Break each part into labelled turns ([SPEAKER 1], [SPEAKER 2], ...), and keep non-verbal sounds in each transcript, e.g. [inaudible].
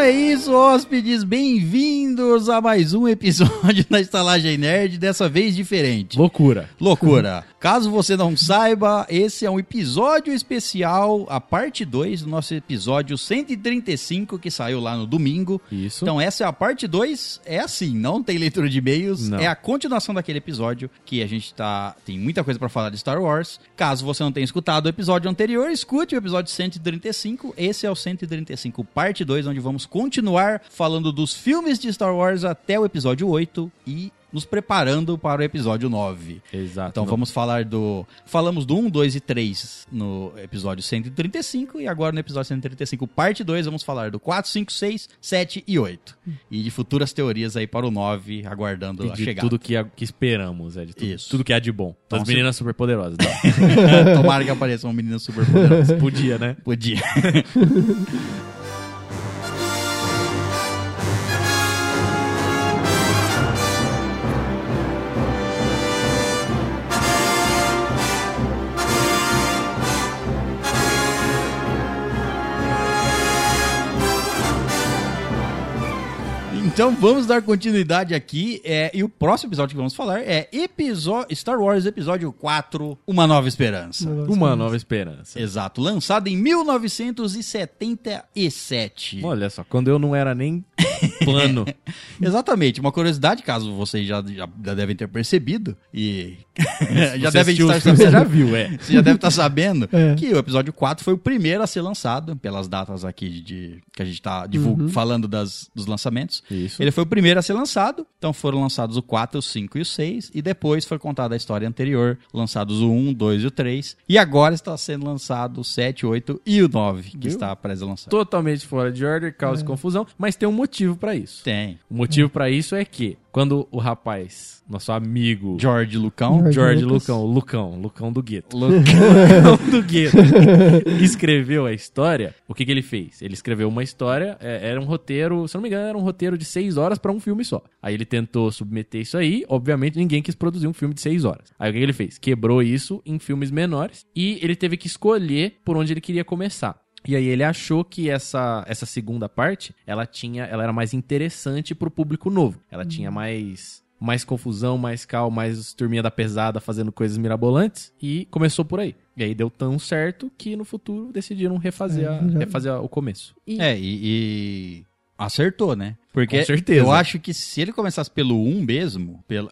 [SPEAKER 1] é isso, hóspedes, bem-vindos a mais um episódio [laughs] da Estalagem Nerd, dessa vez diferente.
[SPEAKER 2] Loucura.
[SPEAKER 1] Loucura. Caso você não saiba, esse é um episódio especial, a parte 2 do nosso episódio 135 que saiu lá no domingo.
[SPEAKER 2] Isso.
[SPEAKER 1] Então essa é a parte 2, é assim, não tem leitura de e-mails,
[SPEAKER 2] Não.
[SPEAKER 1] é a continuação daquele episódio que a gente tá tem muita coisa pra falar de Star Wars. Caso você não tenha escutado o episódio anterior, escute o episódio 135. Esse é o 135, parte 2, onde vamos continuar falando dos filmes de Star Wars até o episódio 8 e nos preparando para o episódio 9.
[SPEAKER 2] Exato.
[SPEAKER 1] Então vamos falar do. Falamos do 1, 2 e 3 no episódio 135. E agora no episódio 135, parte 2, vamos falar do 4, 5, 6, 7 e 8. E de futuras teorias aí para o 9, aguardando
[SPEAKER 2] E
[SPEAKER 1] a
[SPEAKER 2] de
[SPEAKER 1] chegada. [laughs]
[SPEAKER 2] tudo que, que esperamos, é de tudo,
[SPEAKER 1] Isso.
[SPEAKER 2] tudo que há de bom.
[SPEAKER 1] Então,
[SPEAKER 2] As
[SPEAKER 1] se-
[SPEAKER 2] meninas superpoderosas. Tá?
[SPEAKER 1] [laughs] Tomara que apareça uma menina super poderosa.
[SPEAKER 2] Podia, né?
[SPEAKER 1] Podia. Então vamos dar continuidade aqui. é, e o próximo episódio que vamos falar é episo- Star Wars Episódio 4 Uma Nova Esperança.
[SPEAKER 2] Uma nova esperança.
[SPEAKER 1] Exato, lançado em 1977.
[SPEAKER 2] Olha só, quando eu não
[SPEAKER 1] [laughs]
[SPEAKER 2] era nem plano.
[SPEAKER 1] Exatamente, uma curiosidade, caso vocês já, já, já devem ter percebido, e [laughs] É, já
[SPEAKER 2] Você
[SPEAKER 1] devem
[SPEAKER 2] assistiu
[SPEAKER 1] estar
[SPEAKER 2] os filmes, Você já
[SPEAKER 1] sabendo,
[SPEAKER 2] viu, é.
[SPEAKER 1] você já deve estar
[SPEAKER 2] [laughs]
[SPEAKER 1] sabendo
[SPEAKER 3] É.
[SPEAKER 1] que o episódio 4 foi o primeiro a ser lançado, pelas datas aqui de, de- que a gente está falando das, dos lançamentos.
[SPEAKER 2] Uhum. Isso.
[SPEAKER 1] Ele foi o primeiro a ser lançado, então foram lançados o 4, o 5 e o 6, e depois foi contada a história anterior, lançados o 1, o 2 e o 3, e agora está sendo lançado o 7, o 8 e o 9, que
[SPEAKER 2] Viu?
[SPEAKER 1] está prestes a lançar.
[SPEAKER 2] é Totalmente fora de ordem, causa confusão, mas tem um motivo pra isso.
[SPEAKER 1] Tem.
[SPEAKER 2] O motivo pra isso é que quando o rapaz, nosso amigo
[SPEAKER 1] George Lucão.
[SPEAKER 3] George
[SPEAKER 2] George
[SPEAKER 3] Lucas.
[SPEAKER 2] Lucão, Lucão, Lucão do Gueto. [laughs]
[SPEAKER 1] Lucão.
[SPEAKER 2] Não do Gueto. [laughs] Escreveu a história. O que, que ele fez? Ele escreveu uma história, é, era um roteiro, se eu não me engano, era um roteiro de seis horas pra um filme só. Aí ele tentou submeter isso aí, obviamente ninguém quis produzir um filme de seis horas. Aí o que, que ele fez? Quebrou isso em filmes menores e ele teve que escolher por onde ele queria começar. E aí ele achou que essa, essa segunda parte, ela tinha, ela era mais interessante pro público novo. Ela tinha
[SPEAKER 1] Uhum.
[SPEAKER 2] mais mais confusão, mais calma, mais turminha da pesada fazendo coisas mirabolantes e começou por aí. E aí deu tão certo que no futuro decidiram refazer, a-
[SPEAKER 3] É, já-
[SPEAKER 2] refazer a- o começo.
[SPEAKER 1] É, e, e acertou, né? Porque
[SPEAKER 2] Com certeza.
[SPEAKER 1] eu acho que se ele começasse pelo 1 mesmo, pela,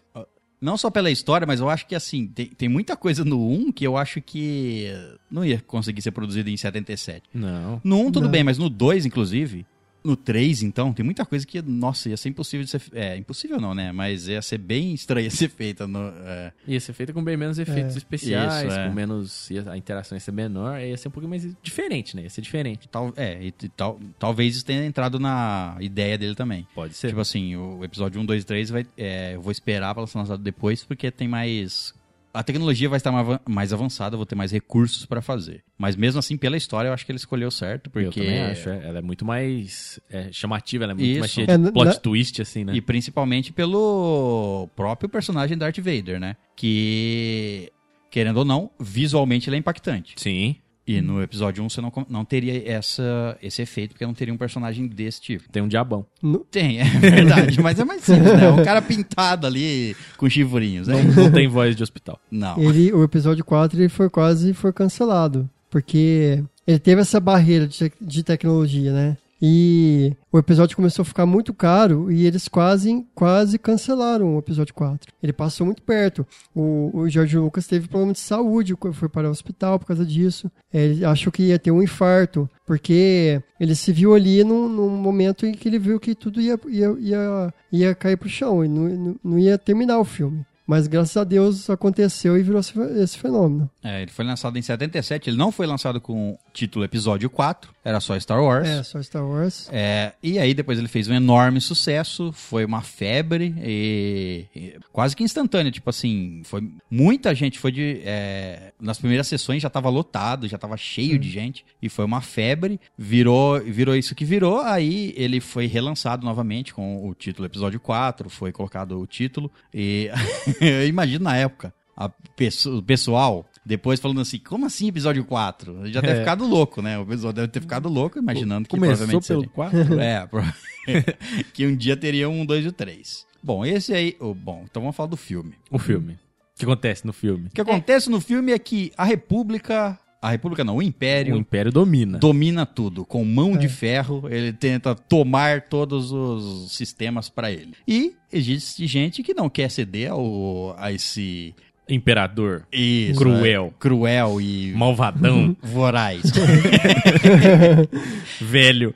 [SPEAKER 1] não só pela história, mas eu acho que assim, tem, tem muita coisa no 1 que eu acho que não ia conseguir ser produzido em 77.
[SPEAKER 2] Não.
[SPEAKER 1] No 1 tudo
[SPEAKER 3] Não.
[SPEAKER 1] bem, mas no 2 inclusive, no 3 então, tem muita coisa que, nossa, ia ser impossível de ser, é, impossível não, né? Mas ia ser bem estranha ser feita no, é,
[SPEAKER 2] Ia ser feito com bem menos efeitos
[SPEAKER 3] É.
[SPEAKER 2] especiais,
[SPEAKER 1] Isso, é.
[SPEAKER 2] com menos. ia- a interação ia ser menor, aí ia ser um pouquinho mais diferente, né? Ia ser diferente.
[SPEAKER 1] tal, é, e, e tal, talvez isso tenha entrado na ideia dele também.
[SPEAKER 2] Pode ser.
[SPEAKER 1] Tipo assim, o episódio 1, 2 e 3 vai, é, eu vou esperar pra ser lançado depois, porque tem mais. A tecnologia vai estar mais avan- mais avançada, eu vou ter mais recursos pra fazer. Mas mesmo assim, pela história, eu acho que ele escolheu certo, porque.
[SPEAKER 2] Eu também acho. é. Ela é muito mais é, chamativa, ela é muito
[SPEAKER 1] Isso.
[SPEAKER 2] mais cheia
[SPEAKER 3] É,
[SPEAKER 2] de
[SPEAKER 3] na-
[SPEAKER 2] plot
[SPEAKER 3] na-
[SPEAKER 2] twist, assim, né?
[SPEAKER 1] E principalmente pelo próprio personagem Darth Vader, né? Que, querendo ou não, visualmente ele é impactante.
[SPEAKER 2] Sim.
[SPEAKER 1] E no episódio 1 você não, com- não teria essa, esse efeito, porque não teria um personagem desse tipo.
[SPEAKER 2] Tem um diabão.
[SPEAKER 1] Tem, é verdade, [laughs] mas é mais simples, né? Um cara pintado ali com chivurinhos, né?
[SPEAKER 2] Não tem voz de hospital.
[SPEAKER 1] Não.
[SPEAKER 3] Ele, o episódio 4 ele foi quase foi cancelado, porque ele teve essa barreira de, tec- de tecnologia, né? E o episódio começou a ficar muito caro e eles quase, quase cancelaram o episódio 4. Ele passou muito perto. O, o George Lucas teve problema de saúde, co- foi para o hospital por causa disso. É, Ele achou que ia ter um infarto, porque ele se viu ali num, num momento em que ele viu que tudo ia, ia, ia, ia cair pro chão e não- não, não ia terminar o filme. Mas graças a Deus isso aconteceu e virou esse fe- esse fenômeno.
[SPEAKER 1] É, ele foi lançado em 77, ele não foi lançado com o título Episódio 4, era só Star Wars.
[SPEAKER 3] É, só Star Wars.
[SPEAKER 1] É, e aí depois ele fez um enorme sucesso, foi uma febre e, e quase que instantânea, tipo assim, foi muita gente, foi de é, nas primeiras sessões já tava lotado, já tava cheio
[SPEAKER 2] Hum.
[SPEAKER 1] de gente e foi uma febre, virou, virou isso que virou, aí ele foi relançado novamente com o título episódio 4, foi [laughs] colocado o título e eu imagino na época a pesso- o pessoal depois falando assim, como assim episódio 4? Ele já deve ter ficado louco, né? O pessoal deve ter ficado louco, imaginando que
[SPEAKER 2] É. Começou
[SPEAKER 1] provavelmente
[SPEAKER 2] pelo
[SPEAKER 1] seria.
[SPEAKER 2] 4? [laughs]
[SPEAKER 1] É, pro- [laughs] que um dia teria um, dois e o três. Bom, esse aí. oh, bom, então vamos falar do filme.
[SPEAKER 2] O filme. O que acontece no filme?
[SPEAKER 1] O que acontece no filme é que a República. A República não, o Império.
[SPEAKER 2] O Império É. domina.
[SPEAKER 1] Domina tudo, com mão de ferro, ele tenta tomar todos os sistemas pra ele. E existe gente que não quer ceder ao, a esse.
[SPEAKER 2] Imperador.
[SPEAKER 1] isso, é.
[SPEAKER 2] Cruel.
[SPEAKER 1] né? Cruel
[SPEAKER 2] [laughs]
[SPEAKER 1] e [laughs]
[SPEAKER 2] Malvadão.
[SPEAKER 1] voraz.
[SPEAKER 2] velho.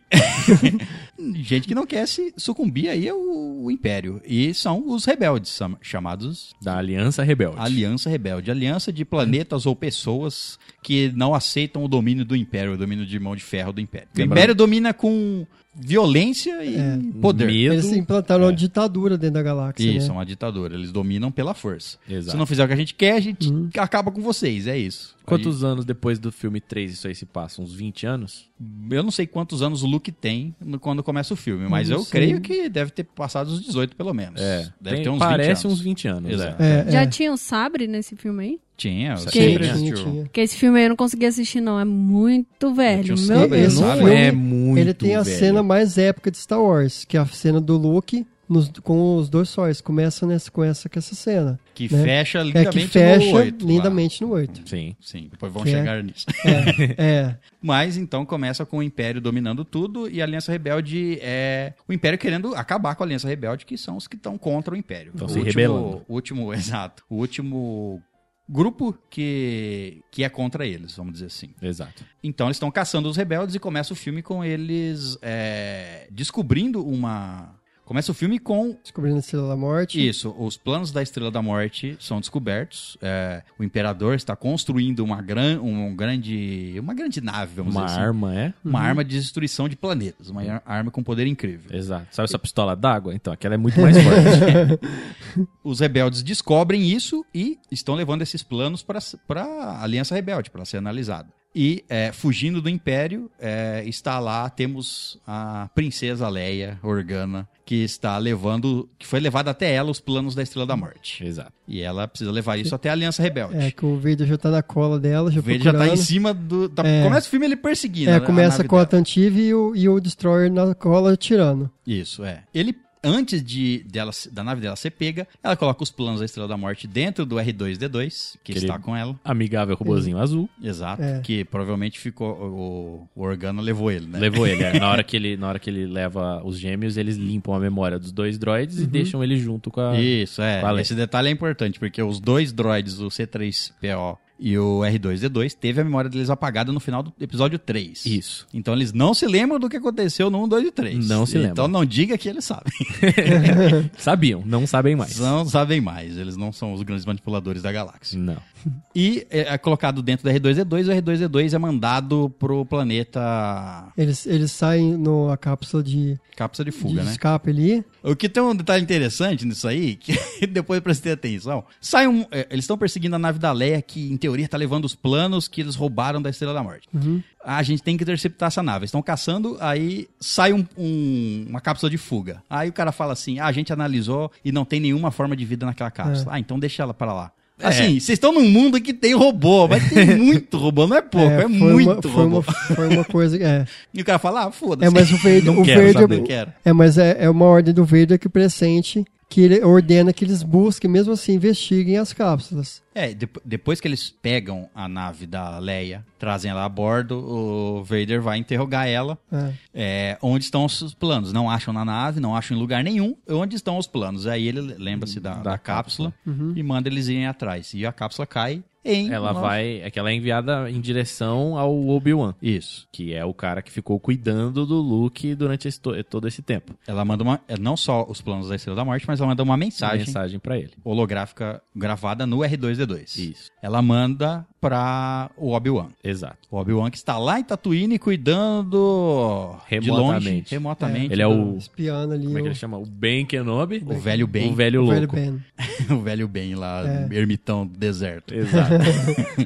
[SPEAKER 1] gente que não quer se sucumbir aí ao Império. E são os rebeldes, sam- chamados
[SPEAKER 2] Da Aliança Rebelde.
[SPEAKER 1] Aliança Rebelde, aliança de planetas ou pessoas que não aceitam o domínio do Império, o domínio de mão de ferro do Império. O
[SPEAKER 2] Lembrando-
[SPEAKER 1] Império domina com violência e
[SPEAKER 3] É.
[SPEAKER 1] poder.
[SPEAKER 2] Medo.
[SPEAKER 3] Eles implantaram uma ditadura dentro da galáxia.
[SPEAKER 1] É. Isso, é
[SPEAKER 3] né?
[SPEAKER 1] uma ditadura. Eles dominam pela força.
[SPEAKER 2] Exato.
[SPEAKER 1] Se não fizer o que a gente quer, a gente
[SPEAKER 3] Uhum.
[SPEAKER 1] acaba com vocês. É isso.
[SPEAKER 2] Quantos anos depois do filme 3 isso aí se passa? Uns 20 anos?
[SPEAKER 1] Aí, eu não sei quantos anos o Luke tem no- quando começa o filme, mas
[SPEAKER 3] Não
[SPEAKER 1] eu
[SPEAKER 3] sei.
[SPEAKER 1] creio que deve ter passado os 18, pelo menos. Deve
[SPEAKER 2] É. Tem-
[SPEAKER 1] ter uns 20
[SPEAKER 2] parece
[SPEAKER 1] anos.
[SPEAKER 2] uns 20 anos.
[SPEAKER 1] Exato.
[SPEAKER 2] é.
[SPEAKER 3] É,
[SPEAKER 4] Já
[SPEAKER 3] é.
[SPEAKER 4] tinha um sabre nesse filme aí?
[SPEAKER 1] Tinha, eu
[SPEAKER 2] Tinha,
[SPEAKER 1] sempre
[SPEAKER 3] tinha,
[SPEAKER 1] assisti o-
[SPEAKER 3] tinha.
[SPEAKER 4] Porque esse filme aí eu não consegui assistir, não. É muito
[SPEAKER 3] É,
[SPEAKER 4] velho.
[SPEAKER 1] tinha um
[SPEAKER 4] Meu
[SPEAKER 1] sabre,
[SPEAKER 4] Deus.
[SPEAKER 3] Esse
[SPEAKER 1] não sabe?
[SPEAKER 3] filme,
[SPEAKER 2] É muito
[SPEAKER 3] ele tem a
[SPEAKER 2] velho.
[SPEAKER 3] cena mais épica de Star Wars, que é a cena do Luke nos- com os dois sóis. Começa nessa, com, essa, com essa cena.
[SPEAKER 1] Que
[SPEAKER 3] né?
[SPEAKER 1] fecha
[SPEAKER 3] É que
[SPEAKER 1] lindamente
[SPEAKER 3] fecha
[SPEAKER 1] no 8. lá.
[SPEAKER 3] lindamente
[SPEAKER 1] [laughs]
[SPEAKER 3] no 8.
[SPEAKER 2] Sim.
[SPEAKER 1] Sim, depois vão
[SPEAKER 3] Que é-
[SPEAKER 1] chegar nisso. [laughs]
[SPEAKER 3] É,
[SPEAKER 1] Mas então começa com o Império dominando tudo e a Aliança Rebelde é. O Império querendo acabar com a Aliança Rebelde, que são os que estão contra o Império.
[SPEAKER 2] Tão
[SPEAKER 1] o
[SPEAKER 2] se
[SPEAKER 1] último,
[SPEAKER 2] rebelando.
[SPEAKER 1] o último, [laughs] exato. O último grupo que, que é contra eles, vamos dizer assim.
[SPEAKER 2] Exato.
[SPEAKER 1] Então eles estão caçando os rebeldes e começa o filme com eles é, descobrindo uma. Começa o filme com
[SPEAKER 3] descobrindo a Estrela da Morte.
[SPEAKER 1] isso, os planos da Estrela da Morte são descobertos. é, o Imperador está construindo uma, gran, um, grande, uma grande nave, vamos
[SPEAKER 2] Uma
[SPEAKER 1] dizer assim.
[SPEAKER 2] arma, é?
[SPEAKER 1] Uma arma de destruição de planetas, uma ar- arma com poder incrível.
[SPEAKER 2] Exato. Sabe essa pistola d'água? Então, aquela é muito mais forte.
[SPEAKER 1] [laughs] Os rebeldes descobrem isso e estão levando esses planos para a Aliança Rebelde, para ser analisada. E é, fugindo do Império, é, está lá, temos a Princesa Leia Organa, que está levando, que foi levada até ela os planos da Estrela da Morte.
[SPEAKER 2] Exato.
[SPEAKER 1] E ela precisa levar isso até a Aliança Rebelde.
[SPEAKER 3] É, que o Vader já tá na cola dela, já
[SPEAKER 1] O Verde já tá em
[SPEAKER 3] procurando.
[SPEAKER 1] cima do. tá-
[SPEAKER 3] É.
[SPEAKER 1] Começa o filme ele perseguindo. né,
[SPEAKER 3] É,
[SPEAKER 1] a- a
[SPEAKER 3] começa
[SPEAKER 1] nave
[SPEAKER 3] com a
[SPEAKER 1] dela.
[SPEAKER 3] Tantive e o, e o Destroyer na cola tirando.
[SPEAKER 1] Isso, é. Ele, antes de, dela, da nave dela ser pega, ela coloca os planos da Estrela da Morte dentro do R2D2, que
[SPEAKER 2] Querido.
[SPEAKER 1] está com ela.
[SPEAKER 2] Amigável robozinho azul.
[SPEAKER 1] Exato.
[SPEAKER 3] É.
[SPEAKER 1] Que provavelmente ficou. O, o Organa levou ele, né?
[SPEAKER 2] [laughs] Levou ele. é. Na, hora que ele na hora que ele leva os gêmeos, eles limpam a memória dos dois droids e deixam ele junto com a.
[SPEAKER 1] Isso, é.
[SPEAKER 2] Valeu.
[SPEAKER 1] Esse detalhe é importante, porque os dois droids, o C3PO e o R2D2, teve a memória deles apagada no final do episódio 3.
[SPEAKER 2] Isso.
[SPEAKER 1] Então eles não se lembram do que aconteceu no 1, 2 e 3.
[SPEAKER 2] Não se lembram.
[SPEAKER 1] Então não diga que eles sabem.
[SPEAKER 2] Sabiam, não sabem mais.
[SPEAKER 1] Não sabem mais, eles não são os grandes manipuladores da galáxia.
[SPEAKER 2] Não.
[SPEAKER 1] E é, é colocado dentro do R2D2, o R2D2 é mandado pro planeta
[SPEAKER 3] Eles, eles saem na cápsula de,
[SPEAKER 1] cápsula de
[SPEAKER 3] de
[SPEAKER 1] fuga, né?
[SPEAKER 3] escape ali.
[SPEAKER 1] O que tem um detalhe interessante nisso aí, que [laughs] depois eu prestei atenção. Sai um, é, eles estão perseguindo a nave da Leia, que em teoria tá levando os planos que eles roubaram da Estrela da Morte.
[SPEAKER 3] Uhum.
[SPEAKER 1] Ah, A gente tem que interceptar essa nave. Eles estão caçando, aí sai um- um- uma cápsula de fuga. Aí o cara fala assim: ah, a gente analisou e não tem nenhuma forma de vida naquela cápsula.
[SPEAKER 3] É.
[SPEAKER 1] Ah, então deixa ela pra lá. Assim, vocês estão num mundo que tem robô, mas tem
[SPEAKER 3] [laughs]
[SPEAKER 1] muito robô, não é pouco, é,
[SPEAKER 3] foi
[SPEAKER 1] muito
[SPEAKER 3] uma, foi,
[SPEAKER 1] robô.
[SPEAKER 3] uma, foi uma coisa. É,
[SPEAKER 1] E o cara fala: ah, foda-se.
[SPEAKER 3] é
[SPEAKER 1] [laughs]
[SPEAKER 3] mas o Vader.
[SPEAKER 2] Não
[SPEAKER 3] o
[SPEAKER 2] quero
[SPEAKER 3] Vader-
[SPEAKER 2] saber.
[SPEAKER 1] eu quero.
[SPEAKER 3] É, mas é, é uma ordem do Vader que pressente que ele ordena que eles busquem, mesmo assim, investiguem as cápsulas.
[SPEAKER 1] É, dep- depois que eles pegam a nave da Leia, trazem ela a bordo, o Vader vai interrogar ela.
[SPEAKER 3] É.
[SPEAKER 1] é, onde estão os planos? Não acham na nave, não acham em lugar nenhum. Onde estão os planos? Aí ele lembra-se da,
[SPEAKER 2] Da
[SPEAKER 1] da cápsula e manda eles irem atrás. E a cápsula cai em.
[SPEAKER 2] Ela
[SPEAKER 1] Nova-
[SPEAKER 2] vai. É que ela é enviada em direção ao Obi-Wan,
[SPEAKER 1] Isso.
[SPEAKER 2] que é o cara que ficou cuidando do Luke durante esse to- todo esse tempo.
[SPEAKER 1] Ela manda uma. é, Não só os planos da Estrela da Morte, mas ela manda uma mensagem,
[SPEAKER 2] Mensagem pra ele.
[SPEAKER 1] holográfica gravada no R2D2.
[SPEAKER 2] Isso.
[SPEAKER 1] Ela manda pra o Obi-Wan.
[SPEAKER 2] Exato.
[SPEAKER 1] O Obi-Wan que está lá em Tatooine cuidando de
[SPEAKER 2] Remotamente.
[SPEAKER 1] longe, remotamente.
[SPEAKER 2] Ele é o-
[SPEAKER 3] Espiando ali.
[SPEAKER 2] Como é que ele
[SPEAKER 3] o,
[SPEAKER 2] chama? O Ben Kenobi.
[SPEAKER 1] O velho Ben.
[SPEAKER 2] O velho
[SPEAKER 3] Uhum. o
[SPEAKER 2] louco.
[SPEAKER 3] velho Ben.
[SPEAKER 1] [laughs] o velho Ben lá,
[SPEAKER 3] É.
[SPEAKER 1] ermitão do deserto.
[SPEAKER 2] Exato.
[SPEAKER 1] [laughs]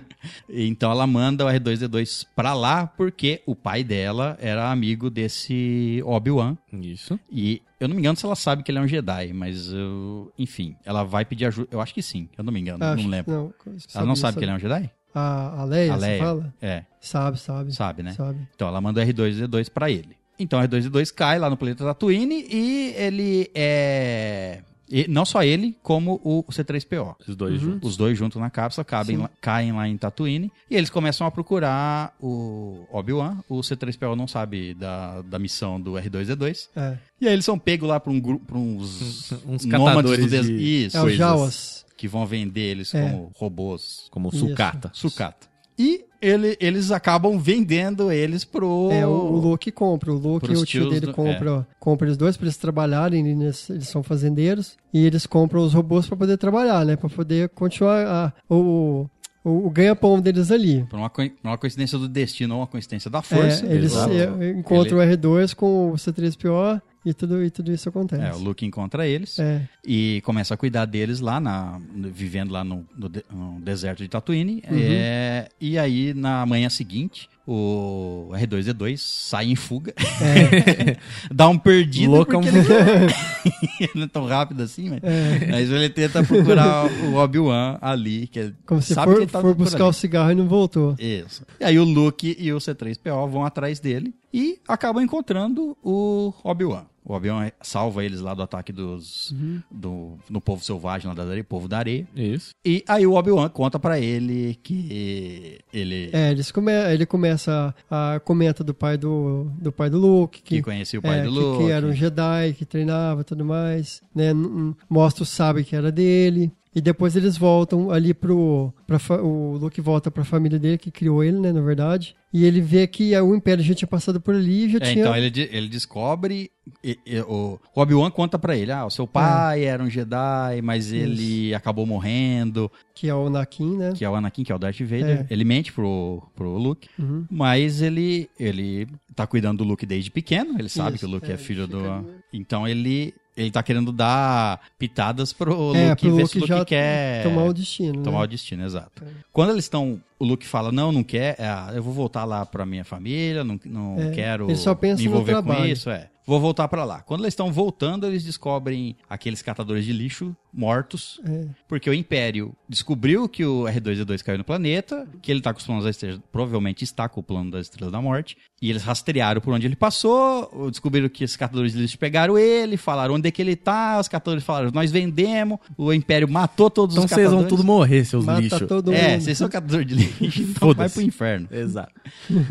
[SPEAKER 1] Então ela manda o R2-D2 pra lá porque o pai dela era amigo desse Obi-Wan.
[SPEAKER 2] Isso.
[SPEAKER 1] E eu não me engano se ela sabe que ele é um Jedi, mas eu- enfim, ela vai pedir ajuda. Eu acho que sim, eu não me engano,
[SPEAKER 3] Ah,
[SPEAKER 1] não
[SPEAKER 3] acho-
[SPEAKER 1] lembro.
[SPEAKER 3] Não,
[SPEAKER 1] ela não sabe que ele é um Jedi?
[SPEAKER 3] A, a Leia,
[SPEAKER 1] A
[SPEAKER 3] você
[SPEAKER 1] Leia.
[SPEAKER 3] fala?
[SPEAKER 1] É,
[SPEAKER 3] Sabe, sabe.
[SPEAKER 1] sabe, né?
[SPEAKER 3] Sabe.
[SPEAKER 1] Então ela manda o R2-D2 pra ele. Então o R2-D2 cai lá no planeta Tatooine e ele é... e não só ele, como o C-3PO.
[SPEAKER 2] Os dois
[SPEAKER 3] Uhum.
[SPEAKER 2] juntos.
[SPEAKER 1] Os dois juntos na cápsula cabem
[SPEAKER 3] Sim.
[SPEAKER 1] lá- caem lá em Tatooine e eles começam a procurar o Obi-Wan. O C-3PO não sabe da, da missão do R2-D2.
[SPEAKER 3] É,
[SPEAKER 1] E aí eles são pegos lá pra, um grupo, pra uns,
[SPEAKER 2] Uns
[SPEAKER 1] nômades do
[SPEAKER 2] catadores
[SPEAKER 1] des...
[SPEAKER 2] de-
[SPEAKER 1] Isso,
[SPEAKER 3] é o
[SPEAKER 1] coisas
[SPEAKER 3] Jawas.
[SPEAKER 1] que vão vender eles
[SPEAKER 3] É.
[SPEAKER 1] como robôs,
[SPEAKER 2] Como
[SPEAKER 3] Isso.
[SPEAKER 2] sucata.
[SPEAKER 1] sucata. E ele- eles acabam vendendo eles pro...
[SPEAKER 3] É, o,
[SPEAKER 1] Oh.
[SPEAKER 3] o Luke compra. O Luke e
[SPEAKER 1] Pros
[SPEAKER 3] o tio
[SPEAKER 1] tios
[SPEAKER 3] dele
[SPEAKER 1] do- é.
[SPEAKER 3] compra, ó, compra eles dois pra eles trabalharem. e nesse- Eles são fazendeiros. E eles compram os robôs pra poder trabalhar, né? Pra poder continuar a- o, o, o ganha-pão deles ali.
[SPEAKER 1] Por uma, coi- por uma coincidência do destino ou uma coincidência da força.
[SPEAKER 3] É, eles
[SPEAKER 2] Exato.
[SPEAKER 3] é, encontram o R2 com o C3PO e tudo, e tudo isso acontece.
[SPEAKER 1] É, o Luke encontra eles
[SPEAKER 3] É,
[SPEAKER 1] e começa a cuidar deles lá, na, no- vivendo lá no, no de- no deserto de Tatooine.
[SPEAKER 3] Uhum.
[SPEAKER 1] É, e aí, na manhã seguinte, o R2-D2 sai em fuga,
[SPEAKER 3] É.
[SPEAKER 1] [laughs] dá um perdido, porque
[SPEAKER 2] Loucão.
[SPEAKER 1] [laughs] ele, ele não é tão rápido assim, mas,
[SPEAKER 3] É.
[SPEAKER 1] mas ele tenta procurar o Obi-Wan ali, que ele
[SPEAKER 3] como se
[SPEAKER 1] sabe que
[SPEAKER 3] for,
[SPEAKER 1] ele tá
[SPEAKER 3] for
[SPEAKER 1] por
[SPEAKER 3] buscar
[SPEAKER 1] ali.
[SPEAKER 3] o cigarro e não voltou.
[SPEAKER 1] Isso. E aí o Luke e o C3PO vão atrás dele e acabam encontrando o Obi-Wan. O Obi-Wan salva eles lá do ataque dos
[SPEAKER 3] Uhum.
[SPEAKER 1] do, do povo selvagem lá da areia, povo da areia.
[SPEAKER 2] Isso.
[SPEAKER 1] E aí o Obi-Wan conta pra ele que ele
[SPEAKER 3] É, eles come, ele começa a, a comenta do pai do, do pai do Luke,
[SPEAKER 1] que
[SPEAKER 3] que,
[SPEAKER 1] conhecia o pai
[SPEAKER 3] é,
[SPEAKER 1] do
[SPEAKER 3] que-
[SPEAKER 1] Luke.
[SPEAKER 3] que era um Jedi, que treinava e tudo mais, né? N- n- Mostra o sabe que era dele. E depois eles voltam ali pro. Pra, fa- o Luke volta pra família dele, que criou ele, né? Na verdade. E ele vê que é, o Império já tinha passado por ali e já
[SPEAKER 1] É,
[SPEAKER 3] tinha.
[SPEAKER 1] então ele, de- ele descobre. e- e- o o Obi-Wan conta pra ele: ah, o
[SPEAKER 3] É.
[SPEAKER 1] seu pai era um Jedi, mas ele acabou morrendo.
[SPEAKER 3] Que é o Anakin, né?
[SPEAKER 1] Que é o Anakin, que é o Darth Vader.
[SPEAKER 3] É.
[SPEAKER 1] Ele mente pro, pro Luke.
[SPEAKER 3] Uhum.
[SPEAKER 1] Mas ele, ele tá cuidando do Luke desde pequeno, ele sabe que
[SPEAKER 3] Isso,
[SPEAKER 1] o Luke é,
[SPEAKER 3] é, ele
[SPEAKER 1] filho
[SPEAKER 3] fica
[SPEAKER 1] do.
[SPEAKER 3] ali.
[SPEAKER 1] Então ele, ele tá querendo dar pitadas pro
[SPEAKER 3] é,
[SPEAKER 1] Luke
[SPEAKER 3] pro
[SPEAKER 1] ver
[SPEAKER 3] Luke
[SPEAKER 1] se o Luke
[SPEAKER 3] já
[SPEAKER 1] quer
[SPEAKER 3] tomar o destino.
[SPEAKER 1] tomar
[SPEAKER 3] né?
[SPEAKER 1] o destino, exato. Quando eles estão. O Luke fala, não, não quer, é, ah, eu vou voltar lá pra minha família, não, não
[SPEAKER 3] É,
[SPEAKER 1] quero
[SPEAKER 3] ele só pensa
[SPEAKER 1] me
[SPEAKER 3] no
[SPEAKER 1] envolver com
[SPEAKER 3] trabalho.
[SPEAKER 1] isso, é. Vou voltar pra lá. Quando eles estão voltando, eles descobrem aqueles catadores de lixo mortos
[SPEAKER 3] É.
[SPEAKER 1] porque o Império descobriu que o R2-D2 caiu no planeta, que ele tá com os planos das estrelas, provavelmente está com o plano das estrelas da morte, e eles rastrearam por onde ele passou, descobriram que os catadores de lixo pegaram ele, falaram onde é que ele tá, os catadores falaram, nós vendemos, o Império matou todos
[SPEAKER 2] Então
[SPEAKER 1] os
[SPEAKER 2] vocês
[SPEAKER 1] catadores.
[SPEAKER 2] vão tudo morrer, seus
[SPEAKER 3] Mata
[SPEAKER 2] lixos.
[SPEAKER 3] todo
[SPEAKER 1] É,
[SPEAKER 3] mundo.
[SPEAKER 1] vocês são catador de lixo, então vai
[SPEAKER 2] Foda-se.
[SPEAKER 1] pro [laughs] inferno.
[SPEAKER 2] Exato.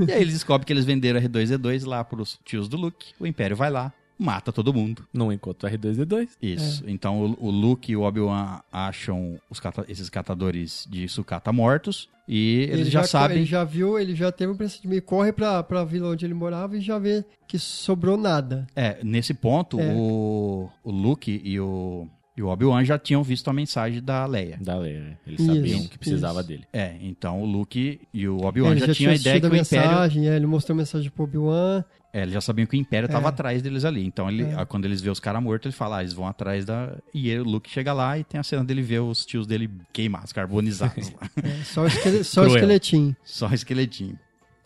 [SPEAKER 1] E aí eles descobrem que eles venderam R2-D2 lá pros tios do Luke, o Império vai lá, mata todo mundo.
[SPEAKER 2] Não encontra o R2D2.
[SPEAKER 1] Isso. Então o, o Luke e o Obi-Wan acham os cata- esses catadores de sucata mortos e eles já, sabem.
[SPEAKER 3] Ele já viu, ele já teve um pressentimento. Ele corre pra, pra vila onde ele morava e já vê que sobrou nada.
[SPEAKER 1] É, nesse ponto,
[SPEAKER 3] É.
[SPEAKER 1] O, o Luke e o, e o Obi-Wan já tinham visto a mensagem da Leia.
[SPEAKER 2] Da lei, né? Eles
[SPEAKER 3] Isso,
[SPEAKER 2] sabiam que precisava
[SPEAKER 3] isso.
[SPEAKER 2] dele.
[SPEAKER 1] É, então o Luke e o
[SPEAKER 3] É,
[SPEAKER 1] Obi-Wan
[SPEAKER 3] ele
[SPEAKER 1] já, tinham a ideia que
[SPEAKER 3] assistido
[SPEAKER 1] o Império.
[SPEAKER 3] mensagem, é, ele mostrou a mensagem pro Obi-Wan.
[SPEAKER 1] É, eles já sabiam que o Império estava
[SPEAKER 3] É.
[SPEAKER 1] atrás deles ali. Então, ele, ah, quando eles vê os caras mortos, ele fala, ah, eles vão atrás da. E aí o Luke chega lá e tem a cena dele ver os tios dele queimados,
[SPEAKER 3] [laughs]
[SPEAKER 1] carbonizados lá.
[SPEAKER 3] é, só o, esquele- só o
[SPEAKER 2] Cruel.
[SPEAKER 3] esqueletinho.
[SPEAKER 1] Só o esqueletinho.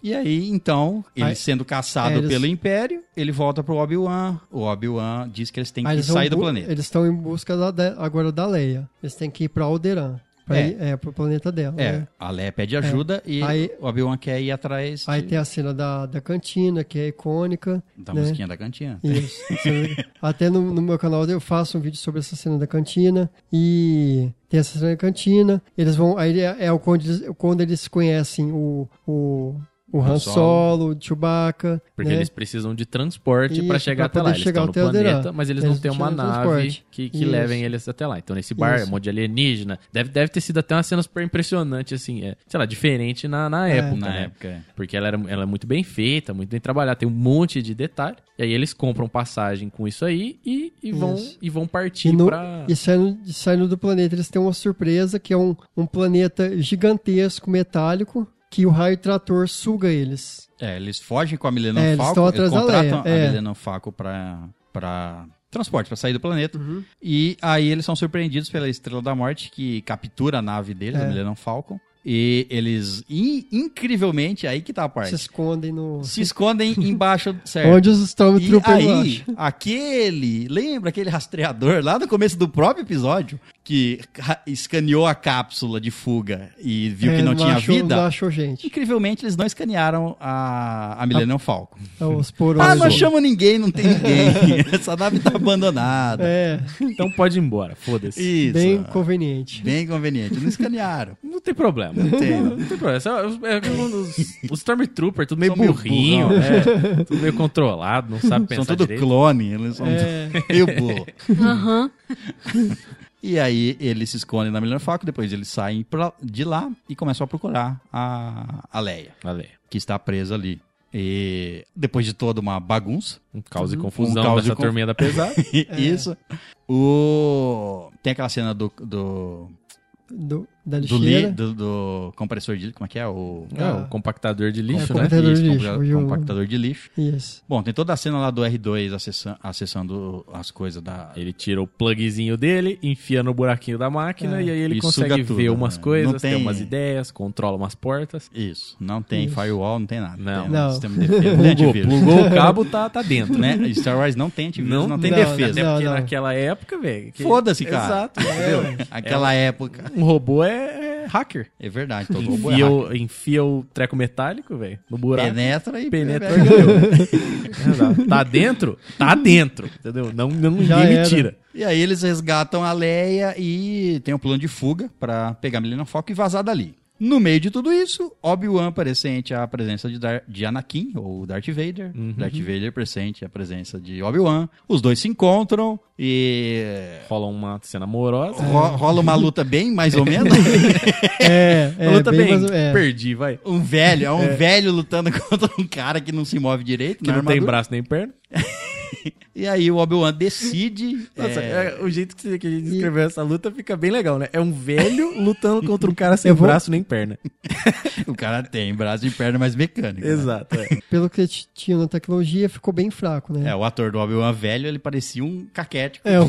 [SPEAKER 1] E aí, então, ele
[SPEAKER 3] Aí-
[SPEAKER 1] sendo caçado
[SPEAKER 3] é, eles-
[SPEAKER 1] pelo Império, ele volta pro Obi-Wan. O Obi-Wan diz que eles têm
[SPEAKER 3] Aí
[SPEAKER 1] que
[SPEAKER 3] eles vão
[SPEAKER 1] sair do
[SPEAKER 3] bu-
[SPEAKER 1] planeta.
[SPEAKER 3] Eles estão em busca da- da- agora da Leia. Eles têm que ir pra Alderan. Pra
[SPEAKER 1] É.
[SPEAKER 3] Ir, é, pro planeta dela.
[SPEAKER 1] É,
[SPEAKER 3] né?
[SPEAKER 1] a Leia pede ajuda e
[SPEAKER 3] É. Aí-
[SPEAKER 1] o Obi-Wan quer ir atrás
[SPEAKER 3] Aí
[SPEAKER 1] de-
[SPEAKER 3] tem a cena da, da cantina, que é icônica.
[SPEAKER 1] da
[SPEAKER 3] né?
[SPEAKER 1] musiquinha da cantina.
[SPEAKER 3] Isso.
[SPEAKER 1] [laughs]
[SPEAKER 3] Você- Até no, no meu canal eu faço um vídeo sobre essa cena da cantina. E tem essa cena da cantina. Eles vão. Aí é, é o quando eles, quando eles conhecem o. o o Han
[SPEAKER 1] Han Solo.
[SPEAKER 3] Solo, o Chewbacca.
[SPEAKER 2] Porque
[SPEAKER 3] né?
[SPEAKER 2] eles precisam de transporte pra
[SPEAKER 3] Isso,
[SPEAKER 2] chegar
[SPEAKER 3] pra
[SPEAKER 2] até
[SPEAKER 3] poder
[SPEAKER 2] lá. Eles estão
[SPEAKER 3] chegar
[SPEAKER 2] no
[SPEAKER 3] até o Alderaan.
[SPEAKER 2] planeta, mas eles, não
[SPEAKER 3] Eles
[SPEAKER 2] têm uma
[SPEAKER 3] precisam de
[SPEAKER 2] nave
[SPEAKER 3] transporte.
[SPEAKER 2] que, que
[SPEAKER 3] Isso.
[SPEAKER 2] levem eles até lá. Então, nesse bar,
[SPEAKER 3] Isso.
[SPEAKER 2] um monte de alienígena. Deve, deve ter sido até uma cena super impressionante, assim. É, sei lá, diferente na, na
[SPEAKER 3] É.
[SPEAKER 2] época,
[SPEAKER 1] Na
[SPEAKER 2] né?
[SPEAKER 1] época.
[SPEAKER 2] Porque ela, era, ela é muito bem feita, muito bem trabalhada, tem um monte de detalhe. E aí eles compram passagem com isso aí e, e vão,
[SPEAKER 3] Isso.
[SPEAKER 2] e vão partir
[SPEAKER 3] E, no- [laughs]
[SPEAKER 2] pra.
[SPEAKER 3] e saindo, e saindo do planeta, eles têm uma surpresa, que é um, um planeta gigantesco, metálico, que o raio trator suga eles.
[SPEAKER 1] É, eles fogem com a Milena
[SPEAKER 3] É, eles
[SPEAKER 1] Falco.
[SPEAKER 3] estão atrás da
[SPEAKER 1] contratam
[SPEAKER 3] Leia,
[SPEAKER 1] a
[SPEAKER 3] é.
[SPEAKER 1] Milena Falco pra, pra transporte, pra sair do planeta.
[SPEAKER 3] Uhum.
[SPEAKER 1] E aí eles são surpreendidos pela Estrela da Morte, que captura a nave deles,
[SPEAKER 3] É.
[SPEAKER 1] a Milena Falcon. E eles, in- incrivelmente, aí que tá a
[SPEAKER 3] Se
[SPEAKER 1] parte.
[SPEAKER 3] escondem no.
[SPEAKER 1] Se
[SPEAKER 3] [laughs]
[SPEAKER 1] escondem embaixo, certo?
[SPEAKER 3] assim. Onde os
[SPEAKER 1] E
[SPEAKER 3] Stormtroopers
[SPEAKER 1] aí,
[SPEAKER 3] acham.
[SPEAKER 1] aquele, lembra aquele rastreador lá no começo do próprio episódio que ra- escaneou a cápsula de fuga e viu
[SPEAKER 3] É,
[SPEAKER 1] que não, tinha
[SPEAKER 3] achou, Não
[SPEAKER 1] vida?
[SPEAKER 3] achou gente.
[SPEAKER 1] Incrivelmente, eles não escanearam a, a Millennium Falcon.
[SPEAKER 3] É os porões.
[SPEAKER 1] Ah, não achamos ninguém, não tem [laughs] ninguém. Essa nave tá abandonada.
[SPEAKER 3] É,
[SPEAKER 2] Então pode ir embora, foda-se.
[SPEAKER 1] Isso.
[SPEAKER 3] bem
[SPEAKER 1] É, Bem,
[SPEAKER 3] conveniente.
[SPEAKER 1] conveniente. Não escanearam.
[SPEAKER 2] Não tem problema.
[SPEAKER 1] Não tem.
[SPEAKER 2] Não tem problema. Só- é que os, os Stormtrooper, tudo meio
[SPEAKER 1] São meio
[SPEAKER 2] burrinho,
[SPEAKER 1] burrão. [laughs]
[SPEAKER 2] é, tudo meio controlado, não sabe pensar
[SPEAKER 1] São tudo
[SPEAKER 2] direito.
[SPEAKER 1] clone. Eles são
[SPEAKER 3] É.
[SPEAKER 1] meio burro.
[SPEAKER 4] Aham.
[SPEAKER 1] E aí eles se escondem na Millennium Falcon, depois eles saem pra- de lá e começam a procurar a, a Leia,
[SPEAKER 2] Olha aí,
[SPEAKER 1] que está presa ali. E depois de toda uma bagunça, [laughs]
[SPEAKER 2] um caos e confusão
[SPEAKER 1] Um caos e
[SPEAKER 2] dessa
[SPEAKER 1] conf-
[SPEAKER 2] turminha
[SPEAKER 1] [laughs]
[SPEAKER 2] da pesada.
[SPEAKER 1] isso, o... tem aquela cena do, do,
[SPEAKER 3] Do, da
[SPEAKER 1] do, li,
[SPEAKER 3] lixeira.
[SPEAKER 1] do, do compressor de... como é que é? O...
[SPEAKER 2] É, o compactador de lixo,
[SPEAKER 3] É,
[SPEAKER 2] né?
[SPEAKER 3] Compactador de
[SPEAKER 1] Isso,
[SPEAKER 3] lixo,
[SPEAKER 1] compra-
[SPEAKER 3] e o-
[SPEAKER 1] compactador de lixo.
[SPEAKER 3] Isso.
[SPEAKER 1] [laughs] Bom, tem toda a cena lá do R2 acessando, acessando as coisas da.
[SPEAKER 2] Ele tira o plugzinho dele, enfia no buraquinho da máquina e aí ele
[SPEAKER 1] É. E
[SPEAKER 2] consegue
[SPEAKER 1] suga tudo,
[SPEAKER 2] ver umas
[SPEAKER 1] né?
[SPEAKER 2] coisas,
[SPEAKER 1] Não
[SPEAKER 2] tem...
[SPEAKER 1] tem-
[SPEAKER 2] umas ideias, controla umas portas.
[SPEAKER 1] Isso. Não tem
[SPEAKER 3] Isso.
[SPEAKER 1] firewall, não tem nada.
[SPEAKER 2] Não.
[SPEAKER 1] Tem
[SPEAKER 3] Não.
[SPEAKER 1] Sistema de defesa. Não é tem
[SPEAKER 2] Plugou,
[SPEAKER 1] antivírus. [laughs]
[SPEAKER 2] plugou o cabo, tá, tá dentro, né?
[SPEAKER 1] Né? Star Wars não tem antivírus, não, tem
[SPEAKER 3] não,
[SPEAKER 1] defesa.
[SPEAKER 2] Até
[SPEAKER 3] não,
[SPEAKER 2] porque
[SPEAKER 3] não.
[SPEAKER 2] naquela época, velho. que-
[SPEAKER 1] Foda-se, cara.
[SPEAKER 2] Exato.
[SPEAKER 1] Entendeu? Aquela época.
[SPEAKER 2] Um robô é, é hacker.
[SPEAKER 1] É verdade, todo robô é
[SPEAKER 2] Enfia
[SPEAKER 1] hacker.
[SPEAKER 2] o, enfia o treco metálico, velho, no buraco.
[SPEAKER 1] Penetra É e
[SPEAKER 2] Penetra
[SPEAKER 1] pega.
[SPEAKER 2] Exato. Tá dentro? Tá dentro. Entendeu? Não, não
[SPEAKER 3] Já
[SPEAKER 2] ninguém me
[SPEAKER 3] era.
[SPEAKER 2] tira.
[SPEAKER 1] E aí eles resgatam a Leia e tem um plano de fuga pra pegar a Millennium Falcon e vazar dali. No meio de tudo isso, Obi-Wan presente a presença de, Dar- de Anakin, ou Darth Vader.
[SPEAKER 2] Uhum.
[SPEAKER 1] Darth Vader presente a presença de Obi-Wan. Os dois se encontram e eh,
[SPEAKER 2] Rola uma cena amorosa.
[SPEAKER 1] ro- rola uma luta bem, mais ou
[SPEAKER 2] [laughs]
[SPEAKER 1] menos.
[SPEAKER 3] É, é.
[SPEAKER 2] luta bem.
[SPEAKER 3] mais- é.
[SPEAKER 2] Perdi, vai.
[SPEAKER 1] Um velho, é um velho lutando [laughs] contra um cara que não se move direito,
[SPEAKER 2] Que
[SPEAKER 1] na
[SPEAKER 2] não tem
[SPEAKER 1] armadura.
[SPEAKER 2] braço nem perna.
[SPEAKER 1] E aí o Obi-Wan decide...
[SPEAKER 2] Nossa,
[SPEAKER 1] é,
[SPEAKER 2] é, o jeito que, você- que a gente descreveu essa luta fica bem legal, né? É um velho lutando contra um cara sem
[SPEAKER 3] Eu vou-
[SPEAKER 2] braço nem perna. é.
[SPEAKER 1] O cara tem braço e perna mais
[SPEAKER 2] [laughs]
[SPEAKER 1] mecânico. né?
[SPEAKER 2] Exato. é.
[SPEAKER 3] Pelo que t- tinha na tecnologia, ficou bem fraco, né?
[SPEAKER 1] É, o ator do Obi-Wan velho, ele parecia um [laughs] caquético.
[SPEAKER 3] É, o-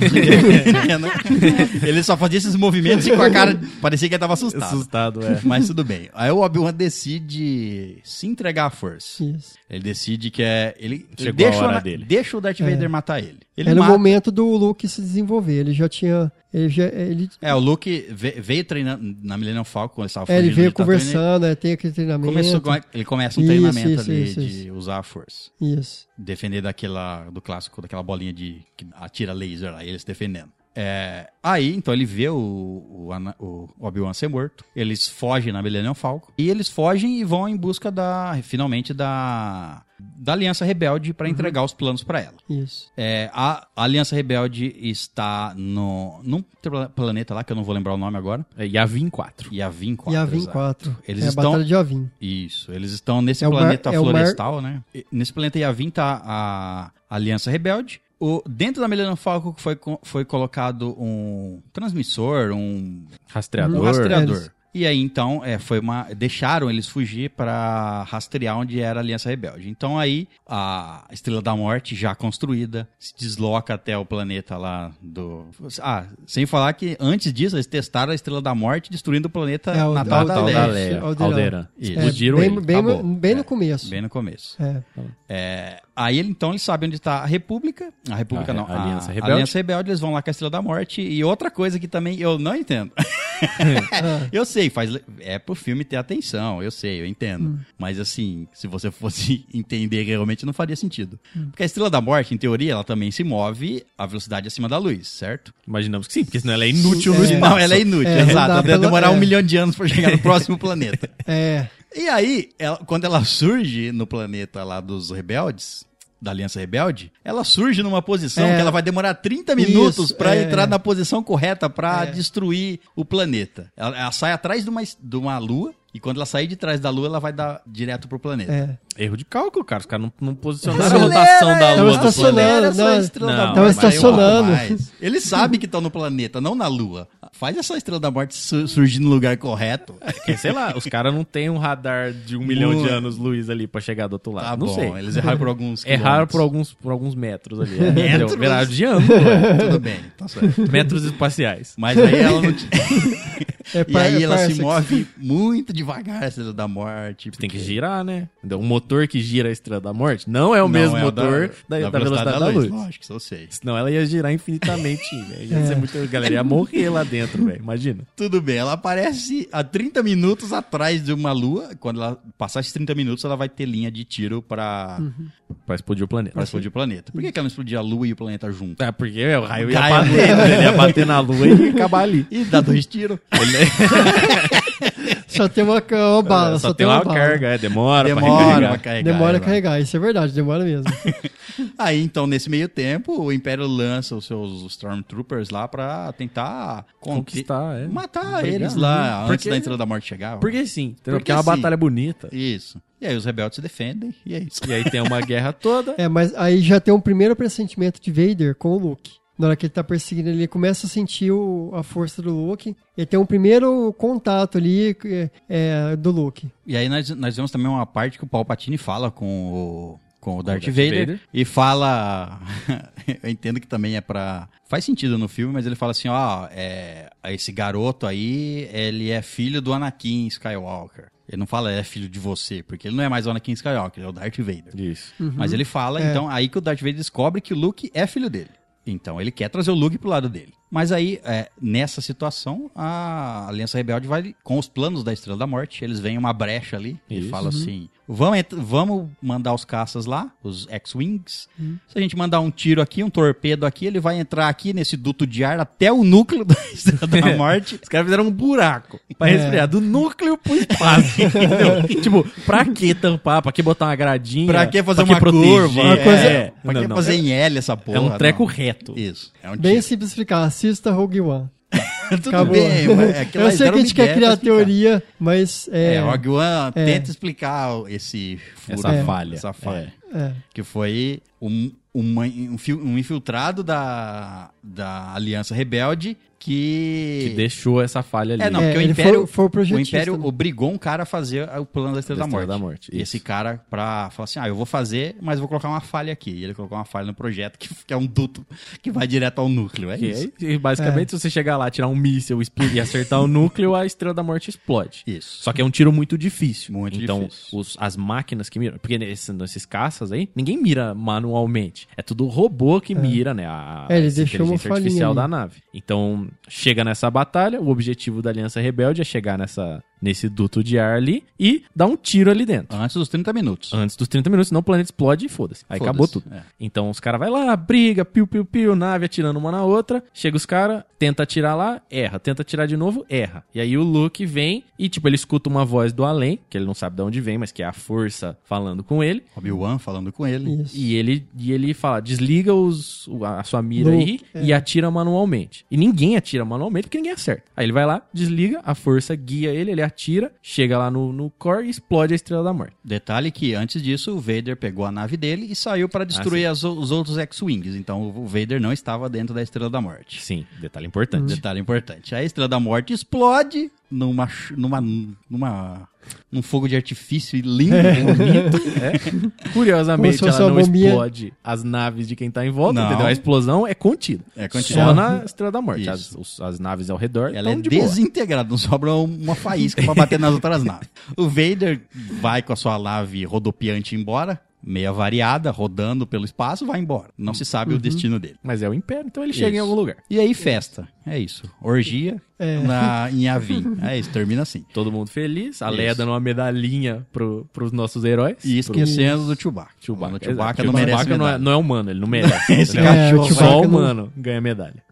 [SPEAKER 1] ele só fazia esses movimentos e com a cara parecia que ele tava assustado.
[SPEAKER 2] Assustado, é.
[SPEAKER 1] Mas tudo bem. Aí o Obi-Wan decide se entregar à força.
[SPEAKER 3] Isso.
[SPEAKER 1] Ele decide que é. Ele, ele
[SPEAKER 2] Chegou
[SPEAKER 1] deixa,
[SPEAKER 2] a hora
[SPEAKER 1] o Ana-
[SPEAKER 2] dele.
[SPEAKER 1] deixa o Darth Vader matar ele. É. Ele
[SPEAKER 3] Era
[SPEAKER 1] mata.
[SPEAKER 3] o momento do Luke se desenvolver. Ele já tinha. Ele já. Ele,
[SPEAKER 1] É, o Luke ve- veio treinando na Millennium Falcon quando ele tava
[SPEAKER 3] é, ele
[SPEAKER 1] fugindo
[SPEAKER 3] veio
[SPEAKER 1] de Tatooine,
[SPEAKER 3] conversando, é, tem aquele
[SPEAKER 1] ele
[SPEAKER 3] treinamento.
[SPEAKER 1] tá Começou, com- ele começa um
[SPEAKER 3] Isso,
[SPEAKER 1] treinamento
[SPEAKER 3] isso,
[SPEAKER 1] ali
[SPEAKER 3] isso,
[SPEAKER 1] de usar a força.
[SPEAKER 3] Isso.
[SPEAKER 1] defender daquela do clássico, daquela bolinha de que atira laser lá, eles defendendo. É, aí, então, ele vê o, o, Ana- o Obi-Wan ser morto. Eles fogem na Millennium Falcon. E eles fogem e vão em busca da, finalmente, da, da Aliança Rebelde
[SPEAKER 3] Uhum.
[SPEAKER 1] para entregar os planos para ela.
[SPEAKER 3] Isso.
[SPEAKER 1] É, a, a Aliança Rebelde está no, num tra- planeta lá, que eu não vou lembrar o nome agora.
[SPEAKER 2] é Yavin 4.
[SPEAKER 1] Yavin 4.
[SPEAKER 3] E a Vim
[SPEAKER 1] exato.
[SPEAKER 3] 4.
[SPEAKER 1] Eles
[SPEAKER 3] é
[SPEAKER 1] estão-
[SPEAKER 3] a Batalha de Avim.
[SPEAKER 1] Isso, eles estão nesse
[SPEAKER 3] É o mar-
[SPEAKER 1] planeta
[SPEAKER 3] é o mar-
[SPEAKER 1] florestal, né? E Nesse planeta Yavin tá a Aliança Rebelde. O, dentro da Millennium Falcon foi, co- foi colocado um transmissor, um, um
[SPEAKER 2] Uhum. Rastreador.
[SPEAKER 1] rastreador.
[SPEAKER 3] Eles-
[SPEAKER 1] E aí, então, é, foi uma. Deixaram eles fugir para rastrear onde era a Aliança Rebelde. Então aí a Estrela da Morte, já construída, se desloca até o planeta lá do. Ah, sem falar que antes disso, eles testaram a Estrela da Morte destruindo o planeta
[SPEAKER 3] É, o-
[SPEAKER 1] na
[SPEAKER 3] o-
[SPEAKER 1] Bata
[SPEAKER 3] o-
[SPEAKER 1] Leste.
[SPEAKER 3] Alderan.
[SPEAKER 2] Alderan.
[SPEAKER 3] Alderan.
[SPEAKER 2] Alderan.
[SPEAKER 1] Isso.
[SPEAKER 3] É,
[SPEAKER 2] Explodiram
[SPEAKER 3] bem
[SPEAKER 2] ele.
[SPEAKER 3] bem,
[SPEAKER 1] acabou.
[SPEAKER 3] bem no
[SPEAKER 1] É,
[SPEAKER 3] começo.
[SPEAKER 1] Bem no começo.
[SPEAKER 3] É.
[SPEAKER 1] É, aí ele então ele sabe onde está a República. A República
[SPEAKER 2] A re-
[SPEAKER 1] não.
[SPEAKER 2] a Aliança Rebelde.
[SPEAKER 1] Aliança Rebelde, eles vão lá com a Estrela da Morte. E outra coisa que também eu não entendo. [laughs]
[SPEAKER 3] Ah,
[SPEAKER 1] Eu sei, faz, le- é pro filme ter atenção, eu sei, eu entendo.
[SPEAKER 3] Hum.
[SPEAKER 1] Mas assim, se você fosse [laughs] entender realmente, não faria sentido.
[SPEAKER 3] Hum.
[SPEAKER 1] Porque a Estrela da Morte, em teoria, ela também se move a velocidade acima da luz, certo?
[SPEAKER 2] Imaginamos que sim, porque senão ela é inútil no
[SPEAKER 3] É.
[SPEAKER 2] espaço.
[SPEAKER 1] Não, ela é inútil,
[SPEAKER 3] É, não
[SPEAKER 1] exato.
[SPEAKER 3] dá
[SPEAKER 1] Ela deve
[SPEAKER 3] pela-
[SPEAKER 1] demorar um
[SPEAKER 3] é.
[SPEAKER 1] milhão de anos pra chegar
[SPEAKER 3] [laughs]
[SPEAKER 1] no próximo planeta.
[SPEAKER 3] é.
[SPEAKER 1] E aí, ela- quando ela surge no planeta lá dos rebeldes, da Aliança Rebelde, ela surge numa posição
[SPEAKER 3] É.
[SPEAKER 1] que ela vai demorar 30 minutos
[SPEAKER 3] Isso,
[SPEAKER 1] pra
[SPEAKER 3] é.
[SPEAKER 1] entrar na posição correta pra
[SPEAKER 3] É.
[SPEAKER 1] destruir o planeta. Ela, ela sai atrás de uma, es- de uma lua e quando ela sair de trás da lua, ela vai dar direto pro planeta.
[SPEAKER 3] É.
[SPEAKER 2] Erro de cálculo, cara. Os caras não, não posicionaram a
[SPEAKER 1] Acelera,
[SPEAKER 2] rotação da
[SPEAKER 1] ela
[SPEAKER 2] lua.
[SPEAKER 3] Tava
[SPEAKER 2] no
[SPEAKER 3] estacionando,
[SPEAKER 2] planeta.
[SPEAKER 1] acelera essa
[SPEAKER 3] não,
[SPEAKER 1] né? estrela
[SPEAKER 2] não,
[SPEAKER 1] da
[SPEAKER 2] tava
[SPEAKER 1] morte, mas é um pouco
[SPEAKER 3] estacionando.
[SPEAKER 1] mais. Eles sabem que estão no planeta, não na lua. Faz essa estrela da morte su- surgir no lugar correto.
[SPEAKER 2] Porque, sei lá, os caras não têm um radar de um milhão de anos luz ali pra chegar do outro lado.
[SPEAKER 1] Tá
[SPEAKER 2] não
[SPEAKER 1] bom,
[SPEAKER 2] sei.
[SPEAKER 1] eles erraram por alguns
[SPEAKER 2] Erraram
[SPEAKER 1] quilômetros.
[SPEAKER 2] por alguns, por alguns metros ali. né? Entendeu?
[SPEAKER 1] Metros?
[SPEAKER 2] [laughs] Erraram de ângulo. né?
[SPEAKER 1] Tudo bem, tá certo.
[SPEAKER 2] metros espaciais.
[SPEAKER 3] [laughs]
[SPEAKER 1] Mas aí ela não tinha.
[SPEAKER 3] É
[SPEAKER 1] E
[SPEAKER 3] par-
[SPEAKER 1] aí
[SPEAKER 3] é
[SPEAKER 1] ela se
[SPEAKER 3] parsecs.
[SPEAKER 1] move muito devagar, Estrela da Morte.
[SPEAKER 2] Tem que
[SPEAKER 1] porque-
[SPEAKER 2] girar, né? Então, O motor que gira a Estrela da Morte não é o
[SPEAKER 1] Não,
[SPEAKER 2] mesmo
[SPEAKER 1] é
[SPEAKER 2] motor da, da velocidade da luz.
[SPEAKER 1] Lógico, isso eu sei.
[SPEAKER 2] Senão ela ia girar infinitamente, velho. Ia ser muito... A galera ia morrer lá dentro, velho. Imagina.
[SPEAKER 1] Tudo bem, ela aparece há 30 minutos atrás de uma lua. Quando ela passar esses 30 minutos, ela vai ter linha de tiro pra,
[SPEAKER 3] Uhum.
[SPEAKER 2] Vai explodir o planeta.
[SPEAKER 1] pra explodir o planeta. Por que, que ela não explodia a lua e o planeta junto?
[SPEAKER 2] É, porque meu, o raio ia
[SPEAKER 1] Cai a
[SPEAKER 2] bater, né? ele ia bater na lua e ia acabar ali.
[SPEAKER 1] E
[SPEAKER 3] [laughs]
[SPEAKER 1] dá dois tiros.
[SPEAKER 3] Só tem uma, ca- uma bala.
[SPEAKER 2] só, tem uma
[SPEAKER 3] bala.
[SPEAKER 2] carga, é, demora, pra
[SPEAKER 1] Demora pra
[SPEAKER 2] recarregar.
[SPEAKER 1] carregar.
[SPEAKER 3] Demora a
[SPEAKER 1] exato.
[SPEAKER 3] carregar, isso é verdade, demora mesmo.
[SPEAKER 1] Aí, então, nesse meio tempo, o Império lança os seus Stormtroopers lá pra tentar conter-
[SPEAKER 2] Conquistar, é.
[SPEAKER 1] matar
[SPEAKER 2] Obrigado.
[SPEAKER 1] eles lá
[SPEAKER 2] Porque-
[SPEAKER 1] antes da Estrela da Morte chegar. ó.
[SPEAKER 2] Porque sim, entendeu?
[SPEAKER 1] Porque assim,
[SPEAKER 2] porque é uma
[SPEAKER 1] sim.
[SPEAKER 2] batalha bonita.
[SPEAKER 1] Isso. E aí os rebeldes se defendem e é isso.
[SPEAKER 2] E aí tem
[SPEAKER 1] [laughs]
[SPEAKER 2] uma guerra toda.
[SPEAKER 3] É, mas aí já tem um primeiro pressentimento de Vader com o Luke. Na hora que ele tá perseguindo ele, começa a sentir o- a força do Luke. Ele tem um primeiro contato ali é, é, do Luke.
[SPEAKER 1] E aí nós, nós vemos também uma parte que o Palpatine fala com o, com o Darth,
[SPEAKER 2] Darth
[SPEAKER 1] Vader,
[SPEAKER 2] Vader.
[SPEAKER 1] e fala. [laughs] eu entendo que também é pra. Faz sentido no filme, mas ele fala assim: ó, é, esse garoto aí, ele é filho do Anakin Skywalker. Ele não fala, é filho de você, porque ele não é mais o Anakin Skywalker, ele é o Darth Vader.
[SPEAKER 2] Isso.
[SPEAKER 1] Mas ele fala,
[SPEAKER 3] É.
[SPEAKER 1] então, aí que o Darth Vader descobre que o Luke é filho dele. Então ele quer trazer o Luke pro lado dele. Mas aí, é, nessa situação, a Aliança Rebelde vai, com os planos da Estrela da Morte, eles veem uma brecha ali e
[SPEAKER 2] Isso. uhum.
[SPEAKER 1] falam assim: vamos, ent- vamos mandar os caças lá, os X-Wings.
[SPEAKER 2] Uhum.
[SPEAKER 1] Se a gente mandar um tiro aqui, um torpedo aqui, ele vai entrar aqui nesse duto de ar até o núcleo [laughs] da Estrela
[SPEAKER 2] É.
[SPEAKER 1] da Morte.
[SPEAKER 2] Os caras fizeram um buraco pra
[SPEAKER 3] É.
[SPEAKER 2] resfriar do núcleo pro
[SPEAKER 1] [laughs]
[SPEAKER 2] espaço. entendeu? tipo, pra que tampar? Pra que botar uma gradinha?
[SPEAKER 1] Pra que fazer
[SPEAKER 2] Pra
[SPEAKER 1] uma curva?
[SPEAKER 2] proteger?
[SPEAKER 3] Uma coisa-
[SPEAKER 2] É,
[SPEAKER 1] Pra
[SPEAKER 2] não,
[SPEAKER 1] que
[SPEAKER 2] não.
[SPEAKER 1] fazer em L essa porra?
[SPEAKER 2] É um treco
[SPEAKER 1] não.
[SPEAKER 2] reto.
[SPEAKER 1] Isso. É um
[SPEAKER 3] Bem
[SPEAKER 1] tiro.
[SPEAKER 3] simples explicar, assista Rogue One.
[SPEAKER 1] [laughs] Tudo
[SPEAKER 3] Acabou.
[SPEAKER 1] bem,
[SPEAKER 3] [laughs]
[SPEAKER 1] mas é que
[SPEAKER 3] Eu
[SPEAKER 1] elas
[SPEAKER 3] sei que
[SPEAKER 1] deram
[SPEAKER 3] a gente
[SPEAKER 1] migué
[SPEAKER 3] quer
[SPEAKER 1] pra
[SPEAKER 3] criar a
[SPEAKER 1] explicar.
[SPEAKER 3] teoria, mas é,
[SPEAKER 1] É, Rogue One
[SPEAKER 3] É.
[SPEAKER 1] tenta explicar esse furo,
[SPEAKER 2] Essa
[SPEAKER 1] né?
[SPEAKER 2] falha.
[SPEAKER 1] Essa falha.
[SPEAKER 3] é.
[SPEAKER 1] Que foi um, uma- um, fil- um infiltrado da, da Aliança Rebelde que.
[SPEAKER 2] Que um deixou essa falha ali.
[SPEAKER 1] É, não,
[SPEAKER 3] É,
[SPEAKER 1] porque o
[SPEAKER 3] ele
[SPEAKER 1] Império,
[SPEAKER 3] foi- foi o
[SPEAKER 1] o
[SPEAKER 3] projetista,
[SPEAKER 1] Império
[SPEAKER 3] né?
[SPEAKER 1] obrigou um cara a fazer o plano da Estrela da, Morte. E
[SPEAKER 2] Isso.
[SPEAKER 1] esse cara, pra falar assim, ah, eu vou fazer, mas vou colocar uma falha aqui. E ele colocou uma falha no projeto, que, que é um duto que vai direto ao núcleo. É
[SPEAKER 2] Que
[SPEAKER 1] isso.
[SPEAKER 2] é- e basicamente, se você chegar lá, tirar um míssil explodir, e acertar o núcleo, a estrela da morte explode.
[SPEAKER 1] Isso.
[SPEAKER 2] Só que é um tiro muito difícil.
[SPEAKER 1] Muito
[SPEAKER 2] então,
[SPEAKER 1] difícil.
[SPEAKER 2] os- as máquinas que miram. Porque nesses, nesses caças aí, ninguém mira manualmente. É tudo robô que mira, né? A,
[SPEAKER 3] É, ele
[SPEAKER 2] essa
[SPEAKER 3] deixou uma
[SPEAKER 2] inteligência
[SPEAKER 3] falhinha
[SPEAKER 2] artificial
[SPEAKER 3] ali.
[SPEAKER 2] da nave. Então, chega nessa batalha, o objetivo da Aliança Rebelde é chegar nessa, nesse duto de ar ali e dar um tiro ali dentro.
[SPEAKER 1] Antes dos 30 minutos.
[SPEAKER 2] Antes dos 30 minutos, senão o planeta explode e foda-se. Aí
[SPEAKER 1] Foda-se.
[SPEAKER 2] acabou tudo.
[SPEAKER 1] É.
[SPEAKER 2] Então os caras vai lá, briga, piu, piu, piu, nave atirando uma na outra. Chega os caras, tenta atirar lá, erra. Tenta atirar de novo, erra. E aí o Luke vem e, tipo, ele escuta uma voz do além, que ele não sabe de onde vem, mas que é a força falando com ele.
[SPEAKER 1] Obi-Wan falando com ele.
[SPEAKER 3] Isso.
[SPEAKER 2] E ele, e ele fala, desliga os, o- a sua mira
[SPEAKER 3] Luke,
[SPEAKER 2] aí e atira manualmente. E ninguém atira manualmente porque ninguém acerta. Aí ele vai lá, desliga, a força guia ele, ele atira, chega lá no, no core e explode a Estrela da Morte.
[SPEAKER 1] Detalhe que antes disso o Vader pegou a nave dele e saiu
[SPEAKER 2] Ah,
[SPEAKER 1] para destruir as o- os outros X-Wings. Então o Vader não estava dentro da Estrela da Morte.
[SPEAKER 2] Sim, detalhe importante.
[SPEAKER 1] Detalhe importante. A Estrela da Morte explode numa ch- numa numa num fogo de artifício lindo,
[SPEAKER 2] [laughs]
[SPEAKER 1] bonito.
[SPEAKER 2] É.
[SPEAKER 3] Como
[SPEAKER 2] Curiosamente,
[SPEAKER 3] se fosse
[SPEAKER 2] ela não
[SPEAKER 3] uma bombinha.
[SPEAKER 2] explode as naves de quem tá em volta,
[SPEAKER 1] Não.
[SPEAKER 2] entendeu? A explosão é contida.
[SPEAKER 1] É contida.
[SPEAKER 2] Só na Estrela da Morte.
[SPEAKER 1] Isso.
[SPEAKER 2] As, os- as naves ao redor
[SPEAKER 1] Ela é
[SPEAKER 2] estão de boa.
[SPEAKER 1] desintegrada, não sobra um, uma faísca pra bater nas outras naves. O Vader vai com a sua nave rodopiante embora, meia variada, rodando pelo espaço, vai embora. Não se sabe
[SPEAKER 2] Uhum.
[SPEAKER 1] o destino dele.
[SPEAKER 2] Mas é o Império, então ele chega em
[SPEAKER 1] Isso.
[SPEAKER 2] algum lugar.
[SPEAKER 1] E aí, festa. É isso. Orgia
[SPEAKER 3] É.
[SPEAKER 1] na, em Avim. É isso, termina assim.
[SPEAKER 2] Todo mundo feliz, a
[SPEAKER 1] Isso.
[SPEAKER 2] Leia dando uma medalhinha pro, pros nossos heróis.
[SPEAKER 1] E
[SPEAKER 2] pro
[SPEAKER 1] esquecendo do Chewbacca.
[SPEAKER 2] Chewbacca.
[SPEAKER 1] O Chewbacca
[SPEAKER 2] Exato.
[SPEAKER 1] não merece
[SPEAKER 2] Chewbacca não é,
[SPEAKER 1] medalha.
[SPEAKER 2] não é humano, ele não merece.
[SPEAKER 1] Esse
[SPEAKER 2] entendeu?
[SPEAKER 3] cachorro. É, o
[SPEAKER 2] Só
[SPEAKER 3] Chewbacca não-
[SPEAKER 2] humano ganha medalha.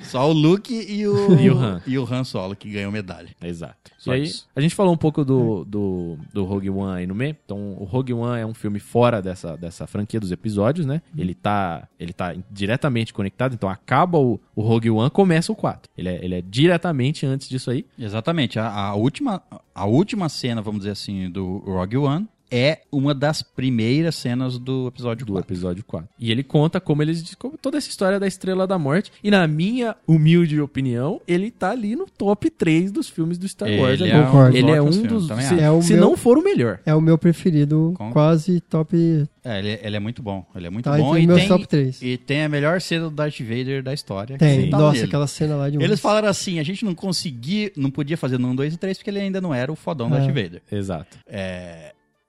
[SPEAKER 1] Só o Luke e o,
[SPEAKER 2] é- E o Han.
[SPEAKER 1] e o Han Solo que ganhou medalha.
[SPEAKER 2] Exato.
[SPEAKER 1] Só
[SPEAKER 2] e aí,
[SPEAKER 1] isso.
[SPEAKER 2] a gente falou um pouco do, do, do Rogue One aí no meio. Então, o Rogue One é um filme fora dessa, dessa franquia dos episódios, né? Ele tá, ele tá diretamente conectado, então acaba o, o Rogue One, começa o 4. Ele é, ele é diretamente antes disso aí.
[SPEAKER 1] Exatamente. A, a última, a última cena, vamos dizer assim, do Rogue One é uma das primeiras cenas do episódio
[SPEAKER 2] do
[SPEAKER 1] 4.
[SPEAKER 2] episódio 4. E ele conta como eles descobrem toda essa história da Estrela da Morte. E na minha humilde opinião, ele tá ali no top 3 dos filmes do Star Wars.
[SPEAKER 1] Ele
[SPEAKER 2] né?
[SPEAKER 1] é
[SPEAKER 3] um Concordo. dos
[SPEAKER 2] Ele é
[SPEAKER 1] ótimos
[SPEAKER 2] um
[SPEAKER 1] filmes,
[SPEAKER 2] dos.
[SPEAKER 1] também
[SPEAKER 2] Se,
[SPEAKER 3] acho. É o
[SPEAKER 2] se
[SPEAKER 3] meu-
[SPEAKER 2] não for o melhor.
[SPEAKER 3] É o meu preferido,
[SPEAKER 1] Com-
[SPEAKER 3] quase top.
[SPEAKER 1] É, ele, ele é muito bom. Ele é muito
[SPEAKER 3] Tá
[SPEAKER 1] bom.
[SPEAKER 3] entre
[SPEAKER 1] E
[SPEAKER 3] meus
[SPEAKER 1] tem,
[SPEAKER 3] top 3.
[SPEAKER 1] e tem a melhor cena do Darth Vader da história. que
[SPEAKER 3] Tem.
[SPEAKER 1] tá
[SPEAKER 3] Nossa,
[SPEAKER 1] nele.
[SPEAKER 3] aquela cena lá de
[SPEAKER 1] Eles falaram assim: a gente não conseguia, não podia fazer no 1, 2 e 3 porque ele ainda não era o fodão
[SPEAKER 3] É.
[SPEAKER 1] Darth Vader.
[SPEAKER 2] Exato.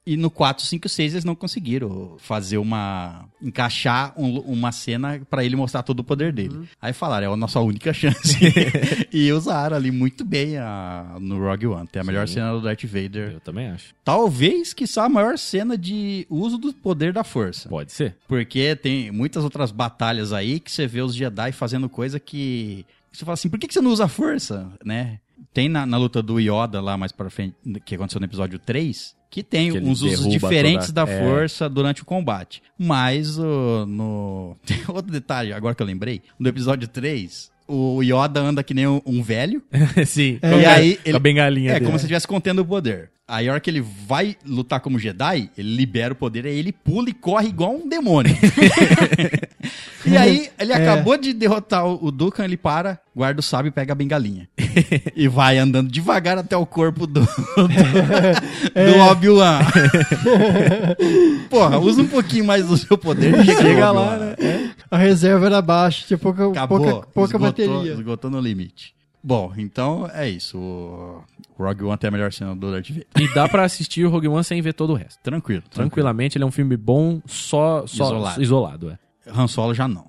[SPEAKER 1] E no 4, 5 e 6 eles não conseguiram fazer uma. encaixar um- uma cena pra ele mostrar todo o poder dele. Aí falaram, é a nossa única chance. e usaram ali muito bem a- no Rogue One. Tem a melhor
[SPEAKER 2] Sim.
[SPEAKER 1] cena do Darth Vader.
[SPEAKER 2] Eu também acho.
[SPEAKER 1] Talvez, quiçá, a maior cena de uso do poder da força.
[SPEAKER 2] Pode ser.
[SPEAKER 1] Porque tem muitas outras batalhas aí que você vê os Jedi fazendo coisa que. Você fala assim, por que que você não usa a força, né? Tem na, na luta do Yoda lá mais pra frente, que aconteceu no episódio 3, que tem
[SPEAKER 2] Que ele
[SPEAKER 1] uns usos
[SPEAKER 2] derruba
[SPEAKER 1] diferentes
[SPEAKER 2] toda-
[SPEAKER 1] da
[SPEAKER 2] é.
[SPEAKER 1] força durante o combate. Mas o, no. [laughs] Tem outro detalhe, agora que eu lembrei, no episódio 3, o Yoda anda que nem um, um velho.
[SPEAKER 2] [laughs] Sim.
[SPEAKER 3] É.
[SPEAKER 2] Com a-
[SPEAKER 1] E aí
[SPEAKER 2] com
[SPEAKER 1] ele-
[SPEAKER 2] a bengalinha
[SPEAKER 1] É,
[SPEAKER 2] dele.
[SPEAKER 1] como se estivesse contendo o poder. Aí a hora que ele vai lutar como Jedi, ele libera o poder, aí ele pula e corre igual um demônio. e aí ele acabou de derrotar o o Dukan, ele para, guarda o sábio e pega a bengalinha. e vai andando devagar até o corpo do, do, do Obi-Wan. Porra, usa um pouquinho mais do seu poder e chega lá, né?
[SPEAKER 3] A reserva era baixa, tinha pouca,
[SPEAKER 1] Acabou.
[SPEAKER 3] pouca, pouca
[SPEAKER 1] esgotou,
[SPEAKER 3] bateria.
[SPEAKER 1] Esgotou no limite. Bom, então é isso. O Rogue One tem a melhor cena do Darth Vader.
[SPEAKER 2] E dá pra assistir o Rogue One sem ver todo o resto.
[SPEAKER 1] Tranquilo, tranquilo.
[SPEAKER 2] Tranquilamente, ele é um filme bom só, só
[SPEAKER 1] Isolado.
[SPEAKER 2] isolado é.
[SPEAKER 1] Han Solo já não.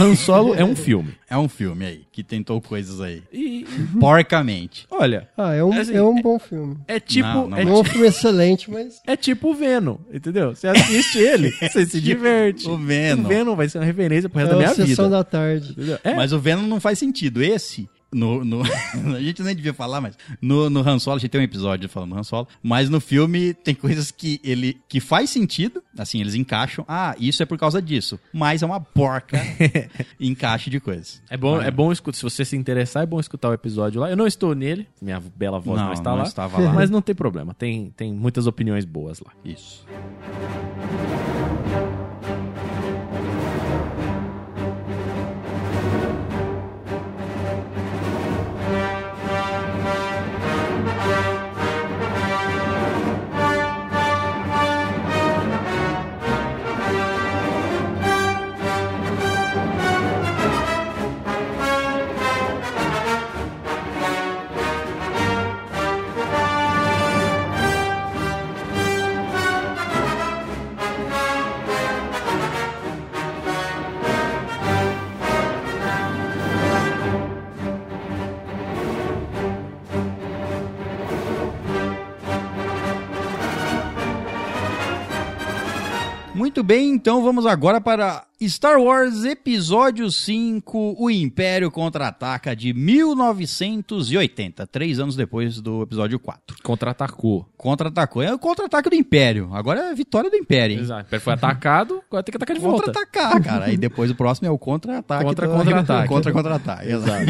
[SPEAKER 2] Han Solo é um filme.
[SPEAKER 1] É um filme aí, que tentou coisas aí.
[SPEAKER 2] E,
[SPEAKER 1] Porcamente.
[SPEAKER 2] olha,
[SPEAKER 3] Ah, é um,
[SPEAKER 2] Assim,
[SPEAKER 3] é um bom filme.
[SPEAKER 2] é tipo,
[SPEAKER 1] Não, não
[SPEAKER 2] é
[SPEAKER 1] é.
[SPEAKER 3] Não é um filme excelente, mas.
[SPEAKER 2] É tipo o Venom, entendeu? Você assiste [laughs] ele, você se diverte.
[SPEAKER 1] O Venom.
[SPEAKER 2] Uhum. O Venom vai ser uma referência pro resto
[SPEAKER 3] é
[SPEAKER 2] da
[SPEAKER 3] uma
[SPEAKER 2] minha
[SPEAKER 3] sessão
[SPEAKER 2] vida.
[SPEAKER 3] da tarde.
[SPEAKER 2] entendeu? É,
[SPEAKER 1] Mas o Venom não faz sentido. Esse, no, [laughs] no- a gente nem devia falar, mas no, no Han Solo, a gente tem um episódio falando do Han Solo, mas no filme tem coisas que ele que faz sentido, assim, eles encaixam. Ah, isso é por causa disso. Mas é uma
[SPEAKER 2] [laughs]
[SPEAKER 1] porca encaixe de coisas.
[SPEAKER 2] é bom, é bom escutar. Se você se interessar, é bom escutar o episódio lá. Eu não estou nele, minha bela voz não, está tá lá.
[SPEAKER 1] estava lá.
[SPEAKER 2] Mas não tem problema, tem, tem muitas opiniões boas lá.
[SPEAKER 1] Isso. Muito bem, então vamos agora para Star Wars Episódio 5, O Império Contra-Ataca de 1980, três anos depois do episódio 4.
[SPEAKER 2] Contra-atacou.
[SPEAKER 1] Contra-atacou, é o contra-ataque do Império, agora é a vitória do Império, hein?
[SPEAKER 2] Exato. Ele Foi atacado, agora tem que atacar de volta.
[SPEAKER 1] Contra-atacar, cara. E depois o próximo é o contra-ataque.
[SPEAKER 2] Contra-
[SPEAKER 1] do- [laughs]
[SPEAKER 2] contra-ataque.
[SPEAKER 1] Contra-contra-ataque,
[SPEAKER 2] [laughs]
[SPEAKER 1] exato.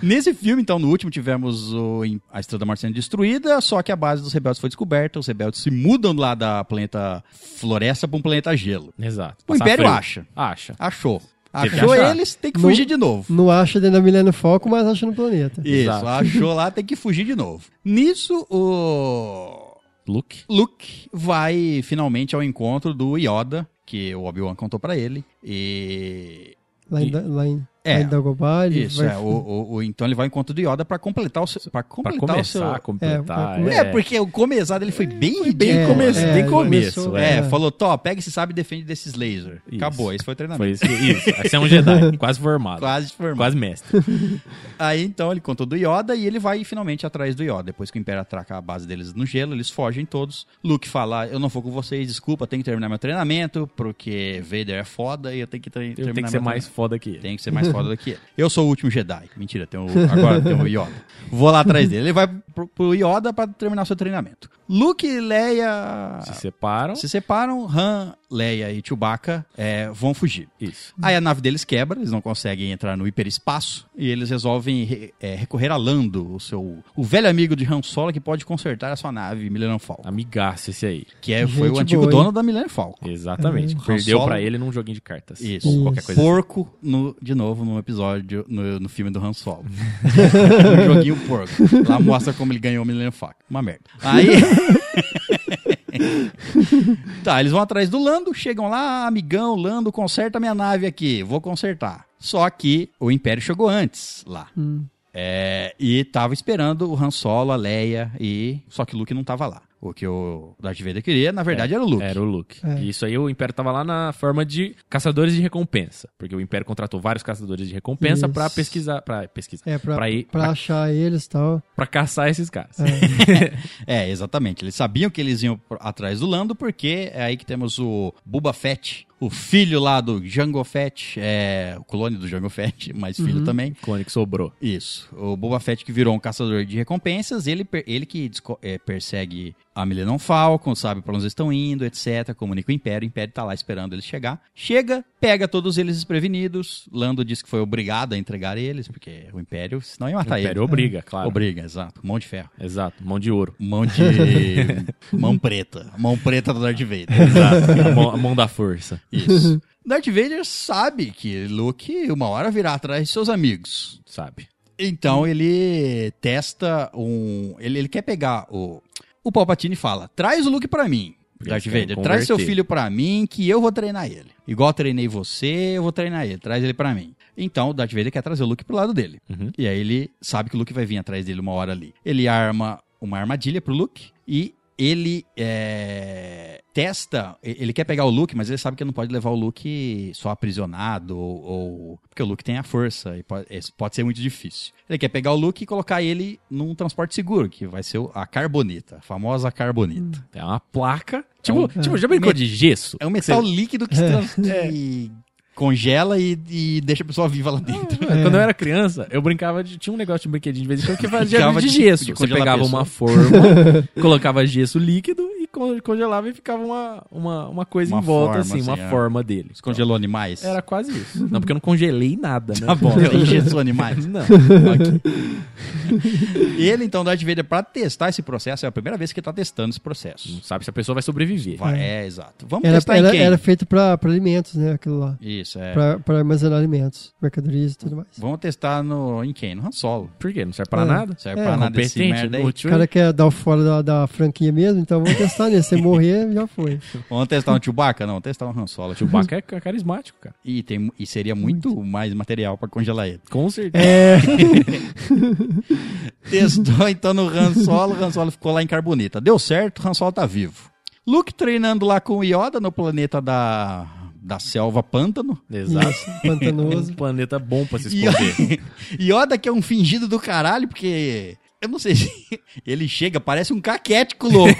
[SPEAKER 1] Nesse filme, então, no último, tivemos o- a Estrela da Morte sendo destruída, só que a base dos rebeldes foi descoberta. Os rebeldes se mudam lá da planeta floresta para um planeta gelo.
[SPEAKER 2] Exato.
[SPEAKER 1] O
[SPEAKER 2] Passar
[SPEAKER 1] Império
[SPEAKER 2] frio.
[SPEAKER 1] acha.
[SPEAKER 2] Acha.
[SPEAKER 1] Achou.
[SPEAKER 2] Teve
[SPEAKER 1] Achou
[SPEAKER 2] que achar.
[SPEAKER 1] eles, tem que
[SPEAKER 3] Não-
[SPEAKER 1] fugir de novo.
[SPEAKER 3] Não acha dentro da Milena Foco, mas acha no planeta.
[SPEAKER 1] Isso,
[SPEAKER 2] Exato.
[SPEAKER 1] achou lá, tem que fugir de novo. Nisso, o
[SPEAKER 2] Luke.
[SPEAKER 1] Luke vai finalmente ao encontro do Yoda, que o Obi-Wan contou pra ele. E.
[SPEAKER 3] Lá em,
[SPEAKER 2] E-
[SPEAKER 3] Da- lá em,
[SPEAKER 1] É,
[SPEAKER 3] lá em Dagobah. ele
[SPEAKER 1] Isso,
[SPEAKER 3] vai-
[SPEAKER 1] é. O, o- o- então ele vai ao encontro do Yoda pra completar o seu. Pra
[SPEAKER 2] Pra
[SPEAKER 1] completar o seu.
[SPEAKER 2] começar, completar.
[SPEAKER 3] É, pra come-
[SPEAKER 1] É, porque o começado ele foi bem
[SPEAKER 3] bem
[SPEAKER 1] ridículo. né?
[SPEAKER 3] come- é,
[SPEAKER 2] bem
[SPEAKER 3] ele
[SPEAKER 2] começo.
[SPEAKER 3] começou-
[SPEAKER 1] É,
[SPEAKER 3] é.
[SPEAKER 1] falou, Tó, pega esse sabe e defende desses lasers.
[SPEAKER 2] Isso.
[SPEAKER 1] Acabou, esse foi o treinamento.
[SPEAKER 2] Foi isso. que- isso. Aí Você é
[SPEAKER 1] [laughs]
[SPEAKER 2] um Jedi, quase formado. Quase,
[SPEAKER 1] Quase formado.
[SPEAKER 2] mestre. um
[SPEAKER 1] Aí então ele contou do Yoda e ele vai finalmente atrás do Yoda. Depois que o Império atraca a base deles no gelo, eles fogem todos. Luke fala: Eu não vou com vocês, desculpa, tenho que terminar meu treinamento, porque Vader é foda e eu tenho que tre-
[SPEAKER 2] Eu
[SPEAKER 1] terminar
[SPEAKER 2] tenho que
[SPEAKER 1] meu
[SPEAKER 2] ser mais
[SPEAKER 1] treinamento."
[SPEAKER 2] foda que
[SPEAKER 1] [laughs]
[SPEAKER 2] ele.
[SPEAKER 1] Tenho
[SPEAKER 2] [laughs]
[SPEAKER 1] que ser mais foda do que ele. Eu sou o último Jedi. Mentira, tem o- agora tem o Yoda. Vou lá atrás dele. Ele vai pro pro, pro Yoda pra terminar seu treinamento. Luke e Leia
[SPEAKER 2] Se separam.
[SPEAKER 1] se separam, Han, Leia e Chewbacca é, vão fugir.
[SPEAKER 2] Isso.
[SPEAKER 1] Aí a nave deles quebra, eles não conseguem entrar no hiperespaço e eles resolvem re- é, recorrer a Lando, o seu o velho amigo de Han Solo que pode consertar a sua nave Millennium Falcon,
[SPEAKER 2] Amigaço esse aí.
[SPEAKER 1] que é, foi o
[SPEAKER 3] Gente
[SPEAKER 1] antigo
[SPEAKER 3] boa, hein?
[SPEAKER 1] dono da Millennium Falcon.
[SPEAKER 2] Exatamente.
[SPEAKER 1] Uhum. Han
[SPEAKER 2] Perdeu
[SPEAKER 1] Solo.
[SPEAKER 2] pra ele num joguinho de cartas.
[SPEAKER 1] Isso,
[SPEAKER 3] Isso.
[SPEAKER 1] qualquer coisa. assim. Porco, no, de novo, num episódio, no, no filme do Han [laughs] Solo. um joguinho porco. Lá mostra como ele ganhou o Millennium Falcon. Uma merda. [laughs] Aí... tá, eles vão atrás do Lando, chegam lá, amigão, Lando, conserta minha nave aqui, vou consertar. Só que o Império chegou antes lá. É, e tava esperando o Han Solo, a Leia e... Só que o Luke não tava lá. O que o Darth Vader queria, na verdade, era o Luke.
[SPEAKER 2] Era o Luke.
[SPEAKER 3] É.
[SPEAKER 2] E isso aí o Império tava lá na forma de caçadores de recompensa. Porque o Império contratou vários caçadores de recompensa
[SPEAKER 3] Isso.
[SPEAKER 2] pra pesquisar. Pra pesquisar.
[SPEAKER 3] É, pra,
[SPEAKER 2] Pra ir-
[SPEAKER 3] pra
[SPEAKER 2] pra-
[SPEAKER 3] achar eles e tal.
[SPEAKER 2] Pra caçar esses caras.
[SPEAKER 3] É.
[SPEAKER 1] É, exatamente. Eles sabiam que eles iam por- atrás do Lando, porque é aí que temos o Buba Fett, o filho lá do Jango Fett, é, o clone do Jango Fett, [laughs] mas filho também.
[SPEAKER 2] Clone que sobrou.
[SPEAKER 1] Isso. O Boba Fett que virou um caçador de recompensas, ele, per- ele que desco- é, persegue a Millennium Falcon, sabe pra onde eles estão indo, etc. Comunica o Império, o Império tá lá esperando eles chegar. Chega, pega todos eles desprevenidos. Lando diz que foi obrigado a entregar eles, porque o Império, senão ia matar
[SPEAKER 2] o Império
[SPEAKER 1] ele.
[SPEAKER 2] obriga, claro.
[SPEAKER 1] Obriga, exato. Mão de ferro.
[SPEAKER 2] Exato. Mão de ouro. [laughs]
[SPEAKER 1] Mão de. [laughs] mão preta. Mão preta do Darth Vader.
[SPEAKER 2] Exato. a, mão, a mão da força.
[SPEAKER 1] Isso. Darth Vader sabe que Luke uma hora virá atrás de seus amigos.
[SPEAKER 2] Sabe?
[SPEAKER 1] Então ele testa um. Ele, ele quer pegar o. O Palpatine fala: traz o Luke pra mim.
[SPEAKER 2] Porque
[SPEAKER 1] Darth
[SPEAKER 2] eles querem
[SPEAKER 1] Vader, traz seu
[SPEAKER 2] converter.
[SPEAKER 1] filho pra mim que eu vou treinar ele. Igual eu treinei você, eu vou treinar ele. Traz ele pra mim. Então o Darth Vader quer trazer o Luke pro lado dele.
[SPEAKER 2] Uhum.
[SPEAKER 1] E aí ele sabe que o Luke vai vir atrás dele uma hora ali. Ele arma uma armadilha pro Luke e ele é, testa. e- Ele quer pegar o Luke, mas ele sabe que não pode levar o Luke só aprisionado ou. ou- porque o Luke tem a força e pode, esse pode ser muito difícil. Ele quer pegar o Luke e colocar ele num transporte seguro, que vai ser o- a carbonita, a famosa carbonita.
[SPEAKER 2] É uma placa. Tipo,
[SPEAKER 1] um-
[SPEAKER 2] tipo já brincou de gesso?
[SPEAKER 1] É um metal líquido que, se trans- que congela e, e deixa a pessoa viva lá
[SPEAKER 2] [laughs]
[SPEAKER 1] dentro.
[SPEAKER 3] É.
[SPEAKER 2] Quando eu era criança, eu brincava de. Tinha um negócio de brinquedinho de vez em quando que fazia
[SPEAKER 1] Brincava
[SPEAKER 2] de,
[SPEAKER 1] de-
[SPEAKER 2] gesso.
[SPEAKER 1] de
[SPEAKER 2] Você
[SPEAKER 1] congelar
[SPEAKER 2] pegava
[SPEAKER 1] a [laughs]
[SPEAKER 2] uma forma, colocava gesso líquido e con- congelava e ficava uma, uma, uma coisa
[SPEAKER 1] Uma
[SPEAKER 2] em volta,
[SPEAKER 1] forma,
[SPEAKER 2] assim, uma
[SPEAKER 1] assim, é.
[SPEAKER 2] forma dele.
[SPEAKER 1] Congelou animais.
[SPEAKER 2] Era quase
[SPEAKER 1] [laughs]
[SPEAKER 2] isso. Não, porque eu não congelei nada, né?
[SPEAKER 1] Tá
[SPEAKER 2] [laughs]
[SPEAKER 1] bom, você engessou animais.
[SPEAKER 2] Não.
[SPEAKER 1] [laughs] Ele, então, Darth Vader, pra testar esse processo, é a primeira vez que tá testando esse processo.
[SPEAKER 2] Não sabe se a pessoa vai sobreviver.
[SPEAKER 1] Vai, é, exato. Vamos
[SPEAKER 3] Era,
[SPEAKER 1] testar em
[SPEAKER 3] era,
[SPEAKER 1] quem?
[SPEAKER 3] era feito pra, pra alimentos, né? Aquilo lá.
[SPEAKER 1] Isso, é.
[SPEAKER 3] Pra, pra armazenar alimentos, mercadorias e tudo mais.
[SPEAKER 1] Vamos testar no... em quem? No Han Solo.
[SPEAKER 2] Por quê? Não serve pra
[SPEAKER 3] É.
[SPEAKER 2] nada?
[SPEAKER 1] Serve
[SPEAKER 3] É,
[SPEAKER 1] pra nada esse
[SPEAKER 2] Competente,
[SPEAKER 1] merda aí.
[SPEAKER 3] O
[SPEAKER 2] inútil.
[SPEAKER 3] cara quer dar o fora da, da franquia mesmo, então vamos testar nele. Se morrer, já foi.
[SPEAKER 1] Vamos testar um Chewbacca? Não, testar um Han Solo.
[SPEAKER 2] O Baca é ca- carismático, cara.
[SPEAKER 1] E, tem, e seria muito mais material pra congelar ele.
[SPEAKER 2] Com certeza.
[SPEAKER 3] É.
[SPEAKER 1] [laughs] Testou, então, no Han Solo. Han Solo ficou lá em Carbonita. Deu certo, Han Solo tá vivo. Luke treinando lá com o Yoda no planeta da, da selva pântano.
[SPEAKER 2] Exato.
[SPEAKER 3] Isso,
[SPEAKER 2] Um [laughs]
[SPEAKER 3] pantanoso.
[SPEAKER 2] planeta bom pra se esconder.
[SPEAKER 1] Yoda, Yoda que é um fingido do caralho, porque. Eu não sei se. [laughs] Ele chega, parece um caquético louco.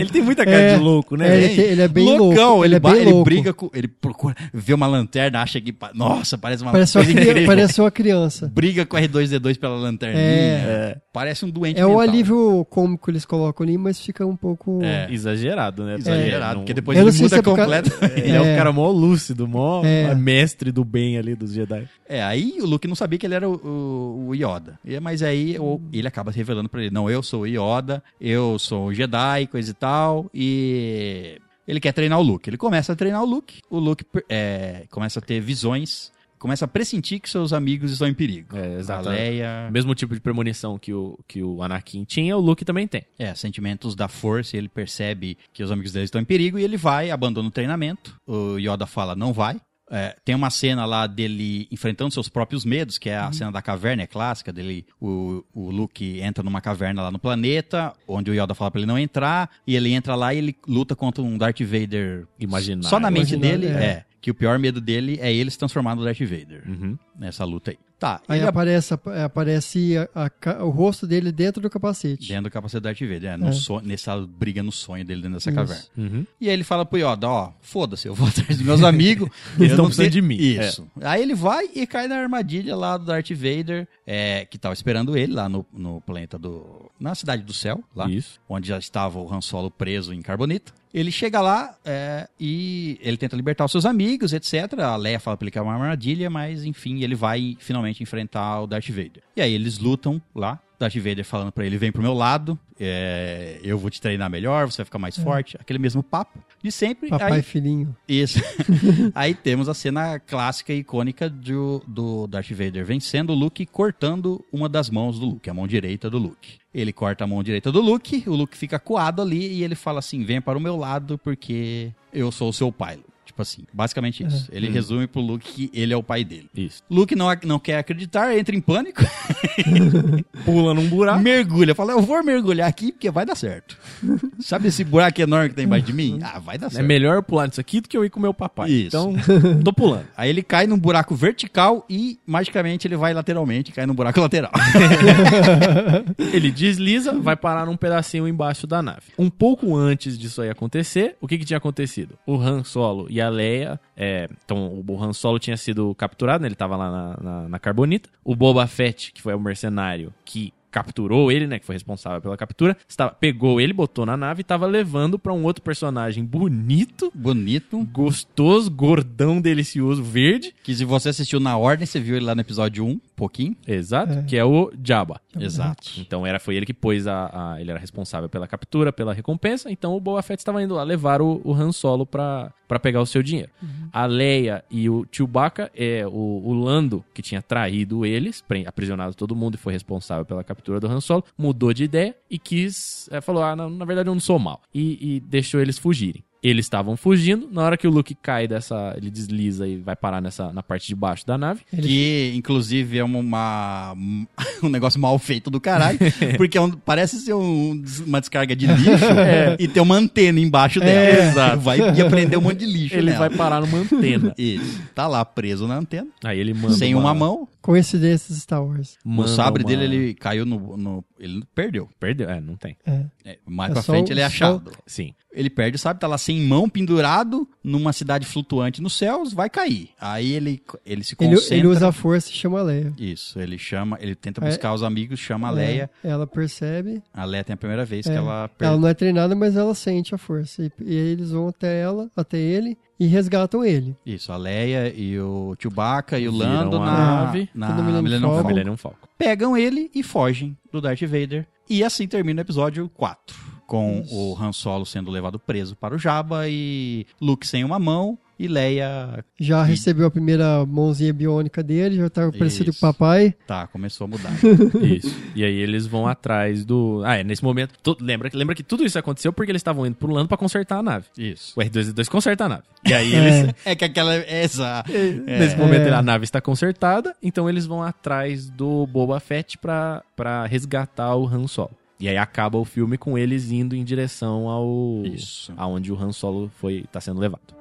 [SPEAKER 2] Ele tem muita [laughs] cara
[SPEAKER 3] É.
[SPEAKER 2] de louco,
[SPEAKER 3] [laughs] É,
[SPEAKER 2] né?
[SPEAKER 3] ele, tem- ele é bem louco.
[SPEAKER 1] Loucão, ele,
[SPEAKER 3] é
[SPEAKER 1] ba-
[SPEAKER 3] bem
[SPEAKER 1] ele
[SPEAKER 3] louco.
[SPEAKER 1] briga com. Ele procura. Vê uma lanterna, acha que. pa- Nossa, parece uma
[SPEAKER 3] Parece uma,
[SPEAKER 1] coisa
[SPEAKER 3] cri...
[SPEAKER 1] incrível.
[SPEAKER 3] Parece uma criança.
[SPEAKER 1] Briga com R2D2 pela lanterninha.
[SPEAKER 3] É.
[SPEAKER 1] Parece um doente.
[SPEAKER 3] É um
[SPEAKER 1] mental.
[SPEAKER 3] alívio cômico que eles colocam ali, mas fica um pouco.
[SPEAKER 1] É.
[SPEAKER 2] Exagerado, né?
[SPEAKER 1] Exagerado,
[SPEAKER 2] Não-
[SPEAKER 1] porque depois
[SPEAKER 3] Eu não
[SPEAKER 1] ele
[SPEAKER 3] sei se
[SPEAKER 1] muda
[SPEAKER 3] é por causa-
[SPEAKER 1] completo.
[SPEAKER 2] Ele é. um
[SPEAKER 3] É.
[SPEAKER 2] cara mó lúcido, mó
[SPEAKER 3] É.
[SPEAKER 2] mestre do bem ali dos Jedi.
[SPEAKER 1] É, aí o Luke não sabia que ele era o, o- o Yoda. E- Mas aí o- ele acaba se revelando pra ele: não, eu sou o Yoda, eu sou o Jedi, coisa e tal. E ele quer treinar o Luke. Ele começa a treinar o Luke, o Luke é, começa a ter visões, começa a pressentir que seus amigos estão em perigo.
[SPEAKER 2] É,
[SPEAKER 1] A Leia,
[SPEAKER 2] O mesmo tipo de premonição que o, que o Anakin tinha, o Luke também tem.
[SPEAKER 1] é, sentimentos da força, ele percebe que os amigos dele estão em perigo e ele vai, abandona o treinamento. O Yoda fala, não vai. É, tem uma cena lá dele enfrentando seus próprios medos, que é
[SPEAKER 3] Uhum.
[SPEAKER 1] a cena da caverna, é clássica, dele, o, o Luke entra numa caverna lá no planeta, onde o Yoda fala pra ele não entrar, e ele entra lá e ele luta contra um Darth Vader
[SPEAKER 2] Imaginário.
[SPEAKER 1] Só na mente
[SPEAKER 3] Imaginário,
[SPEAKER 1] dele,
[SPEAKER 3] é.
[SPEAKER 1] é. Que o pior medo dele é ele se transformar no Darth Vader,
[SPEAKER 2] Uhum.
[SPEAKER 1] nessa luta aí. Tá,
[SPEAKER 3] Aí
[SPEAKER 1] ele
[SPEAKER 3] aparece, a- aparece a- a ca- o rosto dele dentro do capacete.
[SPEAKER 1] Dentro do capacete do Darth Vader, é, no
[SPEAKER 3] É.
[SPEAKER 1] sonho- nessa briga no sonho dele dentro dessa
[SPEAKER 3] Isso.
[SPEAKER 1] caverna.
[SPEAKER 2] Uhum.
[SPEAKER 1] E aí ele fala pro Yoda, ó, foda-se, eu vou [laughs] atrás dos meus
[SPEAKER 2] [laughs]
[SPEAKER 1] amigos.
[SPEAKER 2] Eles
[SPEAKER 1] eu não
[SPEAKER 2] tão precisando
[SPEAKER 1] sei-
[SPEAKER 2] de mim.
[SPEAKER 1] Isso. Aí ele vai e cai na armadilha lá do Darth Vader, é, que tava esperando ele lá no, no planeta do... Na Cidade do Céu, lá
[SPEAKER 2] Isso.
[SPEAKER 1] onde já estava o Han Solo preso em carbonita. Ele chega lá é, e ele tenta libertar os seus amigos, etc. A Leia fala pra ele que é uma armadilha, mas enfim, ele vai finalmente enfrentar o Darth Vader. E aí eles lutam lá. Darth Vader falando pra ele: vem pro meu lado, é, eu vou te treinar melhor, você vai ficar mais forte. Aquele mesmo papo de sempre.
[SPEAKER 3] Papai
[SPEAKER 1] Aí-
[SPEAKER 3] e filhinho.
[SPEAKER 1] isso. [laughs] Aí temos a cena clássica e icônica do, do Darth Vader vencendo o Luke e cortando uma das mãos do Luke, a mão direita do Luke. Ele corta a mão direita do Luke, o Luke fica coado ali e ele fala assim: vem para o meu lado porque eu sou o seu pai. Tipo assim, basicamente isso. Ele resume pro Luke que ele é o pai dele.
[SPEAKER 2] Isso.
[SPEAKER 1] Luke não, ac- não quer acreditar, entra em pânico, [laughs]
[SPEAKER 2] Pula num buraco.
[SPEAKER 1] mergulha, fala: eu vou mergulhar aqui porque vai dar certo. Sabe esse buraco enorme que tem embaixo de mim? Ah, vai dar
[SPEAKER 2] É
[SPEAKER 1] certo.
[SPEAKER 2] melhor pular nisso aqui do que eu ir com meu papai.
[SPEAKER 1] Isso.
[SPEAKER 2] Então, [laughs] tô pulando.
[SPEAKER 1] Aí ele cai num buraco vertical e, magicamente, ele vai lateralmente, cai num buraco [laughs] lateral.
[SPEAKER 2] Ele desliza, vai parar num pedacinho embaixo da nave. Um pouco antes disso aí acontecer, o que, que tinha acontecido? O Han Solo e a Leia. é, então, o Han Solo tinha sido capturado, né? ele tava lá na, na, na Carbonita. O Boba Fett, que foi o mercenário que capturou ele, né, que foi responsável pela captura, estava, pegou ele, botou na nave e tava levando pra um outro personagem bonito,
[SPEAKER 1] Bonito.
[SPEAKER 2] gostoso, gordão, delicioso, verde,
[SPEAKER 1] Que se você assistiu na ordem, você viu ele lá no episódio 1, um pouquinho.
[SPEAKER 2] exato, que é o Jabba.
[SPEAKER 1] Exato.
[SPEAKER 2] Então era foi ele que pôs a, a- ele era responsável pela captura, pela recompensa, então o Boba Fett estava indo lá levar o, o Han Solo pra pra pegar o seu dinheiro. A Leia e o Chewbacca é o, o Lando que tinha traído eles, pre- aprisionado todo mundo e foi responsável pela captura do Han Solo, mudou de ideia e quis é, falou ah não, na verdade eu não sou mal e, e deixou eles fugirem. Eles estavam fugindo, na hora que o Luke cai dessa, ele desliza e vai parar nessa na parte de baixo da nave.
[SPEAKER 1] Que, inclusive, é uma, [laughs] um negócio mal feito do
[SPEAKER 3] [laughs]
[SPEAKER 1] caralho. Porque é um- parece ser um des- uma descarga de
[SPEAKER 3] [laughs]
[SPEAKER 1] lixo
[SPEAKER 3] É.
[SPEAKER 1] e tem uma antena embaixo dela.
[SPEAKER 2] exato.
[SPEAKER 1] Vai e aprender um monte de lixo
[SPEAKER 2] Ele
[SPEAKER 1] nela.
[SPEAKER 2] vai parar
[SPEAKER 1] [laughs]
[SPEAKER 2] numa antena.
[SPEAKER 1] Isso. Tá lá preso na antena,
[SPEAKER 2] Aí ele manda
[SPEAKER 1] sem uma mão.
[SPEAKER 3] Coincidências Star Wars.
[SPEAKER 1] O
[SPEAKER 2] manda
[SPEAKER 1] sabre
[SPEAKER 2] uma-
[SPEAKER 1] dele, ele caiu no, no- Ele perdeu.
[SPEAKER 2] Perdeu, é, não tem.
[SPEAKER 3] É.
[SPEAKER 1] É, mais
[SPEAKER 3] É
[SPEAKER 1] pra
[SPEAKER 3] só
[SPEAKER 1] frente,
[SPEAKER 3] o-
[SPEAKER 1] ele é
[SPEAKER 3] só o-
[SPEAKER 1] achado.
[SPEAKER 2] Sim.
[SPEAKER 1] Ele perde, sabe? Tá lá sem mão, pendurado, numa cidade flutuante nos céus, vai cair. Aí ele, ele se
[SPEAKER 3] Ele,
[SPEAKER 1] concentra.
[SPEAKER 3] ele usa a força e chama a Leia.
[SPEAKER 1] Isso, ele chama, ele tenta
[SPEAKER 3] É.
[SPEAKER 1] buscar os amigos, chama a Leia.
[SPEAKER 3] É, ela percebe.
[SPEAKER 1] A Leia tem a primeira vez
[SPEAKER 3] É.
[SPEAKER 1] que ela
[SPEAKER 3] Ela
[SPEAKER 1] perde.
[SPEAKER 3] não é treinada, mas ela sente a força. E, e eles vão até ela, até ele, e resgatam ele.
[SPEAKER 1] Isso, a Leia e o Chewbacca e o
[SPEAKER 2] Viram
[SPEAKER 1] Lando
[SPEAKER 2] a
[SPEAKER 1] na,
[SPEAKER 2] nave.
[SPEAKER 1] na
[SPEAKER 3] Tudo Millennium
[SPEAKER 1] Millennium
[SPEAKER 3] Falcon.
[SPEAKER 1] Falcon.
[SPEAKER 2] Millennium Falcon.
[SPEAKER 1] Pegam ele e fogem do Darth Vader. E assim termina o episódio 4. Com
[SPEAKER 3] Isso.
[SPEAKER 1] o Han Solo sendo levado preso para o Jabba e Luke sem uma mão e Leia.
[SPEAKER 3] Já
[SPEAKER 1] E-
[SPEAKER 3] recebeu a primeira mãozinha biônica dele, já tá parecido
[SPEAKER 1] Isso.
[SPEAKER 3] com o papai.
[SPEAKER 1] Tá, começou a
[SPEAKER 3] [laughs]
[SPEAKER 1] mudar.
[SPEAKER 2] Isso. E aí eles vão atrás do. Ah, é, nesse momento. tu- Lembra, que- lembra que tudo isso aconteceu porque eles estavam indo pro Lando pra consertar a nave.
[SPEAKER 1] Isso.
[SPEAKER 2] O R2D2 conserta a nave. E aí eles.
[SPEAKER 1] É que aquela. Essa.
[SPEAKER 2] Nesse momento
[SPEAKER 3] É.
[SPEAKER 2] a nave está consertada, então eles vão atrás do Boba Fett pra, pra resgatar o Han Solo. E aí acaba o filme com eles indo em direção ao.
[SPEAKER 1] Isso.
[SPEAKER 2] Aonde o Han Solo foi, tá sendo levado.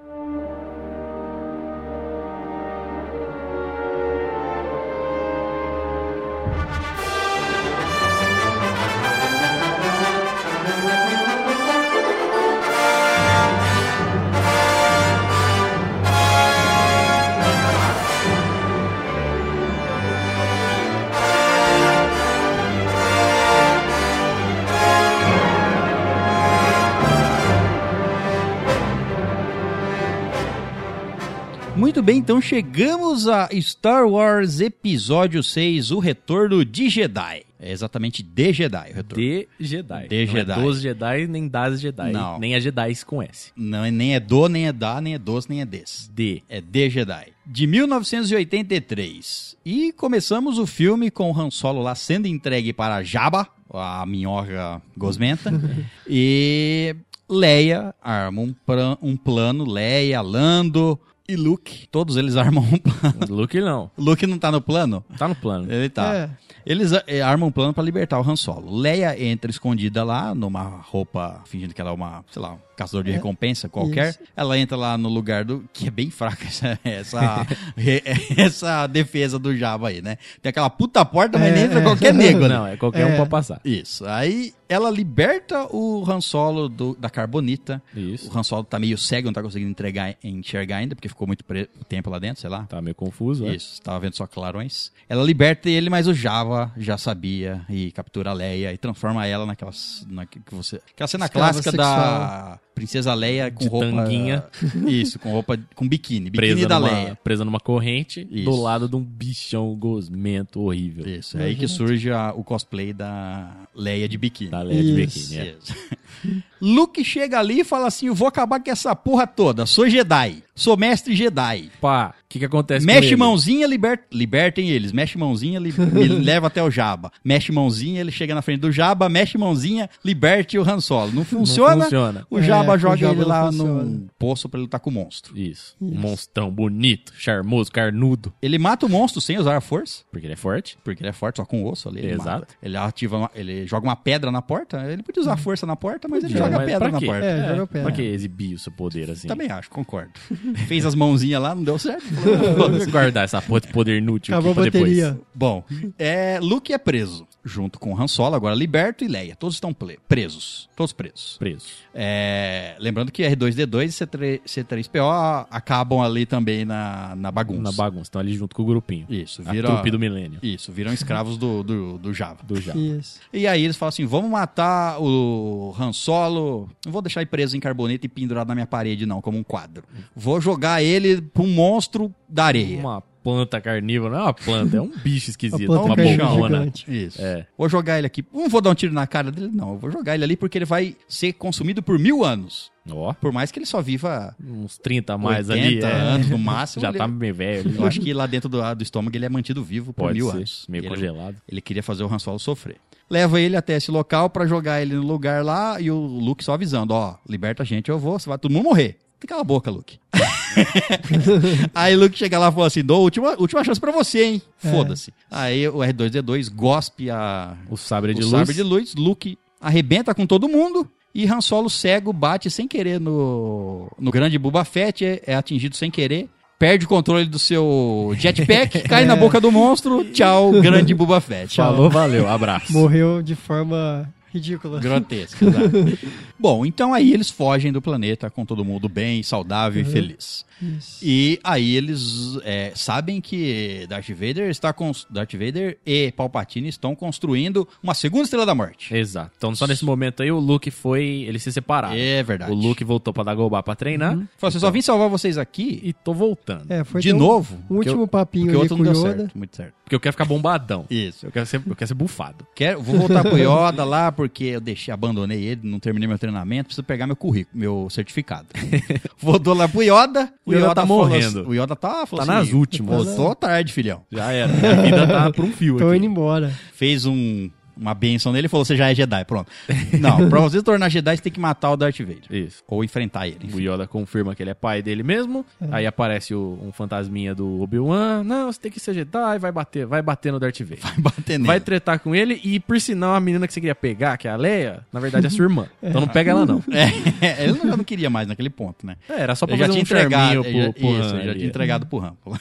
[SPEAKER 1] Muito bem, então chegamos a Star Wars Episódio 6, O Retorno de Jedi. É exatamente de Jedi o retorno.
[SPEAKER 2] De Jedi.
[SPEAKER 1] De
[SPEAKER 2] Não é
[SPEAKER 1] Jedi.
[SPEAKER 2] dos Jedi, nem das Jedi.
[SPEAKER 1] Não.
[SPEAKER 2] Nem as Jedi com S.
[SPEAKER 1] Não é nem é do, nem é da, nem é dos, nem é des.
[SPEAKER 2] De.
[SPEAKER 1] É de Jedi. De 1983. E começamos o filme com o Han Solo lá sendo entregue para Jabba, a minhoca gosmenta. e Leia arma um, pran- um plano. Leia, Lando e Luke. Todos eles [laughs] armam um plano.
[SPEAKER 2] Luke não.
[SPEAKER 1] Luke não tá no plano?
[SPEAKER 2] Tá no plano.
[SPEAKER 1] Ele tá.
[SPEAKER 3] É,
[SPEAKER 1] Eles eh, armam um plano pra libertar o Han Solo. Leia entra escondida lá, numa roupa, fingindo que ela é uma, sei lá, um caçador de recompensa qualquer, ela entra lá no lugar do. que é bem fraca essa, essa, re- essa defesa do Java aí, né? Tem aquela puta porta, mas
[SPEAKER 3] É,
[SPEAKER 1] nem entra
[SPEAKER 3] é.
[SPEAKER 1] qualquer nego, né?
[SPEAKER 2] Não, é qualquer um
[SPEAKER 3] É.
[SPEAKER 2] pra passar.
[SPEAKER 1] Isso. Aí ela liberta o Han Solo do- da carbonita.
[SPEAKER 2] Isso.
[SPEAKER 1] O Han Solo tá meio cego, não tá conseguindo entregar, enxergar ainda, porque ficou muito pre- tempo lá dentro, sei lá.
[SPEAKER 2] Tá meio confuso, né?
[SPEAKER 1] Isso, tava vendo só clarões. Ela liberta ele, mas o Java já sabia e captura a Leia e transforma ela naquelas. Na, que você, aquela cena
[SPEAKER 3] Escrava
[SPEAKER 1] clássica da princesa Leia com
[SPEAKER 2] De
[SPEAKER 1] roupa.
[SPEAKER 2] tanguinha.
[SPEAKER 1] [laughs] Isso, com roupa. com biquíni. Biquíni
[SPEAKER 2] Presa
[SPEAKER 1] da
[SPEAKER 2] numa,
[SPEAKER 1] Leia.
[SPEAKER 2] presa numa corrente do
[SPEAKER 1] Isso.
[SPEAKER 2] lado de um bichão gosmento horrível.
[SPEAKER 1] Isso, é aí que surge a- o cosplay da Leia de biquíni.
[SPEAKER 2] Da Leia de
[SPEAKER 3] Isso.
[SPEAKER 2] biquíni. é.
[SPEAKER 1] Isso. [laughs] Luke chega ali e fala assim: Eu vou acabar com essa porra toda. Sou Jedi. Sou mestre Jedi.
[SPEAKER 2] Pá, o que que acontece com
[SPEAKER 1] Mexe
[SPEAKER 2] Tá ele?
[SPEAKER 1] mãozinha, liber... libertem eles. Mexe mãozinha,
[SPEAKER 3] [laughs]
[SPEAKER 1] li- me leva até o Jabba. Mexe mãozinha, ele chega na frente do Jaba. Mexe mãozinha, liberte o Han Solo. Não
[SPEAKER 2] Não
[SPEAKER 1] funciona?
[SPEAKER 2] funciona.
[SPEAKER 1] O
[SPEAKER 3] É,
[SPEAKER 1] Jabba
[SPEAKER 3] o
[SPEAKER 1] joga
[SPEAKER 3] Jabba
[SPEAKER 1] ele
[SPEAKER 3] não
[SPEAKER 1] lá
[SPEAKER 3] funciona.
[SPEAKER 1] num poço pra ele lutar com o monstro.
[SPEAKER 2] Isso.
[SPEAKER 3] Isso.
[SPEAKER 2] Um monstrão bonito, charmoso, carnudo.
[SPEAKER 1] Ele mata o monstro sem usar a força,
[SPEAKER 2] Porque ele é forte.
[SPEAKER 1] porque ele é forte, só com osso ali. Ele
[SPEAKER 2] Exato.
[SPEAKER 1] mata. Ele ativa, uma- ele joga uma pedra na porta. Ele podia usar a força na porta, mas ele
[SPEAKER 2] Podia,
[SPEAKER 1] joga
[SPEAKER 2] mas
[SPEAKER 1] pedra
[SPEAKER 2] pra
[SPEAKER 1] na
[SPEAKER 2] quê?
[SPEAKER 1] porta.
[SPEAKER 3] É, joga pedra.
[SPEAKER 2] Pra que exibir o seu poder assim?
[SPEAKER 1] Também acho,
[SPEAKER 3] [laughs]
[SPEAKER 1] concordo. Fez as mãozinhas lá, não deu certo.
[SPEAKER 2] Vamos guardar essa porra de poder inútil
[SPEAKER 3] Acabou a
[SPEAKER 2] aqui pra depois.
[SPEAKER 3] bateria.
[SPEAKER 1] Bom, é, Luke é preso, junto com Han Solo, agora liberto, e Leia. Todos estão ple- presos. Todos presos.
[SPEAKER 2] Preso.
[SPEAKER 1] É, lembrando que R2D2 e C3, po acabam ali também na, na bagunça.
[SPEAKER 2] Na bagunça. Estão ali junto com o grupinho.
[SPEAKER 1] Isso,
[SPEAKER 2] A
[SPEAKER 1] vira-
[SPEAKER 2] trupe do milênio.
[SPEAKER 1] Isso, viram escravos do, do, do Java.
[SPEAKER 2] Do Java.
[SPEAKER 3] Isso.
[SPEAKER 1] E aí eles falam assim: vamos matar o Han Solo. Não vou deixar ele preso em carboneta e pendurado na minha parede, não, como um quadro. Vou jogar ele pra um monstro da areia.
[SPEAKER 2] Uma planta carnívora. Não é uma planta, é um bicho esquisito.
[SPEAKER 3] planta
[SPEAKER 2] uma
[SPEAKER 1] carnívora
[SPEAKER 2] bocona.
[SPEAKER 3] gigante.
[SPEAKER 1] Isso.
[SPEAKER 2] É.
[SPEAKER 1] Vou jogar ele aqui. Não vou dar um tiro na cara dele, não. Eu vou jogar ele ali porque ele vai ser consumido por mil anos.
[SPEAKER 2] Ó,
[SPEAKER 1] Por mais que ele só viva
[SPEAKER 2] uns 30 a mais
[SPEAKER 1] 80
[SPEAKER 2] ali. é.
[SPEAKER 1] anos no máximo.
[SPEAKER 2] Já
[SPEAKER 1] ele-
[SPEAKER 2] tá
[SPEAKER 1] [laughs]
[SPEAKER 2] meio velho.
[SPEAKER 1] Eu acho que lá dentro do, do estômago ele é mantido vivo por
[SPEAKER 2] Pode
[SPEAKER 1] mil
[SPEAKER 2] ser.
[SPEAKER 1] anos.
[SPEAKER 2] Meio
[SPEAKER 1] ele, é
[SPEAKER 2] congelado.
[SPEAKER 1] ele queria fazer o Han Solo sofrer. Leva ele até esse local pra jogar ele no lugar lá e o Luke só avisando: ó, liberta a gente, eu vou, você vai todo mundo morrer. Cala a boca,
[SPEAKER 2] [laughs]
[SPEAKER 1] Luke. Aí Luke chega lá e fala assim: dou última, última chance pra você, hein?
[SPEAKER 2] É.
[SPEAKER 1] Foda-se. Aí o R2D2 gospe a,
[SPEAKER 2] O sabre de
[SPEAKER 1] o
[SPEAKER 2] luz.
[SPEAKER 1] sabre de luz, Luke arrebenta com todo mundo e Han Solo cego bate sem querer no, no grande Boba Fett, é, é atingido sem querer, perde o controle do seu
[SPEAKER 2] [laughs]
[SPEAKER 1] jetpack, cai na boca do monstro, tchau, grande Boba Fett.
[SPEAKER 2] É. Falou, valeu. Abraço.
[SPEAKER 3] Morreu de forma ridícula.
[SPEAKER 1] Grotesco,
[SPEAKER 2] [laughs]
[SPEAKER 1] exato. Bom, então aí eles fogem do planeta com todo mundo bem, saudável
[SPEAKER 2] Uhum.
[SPEAKER 1] e feliz.
[SPEAKER 3] Isso.
[SPEAKER 1] E aí eles é, sabem que Darth Vader está com Darth Vader e Palpatine estão construindo uma segunda Estrela da Morte.
[SPEAKER 2] Exato. Então, só nesse momento aí, o Luke foi. Eles se separaram.
[SPEAKER 1] É verdade.
[SPEAKER 2] O Luke voltou pra Dagobah pra treinar.
[SPEAKER 1] Falou assim, só vim salvar vocês aqui
[SPEAKER 2] Então. E tô voltando.
[SPEAKER 3] É, foi
[SPEAKER 1] de
[SPEAKER 3] ter um-
[SPEAKER 1] novo.
[SPEAKER 3] Um
[SPEAKER 1] porque
[SPEAKER 3] último
[SPEAKER 1] eu-
[SPEAKER 3] papinho
[SPEAKER 1] porque o
[SPEAKER 3] ali
[SPEAKER 1] outro
[SPEAKER 3] com
[SPEAKER 1] não
[SPEAKER 3] o
[SPEAKER 1] deu
[SPEAKER 3] Yoda.
[SPEAKER 1] certo. Muito certo.
[SPEAKER 2] Porque eu quero
[SPEAKER 1] [laughs]
[SPEAKER 2] ficar bombadão.
[SPEAKER 1] Isso.
[SPEAKER 2] Eu quero ser, eu quero ser bufado.
[SPEAKER 1] Quero, vou
[SPEAKER 2] [laughs]
[SPEAKER 1] voltar pro Yoda lá, porque eu deixei, abandonei ele, não terminei meu treinamento, preciso pegar meu currículo, meu
[SPEAKER 2] [laughs]
[SPEAKER 1] certificado. Voltou lá pro Yoda, o
[SPEAKER 2] Yoda
[SPEAKER 1] Yoda,
[SPEAKER 2] tá
[SPEAKER 1] falou
[SPEAKER 2] morrendo.
[SPEAKER 1] assim- O Yoda tá,
[SPEAKER 2] Tá
[SPEAKER 1] falou
[SPEAKER 2] nas
[SPEAKER 1] assim,
[SPEAKER 2] últimas. Tá
[SPEAKER 1] Voltou tarde, filhão.
[SPEAKER 2] Já era. Minha vida tá por um fio
[SPEAKER 3] Tô indo
[SPEAKER 2] aqui.
[SPEAKER 3] embora.
[SPEAKER 1] Fez um, uma benção nele e falou, você já é Jedi, pronto.
[SPEAKER 2] [laughs]
[SPEAKER 1] Não, pra você se tornar Jedi, você tem que matar o Darth Vader.
[SPEAKER 2] Isso.
[SPEAKER 1] Ou enfrentar ele.
[SPEAKER 2] O Yoda confirma que ele é pai dele mesmo. Aí aparece o- um fantasminha do Obi-Wan. Não, você tem que ser Jedi, vai bater, vai bater no Darth Vader.
[SPEAKER 1] [laughs] Bater nele.
[SPEAKER 2] Vai tretar com ele e, por sinal, a menina que você queria pegar, que é a Leia, na verdade é sua irmã. Então não pega ela, não.
[SPEAKER 1] É, [laughs] ele já não queria mais naquele ponto, né?
[SPEAKER 2] É, era só pra
[SPEAKER 1] eu já tinha
[SPEAKER 2] fazer um
[SPEAKER 1] entregado.
[SPEAKER 2] charminho
[SPEAKER 1] eu já-
[SPEAKER 2] pro, pro
[SPEAKER 1] isso,
[SPEAKER 2] Han
[SPEAKER 1] eu já
[SPEAKER 2] ali.
[SPEAKER 1] tinha entregado pro Rampo.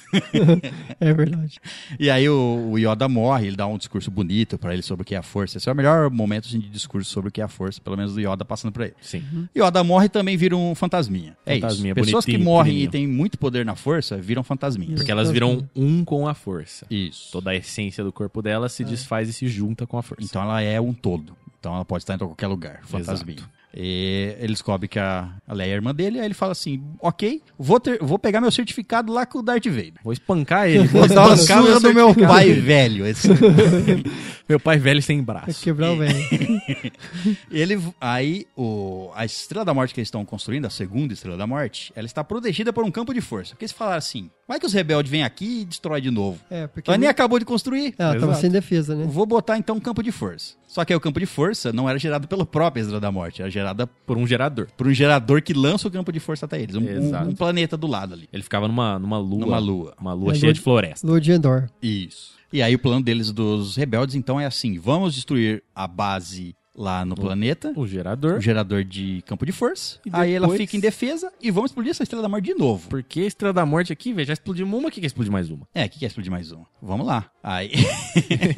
[SPEAKER 3] É verdade.
[SPEAKER 1] [laughs] E aí o, o Yoda morre, ele dá um discurso bonito pra ele sobre o que é a força. Esse é o melhor momento assim, de discurso sobre o que é a força, pelo menos do Yoda passando pra ele.
[SPEAKER 2] Sim.
[SPEAKER 1] Yoda morre e também vira um fantasminha. É
[SPEAKER 2] Fantasminha,
[SPEAKER 1] isso. Pessoas que
[SPEAKER 2] bonitinho,
[SPEAKER 1] morrem e
[SPEAKER 2] pequenininho.
[SPEAKER 1] têm muito poder na força viram fantasminhas.
[SPEAKER 2] Porque elas viram um com a força.
[SPEAKER 1] Isso.
[SPEAKER 2] Toda a essência do corpo dela se desfaz e se junta com a força.
[SPEAKER 1] Então ela é um todo. Então ela pode estar em qualquer lugar, fantasminha. E ele descobre que a a Leia é irmã dele, aí ele fala assim: Ok, vou, ter- vou pegar meu certificado lá com o Darth Vader.
[SPEAKER 2] Vou espancar ele. Vou
[SPEAKER 1] Vou dar uma
[SPEAKER 2] espancar
[SPEAKER 1] surra do meu
[SPEAKER 2] certificado.
[SPEAKER 1] pai velho. Esse
[SPEAKER 2] Meu pai velho sem
[SPEAKER 3] Vai
[SPEAKER 2] braço.
[SPEAKER 3] quebrar o velho.
[SPEAKER 1] Ele, aí, o, a Estrela da Morte que eles estão construindo, a segunda Estrela da Morte, ela está protegida por um campo de força. Porque eles falaram assim, vai que os rebeldes vêm aqui e destrói de novo. [laughs]
[SPEAKER 3] É, porque.
[SPEAKER 1] Então, nem acabou de construir,
[SPEAKER 3] Ah, tava
[SPEAKER 2] Exato.
[SPEAKER 3] sem defesa, né?
[SPEAKER 1] vou botar então um campo de força. Só que aí o campo de força não era gerado pelo próprio Estrela da Morte, era gerado
[SPEAKER 2] Por um gerador.
[SPEAKER 1] por um gerador que lança o campo de força até eles, um, um-
[SPEAKER 2] Exato.
[SPEAKER 1] um planeta do lado ali,
[SPEAKER 2] Ele ficava numa, numa lua.
[SPEAKER 1] numa lua.
[SPEAKER 2] Uma lua
[SPEAKER 3] É,
[SPEAKER 2] cheia
[SPEAKER 3] lua-
[SPEAKER 2] de floresta.
[SPEAKER 3] Lord Endor.
[SPEAKER 1] Isso. E aí o plano deles dos rebeldes então é assim, vamos destruir a base lá no planeta,
[SPEAKER 2] O gerador.
[SPEAKER 1] o gerador de campo de força.
[SPEAKER 2] E
[SPEAKER 1] Aí ela
[SPEAKER 2] depois-
[SPEAKER 1] fica em defesa e vamos explodir essa estrela da morte de novo.
[SPEAKER 2] Porque a Estrela da Morte aqui, velho, já explodimos uma, o que que explode mais uma?
[SPEAKER 1] É, o que que é explodir mais um? Vamos lá. Aí...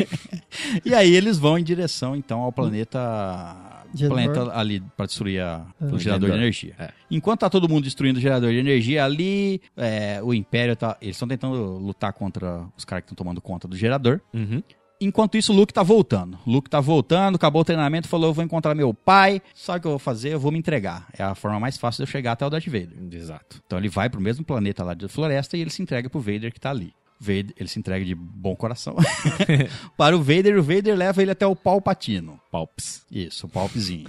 [SPEAKER 1] [laughs] e aí eles vão em direção, então, ao planeta.
[SPEAKER 3] Gerador.
[SPEAKER 1] planeta ali para destruir a- o gerador de
[SPEAKER 2] Gerador.
[SPEAKER 1] energia.
[SPEAKER 2] É.
[SPEAKER 1] Enquanto tá todo mundo destruindo o gerador de energia ali, é, o Império tá. Eles estão tentando lutar contra os caras que estão tomando conta do gerador.
[SPEAKER 2] Uhum.
[SPEAKER 1] Enquanto isso, o Luke tá voltando. O Luke tá voltando, acabou o treinamento, falou: eu vou encontrar meu pai. Sabe o que eu vou fazer? Eu vou me entregar. É a forma mais fácil de eu chegar até o Darth Vader.
[SPEAKER 2] Uhum. Exato.
[SPEAKER 1] Então ele vai pro mesmo planeta lá da floresta e ele se entrega pro Vader que tá ali. Vader, ele se entrega de bom
[SPEAKER 3] [laughs]
[SPEAKER 1] coração para o Vader, o Vader leva ele até o Palpatino.
[SPEAKER 2] Palps.
[SPEAKER 1] Isso, o Palpzinho.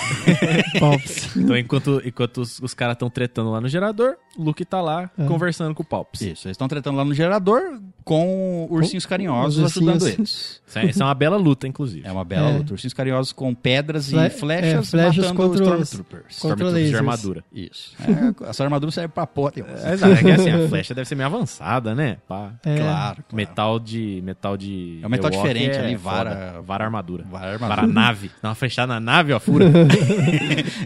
[SPEAKER 1] [laughs]
[SPEAKER 3] Palps.
[SPEAKER 2] Então, enquanto, enquanto os, os caras estão tretando lá no gerador, o Luke tá lá
[SPEAKER 3] É.
[SPEAKER 2] conversando com o Palps.
[SPEAKER 1] Isso, eles estão tretando lá no gerador com ursinhos carinhosos
[SPEAKER 3] os ursinhos.
[SPEAKER 1] ajudando eles.
[SPEAKER 2] Isso é, isso é uma bela luta, inclusive.
[SPEAKER 1] É uma bela
[SPEAKER 3] É.
[SPEAKER 1] luta. Ursinhos carinhosos com pedras
[SPEAKER 3] Fle-
[SPEAKER 1] e flechas,
[SPEAKER 3] é, flechas
[SPEAKER 1] matando
[SPEAKER 3] contra os-
[SPEAKER 1] Stormtroopers.
[SPEAKER 3] contra
[SPEAKER 2] Stormtroopers de
[SPEAKER 3] lasers.
[SPEAKER 2] armadura.
[SPEAKER 1] Isso. É, [laughs] essa armadura serve pra porra. nenhuma.
[SPEAKER 2] É, exato. É que assim, a flecha deve ser meio avançada, né? Pá.
[SPEAKER 3] É.
[SPEAKER 1] Claro, claro.
[SPEAKER 2] Metal de. Metal de.
[SPEAKER 1] É um metal
[SPEAKER 2] Ewok
[SPEAKER 1] diferente
[SPEAKER 2] é
[SPEAKER 1] ali,
[SPEAKER 2] foda.
[SPEAKER 1] vara-
[SPEAKER 2] Vara armadura.
[SPEAKER 1] Vai, armadura.
[SPEAKER 2] Vara nave. Dá uma flechada na nave, ó, fura.
[SPEAKER 1] [laughs]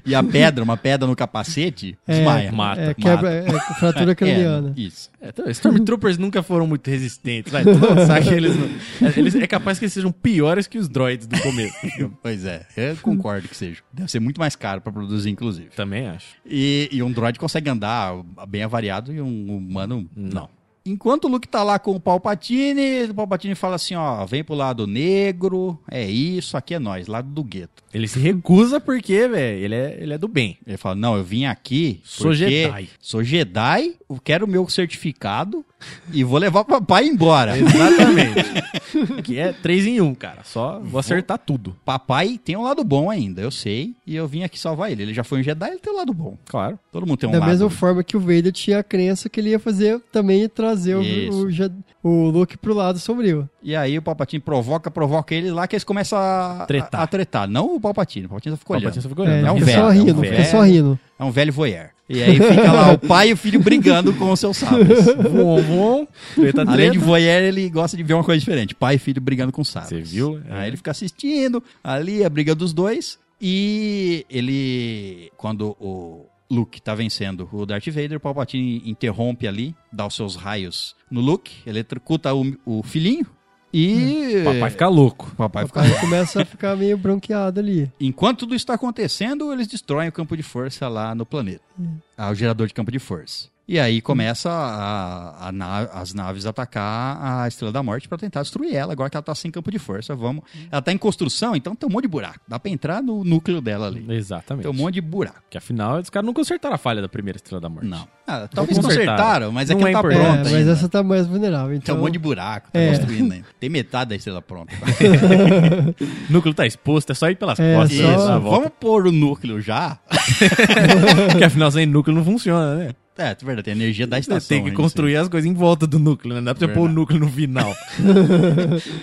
[SPEAKER 1] E a pedra, uma pedra no capacete,
[SPEAKER 3] É,
[SPEAKER 1] desmaia.
[SPEAKER 2] mata,
[SPEAKER 3] É, quebra, é, é
[SPEAKER 1] [laughs]
[SPEAKER 3] fratura [laughs] craniana.
[SPEAKER 1] É, isso.
[SPEAKER 2] É, então, Stormtroopers nunca foram muito resistentes. Vai, tu não sabe que eles, não- é, eles- É capaz que eles sejam piores que os droids do começo.
[SPEAKER 1] Pois é,
[SPEAKER 2] [laughs]
[SPEAKER 1] eu concordo que seja. Deve ser muito mais caro pra produzir, inclusive.
[SPEAKER 2] Também acho.
[SPEAKER 1] E, e um droid consegue andar bem avariado e um humano não. Enquanto o Luke tá lá com o Palpatine, o Palpatine fala assim, ó, vem pro lado negro, é isso, aqui é nós, lado do gueto.
[SPEAKER 2] Ele se recusa porque, velho, ele é, ele é do bem.
[SPEAKER 1] Ele fala, não, eu vim aqui
[SPEAKER 2] Sou
[SPEAKER 1] porque
[SPEAKER 2] Jedi.
[SPEAKER 1] sou Jedi, eu quero o meu certificado e vou levar o papai embora.
[SPEAKER 2] Exatamente. que é três em um, cara. Só vou acertar tudo.
[SPEAKER 1] papai tem um lado bom ainda, eu sei, e eu vim aqui salvar ele. Ele já foi um Jedi, ele tem um lado bom.
[SPEAKER 2] Claro.
[SPEAKER 1] Todo mundo tem um
[SPEAKER 3] da
[SPEAKER 1] lado.
[SPEAKER 3] mesma forma que o Vader tinha a crença que ele ia fazer também trazer o,
[SPEAKER 1] Isso.
[SPEAKER 3] o, Ja- o Luke pro lado sombrio.
[SPEAKER 1] E aí o Palpatine provoca, provoca ele lá que eles começam a
[SPEAKER 2] Tretar.
[SPEAKER 1] A, a tretar. Não o Palpatine, o Palpatine só ficou olhando.
[SPEAKER 2] Palpatine só ficou
[SPEAKER 3] É,
[SPEAKER 2] olhando.
[SPEAKER 1] é um
[SPEAKER 3] fica
[SPEAKER 1] velho, é
[SPEAKER 3] só
[SPEAKER 1] um
[SPEAKER 3] rindo,
[SPEAKER 1] velho.
[SPEAKER 3] fica só rindo.
[SPEAKER 1] É um velho voyeur. E aí fica lá o pai e o filho brigando com os seus
[SPEAKER 2] [laughs]
[SPEAKER 1] sábios.
[SPEAKER 2] É, Vom, vom. Treta,
[SPEAKER 1] Além
[SPEAKER 2] treta.
[SPEAKER 1] de voyeur, ele gosta de ver uma coisa diferente. Pai e filho brigando com sábios.
[SPEAKER 2] Você viu?
[SPEAKER 1] Aí ele fica assistindo ali a briga dos dois. E ele, quando o Luke tá vencendo o Darth Vader, o Palpatine interrompe ali, dá os seus raios no Luke, eletrocuta o, o filhinho e...
[SPEAKER 2] O Hum, É, papai fica louco.
[SPEAKER 1] O papai
[SPEAKER 3] O
[SPEAKER 1] fica
[SPEAKER 3] cara começa a ficar meio
[SPEAKER 1] [laughs]
[SPEAKER 3] bronqueado ali.
[SPEAKER 1] Enquanto tudo está acontecendo, eles destroem o campo de força lá no planeta. Ah, o gerador de campo de força. E aí começa a- a na- as naves a atacar a Estrela da Morte para tentar destruir ela, agora que ela tá sem campo de força. Vamos. Ela tá em construção, então tem um monte de buraco. Dá para entrar no núcleo dela ali.
[SPEAKER 2] Exatamente.
[SPEAKER 1] Tem um monte de buraco.
[SPEAKER 2] Porque afinal, os caras não consertaram a falha da primeira Estrela da Morte.
[SPEAKER 1] Não. Ah, talvez
[SPEAKER 2] consertaram.
[SPEAKER 1] consertaram, mas
[SPEAKER 2] Não
[SPEAKER 1] aqui
[SPEAKER 2] é
[SPEAKER 1] não tá
[SPEAKER 2] importante.
[SPEAKER 1] pronta
[SPEAKER 3] é, mas
[SPEAKER 1] ainda.
[SPEAKER 3] essa tá mais vulnerável.
[SPEAKER 1] Tem
[SPEAKER 3] Então,
[SPEAKER 1] um monte de buraco, tá
[SPEAKER 3] É.
[SPEAKER 1] construindo ainda. Tem metade da estrela pronta.
[SPEAKER 2] O núcleo tá exposto, é só ir pelas
[SPEAKER 3] É,
[SPEAKER 2] costas.
[SPEAKER 1] Isso.
[SPEAKER 3] só-
[SPEAKER 2] né, dar a volta.
[SPEAKER 1] Vamos pôr o núcleo já.
[SPEAKER 2] [laughs] Porque afinal, sem núcleo não funciona, né?
[SPEAKER 1] É, é verdade, tem a energia da estação.
[SPEAKER 2] Você tem que
[SPEAKER 1] ainda,
[SPEAKER 2] construir as coisas em volta do núcleo, né? Não dá pra você pôr o
[SPEAKER 1] Verdade.
[SPEAKER 2] núcleo no [laughs] final.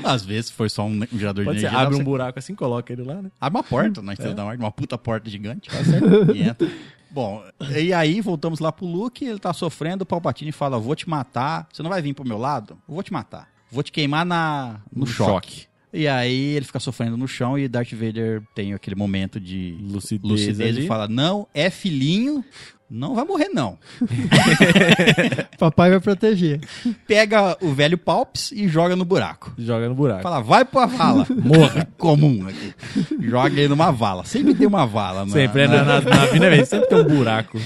[SPEAKER 1] Às vezes foi só um, um gerador
[SPEAKER 2] Pode
[SPEAKER 1] de
[SPEAKER 2] ser,
[SPEAKER 1] energia.
[SPEAKER 2] abre
[SPEAKER 1] dá
[SPEAKER 2] um
[SPEAKER 1] pra
[SPEAKER 2] É. buraco assim, coloca ele lá, né?
[SPEAKER 1] você- abre uma porta na Estrela da Morte, uma puta porta gigante.
[SPEAKER 2] [laughs]
[SPEAKER 1] E entra. Bom, e aí voltamos lá pro Luke, ele tá sofrendo, o Palpatine fala, vou te matar, você não vai vir pro meu lado? Vou te matar. Vou te queimar na, no,
[SPEAKER 2] Um
[SPEAKER 1] choque. E aí ele fica sofrendo no chão e Darth Vader tem aquele momento de
[SPEAKER 2] Lucidez
[SPEAKER 1] lucidez
[SPEAKER 2] ali.
[SPEAKER 1] e fala, não, é filhinho, não vai morrer não.
[SPEAKER 3] papai vai proteger.
[SPEAKER 1] Pega o velho Palps e joga no buraco.
[SPEAKER 2] Joga no buraco.
[SPEAKER 1] Fala, vai pra
[SPEAKER 2] [laughs]
[SPEAKER 1] vala.
[SPEAKER 2] Morra.
[SPEAKER 1] comum aqui. Joga ele numa vala. Sempre tem uma vala, né? na-
[SPEAKER 2] Sempre, é na, na, na vida, velho, sempre tem um [laughs] buraco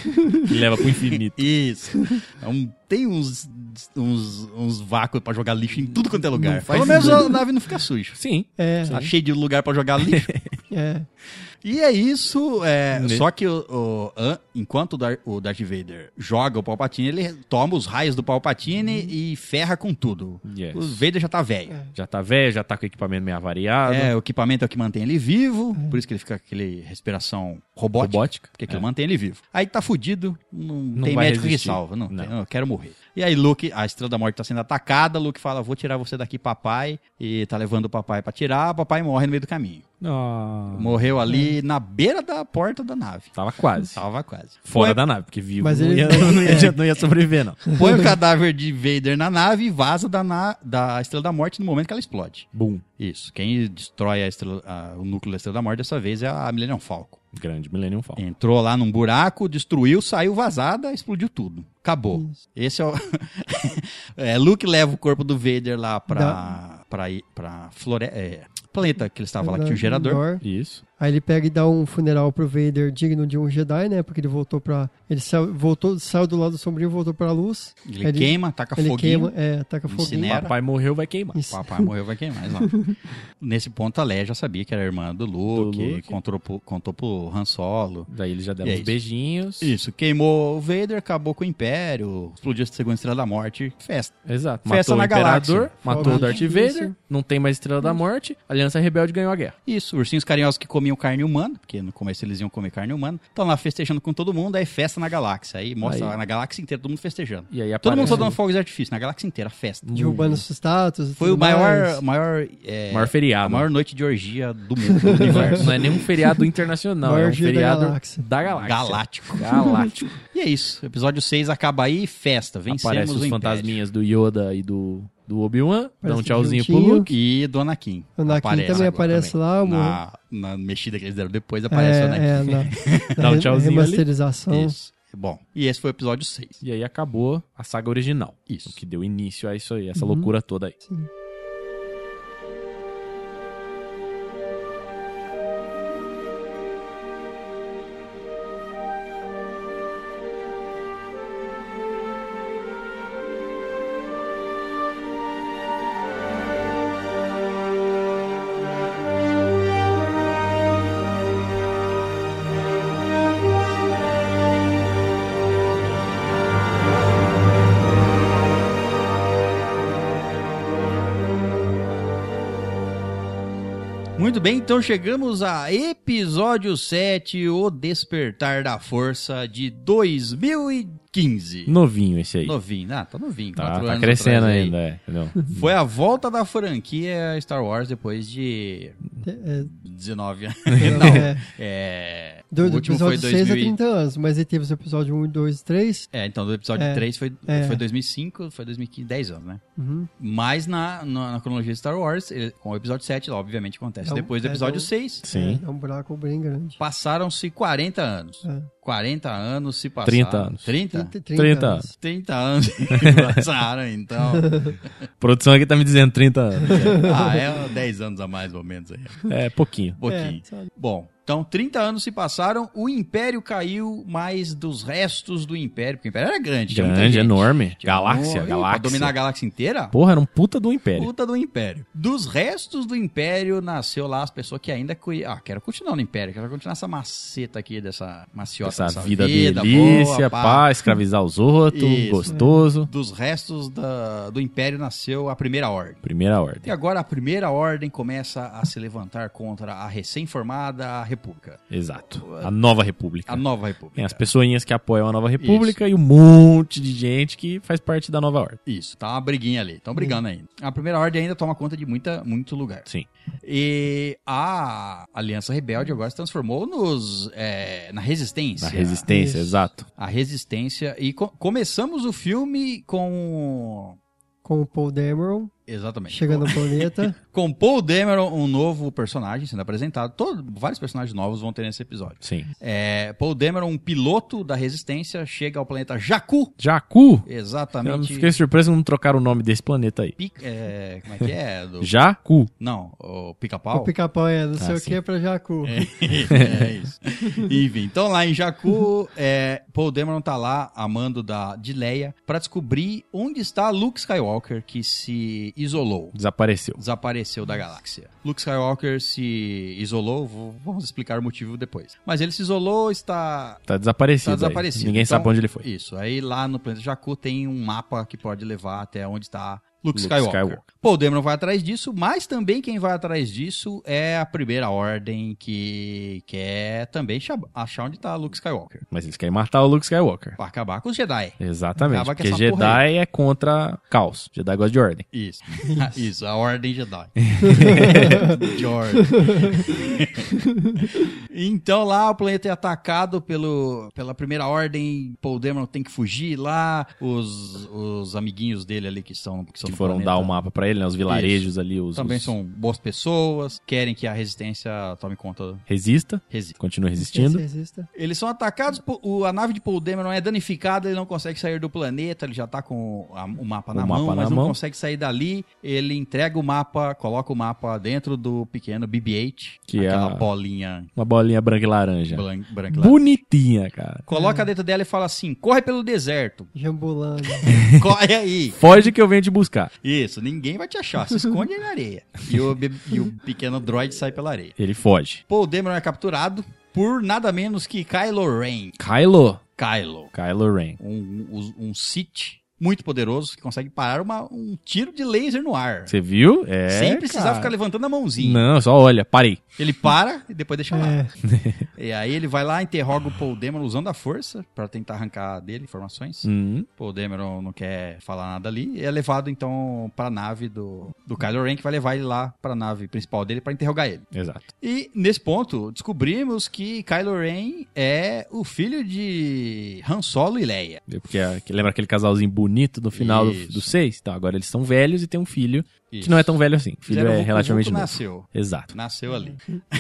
[SPEAKER 2] que leva pro infinito.
[SPEAKER 1] Isso. É um- tem uns, uns, uns vácuos pra jogar lixo em tudo quanto é lugar.
[SPEAKER 2] faz
[SPEAKER 1] Pelo menos a nave não fica suja.
[SPEAKER 2] Sim.
[SPEAKER 3] É,
[SPEAKER 1] Tá cheio de lugar pra jogar lixo.
[SPEAKER 3] é.
[SPEAKER 1] e é isso. é,
[SPEAKER 2] Né?
[SPEAKER 1] só que o, o- an- enquanto o, Dar- o Darth Vader joga o Palpatine, ele toma os raios do Palpatine e ferra com tudo.
[SPEAKER 2] Yes.
[SPEAKER 1] O Vader já tá velho.
[SPEAKER 2] Já tá velho, já tá com o equipamento meio avariado.
[SPEAKER 1] É, o equipamento é o que mantém ele vivo, por isso que ele fica com aquele respiração robótica.
[SPEAKER 2] robótica.
[SPEAKER 1] Porque aquilo mantém ele vivo. Aí tá fudido, não,
[SPEAKER 2] É. Não
[SPEAKER 1] tem
[SPEAKER 2] vai
[SPEAKER 1] médico que
[SPEAKER 2] resistir.
[SPEAKER 1] salva. Não,
[SPEAKER 2] Não.
[SPEAKER 1] tem, não, eu quero morrer. E aí Luke, a Estrela da Morte tá sendo atacada, Luke fala, vou tirar você daqui, papai. E tá levando o papai pra tirar, o papai morre no meio do caminho.
[SPEAKER 2] Ah.
[SPEAKER 1] Morreu
[SPEAKER 2] É.
[SPEAKER 1] ali na beira da porta da nave.
[SPEAKER 2] Tava quase.
[SPEAKER 1] Tava quase.
[SPEAKER 2] Fora
[SPEAKER 1] Põe-
[SPEAKER 2] da nave, porque vivo
[SPEAKER 3] Mas
[SPEAKER 2] não,
[SPEAKER 3] ele-
[SPEAKER 2] ia, não, [laughs] ia, adiant- não ia sobreviver, não.
[SPEAKER 1] Põe
[SPEAKER 2] [laughs]
[SPEAKER 1] o cadáver de Vader na nave e vaza da, na- da Estrela da Morte no momento que ela explode.
[SPEAKER 2] Boom.
[SPEAKER 1] Isso. Quem destrói a estrela- a- o núcleo da Estrela da Morte dessa vez é a Millennium Falcon.
[SPEAKER 2] Grande Millennium Falcon.
[SPEAKER 1] Entrou lá num buraco, destruiu, saiu vazada, explodiu tudo. Acabou. Esse é o. [laughs] é, Luke leva o corpo do Vader lá pra. pra, ir- pra flore... é, planeta que ele estava lá, que tinha o gerador.
[SPEAKER 2] Isso.
[SPEAKER 3] Aí ele pega e dá um funeral pro Vader digno de um Jedi, né? Porque ele voltou pra. Ele saiu, voltou, saiu do lado sombrio, voltou pra luz.
[SPEAKER 1] Ele,
[SPEAKER 3] Ele-
[SPEAKER 1] queima, taca
[SPEAKER 3] ele
[SPEAKER 1] foguinho.
[SPEAKER 3] queima, é, ataca foguinho.
[SPEAKER 1] Incinera. Era.
[SPEAKER 2] Papai morreu, vai queimar.
[SPEAKER 3] Isso.
[SPEAKER 1] Papai morreu, vai queimar. mas
[SPEAKER 3] [laughs]
[SPEAKER 1] não. Nesse ponto, a Leia já sabia que era irmã do Luke,
[SPEAKER 2] Do Luke.
[SPEAKER 1] Contou, pro, contou pro Han Solo.
[SPEAKER 2] Daí eles já
[SPEAKER 1] E
[SPEAKER 2] deram
[SPEAKER 1] é
[SPEAKER 2] uns
[SPEAKER 1] isso.
[SPEAKER 2] beijinhos.
[SPEAKER 1] Isso, queimou o Vader, acabou com o Império, explodiu a Segunda Estrela da Morte, festa.
[SPEAKER 2] Exato.
[SPEAKER 1] Festa
[SPEAKER 2] matou
[SPEAKER 1] na
[SPEAKER 2] o Imperador,
[SPEAKER 1] galáxia.
[SPEAKER 2] matou o
[SPEAKER 3] Fogo de
[SPEAKER 2] Darth
[SPEAKER 3] artifício.
[SPEAKER 2] Vader, não tem mais Estrela
[SPEAKER 1] Uhum.
[SPEAKER 2] da Morte, a Aliança Rebelde ganhou a guerra.
[SPEAKER 1] Isso, ursinhos carinhosos que comiam carne humana, porque no começo eles iam comer carne humana, estão lá festejando com todo mundo, aí festa na galáxia. Aí mostra
[SPEAKER 2] Aí.
[SPEAKER 1] lá na galáxia inteira, todo mundo festejando.
[SPEAKER 2] E aí
[SPEAKER 1] Todo mundo um
[SPEAKER 2] aparece...
[SPEAKER 1] soltando fogos de artifício, na galáxia inteira, festa.
[SPEAKER 3] um- Derrubando os status. e
[SPEAKER 1] Foi
[SPEAKER 3] tudo
[SPEAKER 1] o maior,
[SPEAKER 3] mais.
[SPEAKER 1] maior, é,
[SPEAKER 2] Maior
[SPEAKER 1] a
[SPEAKER 2] feriado. [laughs]
[SPEAKER 1] maior noite de orgia do mundo, do universo.
[SPEAKER 2] Não é nenhum feriado internacional,
[SPEAKER 3] Maior
[SPEAKER 2] é um
[SPEAKER 3] dia da
[SPEAKER 2] feriado
[SPEAKER 3] galáxia.
[SPEAKER 2] da galáxia.
[SPEAKER 1] Galáctico.
[SPEAKER 2] Galáctico.
[SPEAKER 1] E é isso. Episódio 6 acaba aí, festa. [laughs] Vencemos
[SPEAKER 2] Aparece
[SPEAKER 1] o
[SPEAKER 2] os
[SPEAKER 1] Império.
[SPEAKER 2] fantasminhas do Yoda e do, do Obi-Wan, dá um
[SPEAKER 3] Aparece
[SPEAKER 2] tchauzinho pro
[SPEAKER 3] juntinho.
[SPEAKER 2] Luke.
[SPEAKER 1] E do Anakin.
[SPEAKER 3] O Anakin também
[SPEAKER 1] agora Ah,
[SPEAKER 3] aparece lá, amor.
[SPEAKER 1] Na, na mexida que eles deram depois, aparece o
[SPEAKER 3] é, então.
[SPEAKER 1] Anakin. [laughs]
[SPEAKER 3] na,
[SPEAKER 2] Dá um
[SPEAKER 3] na
[SPEAKER 2] tchauzinho
[SPEAKER 3] remasterização.
[SPEAKER 1] Isso. É Bom, e esse foi o episódio 6.
[SPEAKER 2] E aí acabou a saga original.
[SPEAKER 1] Isso.
[SPEAKER 2] O que deu início a isso aí, essa
[SPEAKER 3] Uhum.
[SPEAKER 2] loucura toda aí.
[SPEAKER 1] Muito bem, então chegamos a episódio 7, O Despertar da Força de 2015.
[SPEAKER 2] Novinho esse aí.
[SPEAKER 1] Novinho, ah, tá novinho.
[SPEAKER 2] Tá,
[SPEAKER 1] quatro
[SPEAKER 2] tá
[SPEAKER 1] anos
[SPEAKER 2] crescendo
[SPEAKER 1] atrás aí.
[SPEAKER 2] ainda, é.
[SPEAKER 1] [laughs]
[SPEAKER 2] entendeu?
[SPEAKER 1] Foi a volta da franquia Star Wars depois de
[SPEAKER 3] É,
[SPEAKER 1] [laughs] 19 anos.
[SPEAKER 3] é,
[SPEAKER 1] Não,
[SPEAKER 3] é.
[SPEAKER 1] é...
[SPEAKER 3] Do,
[SPEAKER 1] o
[SPEAKER 3] do
[SPEAKER 1] último foi
[SPEAKER 3] episódio 6 a
[SPEAKER 1] 2000 e-
[SPEAKER 3] 30 anos, mas ele teve os episódios 1, 2 e 3.
[SPEAKER 1] É, então do episódio
[SPEAKER 3] É,
[SPEAKER 1] 3 foi,
[SPEAKER 3] é.
[SPEAKER 1] foi 2005, foi 2015, 10 anos, né?
[SPEAKER 3] Uhum.
[SPEAKER 1] Mas na, na, na cronologia de Star Wars, ele- com o episódio 7, lá, obviamente acontece
[SPEAKER 3] Então,
[SPEAKER 1] depois do
[SPEAKER 3] é,
[SPEAKER 1] episódio
[SPEAKER 3] então-
[SPEAKER 1] 6.
[SPEAKER 2] Sim.
[SPEAKER 3] É, é um buraco bem grande.
[SPEAKER 1] Passaram-se 40 anos.
[SPEAKER 3] É.
[SPEAKER 1] 40 anos se passaram.
[SPEAKER 2] 30 anos.
[SPEAKER 1] 30?
[SPEAKER 3] 30,
[SPEAKER 2] 30
[SPEAKER 3] anos.
[SPEAKER 1] 30 anos se passaram,
[SPEAKER 3] [laughs]
[SPEAKER 1] então.
[SPEAKER 2] Produção aqui tá me dizendo 30 anos.
[SPEAKER 1] Ah, é 10 anos a mais ou menos aí.
[SPEAKER 2] É, pouquinho.
[SPEAKER 1] Um pouquinho.
[SPEAKER 3] É, sabe?
[SPEAKER 1] Bom, então 30 anos se passaram, o Império caiu, mas dos restos do Império, porque o Império era grande. tinha muita
[SPEAKER 2] Grande,
[SPEAKER 1] gente.
[SPEAKER 2] enorme.
[SPEAKER 1] Tinha
[SPEAKER 2] Galáxia,
[SPEAKER 1] um- Ih, Pra
[SPEAKER 2] galáxia.
[SPEAKER 1] dominar a galáxia inteira?
[SPEAKER 2] Porra, era um puta do império.
[SPEAKER 1] Puta do Império. Dos restos do Império nasceu lá as pessoas que ainda. cui- Ah, quero continuar no Império, quero continuar essa maceta aqui dessa maciota.
[SPEAKER 2] Essa
[SPEAKER 1] dessa
[SPEAKER 2] vida,
[SPEAKER 1] boa,
[SPEAKER 2] delícia,
[SPEAKER 1] pá.
[SPEAKER 2] pá, escravizar os outros,
[SPEAKER 1] Isso.
[SPEAKER 2] gostoso.
[SPEAKER 1] Dos restos da- do Império nasceu a Primeira Ordem.
[SPEAKER 2] Primeira
[SPEAKER 1] E
[SPEAKER 2] ordem.
[SPEAKER 1] agora a Primeira Ordem começa a se levantar contra a recém-formada República.
[SPEAKER 2] Exato. A nova república.
[SPEAKER 1] A nova República.
[SPEAKER 2] Tem as pessoinhas que apoiam a nova república e um monte de gente que faz parte da nova ordem.
[SPEAKER 1] Isso, tá uma briguinha ali. Estão brigando ainda. A Primeira Ordem ainda toma conta de muita, muito lugar.
[SPEAKER 2] Hum. Sim.
[SPEAKER 1] E a Aliança Rebelde agora se transformou nos, é, na Resistência.
[SPEAKER 2] Na resistência,
[SPEAKER 3] Isso.
[SPEAKER 2] exato.
[SPEAKER 1] A Resistência. E co- começamos o filme com.
[SPEAKER 3] Com o Paul Dameron,
[SPEAKER 1] Exatamente.
[SPEAKER 3] chegando
[SPEAKER 1] [laughs]
[SPEAKER 3] no planeta.
[SPEAKER 1] Com Paul Dameron, um novo personagem sendo apresentado. Todo, vários personagens novos vão ter nesse episódio.
[SPEAKER 2] Sim.
[SPEAKER 1] É, Paul Dameron, um piloto da Resistência, chega ao planeta Jakku.
[SPEAKER 2] Jacu! Eu
[SPEAKER 1] Exatamente.
[SPEAKER 2] fiquei surpreso que não trocaram o nome desse planeta aí.
[SPEAKER 1] Pica- é, como é que é?
[SPEAKER 2] [laughs]
[SPEAKER 1] Do-
[SPEAKER 2] Jacu.
[SPEAKER 1] Não, o
[SPEAKER 3] o
[SPEAKER 1] pica-pau. [laughs]
[SPEAKER 3] pica-pau é não sei
[SPEAKER 2] Ah,
[SPEAKER 3] o que é pra Jacu.
[SPEAKER 1] é isso. Enfim, então lá em Jakku, é, Paul Dameron tá lá amando da, de Leia pra descobrir onde está Luke Skywalker que se isolou.
[SPEAKER 2] Desapareceu.
[SPEAKER 1] Desapareceu da galáxia. Luke Skywalker se isolou, v- vamos explicar o motivo depois. Mas ele se isolou, está
[SPEAKER 2] Tá desaparecido.
[SPEAKER 1] Tá
[SPEAKER 2] aí.
[SPEAKER 1] desaparecido.
[SPEAKER 2] Ninguém
[SPEAKER 1] Então,
[SPEAKER 2] sabe pra onde ele foi.
[SPEAKER 1] Isso. Aí lá no planeta Jakku tem um mapa que pode levar até onde está Luke,
[SPEAKER 2] Luke
[SPEAKER 1] Skywalker.
[SPEAKER 2] Skywalker.
[SPEAKER 1] Paul Dameron vai atrás disso, mas também quem vai atrás disso é a primeira ordem que quer também cha- achar onde tá Luke Skywalker.
[SPEAKER 2] Mas eles querem matar o Luke Skywalker.
[SPEAKER 1] Pra acabar com os Jedi.
[SPEAKER 2] Exatamente.
[SPEAKER 1] Acaba com
[SPEAKER 2] Porque
[SPEAKER 1] essa porra
[SPEAKER 2] Jedi é contra caos. Jedi gosta de ordem.
[SPEAKER 1] Isso. [laughs] Isso, a ordem
[SPEAKER 2] [laughs]
[SPEAKER 1] Jedi. Jordan. [laughs] então lá o planeta é atacado pelo, pela primeira ordem, Paul Dameron tem que fugir lá, os, os amiguinhos dele ali que são que, são
[SPEAKER 2] Que
[SPEAKER 1] do
[SPEAKER 2] foram
[SPEAKER 1] planeta
[SPEAKER 2] dar o mapa pra ele, né? Os vilarejos ali, os.
[SPEAKER 1] é. Também
[SPEAKER 2] os-
[SPEAKER 1] são boas pessoas, querem que a resistência tome conta,
[SPEAKER 2] Resista,
[SPEAKER 1] resista.
[SPEAKER 2] continua resistindo.
[SPEAKER 3] Resista.
[SPEAKER 1] Eles são atacados, por- o- a nave de Paul Dameron é danificada, ele não consegue sair do planeta, ele já tá com a- o mapa
[SPEAKER 2] O
[SPEAKER 1] na
[SPEAKER 2] mapa
[SPEAKER 1] mão, mas
[SPEAKER 2] na
[SPEAKER 1] não
[SPEAKER 2] mão.
[SPEAKER 1] consegue sair dali. Ele entrega o mapa, coloca o mapa dentro do pequeno BB-8,
[SPEAKER 2] Que é
[SPEAKER 1] aquela
[SPEAKER 2] a-
[SPEAKER 1] bolinha
[SPEAKER 2] Uma bolinha branca e laranja.
[SPEAKER 1] blan- branca lá.
[SPEAKER 2] Bonitinha, cara.
[SPEAKER 1] Coloca dentro dela e fala assim: corre pelo
[SPEAKER 2] [laughs]
[SPEAKER 1] deserto, [laughs]
[SPEAKER 3] Jambolando.
[SPEAKER 1] corre aí.
[SPEAKER 2] Foge que eu venho te buscar.
[SPEAKER 1] Isso, ninguém vai te achar, se esconde aí na areia. E o, be- e o pequeno droid sai pela areia.
[SPEAKER 2] Ele foge.
[SPEAKER 1] Paul Dameron é capturado por nada menos que Kylo Ren.
[SPEAKER 2] Kylo.
[SPEAKER 1] Kylo,
[SPEAKER 2] Kylo Ren.
[SPEAKER 1] um, um, um Sith muito poderoso que consegue parar uma- um tiro de laser no ar.
[SPEAKER 2] Você viu? É.
[SPEAKER 1] sem precisar
[SPEAKER 2] cara.
[SPEAKER 1] ficar levantando a mãozinha.
[SPEAKER 2] Não, só olha, parei.
[SPEAKER 1] Ele para e depois deixa lá.
[SPEAKER 3] É,
[SPEAKER 1] E aí ele vai lá, interroga o Paul Dameron usando a força pra tentar arrancar dele informações.
[SPEAKER 2] Hum.
[SPEAKER 1] Paul Dameron não quer falar nada ali. E é levado então pra nave do, do Kylo Ren, que vai levar ele lá pra nave principal dele pra interrogar ele.
[SPEAKER 2] Exato.
[SPEAKER 1] E nesse ponto, descobrimos que Kylo Ren é o filho de Han Solo e Leia.
[SPEAKER 2] Porque é- que- lembra aquele casalzinho bonito no final do,
[SPEAKER 1] Isso.
[SPEAKER 2] do seis? Então, agora eles são velhos e tem um filho que não é tão velho assim. O filho
[SPEAKER 1] Fizeram um
[SPEAKER 2] é
[SPEAKER 1] Vucu
[SPEAKER 2] relativamente
[SPEAKER 1] Vucu
[SPEAKER 2] novo.
[SPEAKER 1] nasceu.
[SPEAKER 2] Exato,
[SPEAKER 1] Nasceu ali.
[SPEAKER 3] Uhum.
[SPEAKER 1] [laughs]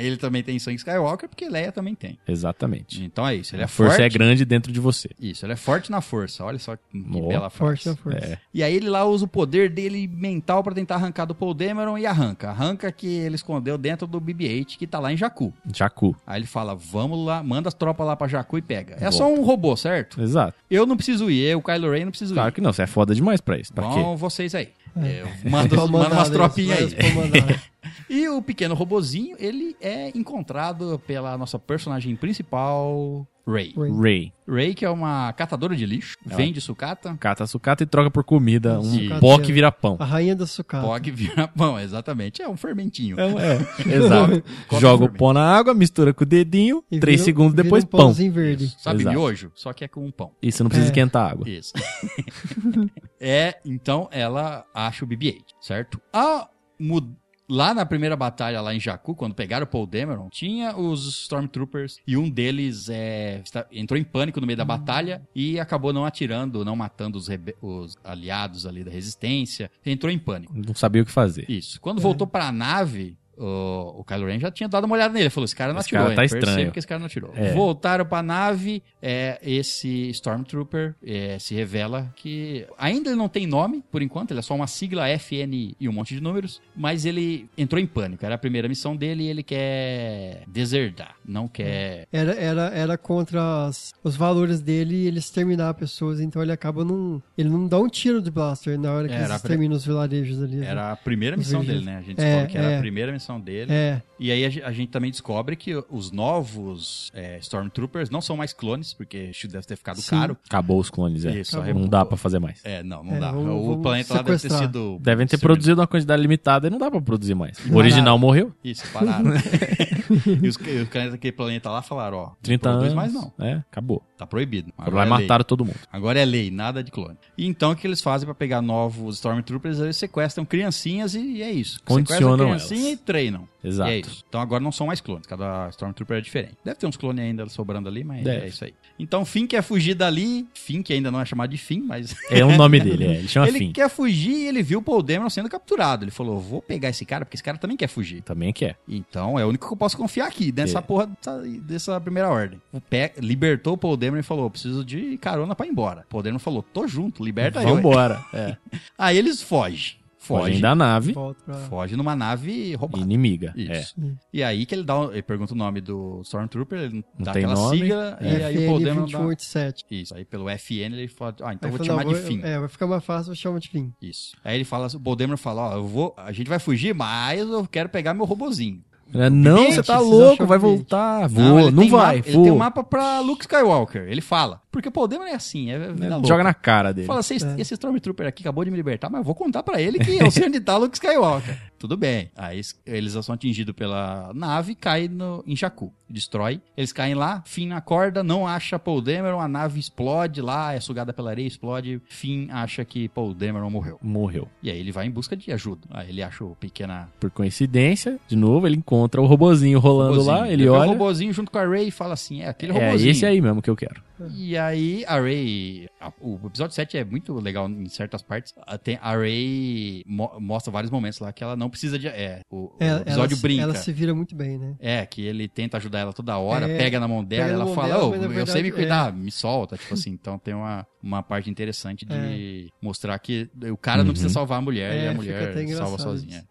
[SPEAKER 1] ele também tem sangue Skywalker, porque Leia também tem.
[SPEAKER 2] exatamente.
[SPEAKER 1] Então é isso, ele é
[SPEAKER 2] a força
[SPEAKER 1] forte.
[SPEAKER 2] é grande dentro de você.
[SPEAKER 1] Isso, ele é forte na força. Olha só que
[SPEAKER 2] Ó,
[SPEAKER 1] bela frase.
[SPEAKER 3] forte na força.
[SPEAKER 2] É.
[SPEAKER 1] E aí ele lá usa o poder dele mental pra tentar arrancar do Paul Dameron e arranca. Arranca que ele escondeu dentro do BB-8 que tá lá em Jakku.
[SPEAKER 2] Jacu.
[SPEAKER 1] Aí ele fala, vamos lá, manda as tropas lá pra Jakku e pega. É
[SPEAKER 2] Volta.
[SPEAKER 1] só um robô, certo?
[SPEAKER 2] Exato.
[SPEAKER 1] Eu não preciso ir, eu, o Kylo Ren, não preciso
[SPEAKER 2] Claro
[SPEAKER 1] ir.
[SPEAKER 2] que não, você é foda demais pra isso. Pra
[SPEAKER 1] Vão vocês aí.
[SPEAKER 3] É.
[SPEAKER 1] Eu
[SPEAKER 3] [laughs]
[SPEAKER 1] mando,
[SPEAKER 3] pra
[SPEAKER 1] mando
[SPEAKER 3] mandar
[SPEAKER 1] umas
[SPEAKER 3] mesmo,
[SPEAKER 1] tropinhas aí.
[SPEAKER 3] mas
[SPEAKER 1] [laughs]
[SPEAKER 3] pra mandar.
[SPEAKER 1] E o pequeno robozinho, ele é encontrado pela nossa personagem principal, Ray.
[SPEAKER 2] quê?
[SPEAKER 3] Ray.
[SPEAKER 2] Ray.
[SPEAKER 1] Ray, que é uma catadora de lixo,
[SPEAKER 2] Ela-
[SPEAKER 1] vende sucata,
[SPEAKER 2] Cata a sucata e troca por comida. Um
[SPEAKER 1] Sucateiro.
[SPEAKER 2] pó que vira pão.
[SPEAKER 3] A rainha da sucata.
[SPEAKER 1] pog vira [laughs] pão, exatamente. É um fermentinho.
[SPEAKER 2] Ah, tá. É,
[SPEAKER 1] [laughs]
[SPEAKER 2] é, exato.
[SPEAKER 1] Come
[SPEAKER 2] Joga o
[SPEAKER 1] vermelho.
[SPEAKER 2] pó na água, mistura com o dedinho,
[SPEAKER 3] E
[SPEAKER 2] três
[SPEAKER 3] vira-
[SPEAKER 2] segundos
[SPEAKER 3] vira
[SPEAKER 2] depois,
[SPEAKER 3] um
[SPEAKER 2] pão.
[SPEAKER 3] pãozinho verde.
[SPEAKER 1] Isso. Sabe
[SPEAKER 2] Exato.
[SPEAKER 1] miojo? Só que é com um pão.
[SPEAKER 2] E você não precisa
[SPEAKER 3] É.
[SPEAKER 2] esquentar a água.
[SPEAKER 1] Isso. [laughs] é, então ela acha o BB-8, certo? A mu- Lá na primeira batalha, lá em Jakku, quando pegaram o Paul Dameron, tinha os Stormtroopers e um deles é, está- entrou em pânico no meio da batalha e acabou não atirando, não matando os, rebe- os aliados ali da resistência. Entrou em pânico.
[SPEAKER 2] Não sabia o que fazer.
[SPEAKER 1] Isso. Quando voltou pra nave, o, o Kylo Ren já tinha dado uma olhada nele. Ele Falou: esse cara não
[SPEAKER 2] Esse
[SPEAKER 1] atirou.
[SPEAKER 2] cara tá
[SPEAKER 1] hein? Percebo
[SPEAKER 2] estranho.
[SPEAKER 1] que esse cara não atirou.
[SPEAKER 2] É.
[SPEAKER 1] Voltaram pra nave, é, esse Stormtrooper é, se revela que ainda ele não tem nome, por enquanto, ele é só uma sigla FN e um monte de números, mas ele entrou em pânico. Era a primeira missão dele e ele quer deserdar, não quer.
[SPEAKER 2] É.
[SPEAKER 3] Era, era, era contra as- os valores dele e ele exterminar pessoas, então ele acaba não. Ele não dá um tiro de blaster na hora que
[SPEAKER 1] Era
[SPEAKER 3] eles
[SPEAKER 1] a pre-
[SPEAKER 3] exterminam os vilarejos ali. né?
[SPEAKER 1] Era a primeira missão dele, né? A gente
[SPEAKER 3] É,
[SPEAKER 1] descobre que era a
[SPEAKER 3] é.
[SPEAKER 1] primeira missão dele.
[SPEAKER 3] É,
[SPEAKER 1] E aí a ge- a gente também descobre que os novos é, Stormtroopers não são mais clones, porque isso deve ter ficado
[SPEAKER 3] Sim.
[SPEAKER 1] caro.
[SPEAKER 2] Acabou os clones, é.
[SPEAKER 1] Isso,
[SPEAKER 3] Acabou.
[SPEAKER 2] Não dá pra fazer mais.
[SPEAKER 1] É, não, não
[SPEAKER 3] É,
[SPEAKER 1] dá.
[SPEAKER 3] vamos-
[SPEAKER 1] o
[SPEAKER 3] vamos
[SPEAKER 1] planeta lá deve ter
[SPEAKER 3] sequestrar.
[SPEAKER 1] sido.
[SPEAKER 2] Devem ter
[SPEAKER 1] distribuído.
[SPEAKER 2] produzido uma quantidade limitada e não dá pra produzir mais. O
[SPEAKER 3] Não
[SPEAKER 2] original
[SPEAKER 3] dá.
[SPEAKER 2] morreu.
[SPEAKER 1] Isso,
[SPEAKER 3] [laughs]
[SPEAKER 1] pararam. e os, e os caras daquele planeta lá falaram: ó,
[SPEAKER 2] 30
[SPEAKER 1] não produz mais
[SPEAKER 2] anos.
[SPEAKER 1] não.
[SPEAKER 2] É, acabou.
[SPEAKER 1] Tá proibido.
[SPEAKER 2] Foram lá e
[SPEAKER 1] é lei.
[SPEAKER 2] mataram todo mundo.
[SPEAKER 1] Agora é lei, nada de clone. E então o que eles fazem pra pegar novos Stormtroopers? Eles sequestram criancinhas e, e é isso. sequestram
[SPEAKER 2] Condicionam
[SPEAKER 1] criancinha
[SPEAKER 2] elas.
[SPEAKER 1] e treinam.
[SPEAKER 2] Exato.
[SPEAKER 1] E é isso. Então agora não são mais clones, cada Stormtrooper é diferente. Deve ter uns clones ainda sobrando ali, mas
[SPEAKER 2] Deve.
[SPEAKER 1] é isso aí. Então Finn quer fugir dali, Finn que ainda não é chamado de Finn, mas
[SPEAKER 2] É o nome dele, é. Ele
[SPEAKER 1] [laughs]
[SPEAKER 2] chama
[SPEAKER 1] ele
[SPEAKER 2] Finn.
[SPEAKER 1] quer fugir e ele viu o Paul Dameron sendo capturado. Ele falou, vou pegar esse cara porque esse cara também quer fugir.
[SPEAKER 2] Também que é.
[SPEAKER 1] Então é o único que eu posso confiar aqui, nessa
[SPEAKER 2] É.
[SPEAKER 1] porra dessa, dessa primeira ordem. O pé libertou o Paul Dameron e falou, preciso de carona pra ir embora. O Paul Dameron falou, tô junto, liberta eu.
[SPEAKER 2] Vambora. É.
[SPEAKER 1] Aí eles fogem.
[SPEAKER 2] Fogem
[SPEAKER 1] Fogem.
[SPEAKER 2] da nave
[SPEAKER 3] volta pra.
[SPEAKER 1] Fogem numa nave roubada.
[SPEAKER 2] inimiga. É.
[SPEAKER 1] Isso. E aí que ele dá, ele pergunta o nome do Stormtrooper, ele dá
[SPEAKER 2] tem
[SPEAKER 1] aquela
[SPEAKER 2] nome. É.
[SPEAKER 1] sigla, e aí o Paul
[SPEAKER 3] FN
[SPEAKER 1] Dameron dá...
[SPEAKER 3] 2187.
[SPEAKER 1] Isso, aí pelo FN ele fala, ah, então eu
[SPEAKER 3] Aí
[SPEAKER 1] vou te
[SPEAKER 3] fala,
[SPEAKER 1] chamar
[SPEAKER 3] não,
[SPEAKER 1] de Finn.
[SPEAKER 3] É, vai ficar mais fácil, eu chamo de Finn.
[SPEAKER 1] Isso. Aí ele fala, o Boldemiro fala, ó, eu vou, a gente vai fugir, mas eu quero pegar meu robozinho.
[SPEAKER 2] É, não,
[SPEAKER 1] Vidente,
[SPEAKER 2] você tá
[SPEAKER 3] vocês
[SPEAKER 2] louco,
[SPEAKER 3] acham
[SPEAKER 2] vai
[SPEAKER 3] que-
[SPEAKER 1] Não,
[SPEAKER 2] voltar, voa,
[SPEAKER 1] ele
[SPEAKER 2] não
[SPEAKER 1] tem
[SPEAKER 2] vai,
[SPEAKER 1] mapa- ele tem um
[SPEAKER 2] voa.
[SPEAKER 1] mapa pra Luke Skywalker. Ele fala. Porque pô, o Demon é assim, é, é vida louca.
[SPEAKER 2] Né, Joga na cara dele.
[SPEAKER 1] Fala, "Cês-
[SPEAKER 3] É.
[SPEAKER 1] esse Stormtrooper aqui acabou de me libertar, mas eu vou contar pra ele que eu sei [laughs] onde tá Luke Skywalker. Tudo bem. Aí es- eles são atingidos pela nave, caem no, em Jakku. Destrói. Eles caem lá, Finn na corda, não acha Paul Dameron, a nave explode lá, é sugada pela areia, explode. Finn acha que Paul Dameron morreu.
[SPEAKER 2] Morreu.
[SPEAKER 1] E aí ele vai em busca de ajuda. Aí ele acha o pequena...
[SPEAKER 2] Por coincidência, de novo, ele encontra o robozinho rolando lá,
[SPEAKER 1] robozinho.
[SPEAKER 2] ele
[SPEAKER 1] vê o
[SPEAKER 2] olha.
[SPEAKER 1] robozinho junto com a Rey e fala assim, é aquele
[SPEAKER 2] é
[SPEAKER 1] robozinho.
[SPEAKER 2] esse aí mesmo que eu quero.
[SPEAKER 1] E aí, a Ray. a- O episódio 7 é muito legal em certas partes. A, tem, a Ray mo- mostra vários momentos lá que ela não precisa de. É, o, o
[SPEAKER 3] Ela-
[SPEAKER 1] episódio
[SPEAKER 3] ela,
[SPEAKER 1] brinca.
[SPEAKER 3] Ela se vira muito bem, né?
[SPEAKER 1] É, que ele tenta ajudar ela toda hora,
[SPEAKER 3] É,
[SPEAKER 1] pega na mão dela,
[SPEAKER 3] pega na
[SPEAKER 1] ela
[SPEAKER 3] mão
[SPEAKER 1] fala,
[SPEAKER 3] dela,
[SPEAKER 1] "Ô,
[SPEAKER 3] mas na
[SPEAKER 1] eu sei me
[SPEAKER 3] verdade, é
[SPEAKER 1] cuidar, me solta. Tipo assim, então tem uma, uma parte interessante de mostrar que o cara não precisa
[SPEAKER 2] Uhum.
[SPEAKER 1] salvar a mulher
[SPEAKER 3] É,
[SPEAKER 1] e a
[SPEAKER 3] fica
[SPEAKER 1] mulher
[SPEAKER 3] até engraçado
[SPEAKER 1] salva
[SPEAKER 3] isso.
[SPEAKER 1] sozinha.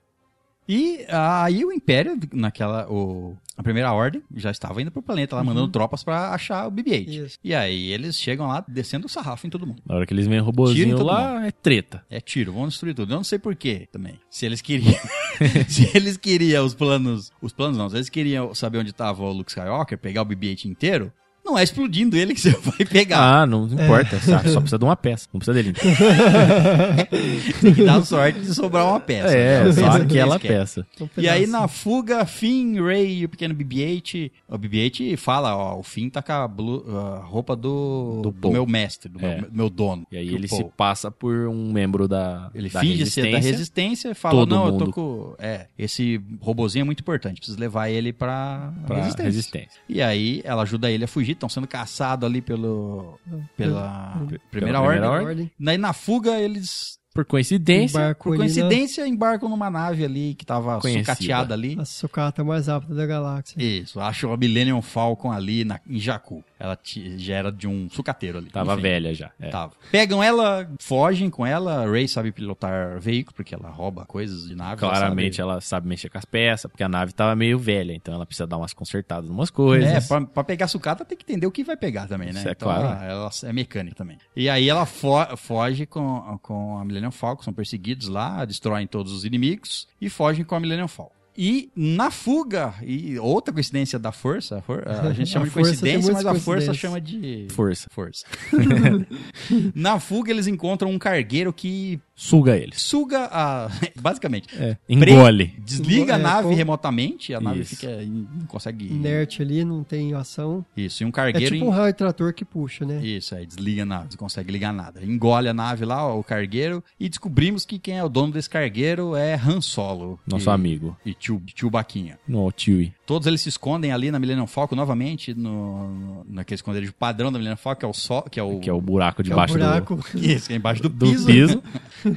[SPEAKER 1] E aí o Império, naquela. O, a primeira ordem, já estava indo pro planeta lá,
[SPEAKER 3] Uhum.
[SPEAKER 1] mandando tropas pra achar o BB-8.
[SPEAKER 3] Isso.
[SPEAKER 1] E aí eles chegam lá descendo o sarrafo em todo mundo.
[SPEAKER 2] Na hora que eles veem
[SPEAKER 1] Tira
[SPEAKER 2] o
[SPEAKER 1] em
[SPEAKER 2] robozinho
[SPEAKER 1] todo
[SPEAKER 2] lá, é treta.
[SPEAKER 1] É tiro, vão destruir tudo. Eu não sei porquê também. Se eles queriam. [laughs] se eles queriam os planos. Os planos não, se eles queriam saber onde tava o Luke Skywalker, pegar o BB-8 inteiro, não é explodindo ele que você [laughs] vai pegar.
[SPEAKER 2] Ah, não
[SPEAKER 1] É.
[SPEAKER 2] importa, sabe? só precisa de uma peça, não precisa
[SPEAKER 1] [laughs]
[SPEAKER 2] dele.
[SPEAKER 1] Tem que dar sorte de sobrar uma peça.
[SPEAKER 2] É,
[SPEAKER 1] né?
[SPEAKER 2] só
[SPEAKER 1] Pensa que
[SPEAKER 2] aquela
[SPEAKER 1] eles querem.
[SPEAKER 2] peça.
[SPEAKER 3] Então,
[SPEAKER 1] E aí
[SPEAKER 3] pedaço.
[SPEAKER 1] na fuga, Finn, Ray e o pequeno BB-8. O BB-8 fala, ó, o Finn tá com a, blu- a roupa do,
[SPEAKER 2] Do
[SPEAKER 1] do,
[SPEAKER 2] Paul.
[SPEAKER 1] meu mestre, do
[SPEAKER 2] É.
[SPEAKER 1] meu, meu dono.
[SPEAKER 2] E aí
[SPEAKER 1] do
[SPEAKER 2] ele se
[SPEAKER 1] Paul.
[SPEAKER 2] passa por um membro da,
[SPEAKER 1] Ele
[SPEAKER 2] da
[SPEAKER 1] finge ser
[SPEAKER 2] resistência.
[SPEAKER 1] da resistência e fala:
[SPEAKER 2] Todo
[SPEAKER 1] Não, eu
[SPEAKER 2] mundo.
[SPEAKER 1] tô com. É, esse robozinho é muito importante, preciso levar ele pra,
[SPEAKER 2] pra resistência.
[SPEAKER 1] resistência. E aí ela ajuda ele a fugir, estão sendo caçados ali pelo, pela primeira,
[SPEAKER 2] primeira
[SPEAKER 1] ordem. Um
[SPEAKER 2] ordem.
[SPEAKER 1] Daí na fuga eles,
[SPEAKER 2] Por coincidência,
[SPEAKER 3] Embarcou
[SPEAKER 1] por
[SPEAKER 3] Um ali na-
[SPEAKER 1] coincidência, embarcam numa nave ali que tava
[SPEAKER 2] Conhecida.
[SPEAKER 1] sucateada ali.
[SPEAKER 3] A sucata mais rápida da galáxia.
[SPEAKER 1] Isso, acham a Millennium Falcon ali na, em Jakku. Ela ti- já era de um sucateiro ali.
[SPEAKER 2] tava
[SPEAKER 1] Enfim.
[SPEAKER 2] velha já. é.
[SPEAKER 1] Tava. Pegam ela, fogem com ela. A Ray sabe pilotar veículo, porque ela rouba coisas de nave. ela
[SPEAKER 2] Claramente
[SPEAKER 1] sabe- é
[SPEAKER 2] ela sabe mexer com as peças, porque a nave tava meio velha, então ela precisa dar umas consertadas em umas coisas.
[SPEAKER 1] É, pra, pra pegar sucata tem que entender o que vai pegar também, né?
[SPEAKER 2] Isso é claro.
[SPEAKER 1] Ela, ela é mecânica também. E aí ela fo- foge com, com a Millennium Falcon, são perseguidos lá, destroem todos os inimigos e fogem com a Millennium Falcon. E na fuga, e outra coincidência da força, a, for-
[SPEAKER 3] [laughs]
[SPEAKER 1] a gente
[SPEAKER 3] A
[SPEAKER 1] chama de
[SPEAKER 3] força tem
[SPEAKER 1] coincidência,
[SPEAKER 3] muitas
[SPEAKER 1] mas a força
[SPEAKER 3] coincidências.
[SPEAKER 1] chama de
[SPEAKER 2] Força.
[SPEAKER 1] força. [laughs] na fuga eles encontram um cargueiro que
[SPEAKER 2] Suga eles.
[SPEAKER 1] suga a... [laughs] basicamente,
[SPEAKER 2] É. Engole.
[SPEAKER 1] desliga a
[SPEAKER 3] É,
[SPEAKER 1] nave
[SPEAKER 3] com-
[SPEAKER 1] remotamente, a nave
[SPEAKER 2] Isso.
[SPEAKER 1] fica... não consegue...
[SPEAKER 3] Um Inerte ali, não tem ação.
[SPEAKER 1] Isso, e um
[SPEAKER 3] É
[SPEAKER 1] cargueiro...
[SPEAKER 3] tipo
[SPEAKER 1] em-
[SPEAKER 3] um raio trator que puxa, né?
[SPEAKER 1] Isso, aí desliga a nave, não consegue ligar nada. Engole a nave lá, ó, o cargueiro, e descobrimos que quem é o dono desse cargueiro é Han Solo.
[SPEAKER 2] Nosso
[SPEAKER 1] e,
[SPEAKER 2] amigo.
[SPEAKER 1] E tio, tio Baquinha.
[SPEAKER 2] No Tiwi.
[SPEAKER 1] Todos eles se escondem ali na Millennium Falcon novamente, no, no- naquele esconderijo padrão da Millennium Falcon, que é o sol, que é o...
[SPEAKER 2] Que é o buraco
[SPEAKER 3] É o
[SPEAKER 2] debaixo do,
[SPEAKER 3] buraco.
[SPEAKER 1] [laughs] Isso, que é embaixo do
[SPEAKER 2] do
[SPEAKER 1] piso.
[SPEAKER 2] piso.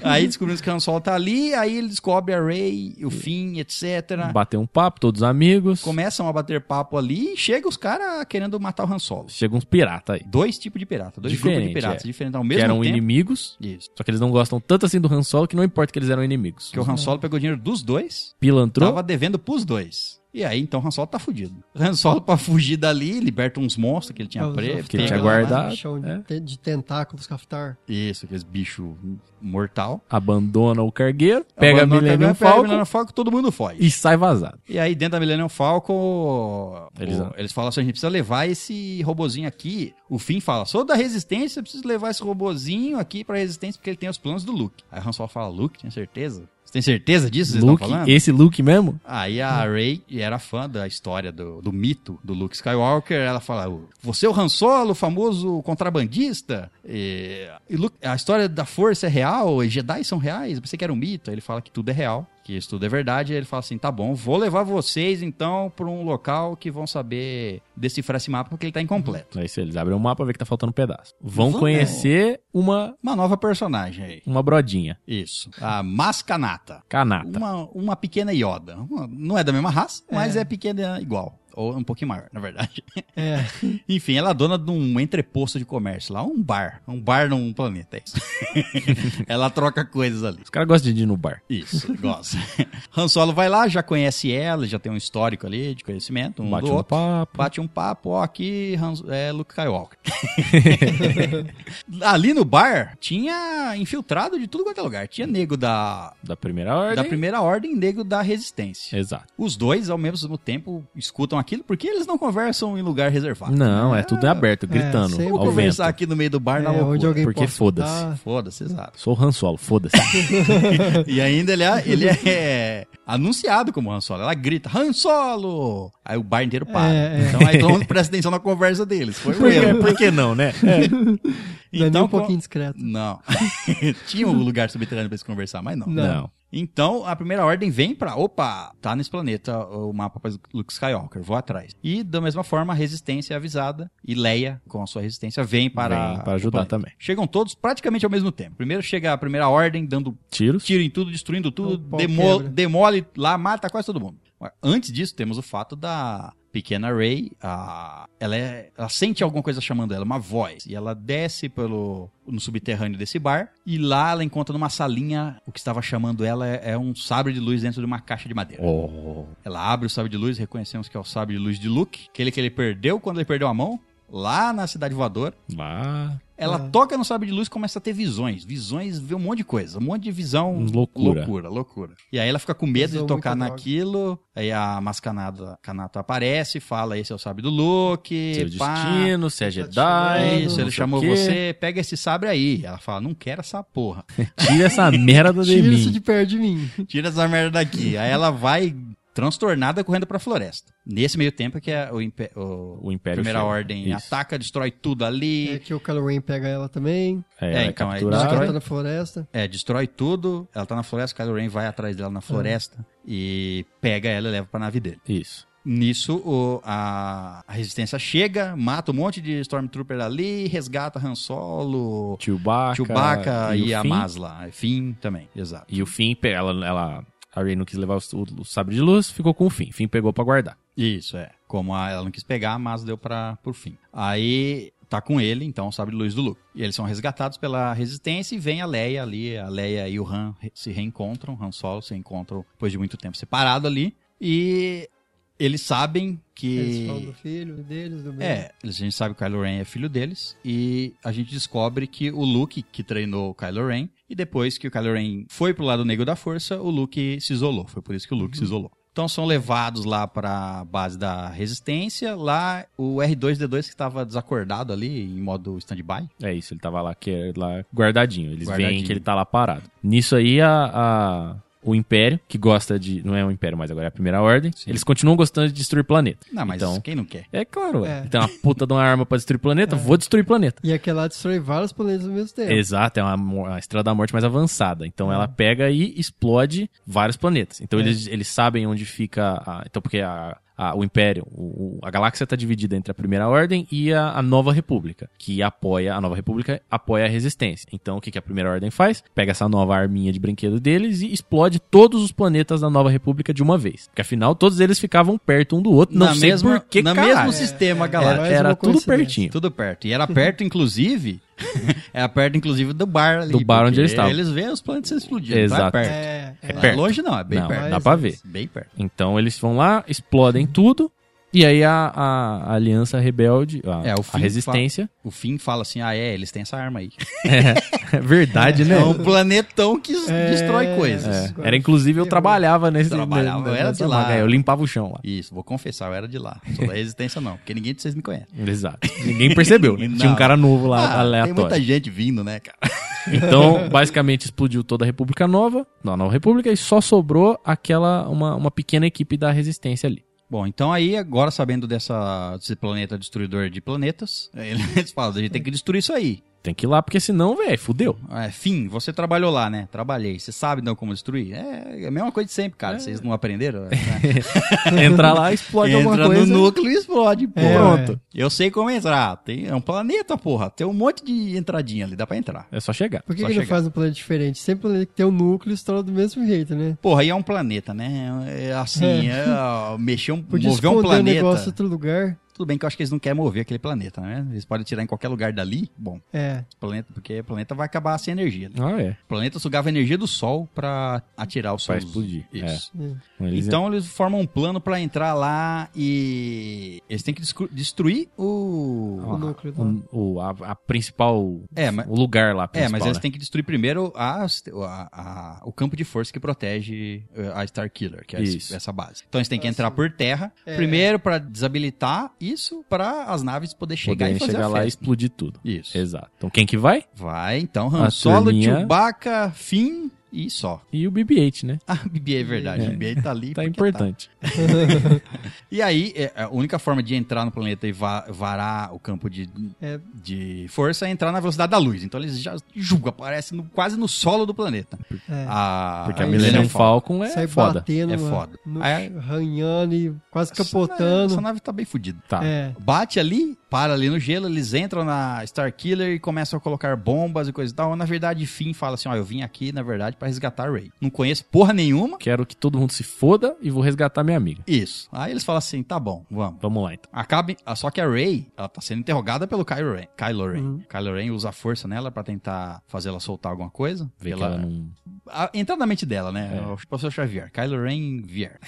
[SPEAKER 1] Aí descobrimos que Han Solo tá ali, aí ele descobre a Rey, o Finn, etc.
[SPEAKER 2] Bater um papo, todos amigos.
[SPEAKER 1] Começam a bater papo ali e chega os caras querendo matar o Han Solo.
[SPEAKER 2] Chega uns piratas aí.
[SPEAKER 1] Dois tipos de pirata, dois grupos
[SPEAKER 2] Diferente,
[SPEAKER 1] de piratas,
[SPEAKER 2] é.
[SPEAKER 1] diferentes ao
[SPEAKER 2] que
[SPEAKER 1] mesmo
[SPEAKER 2] eram
[SPEAKER 1] tempo.
[SPEAKER 2] inimigos.
[SPEAKER 1] Isso.
[SPEAKER 2] Só que eles não gostam tanto assim do Han Solo que não importa que eles eram inimigos.
[SPEAKER 1] Porque o Han Solo pegou dinheiro dos dois,
[SPEAKER 2] Pilantrou.
[SPEAKER 1] tava devendo pros dois. E aí, então, o Han Solo tá fudido. O Han Solo, pra fugir dali, liberta uns monstros que ele tinha
[SPEAKER 3] é Os- os
[SPEAKER 1] preso.
[SPEAKER 2] que ele tinha
[SPEAKER 3] caras
[SPEAKER 1] pega-
[SPEAKER 3] lá,
[SPEAKER 2] guardado,
[SPEAKER 3] um chão de
[SPEAKER 2] é.
[SPEAKER 3] te- De tentáculos, caftar.
[SPEAKER 1] Isso, aqueles bichos mortal.
[SPEAKER 2] abandona o cargueiro, pega a
[SPEAKER 1] Abandona
[SPEAKER 2] Millennium
[SPEAKER 1] caminhão, pega a
[SPEAKER 2] Falcon
[SPEAKER 1] Millennium Falcon, todo mundo foge.
[SPEAKER 2] e sai vazado.
[SPEAKER 1] E aí, dentro da Millennium Falcon,
[SPEAKER 2] Eles-
[SPEAKER 1] eles, o, eles falam assim, a gente precisa levar esse robozinho aqui. O Finn fala, sou da Resistência, eu preciso levar esse robozinho aqui pra Resistência, porque ele tem os planos do Luke. Aí o Han Solo fala, Luke, tinha certeza? Você tem certeza disso? que Vocês
[SPEAKER 2] Luke,
[SPEAKER 1] estão falando?
[SPEAKER 2] esse Luke mesmo?
[SPEAKER 1] Aí a Ray era fã da história do, do mito do Luke Skywalker. Ela fala: Você é o Han Solo, o famoso contrabandista? E, e Luke- a história da força é real? E Jedi são reais? Eu pensei que era um mito. Aí ele fala que tudo é real, que isso tudo é verdade. Aí ele fala assim: Tá bom, vou levar vocês então para um local que vão saber decifrar esse mapa porque ele tá incompleto.
[SPEAKER 2] É isso, eles abrem o mapa, vê que tá faltando um pedaço. Vão
[SPEAKER 1] Vão,
[SPEAKER 2] conhecer uma
[SPEAKER 1] Uma nova personagem aí.
[SPEAKER 2] uma brodinha,
[SPEAKER 1] Isso. A Mascanata.
[SPEAKER 2] Kanata.
[SPEAKER 1] Uma, uma pequena Yoda. Uma- não é da mesma raça, mas
[SPEAKER 3] É.
[SPEAKER 1] é pequena igual. ou um pouquinho maior, na verdade.
[SPEAKER 3] É.
[SPEAKER 1] Enfim, ela é dona de um entreposto de comércio lá, um bar. Um bar num planeta, é isso. [laughs] ela troca coisas ali.
[SPEAKER 2] Os caras gostam de ir no bar. [laughs]
[SPEAKER 1] Isso, gosta. Han Solo vai lá, já conhece ela, já tem um histórico ali de conhecimento, um
[SPEAKER 2] Bate
[SPEAKER 1] do
[SPEAKER 2] um
[SPEAKER 1] outro.
[SPEAKER 2] papo.
[SPEAKER 1] Bate um papo, ó, aqui Han- é Luke
[SPEAKER 2] [laughs]
[SPEAKER 1] Skywalker. ali no bar tinha infiltrado de tudo quanto é lugar. Tinha nego da,
[SPEAKER 2] Da primeira ordem. É.
[SPEAKER 1] da primeira ordem e nego da resistência.
[SPEAKER 2] Exato.
[SPEAKER 1] Os dois, ao mesmo tempo, escutam aquilo porque eles não conversam em lugar reservado.
[SPEAKER 2] Não, é tudo em aberto, gritando.
[SPEAKER 3] sem-
[SPEAKER 2] ao
[SPEAKER 1] Vamos conversar
[SPEAKER 2] vento.
[SPEAKER 1] aqui no meio do bar na
[SPEAKER 3] É, onde
[SPEAKER 1] loucura.
[SPEAKER 3] alguém
[SPEAKER 2] Porque
[SPEAKER 3] possa
[SPEAKER 2] foda-se.
[SPEAKER 3] escutar.
[SPEAKER 1] Foda-se, exato.
[SPEAKER 2] Sou o Han
[SPEAKER 1] [laughs]
[SPEAKER 2] Solo, foda-se.
[SPEAKER 1] E ainda ele é, ele é anunciado como Han Solo. Ela grita, Han Solo! Aí o bar inteiro para.
[SPEAKER 3] É, é.
[SPEAKER 1] Então aí todo mundo presta atenção na conversa deles. Foi um
[SPEAKER 2] Por que-
[SPEAKER 1] erro.
[SPEAKER 2] Por que não, né?
[SPEAKER 3] Não é nem um
[SPEAKER 1] co-
[SPEAKER 3] pouquinho discreto.
[SPEAKER 1] Não. [laughs] Tinha um lugar subterrâneo pra se conversar, mas não.
[SPEAKER 2] [laughs]
[SPEAKER 3] Não.
[SPEAKER 2] Não.
[SPEAKER 1] Então, a primeira ordem vem pra. Opa, tá nesse planeta o mapa pra Luke Skywalker, vou atrás. E, da mesma forma, a resistência é avisada. E Leia, com a sua resistência, vem para.
[SPEAKER 2] Vem pra ajudar
[SPEAKER 3] tá.
[SPEAKER 1] o planeta.
[SPEAKER 2] também.
[SPEAKER 1] Chegam todos praticamente ao mesmo tempo. Primeiro chega a primeira ordem, dando
[SPEAKER 2] Tiros.
[SPEAKER 1] tiro em tudo, destruindo tudo,
[SPEAKER 3] Então, O pau
[SPEAKER 1] demo-
[SPEAKER 3] quebra.
[SPEAKER 1] demole lá, mata quase todo mundo. Mas Antes disso, temos o fato da pequena Ray, a- ela, é- ela sente alguma coisa chamando ela, uma voz, e ela desce pelo no subterrâneo desse bar, e lá ela encontra numa salinha, o que estava chamando ela é, é um sabre de luz dentro de uma caixa de madeira.
[SPEAKER 2] Oh.
[SPEAKER 1] Ela abre o sabre de luz, reconhecemos que é o sabre de luz de Luke, aquele que ele perdeu quando ele perdeu a mão, lá na cidade voadora.
[SPEAKER 2] Lá.
[SPEAKER 1] Ela
[SPEAKER 3] Ah.
[SPEAKER 1] toca no sabre de luz e começa a ter visões. Visões, vê um monte de coisa. Um monte de visão.
[SPEAKER 2] Hum, Loucura.
[SPEAKER 1] Loucura, loucura. E aí ela fica com medo
[SPEAKER 3] Visão
[SPEAKER 1] de tocar
[SPEAKER 3] muito
[SPEAKER 1] naquilo. Aí a mascanada Kanata aparece, fala: Esse é o sabre do Luke.
[SPEAKER 2] Seu
[SPEAKER 1] pá.
[SPEAKER 2] destino, se é
[SPEAKER 1] É
[SPEAKER 2] Jedi.
[SPEAKER 1] Isso,
[SPEAKER 2] não
[SPEAKER 1] ele
[SPEAKER 2] sei
[SPEAKER 1] chamou
[SPEAKER 2] o quê.
[SPEAKER 1] você, pega esse sabre aí. Ela fala: Não quero essa porra. [laughs]
[SPEAKER 2] Tira essa merda de
[SPEAKER 3] Tira isso
[SPEAKER 2] mim.
[SPEAKER 3] de perto de mim.
[SPEAKER 1] Tira essa merda daqui. aí ela vai transtornada correndo pra floresta. Nesse meio tempo é que a- o, impé- o-
[SPEAKER 2] O Império
[SPEAKER 1] Primeira
[SPEAKER 2] chega.
[SPEAKER 1] Ordem
[SPEAKER 2] Isso.
[SPEAKER 1] ataca, destrói tudo ali.
[SPEAKER 3] É que o Kylo Ren pega ela também.
[SPEAKER 2] É,
[SPEAKER 1] É,
[SPEAKER 2] vai
[SPEAKER 1] então, aí
[SPEAKER 3] Ela
[SPEAKER 1] Destrói.
[SPEAKER 3] que
[SPEAKER 2] capturar.
[SPEAKER 3] tá na floresta.
[SPEAKER 1] É, destrói tudo. Ela tá na floresta, Kylo Ren vai atrás dela na floresta e pega ela e leva pra nave dele.
[SPEAKER 2] Isso.
[SPEAKER 1] Nisso, o- a, a resistência chega, mata um monte de Stormtrooper ali, resgata Han Solo,
[SPEAKER 2] Chewbacca.
[SPEAKER 1] Chewbacca e,
[SPEAKER 2] o
[SPEAKER 1] a
[SPEAKER 2] Finn.
[SPEAKER 1] Maz lá. Finn também, exato.
[SPEAKER 2] E o Finn, pe- ela, ela, a Rey não quis levar o, o- o sabre de luz, ficou com o Finn. Finn pegou pra guardar.
[SPEAKER 1] Isso, é. Como a- ela não quis pegar, a Maz deu pra, por fim. Aí tá com ele, então, o sabre de luz do Luke. E eles são resgatados pela resistência e vem a Leia ali. A Leia e o Han re- se reencontram, Han Solo se encontram depois de muito tempo separado ali. E eles sabem que...
[SPEAKER 3] Eles falam do filho deles, do meu.
[SPEAKER 1] É, a gente sabe que o Kylo Ren é filho deles e a gente descobre que o Luke que treinou o Kylo Ren e depois que o Kylo Ren foi pro lado negro da força, o Luke se isolou. Foi por isso que o
[SPEAKER 2] Uhum.
[SPEAKER 1] Luke se isolou. Então são levados lá pra base da resistência, lá o R2D2 que tava desacordado ali em modo stand-by.
[SPEAKER 2] É isso, ele tava lá, que, lá guardadinho. Eles veem
[SPEAKER 1] Guardadinho.
[SPEAKER 2] que ele tá lá parado. Nisso aí, a, a- o Império, que gosta de. Não é o Império mais agora, é a Primeira Ordem.
[SPEAKER 1] Sim.
[SPEAKER 2] Eles continuam gostando de destruir planeta.
[SPEAKER 1] Não, mas
[SPEAKER 2] Então-
[SPEAKER 1] quem não quer?
[SPEAKER 2] É claro, é.
[SPEAKER 3] É.
[SPEAKER 2] Tem uma puta de uma arma pra destruir
[SPEAKER 1] É.
[SPEAKER 2] planeta, vou destruir planeta.
[SPEAKER 3] E aquela destrói vários planetas ao mesmo tempo.
[SPEAKER 2] Exato, é uma, mo- uma estrela da morte mais avançada. Então ela pega e explode vários planetas. Então eles, eles sabem onde fica. a- então, porque a- a- o Império, o- o- a galáxia está dividida entre a Primeira Ordem e a, a Nova República, que apoia. A Nova República apoia a Resistência. Então o que, que a Primeira Ordem faz? Pega essa nova arminha de brinquedo deles e explode todos os planetas da Nova República de uma vez. Porque afinal todos eles ficavam perto um do outro. Não
[SPEAKER 1] Na
[SPEAKER 2] sei
[SPEAKER 1] mesma-
[SPEAKER 2] por que,
[SPEAKER 1] na
[SPEAKER 2] caralho. É, Uhum.
[SPEAKER 1] mesmo sistema
[SPEAKER 2] Era,
[SPEAKER 1] galáctico.
[SPEAKER 3] Mais
[SPEAKER 2] era
[SPEAKER 3] uma
[SPEAKER 2] tudo
[SPEAKER 3] coincidência.
[SPEAKER 2] pertinho.
[SPEAKER 1] Tudo perto. E era perto,
[SPEAKER 2] [laughs]
[SPEAKER 1] inclusive. era perto, inclusive, do bar ali.
[SPEAKER 2] Do bar onde
[SPEAKER 1] porque
[SPEAKER 2] eles estavam.
[SPEAKER 1] Eles veem os planetas explodindo.
[SPEAKER 2] Exato.
[SPEAKER 1] Tá perto.
[SPEAKER 3] É,
[SPEAKER 1] É
[SPEAKER 2] perto.
[SPEAKER 1] longe não, é bem
[SPEAKER 2] Não,
[SPEAKER 1] perto.
[SPEAKER 2] dá pra ver.
[SPEAKER 1] Bem perto.
[SPEAKER 2] Então eles vão lá, explodem tudo, e aí a, a- a Aliança Rebelde, a,
[SPEAKER 1] É, o
[SPEAKER 2] a
[SPEAKER 1] fim
[SPEAKER 2] Resistência.
[SPEAKER 1] O Finn fala assim: ah, é, eles têm essa arma aí.
[SPEAKER 2] É verdade, né?
[SPEAKER 1] É um planetão que
[SPEAKER 3] É,
[SPEAKER 1] destrói coisas.
[SPEAKER 2] É, Era inclusive eu trabalhava nesse.
[SPEAKER 1] Trabalhava, eu era
[SPEAKER 2] nessa
[SPEAKER 1] de lá.
[SPEAKER 2] vaga, Eu limpava o chão lá.
[SPEAKER 1] Isso, vou confessar, eu era de lá. Sou da resistência, não, porque ninguém de vocês me conhece.
[SPEAKER 2] Exato. Ninguém percebeu,
[SPEAKER 1] [laughs]
[SPEAKER 2] né?
[SPEAKER 1] Não.
[SPEAKER 2] Tinha um cara novo lá,
[SPEAKER 1] Ah, tem
[SPEAKER 2] aleatório.
[SPEAKER 1] muita gente vindo, né, cara?
[SPEAKER 2] Então, basicamente, explodiu toda a República Nova, não, a Nova República, e só sobrou aquela, uma, uma pequena equipe da Resistência ali.
[SPEAKER 1] Bom, então aí, [laughs] agora sabendo dessa, desse planeta destruidor de planetas, eles falam: a gente tem que destruir isso aí.
[SPEAKER 2] Tem que ir lá, porque senão,
[SPEAKER 1] [laughs]
[SPEAKER 2] velho, fudeu.
[SPEAKER 1] É, fim, você trabalhou lá, né? Trabalhei. Você sabe não como destruir? É, é a mesma coisa de sempre, cara. Vocês não
[SPEAKER 2] [laughs]
[SPEAKER 1] aprenderam? né?
[SPEAKER 2] Entrar lá, explode alguma
[SPEAKER 1] Entra no
[SPEAKER 2] coisa.
[SPEAKER 1] núcleo e explode, pô.
[SPEAKER 3] É,
[SPEAKER 1] Pronto. Eu sei como entrar. Tem, é um planeta, porra. Tem um monte de entradinha ali, dá pra entrar.
[SPEAKER 2] É só chegar.
[SPEAKER 3] Por que,
[SPEAKER 1] Só
[SPEAKER 3] que não
[SPEAKER 1] chegar.
[SPEAKER 3] faz um planeta diferente? Sempre um planeta que tem um núcleo estoura do mesmo jeito, né?
[SPEAKER 1] Porra, aí é um planeta, né? É assim, é, ó, mexer um,
[SPEAKER 3] [laughs] Podia
[SPEAKER 1] mover um
[SPEAKER 3] esconder
[SPEAKER 1] planeta.
[SPEAKER 3] um negócio em outro lugar.
[SPEAKER 1] Tudo bem que eu acho que eles não querem mover aquele planeta, né? Eles podem tirar em qualquer lugar dali. Bom,
[SPEAKER 3] É.
[SPEAKER 1] planeta, porque planeta vai acabar sem energia. né?
[SPEAKER 2] Ah, é.
[SPEAKER 1] O planeta sugava energia do Sol pra atirar o Sol.
[SPEAKER 2] Pra explodir. É,
[SPEAKER 1] Isso.
[SPEAKER 3] é,
[SPEAKER 2] Eles-
[SPEAKER 1] Então eles formam um plano pra entrar lá e eles têm que descru- destruir o
[SPEAKER 3] o núcleo [laughs]
[SPEAKER 2] o- o- a, a principal. né,
[SPEAKER 1] É, mas-
[SPEAKER 2] O lugar lá.
[SPEAKER 1] É,
[SPEAKER 2] Principal,
[SPEAKER 1] mas eles
[SPEAKER 2] né?
[SPEAKER 1] têm que destruir primeiro a- a- a- o campo de força que protege eh, a Star Killer, que é esse-
[SPEAKER 2] Isso.
[SPEAKER 1] essa base. Então eles têm que
[SPEAKER 3] Ah,
[SPEAKER 1] entrar
[SPEAKER 3] sim.
[SPEAKER 1] por terra,
[SPEAKER 3] É.
[SPEAKER 1] primeiro pra desabilitar isso, pra as naves poder chegar
[SPEAKER 2] Poderem
[SPEAKER 1] e fazer
[SPEAKER 2] chegar
[SPEAKER 1] a
[SPEAKER 2] lá e
[SPEAKER 1] festa.
[SPEAKER 2] explodir tudo.
[SPEAKER 1] Isso.
[SPEAKER 2] Exato. Então quem que vai?
[SPEAKER 1] Vai, então, Han
[SPEAKER 2] A
[SPEAKER 1] Solo,
[SPEAKER 2] turminha-
[SPEAKER 1] Chewbacca, Finn e só. [laughs]
[SPEAKER 2] E o BB-8, né?
[SPEAKER 1] A BB é verdade,
[SPEAKER 2] É.
[SPEAKER 1] a BB tá ali.
[SPEAKER 2] Tá
[SPEAKER 1] porque
[SPEAKER 2] importante.
[SPEAKER 1] E aí, é, a única forma de entrar no planeta e va- varar o campo de,
[SPEAKER 3] É.
[SPEAKER 1] de força é entrar na velocidade da luz. Então eles já julgam, aparece no- quase no solo do planeta.
[SPEAKER 3] É.
[SPEAKER 1] A,
[SPEAKER 2] Porque a
[SPEAKER 3] aí
[SPEAKER 2] Millennium
[SPEAKER 3] sai-
[SPEAKER 2] Falcon é
[SPEAKER 3] Sai
[SPEAKER 2] foda.
[SPEAKER 3] batendo,
[SPEAKER 1] É
[SPEAKER 3] mano,
[SPEAKER 1] foda.
[SPEAKER 3] No,
[SPEAKER 1] Aí-
[SPEAKER 3] arranhando e quase
[SPEAKER 1] Essa-
[SPEAKER 3] capotando.
[SPEAKER 1] Essa nave tá bem fodida.
[SPEAKER 2] Tá.
[SPEAKER 3] É.
[SPEAKER 1] Bate ali, para ali no gelo, eles entram na Star Killer e começam a colocar bombas e coisa e tal. Na verdade, Finn fala assim: ó, eu vim aqui, na verdade, pra resgatar a Rey. Não conheço porra nenhuma.
[SPEAKER 2] Quero que todo mundo se foda e vou resgatar minha amiga.
[SPEAKER 1] Isso. Aí eles falam assim: tá bom, vamos.
[SPEAKER 2] Vamos lá, então.
[SPEAKER 1] Acabe. ah, Só que a Rey, ela tá sendo interrogada pelo Kylo Ren. Kylo Ren,
[SPEAKER 3] Uhum.
[SPEAKER 1] Kylo Ren usa a força nela pra tentar fazer ela soltar alguma coisa.
[SPEAKER 2] Vê que
[SPEAKER 1] Ela- é.
[SPEAKER 2] ela não...
[SPEAKER 1] a- entrar na mente dela, né?
[SPEAKER 2] É.
[SPEAKER 1] O professor Xavier, Kylo Ren
[SPEAKER 2] [laughs]
[SPEAKER 1] Vier.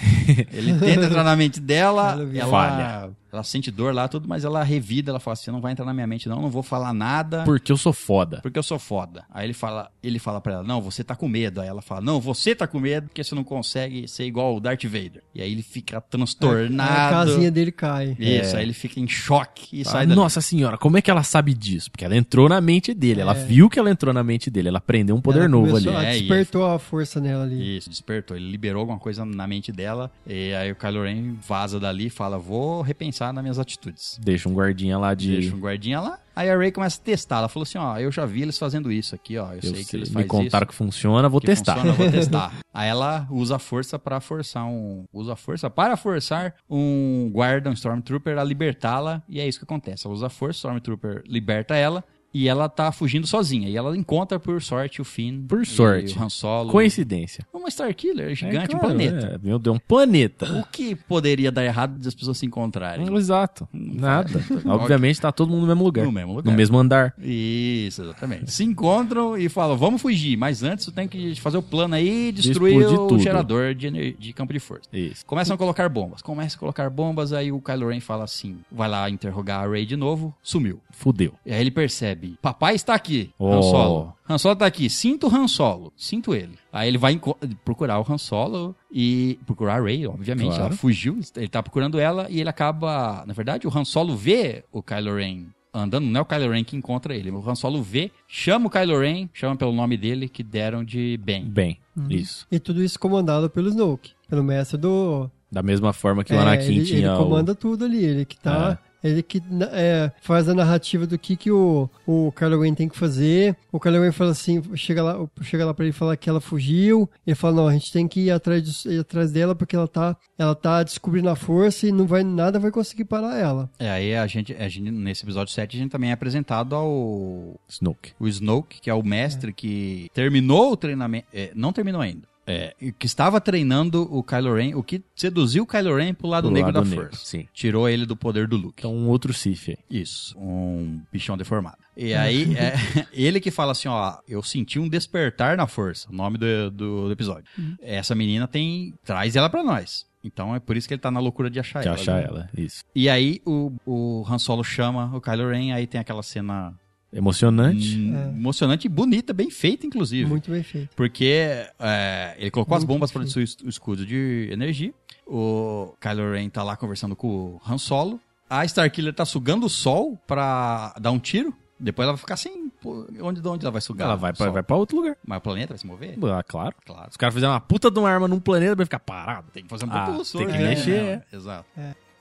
[SPEAKER 1] Ele tenta entrar na mente dela,
[SPEAKER 3] Kylo Vier.
[SPEAKER 1] ela,
[SPEAKER 2] Falha.
[SPEAKER 1] ela sente dor lá, tudo, mas ela revida, ela fala assim: não vai entrar na minha mente, não, não vou falar nada.
[SPEAKER 2] Porque eu sou foda.
[SPEAKER 1] Porque eu sou foda. Aí ele fala, ele fala pra ela, não, você tá com medo. Aí ela fala, não, você tá com medo porque você não consegue ser igual o Darth Vader. E aí ele fica
[SPEAKER 3] A
[SPEAKER 1] transtornado.
[SPEAKER 3] É, casinha dele cai.
[SPEAKER 1] Isso, aí ele fica em choque e
[SPEAKER 2] É. Ah,
[SPEAKER 1] sai dali.
[SPEAKER 2] Nossa senhora, como é que ela sabe disso? Porque ela entrou na mente dele. Ela
[SPEAKER 3] É.
[SPEAKER 2] viu que ela entrou na mente dele. Ela aprendeu um poder
[SPEAKER 3] Ela
[SPEAKER 2] novo ali.
[SPEAKER 3] começou-
[SPEAKER 1] É,
[SPEAKER 3] Ela
[SPEAKER 1] e-
[SPEAKER 3] despertou a força nela ali.
[SPEAKER 1] Isso, despertou. Ele liberou alguma coisa na mente dela. E aí o Kylo Ren vaza dali e fala: Vou repensar nas minhas atitudes.
[SPEAKER 2] Deixa um guardinha lá de...
[SPEAKER 1] Deixa um guardinha lá. Aí a Ray começa a testar. Ela falou assim: Ó, eu já vi eles fazendo isso aqui, ó. Eu,
[SPEAKER 2] Eu
[SPEAKER 1] sei, que
[SPEAKER 2] sei,
[SPEAKER 1] eles
[SPEAKER 2] me
[SPEAKER 1] fazem
[SPEAKER 2] contaram
[SPEAKER 1] isso.
[SPEAKER 2] que funciona, vou
[SPEAKER 1] que
[SPEAKER 2] testar. [laughs]
[SPEAKER 1] funciona, eu vou testar. Aí ela usa a força pra forçar um. Usa a força para forçar um guarda, um Stormtrooper, a libertá-la. E é isso que acontece. Ela usa a força, o Stormtrooper liberta ela. E ela tá fugindo sozinha. E ela encontra, por sorte, o Finn.
[SPEAKER 2] Por
[SPEAKER 1] e
[SPEAKER 2] sorte.
[SPEAKER 1] O Han Solo.
[SPEAKER 2] Coincidência.
[SPEAKER 1] Uma Star Killer
[SPEAKER 2] É,
[SPEAKER 1] gigante,
[SPEAKER 2] claro,
[SPEAKER 1] um planeta.
[SPEAKER 2] é. meu Deus, um planeta.
[SPEAKER 1] O que poderia dar errado de as pessoas se encontrarem?
[SPEAKER 2] Hum, Exato. [laughs] Nada. Obviamente tá todo mundo no mesmo lugar.
[SPEAKER 1] No mesmo lugar.
[SPEAKER 2] No mesmo andar.
[SPEAKER 1] Isso, exatamente. Se encontram e falam, vamos fugir, mas antes tu tem que fazer o plano aí e destruir
[SPEAKER 2] Explodir
[SPEAKER 1] o
[SPEAKER 2] tudo.
[SPEAKER 1] gerador de, ener- de campo de força.
[SPEAKER 2] Isso.
[SPEAKER 1] Começam a colocar bombas, começam a colocar bombas, aí o Kylo Ren fala assim, vai lá interrogar a Rey de novo, sumiu.
[SPEAKER 2] Fudeu.
[SPEAKER 1] E aí ele percebe, papai está aqui, Han
[SPEAKER 2] Oh.
[SPEAKER 1] Solo. Han Solo tá aqui, sinto o Han Solo, sinto ele. Aí ele vai enco- procurar o Han Solo e procurar a Rey, obviamente,
[SPEAKER 2] Claro.
[SPEAKER 1] ela fugiu, ele tá procurando ela e ele acaba, na verdade, o Han Solo vê o Kylo Ren andando, não é o Kylo Ren que encontra ele, o Han Solo vê, chama o Kylo Ren, chama pelo nome dele que deram de Ben.
[SPEAKER 2] Bem,
[SPEAKER 3] Uhum.
[SPEAKER 2] isso.
[SPEAKER 3] E tudo isso comandado pelo Snoke, pelo mestre do.
[SPEAKER 2] Da mesma forma que
[SPEAKER 3] É,
[SPEAKER 2] o Anakin
[SPEAKER 3] ele,
[SPEAKER 2] tinha
[SPEAKER 3] ele comanda tudo ali, ele que tá. Ele que na- é, faz a narrativa do que, que o, o Kylo Ren tem que fazer. O Kylo Ren fala assim, chega lá, chega lá pra ele falar que ela fugiu. Ele fala, não, a gente tem que ir atrás, disso- ir atrás dela porque ela tá, ela tá descobrindo a força e não vai, nada vai conseguir parar ela.
[SPEAKER 1] É, aí a gente, a gente, nesse episódio 7, a gente também é apresentado ao
[SPEAKER 2] o Snoke.
[SPEAKER 1] o Snoke, que é o mestre que terminou o treinamento. é, não terminou ainda. É, e que estava treinando o Kylo Ren, o que seduziu o Kylo Ren pro lado
[SPEAKER 2] Pro
[SPEAKER 1] negro
[SPEAKER 2] lado
[SPEAKER 1] da
[SPEAKER 2] negro,
[SPEAKER 1] Força.
[SPEAKER 2] sim.
[SPEAKER 1] Tirou ele do poder do Luke.
[SPEAKER 2] Então, um outro Sif aí.
[SPEAKER 1] Isso, um bichão deformado. E aí, é,
[SPEAKER 2] [laughs]
[SPEAKER 1] ele que fala assim, ó, eu senti um despertar na força, o nome do, do, do episódio. Essa menina tem, traz ela pra nós. Então é por isso que ele tá na loucura de achar
[SPEAKER 2] Que
[SPEAKER 1] ela.
[SPEAKER 2] achar
[SPEAKER 1] né?
[SPEAKER 2] ela. Isso.
[SPEAKER 1] E aí o, o Han Solo chama o Kylo Ren, aí tem aquela cena
[SPEAKER 2] Emocionante.
[SPEAKER 1] hum,
[SPEAKER 3] É.
[SPEAKER 1] emocionante e bonita, bem feita inclusive.
[SPEAKER 3] Muito bem feito.
[SPEAKER 1] Porque é, ele colocou as
[SPEAKER 3] Muito
[SPEAKER 1] bombas para
[SPEAKER 3] bem
[SPEAKER 1] destruir o escudo de energia. O Kylo Ren tá lá conversando com o Han Solo. A Starkiller tá sugando o sol pra dar um tiro. Depois ela vai ficar sem. pô, Onde, de onde ela vai sugar?
[SPEAKER 2] Ela vai
[SPEAKER 1] o
[SPEAKER 2] pra,
[SPEAKER 1] sol?
[SPEAKER 2] vai pra outro lugar.
[SPEAKER 1] Mas o planeta vai se mover?
[SPEAKER 2] Ah, claro.
[SPEAKER 1] Claro.
[SPEAKER 2] Os caras fizeram uma puta de uma arma num planeta pra ficar parado.
[SPEAKER 1] Tem que fazer um
[SPEAKER 2] Ah,
[SPEAKER 1] propulsor.
[SPEAKER 2] tem que
[SPEAKER 1] né?
[SPEAKER 3] É.
[SPEAKER 2] mexer.
[SPEAKER 1] Exato.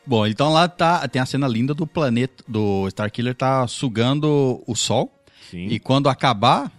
[SPEAKER 1] Bom, então lá tá. Tem a cena linda do planeta. Do Starkiller tá sugando o sol.
[SPEAKER 2] Sim.
[SPEAKER 1] E quando acabar,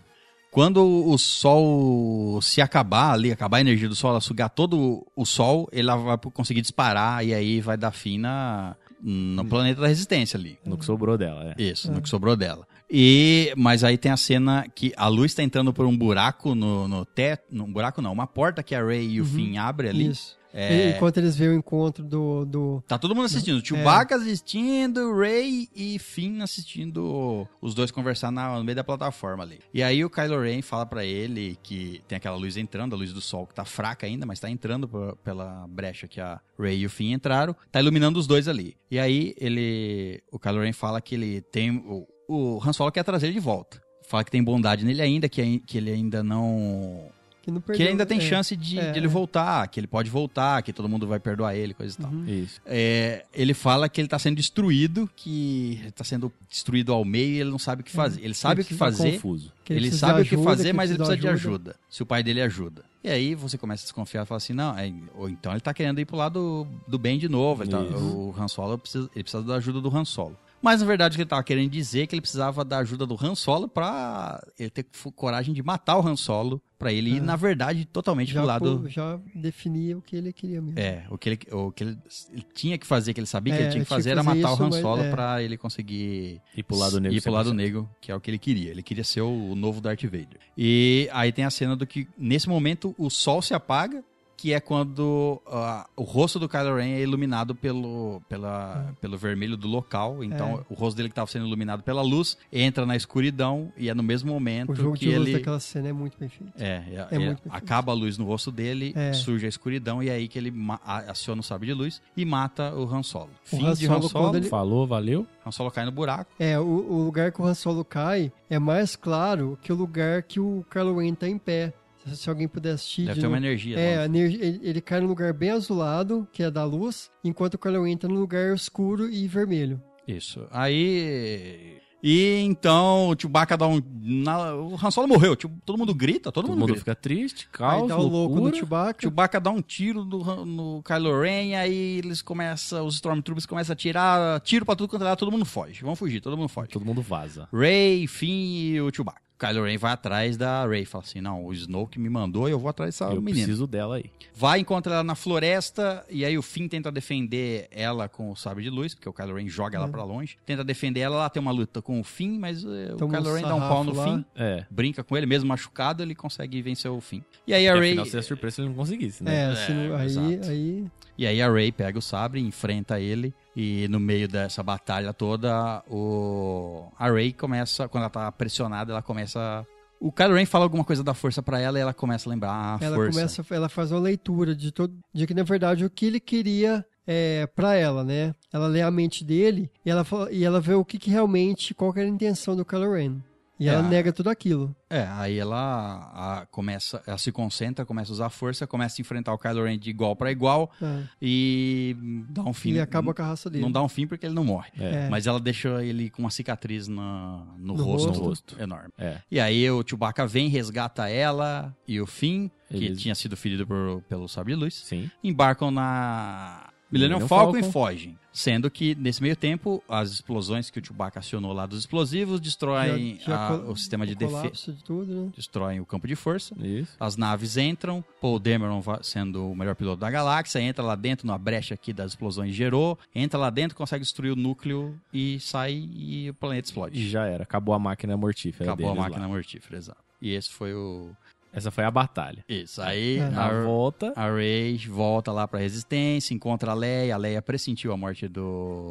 [SPEAKER 1] quando o sol se acabar ali, acabar a energia do sol, ela sugar todo o sol, ela vai conseguir disparar e aí vai dar fim na, no planeta da resistência ali.
[SPEAKER 2] No que sobrou dela, é.
[SPEAKER 1] Isso, no que sobrou dela. E, mas aí tem a cena que a luz tá entrando por um buraco no, no teto. Não, um buraco não, uma porta que a Ray e o Finn abrem ali.
[SPEAKER 3] Isso.
[SPEAKER 1] é
[SPEAKER 3] E- Enquanto eles veem o encontro do. do...
[SPEAKER 1] Tá todo mundo assistindo. O
[SPEAKER 3] é.
[SPEAKER 1] Chewbacca assistindo, Ray e Finn assistindo os dois conversar na- no meio da plataforma ali. E aí o Kylo Ren fala pra ele que tem aquela luz entrando, a luz do sol que tá fraca ainda, mas tá entrando por- pela brecha que a Ray e o Finn entraram, tá iluminando os dois ali. E aí ele, o Kylo Ren fala que ele tem o, o Han Solo quer trazer ele de volta. Fala que tem bondade nele ainda, que, ai- que ele ainda não
[SPEAKER 3] Que, não
[SPEAKER 1] que
[SPEAKER 3] perdeu-
[SPEAKER 1] ele ainda tem
[SPEAKER 3] é.
[SPEAKER 1] chance de,
[SPEAKER 3] É,
[SPEAKER 1] de ele
[SPEAKER 3] é.
[SPEAKER 1] voltar, que ele pode voltar, que todo mundo vai perdoar ele, coisa e tal.
[SPEAKER 2] Isso.
[SPEAKER 1] É, ele fala que ele tá sendo destruído, que ele tá sendo destruído ao meio e ele não sabe o que fazer. Ele sabe o que
[SPEAKER 3] É, precisa
[SPEAKER 1] fazer,
[SPEAKER 2] Confuso.
[SPEAKER 3] Que
[SPEAKER 1] ele
[SPEAKER 3] precisa de
[SPEAKER 1] sabe o que
[SPEAKER 3] ajuda,
[SPEAKER 1] fazer, mas ele precisa de
[SPEAKER 3] ajuda.
[SPEAKER 1] ajuda. Se o pai dele ajuda. E aí você começa a desconfiar e fala assim, não, é, ou então ele tá querendo ir pro lado do bem de novo. ele tá-
[SPEAKER 2] Isso.
[SPEAKER 1] o Han Solo precisa, ele precisa da ajuda do Han Solo. Mas na verdade o que ele tava querendo dizer é que ele precisava da ajuda do Han Solo pra ele ter fo- coragem de matar o Han Solo, pra ele ir,
[SPEAKER 3] É.
[SPEAKER 1] na verdade, totalmente
[SPEAKER 3] Já,
[SPEAKER 1] pro lado...
[SPEAKER 3] pô- já definia o que ele queria mesmo.
[SPEAKER 1] É, o que ele, o que ele, ele tinha que fazer, que ele sabia
[SPEAKER 3] É,
[SPEAKER 1] que ele tinha que
[SPEAKER 3] tinha que
[SPEAKER 1] fazer, era
[SPEAKER 3] fazer
[SPEAKER 1] matar
[SPEAKER 3] isso,
[SPEAKER 1] o Han
[SPEAKER 3] mas-
[SPEAKER 1] Solo
[SPEAKER 3] é.
[SPEAKER 1] pra ele conseguir
[SPEAKER 2] E pro lado negro. assim.
[SPEAKER 1] ir pro lado
[SPEAKER 2] 100%.
[SPEAKER 1] negro, que é o que ele queria. Ele queria ser o, o novo Darth Vader. E aí tem a cena do que, nesse momento, o sol se apaga, que é quando ah, o rosto do Kylo Ren é iluminado pelo, pela, pelo vermelho do local. Então,
[SPEAKER 3] É.
[SPEAKER 1] o rosto dele que estava sendo iluminado pela luz entra na escuridão e é no mesmo momento
[SPEAKER 3] O jogo
[SPEAKER 1] que
[SPEAKER 3] de luz
[SPEAKER 1] ele.
[SPEAKER 3] daquela cena é muito bem feito.
[SPEAKER 1] É, é,
[SPEAKER 3] É
[SPEAKER 1] é,
[SPEAKER 3] muito perfeito.
[SPEAKER 1] acaba a luz no rosto dele,
[SPEAKER 3] É.
[SPEAKER 1] surge a escuridão e é aí que ele ma- a- aciona o sabre de luz e mata o Han Solo. Fim
[SPEAKER 3] Han
[SPEAKER 1] de Han
[SPEAKER 3] Solo,
[SPEAKER 1] Solo,
[SPEAKER 3] quando ele-
[SPEAKER 2] Falou, valeu.
[SPEAKER 1] Han Solo cai no buraco.
[SPEAKER 3] É, o, o lugar que o Han Solo cai é mais claro que o lugar que o Kylo Ren tá em pé. Se, se alguém puder assistir...
[SPEAKER 1] Deve
[SPEAKER 3] de
[SPEAKER 1] ter uma
[SPEAKER 3] novo.
[SPEAKER 1] energia.
[SPEAKER 3] É,
[SPEAKER 1] lá.
[SPEAKER 3] a energia- ele, ele cai num lugar bem azulado, que é da luz, enquanto o Kylo Ren tá num lugar escuro e vermelho.
[SPEAKER 1] Isso. Aí... E então o Chewbacca dá um... na- O Han Solo morreu. Tipo, Todo mundo grita, todo,
[SPEAKER 2] Todo,
[SPEAKER 1] mundo,
[SPEAKER 2] mundo
[SPEAKER 1] grita.
[SPEAKER 2] fica triste,
[SPEAKER 3] Aí
[SPEAKER 2] caos,
[SPEAKER 3] dá o louco
[SPEAKER 2] loucura.
[SPEAKER 3] no Chewbacca.
[SPEAKER 1] Chewbacca dá um tiro no, Han- no Kylo Ren, aí eles começam, os Stormtroopers começam a tirar tiro pra tudo quanto é lado, todo mundo foge. Vão fugir, todo mundo foge.
[SPEAKER 2] Todo mundo vaza.
[SPEAKER 1] Ray, Finn e o Chewbacca. Kylo Ren vai atrás da Ray, fala assim: "Não, o Snoke me mandou, eu vou atrás dessa
[SPEAKER 2] eu
[SPEAKER 1] menina".
[SPEAKER 2] preciso dela aí.
[SPEAKER 1] Vai encontrar ela na floresta e aí o Finn tenta defender ela com o sabre de luz, porque o Kylo Ren joga ela
[SPEAKER 3] É.
[SPEAKER 1] pra longe. Tenta defender ela, lá tem uma luta com o Finn, mas eh, o
[SPEAKER 3] Toma um
[SPEAKER 1] Kylo Ren dá um pau no
[SPEAKER 3] sarrafo lá.
[SPEAKER 1] Finn,
[SPEAKER 2] É.
[SPEAKER 1] brinca com ele mesmo machucado, ele consegue vencer o Finn. E aí a
[SPEAKER 2] E
[SPEAKER 1] Ray
[SPEAKER 2] afinal, seria surpresa se ele não conseguisse, né?
[SPEAKER 3] É, assim,
[SPEAKER 1] É,
[SPEAKER 3] aí,
[SPEAKER 1] exato.
[SPEAKER 3] aí...
[SPEAKER 1] E aí a Ray pega o sabre, enfrenta ele e no meio dessa batalha toda, o a Ray começa, quando ela tá pressionada, ela começa o Kylo Ren fala alguma coisa da força pra ela e ela começa a lembrar a
[SPEAKER 3] ela
[SPEAKER 1] força.
[SPEAKER 3] começa, ela faz uma leitura de todo, de que na verdade o que ele queria é para ela, né? Ela lê a mente dele e ela fala- e ela vê o que, que realmente qual que era a intenção do Kylo Ren. E
[SPEAKER 1] É.
[SPEAKER 3] ela nega tudo aquilo.
[SPEAKER 1] É, aí ela a- começa, ela se concentra, começa a usar a força, começa a enfrentar o Kylo Ren de igual pra igual
[SPEAKER 3] né?
[SPEAKER 1] e dá um fim.
[SPEAKER 3] e acaba com a raça dele.
[SPEAKER 1] Não dá um fim porque ele não morre.
[SPEAKER 3] É.
[SPEAKER 1] Mas ela deixa ele com uma cicatriz na- no,
[SPEAKER 3] No
[SPEAKER 1] rosto,
[SPEAKER 2] rosto. rosto.
[SPEAKER 1] enorme.
[SPEAKER 2] É.
[SPEAKER 1] E aí o Chewbacca vem, resgata ela e o Finn, que
[SPEAKER 2] Eles-
[SPEAKER 1] tinha sido ferido por- pelo sabre de luz,
[SPEAKER 2] Sim.
[SPEAKER 1] embarcam na Millennium
[SPEAKER 2] Millennium
[SPEAKER 1] Falcon,
[SPEAKER 2] Falcon.
[SPEAKER 1] e fogem. Sendo que, nesse meio tempo, as explosões que o Chewbacca acionou lá dos explosivos destroem
[SPEAKER 3] Já- já
[SPEAKER 1] a-
[SPEAKER 3] col-
[SPEAKER 1] o sistema de
[SPEAKER 3] o
[SPEAKER 1] defesa.
[SPEAKER 3] colapso de tudo, né?
[SPEAKER 1] Destroem o campo de força.
[SPEAKER 2] Isso.
[SPEAKER 1] As naves entram, Paul Dameron va- sendo o melhor piloto da galáxia, entra lá dentro, numa brecha aqui das explosões gerou, entra lá dentro, consegue destruir o núcleo e sai e o planeta
[SPEAKER 2] E
[SPEAKER 1] explode.
[SPEAKER 2] já era. Acabou a máquina mortífera.
[SPEAKER 1] Acabou a
[SPEAKER 2] deles lá.
[SPEAKER 1] máquina mortífera, exato. E esse foi o...
[SPEAKER 2] Essa foi a batalha.
[SPEAKER 1] Isso, aí
[SPEAKER 3] É.
[SPEAKER 2] Na
[SPEAKER 1] a,
[SPEAKER 2] volta.
[SPEAKER 1] a Rey volta lá pra Resistência, encontra a Leia, a Leia pressentiu a morte do,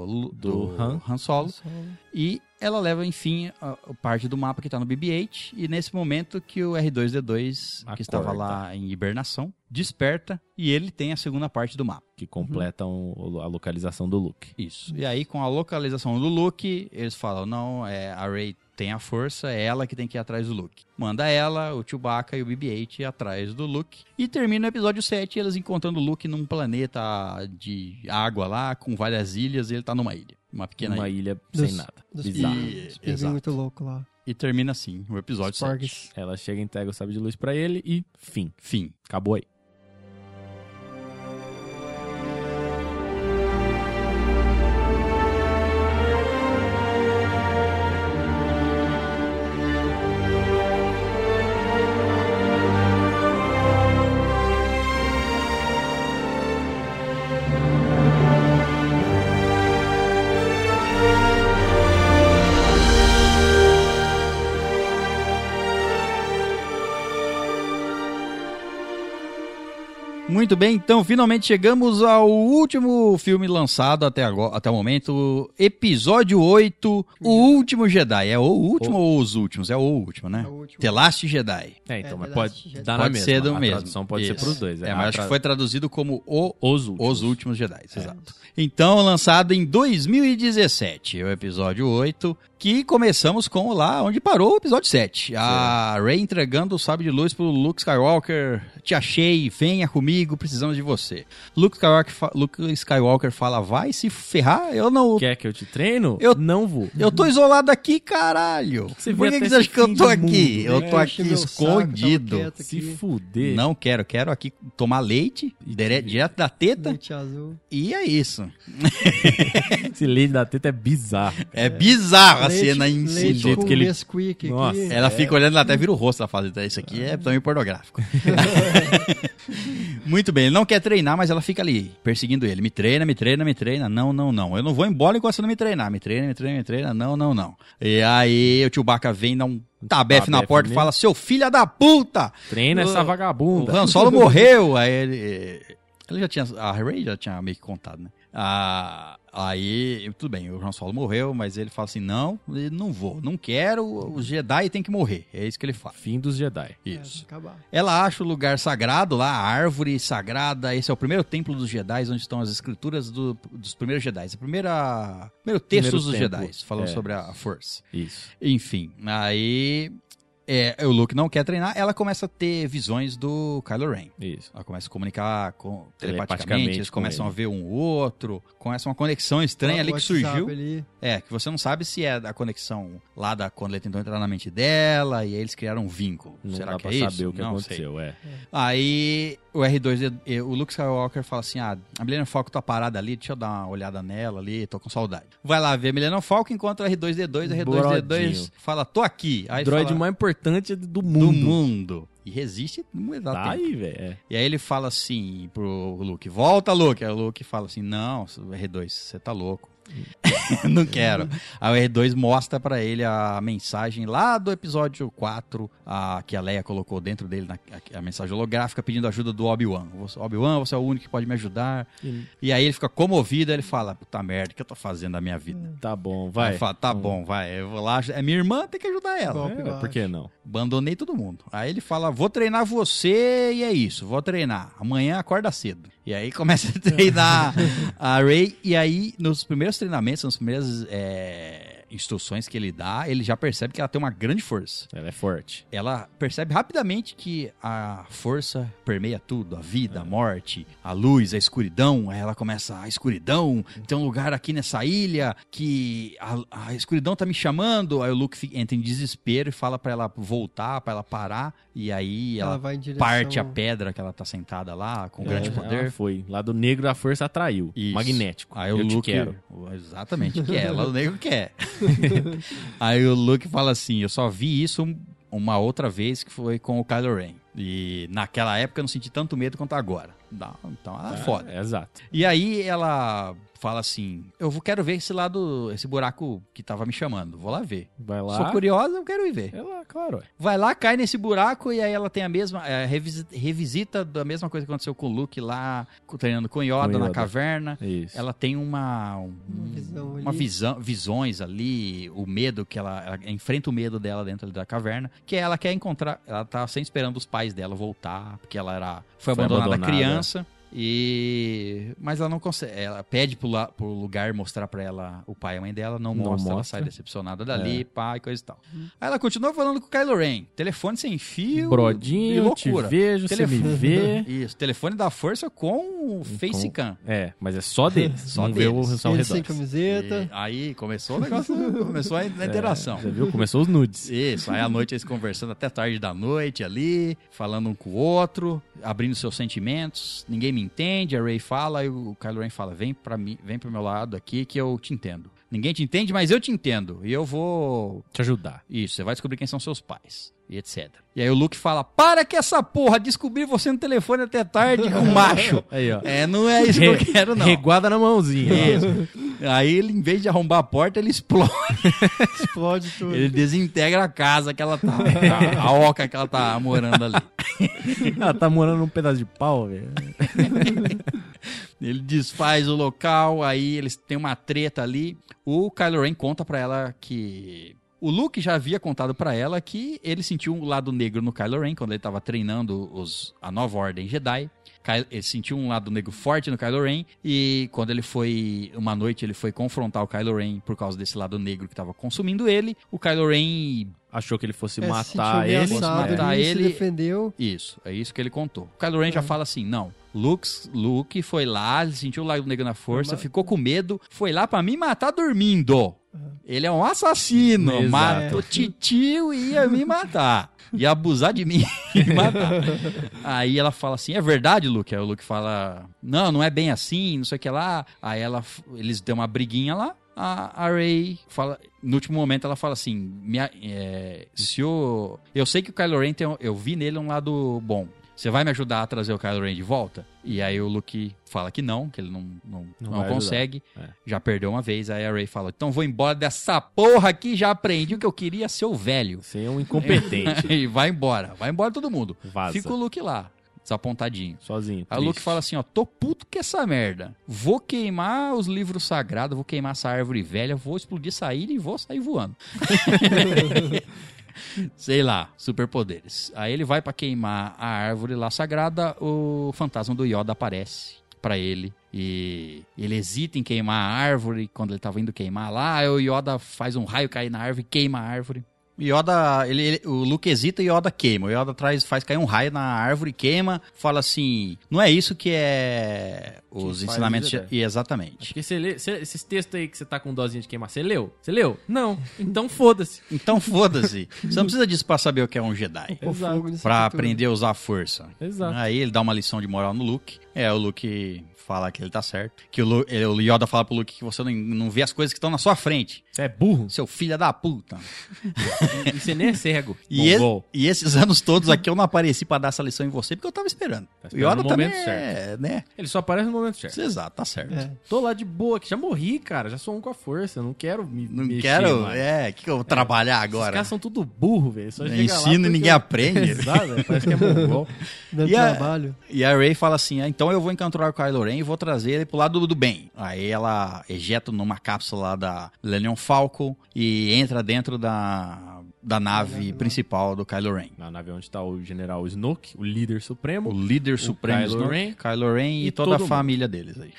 [SPEAKER 1] Lu-
[SPEAKER 2] Do
[SPEAKER 1] do
[SPEAKER 2] Han.
[SPEAKER 1] Han Solo, E ela leva, enfim, a, a parte do mapa que tá no BB-8. E nesse momento que o R2-D2,
[SPEAKER 2] Acorda.
[SPEAKER 1] que estava lá em hibernação, desperta e ele tem a segunda parte do mapa.
[SPEAKER 2] Que completam o- a localização do Luke.
[SPEAKER 1] Isso. E aí, com a localização do Luke, eles falam: não, é, a Rey tem a força, é ela que tem que ir atrás do Luke. Manda ela, o Chewbacca e o BB-8 atrás do Luke. E termina o episódio 7, eles encontrando o Luke num planeta de água lá, com várias ilhas, e ele tá numa ilha. Uma pequena
[SPEAKER 2] Uma
[SPEAKER 1] ilha.
[SPEAKER 2] ilha
[SPEAKER 3] Dos-
[SPEAKER 2] sem nada.
[SPEAKER 3] Dos
[SPEAKER 2] Bizarro.
[SPEAKER 1] E-
[SPEAKER 3] pinguins, os pinguins
[SPEAKER 1] exato.
[SPEAKER 3] é muito louco lá.
[SPEAKER 1] E termina assim, o episódio
[SPEAKER 3] Os
[SPEAKER 1] 7.
[SPEAKER 3] porgs.
[SPEAKER 2] Ela chega, entrega o sabre de luz pra ele e fim.
[SPEAKER 1] Fim.
[SPEAKER 2] Acabou aí.
[SPEAKER 1] Muito bem, então finalmente chegamos ao último filme lançado até agora, até o momento, episódio 8, O Último Jedi. É o último ou os últimos? É o último, né?
[SPEAKER 3] É o último.
[SPEAKER 1] The Last Jedi.
[SPEAKER 2] É, então, mas
[SPEAKER 3] É, The Last
[SPEAKER 2] pode
[SPEAKER 3] Jedi.
[SPEAKER 2] dar na
[SPEAKER 1] pode
[SPEAKER 2] mesma.
[SPEAKER 1] ser do
[SPEAKER 2] a
[SPEAKER 1] mesmo.
[SPEAKER 2] tradução pode ser
[SPEAKER 1] Isso.
[SPEAKER 2] pros dois.
[SPEAKER 1] É,
[SPEAKER 2] a
[SPEAKER 1] mas acho
[SPEAKER 2] tra-
[SPEAKER 1] que foi traduzido como O
[SPEAKER 2] Os últimos.
[SPEAKER 1] Os Últimos Jedi,
[SPEAKER 3] É,
[SPEAKER 1] exato. Então, lançado em 2017, o episódio 8, que começamos com lá onde parou o episódio 7. A Rey entregando o sábio de luz pro Luke Skywalker. Te achei, venha comigo, precisamos de você. Luke Skywalker, fa- Luke Skywalker fala, vai se ferrar, eu não...
[SPEAKER 2] Quer que eu te treino?
[SPEAKER 1] Eu-
[SPEAKER 2] não vou.
[SPEAKER 1] Eu tô isolado aqui, caralho.
[SPEAKER 2] Você
[SPEAKER 1] Por
[SPEAKER 2] veio
[SPEAKER 1] que,
[SPEAKER 2] até
[SPEAKER 1] que você acha
[SPEAKER 2] esse
[SPEAKER 1] que eu
[SPEAKER 2] fim
[SPEAKER 1] tô
[SPEAKER 2] do
[SPEAKER 1] aqui?
[SPEAKER 2] mundo,
[SPEAKER 1] eu
[SPEAKER 2] né?
[SPEAKER 1] tô
[SPEAKER 3] Eu
[SPEAKER 1] aqui
[SPEAKER 3] enchi meu saco, tava
[SPEAKER 1] escondido.
[SPEAKER 3] quieto
[SPEAKER 2] Se
[SPEAKER 3] aqui.
[SPEAKER 2] fuder.
[SPEAKER 1] Não quero, quero aqui tomar leite dire- direto da teta
[SPEAKER 3] Leite azul.
[SPEAKER 1] e é isso.
[SPEAKER 2] Esse leite da teta é bizarro.
[SPEAKER 1] É bizarra a
[SPEAKER 3] Leite-
[SPEAKER 1] cena em si.
[SPEAKER 3] leite
[SPEAKER 2] jeito
[SPEAKER 1] toda.
[SPEAKER 3] com
[SPEAKER 2] que ele-
[SPEAKER 3] Nesquik aqui. É,
[SPEAKER 2] Nossa.
[SPEAKER 1] Ela fica olhando, ela até vira o rosto, ela fala, "Tá, isso aqui é também [laughs] pornográfico. Muito bem, ele não quer treinar, mas ela fica ali, perseguindo ele. Me treina, me treina, me treina. Não, não, não. Eu não vou embora enquanto você não me treinar. Me treina, me treina, me treina. Não, não, não. E aí o tio Baca vem, dá um tabefe na
[SPEAKER 2] Tabefe
[SPEAKER 1] porta e
[SPEAKER 2] nele.
[SPEAKER 1] fala, seu filho da puta!
[SPEAKER 2] Treina essa
[SPEAKER 1] O- O
[SPEAKER 2] vagabunda.
[SPEAKER 1] Han Solo [laughs] morreu. Aí ele. Ele já tinha. A Ray já tinha meio que contado, né? Ah, aí, tudo bem, o Han Solo morreu, mas ele fala assim: não, eu não vou, não quero, os Jedi tem que morrer. É isso que ele fala.
[SPEAKER 2] Fim dos Jedi.
[SPEAKER 1] Isso.
[SPEAKER 3] Acabar.
[SPEAKER 1] Ela acha o lugar sagrado lá, a árvore sagrada. Esse é o primeiro templo dos Jedi, onde estão as escrituras do- dos primeiros Jedi. O primeira, primeiro texto
[SPEAKER 2] Primeiro
[SPEAKER 1] dos
[SPEAKER 2] templo.
[SPEAKER 1] Jedi, falando
[SPEAKER 2] É.
[SPEAKER 1] sobre a força.
[SPEAKER 2] Isso.
[SPEAKER 1] Enfim, aí é, o Luke não quer treinar, ela começa a ter visões do Kylo Ren.
[SPEAKER 2] Isso.
[SPEAKER 1] Ela começa a comunicar com, telepaticamente,
[SPEAKER 2] Telepaticamente
[SPEAKER 1] eles
[SPEAKER 2] com
[SPEAKER 1] começam
[SPEAKER 2] ele.
[SPEAKER 1] a ver um outro, começa uma conexão estranha ali
[SPEAKER 3] O
[SPEAKER 1] que
[SPEAKER 3] WhatsApp
[SPEAKER 1] surgiu.
[SPEAKER 3] ali.
[SPEAKER 1] É, que você não sabe se é da conexão lá da quando ele tentou entrar na mente dela e aí eles criaram um vínculo.
[SPEAKER 2] Não
[SPEAKER 1] Será
[SPEAKER 2] dá
[SPEAKER 1] que
[SPEAKER 2] pra
[SPEAKER 1] é isso?
[SPEAKER 2] saber o que
[SPEAKER 1] não sei.
[SPEAKER 2] aconteceu, é.
[SPEAKER 1] Aí o R2, eh, o Luke Skywalker fala assim: Ah, a Millennium Falcon tá parada ali, deixa eu dar uma olhada nela ali, tô com saudade. Vai lá ver a Millennium Falcon, encontra o R2D2, o R2D2
[SPEAKER 2] Brodinho.
[SPEAKER 1] fala: Tô aqui. Aí
[SPEAKER 2] Droid
[SPEAKER 1] fala,
[SPEAKER 2] mais importante do
[SPEAKER 1] do
[SPEAKER 2] mundo.
[SPEAKER 1] mundo. E resiste, não dá
[SPEAKER 2] Tá
[SPEAKER 1] tempo.
[SPEAKER 2] aí, velho.
[SPEAKER 1] E aí ele fala assim pro Luke: Volta, Luke. Aí o Luke fala assim: Não, R2, você tá louco. [laughs] não quero. Aí o R2 mostra pra ele a mensagem lá do episódio 4, a, que a Leia colocou dentro dele, na- a, a mensagem holográfica pedindo ajuda do Obi-Wan. Você- Obi-Wan, você é o único que pode me ajudar.
[SPEAKER 2] Hum.
[SPEAKER 1] E aí ele fica comovido, ele fala: Puta merda, o que eu tô fazendo da minha vida?
[SPEAKER 2] Tá bom, vai.
[SPEAKER 1] Aí fala, tá bom, vai, eu vou lá, aj- é minha irmã, tem que ajudar ela.
[SPEAKER 3] Bom,
[SPEAKER 2] É, por que não?
[SPEAKER 1] Abandonei todo mundo. Aí ele fala: vou treinar você e é isso, vou treinar. Amanhã acorda cedo. E aí [laughs] começa a treinar a Ray. E aí, nos primeiros treinamentos, nas primeiras eh, instruções que ele dá, ele já percebe que ela tem uma grande força.
[SPEAKER 2] Ela é forte.
[SPEAKER 1] Ela percebe rapidamente que a força permeia tudo: a vida, a morte, a luz, a escuridão. Aí ela começa: a escuridão, tem um lugar aqui nessa ilha que a, a escuridão tá me chamando. Aí o Luke fi- entra em desespero e fala pra ela voltar, pra ela parar. E aí
[SPEAKER 3] Ela
[SPEAKER 1] ela,
[SPEAKER 3] vai em direção...
[SPEAKER 1] parte a pedra que ela tá sentada lá com grande
[SPEAKER 2] É, Ela-
[SPEAKER 1] poder.
[SPEAKER 2] ela Foi. Lá do negro da força atraiu.
[SPEAKER 1] Isso.
[SPEAKER 2] Magnético.
[SPEAKER 1] Aí
[SPEAKER 2] eu
[SPEAKER 1] o
[SPEAKER 2] te
[SPEAKER 1] Luke.
[SPEAKER 2] quero. [laughs]
[SPEAKER 1] Exatamente, quer. Lá o nego quer. Aí o Luke fala assim: Eu só vi isso um- uma outra vez que foi com o Kylo Ren. E naquela época eu não senti tanto medo quanto agora. Não, então ela é foda.
[SPEAKER 2] É, exato.
[SPEAKER 1] E aí ela fala assim: Eu vou- quero ver esse lado, esse buraco que tava me chamando. Vou lá ver.
[SPEAKER 2] Vai lá.
[SPEAKER 1] Sou curiosa, eu quero ir ver.
[SPEAKER 2] É lá, claro. é.
[SPEAKER 1] Vai lá, cai nesse buraco e aí ela tem a mesma. é, revisi- revisita da mesma coisa que aconteceu com o Luke lá, co- treinando com o Yoda,
[SPEAKER 2] Com o
[SPEAKER 1] na
[SPEAKER 2] Yoda.
[SPEAKER 1] caverna.
[SPEAKER 2] Isso.
[SPEAKER 1] Ela tem uma. um-
[SPEAKER 3] Uma visão ali.
[SPEAKER 1] uma visão, visões ali, o medo que ela, ela enfrenta o medo dela dentro ali da caverna, que ela quer encontrar, ela tá sempre esperando os pais dela voltar, porque ela era foi,
[SPEAKER 2] Foi
[SPEAKER 1] abandonada,
[SPEAKER 2] abandonada.
[SPEAKER 1] criança e mas ela não consegue, ela pede pro, la- pro lugar mostrar pra ela o pai e a mãe dela, não,
[SPEAKER 2] Não
[SPEAKER 1] mostra, ela
[SPEAKER 2] mostra. É.
[SPEAKER 1] sai decepcionada dali, pai, coisa e tal.
[SPEAKER 3] Uhum.
[SPEAKER 1] Aí ela continua falando com o Kylo Ren, telefone sem fio, e
[SPEAKER 2] Brodinho, te
[SPEAKER 1] loucura.
[SPEAKER 2] vejo, você me
[SPEAKER 1] Telefone.
[SPEAKER 2] [laughs] vê.
[SPEAKER 1] Isso, telefone da força com o facecam.
[SPEAKER 2] É, mas é só deles.
[SPEAKER 1] Só
[SPEAKER 2] não
[SPEAKER 1] deles.
[SPEAKER 2] vê o só
[SPEAKER 3] Ele
[SPEAKER 2] ao
[SPEAKER 3] sem
[SPEAKER 2] redor.
[SPEAKER 1] E
[SPEAKER 3] camiseta.
[SPEAKER 1] aí começou o negócio, começou [laughs] a interação.
[SPEAKER 2] Já viu? Começou os nudes.
[SPEAKER 1] Isso, aí à noite eles conversando até tarde da noite ali, falando um com o outro, abrindo seus sentimentos, ninguém me entende, a Ray fala, e o Kylo Ren fala, vem pra mim, vem pro meu lado aqui que eu te entendo. Ninguém te entende, mas eu te entendo. E eu vou.
[SPEAKER 2] Te ajudar.
[SPEAKER 1] Isso, você vai descobrir quem são seus pais. E etc. E aí o Luke fala: Para que essa porra descobrir você no telefone até tarde, [laughs] um macho.
[SPEAKER 2] Aí, ó.
[SPEAKER 1] É, não é isso que eu quero, não. [laughs]
[SPEAKER 2] Reguada na mãozinha. [laughs]
[SPEAKER 1] Isso. Aí ele, em vez de arrombar a porta, ele explode.
[SPEAKER 3] Explode tudo. É,
[SPEAKER 1] Ele desintegra a casa que ela tá. A, a oca que ela tá morando ali.
[SPEAKER 2] Ela tá morando num pedaço de pau, velho.
[SPEAKER 1] Ele desfaz o local, aí eles têm uma treta ali. O Kylo Ren conta pra ela que. O Luke já havia contado pra ela que ele sentiu um lado negro no Kylo Ren quando ele tava treinando os, a nova ordem Jedi. Ky- Ele sentiu um lado negro forte no Kylo Ren e quando ele foi uma noite ele foi confrontar o Kylo Ren por causa desse lado negro que tava consumindo ele. O Kylo Ren
[SPEAKER 2] Achou que ele fosse
[SPEAKER 3] É, se
[SPEAKER 2] matar
[SPEAKER 3] sentiu
[SPEAKER 2] ele. é.
[SPEAKER 3] ameaçado,
[SPEAKER 2] fosse matar-
[SPEAKER 1] matar
[SPEAKER 3] ele,
[SPEAKER 1] ele.
[SPEAKER 3] se defendeu.
[SPEAKER 1] Isso, é isso que ele contou. O Kylo Ren já fala assim, não, Luke, Luke foi lá, ele sentiu o Lago Negro na força,
[SPEAKER 3] Mas-
[SPEAKER 1] ficou com medo, foi lá pra me matar dormindo. Ele é um assassino,
[SPEAKER 2] Exato.
[SPEAKER 1] matou titio e ia me matar. Ia abusar de mim e me matar. Aí ela fala assim, é verdade, Luke? Aí o Luke fala, não, não é bem assim, não sei o que lá. Aí ela, eles dão uma briguinha lá. A, a Ray fala, no último momento ela fala assim, me a- é, se o, eu sei que o Kylo Ren tem, um- eu vi nele um lado bom. Você vai me ajudar a trazer o Kylo Ren de volta? E aí o Luke fala que não, que ele não, não,
[SPEAKER 2] Não
[SPEAKER 1] não
[SPEAKER 2] vai
[SPEAKER 1] consegue.
[SPEAKER 2] ajudar. é.
[SPEAKER 1] Já perdeu uma vez. Aí a Ray fala, então vou embora dessa porra aqui, já aprendi o que eu queria, seu velho. [laughs]
[SPEAKER 2] Você é um incompetente. [laughs]
[SPEAKER 1] e vai embora, vai embora todo mundo.
[SPEAKER 2] Vaza.
[SPEAKER 1] Fica o Luke lá, desapontadinho.
[SPEAKER 2] Sozinho.
[SPEAKER 1] Aí o
[SPEAKER 2] triste.
[SPEAKER 1] Luke fala assim, ó, tô puto com essa merda. Vou queimar os livros sagrados, vou queimar essa árvore velha, vou explodir essa ilha e vou sair voando. [laughs] Sei lá, superpoderes. Aí ele vai pra queimar a árvore lá sagrada, o fantasma do Yoda aparece pra ele e ele hesita em queimar a árvore quando ele tava indo queimar lá, aí o Yoda faz um raio cair na árvore, e queima a árvore. Yoda, ele, ele- o Luke hesita e Yoda queima. O Yoda traz, faz cair um raio na árvore, queima, fala assim: não é isso que é os
[SPEAKER 2] Que faz um
[SPEAKER 1] ensinamentos.
[SPEAKER 2] Jedi.
[SPEAKER 1] E exatamente.
[SPEAKER 2] Porque você lê, você- esses textos aí que você tá com dosinha de queimar, você leu? Você leu? Não. Então foda-se.
[SPEAKER 1] Então foda-se. Você não precisa disso pra saber o que é um Jedi.
[SPEAKER 3] O fogo nisso
[SPEAKER 1] Pra
[SPEAKER 3] tudo.
[SPEAKER 1] aprender a usar a força.
[SPEAKER 2] Exato.
[SPEAKER 1] Aí ele dá uma lição de moral no Luke. É, o Luke fala que ele tá certo. Que o, Lu, ele- o Yoda fala pro Luke que você não, não vê as coisas que estão na sua frente.
[SPEAKER 2] Você é burro.
[SPEAKER 1] Seu filho da puta.
[SPEAKER 2] E você nem é [laughs] cego.
[SPEAKER 1] E, ele-
[SPEAKER 2] Mongol.
[SPEAKER 1] e esses [laughs] anos todos aqui eu não apareci pra dar essa lição em você porque eu tava esperando.
[SPEAKER 2] Tá
[SPEAKER 1] O
[SPEAKER 2] esperando
[SPEAKER 1] Yoda
[SPEAKER 2] o
[SPEAKER 1] também
[SPEAKER 2] momento
[SPEAKER 1] é, né?
[SPEAKER 2] Ele só aparece no momento certo.
[SPEAKER 1] Exato, tá certo.
[SPEAKER 3] É.
[SPEAKER 2] Tô lá de boa, que já morri, cara. Já sou um com a força. Não quero me.
[SPEAKER 1] Não
[SPEAKER 2] mexer
[SPEAKER 1] quero,
[SPEAKER 2] mais.
[SPEAKER 1] é, que que eu vou trabalhar
[SPEAKER 2] Esses
[SPEAKER 1] agora?
[SPEAKER 2] caras são né? tudo burro, velho. Só
[SPEAKER 1] Eu
[SPEAKER 2] chega lá
[SPEAKER 1] ensino e
[SPEAKER 2] porque-
[SPEAKER 1] ninguém
[SPEAKER 2] [laughs]
[SPEAKER 1] aprende.
[SPEAKER 2] Exato, velho. parece que é mongol.
[SPEAKER 3] Dando
[SPEAKER 1] E a-
[SPEAKER 3] trabalho.
[SPEAKER 1] E a Ray fala assim: ah, então eu vou encontrar o Kylo Ren e vou trazer ele pro lado do, do bem. Aí ela ejeta numa cápsula lá da Millennium Falcon e entra dentro da, da nave
[SPEAKER 2] né?
[SPEAKER 3] lá.
[SPEAKER 1] principal do Kylo Ren.
[SPEAKER 2] Na nave onde tá o general Snoke, o líder
[SPEAKER 1] O
[SPEAKER 2] supremo,
[SPEAKER 1] líder supremo
[SPEAKER 2] Kylo
[SPEAKER 1] Snoke,
[SPEAKER 2] Ren
[SPEAKER 1] Kylo Ren e,
[SPEAKER 2] e
[SPEAKER 1] toda a
[SPEAKER 2] todo mundo.
[SPEAKER 1] família deles aí.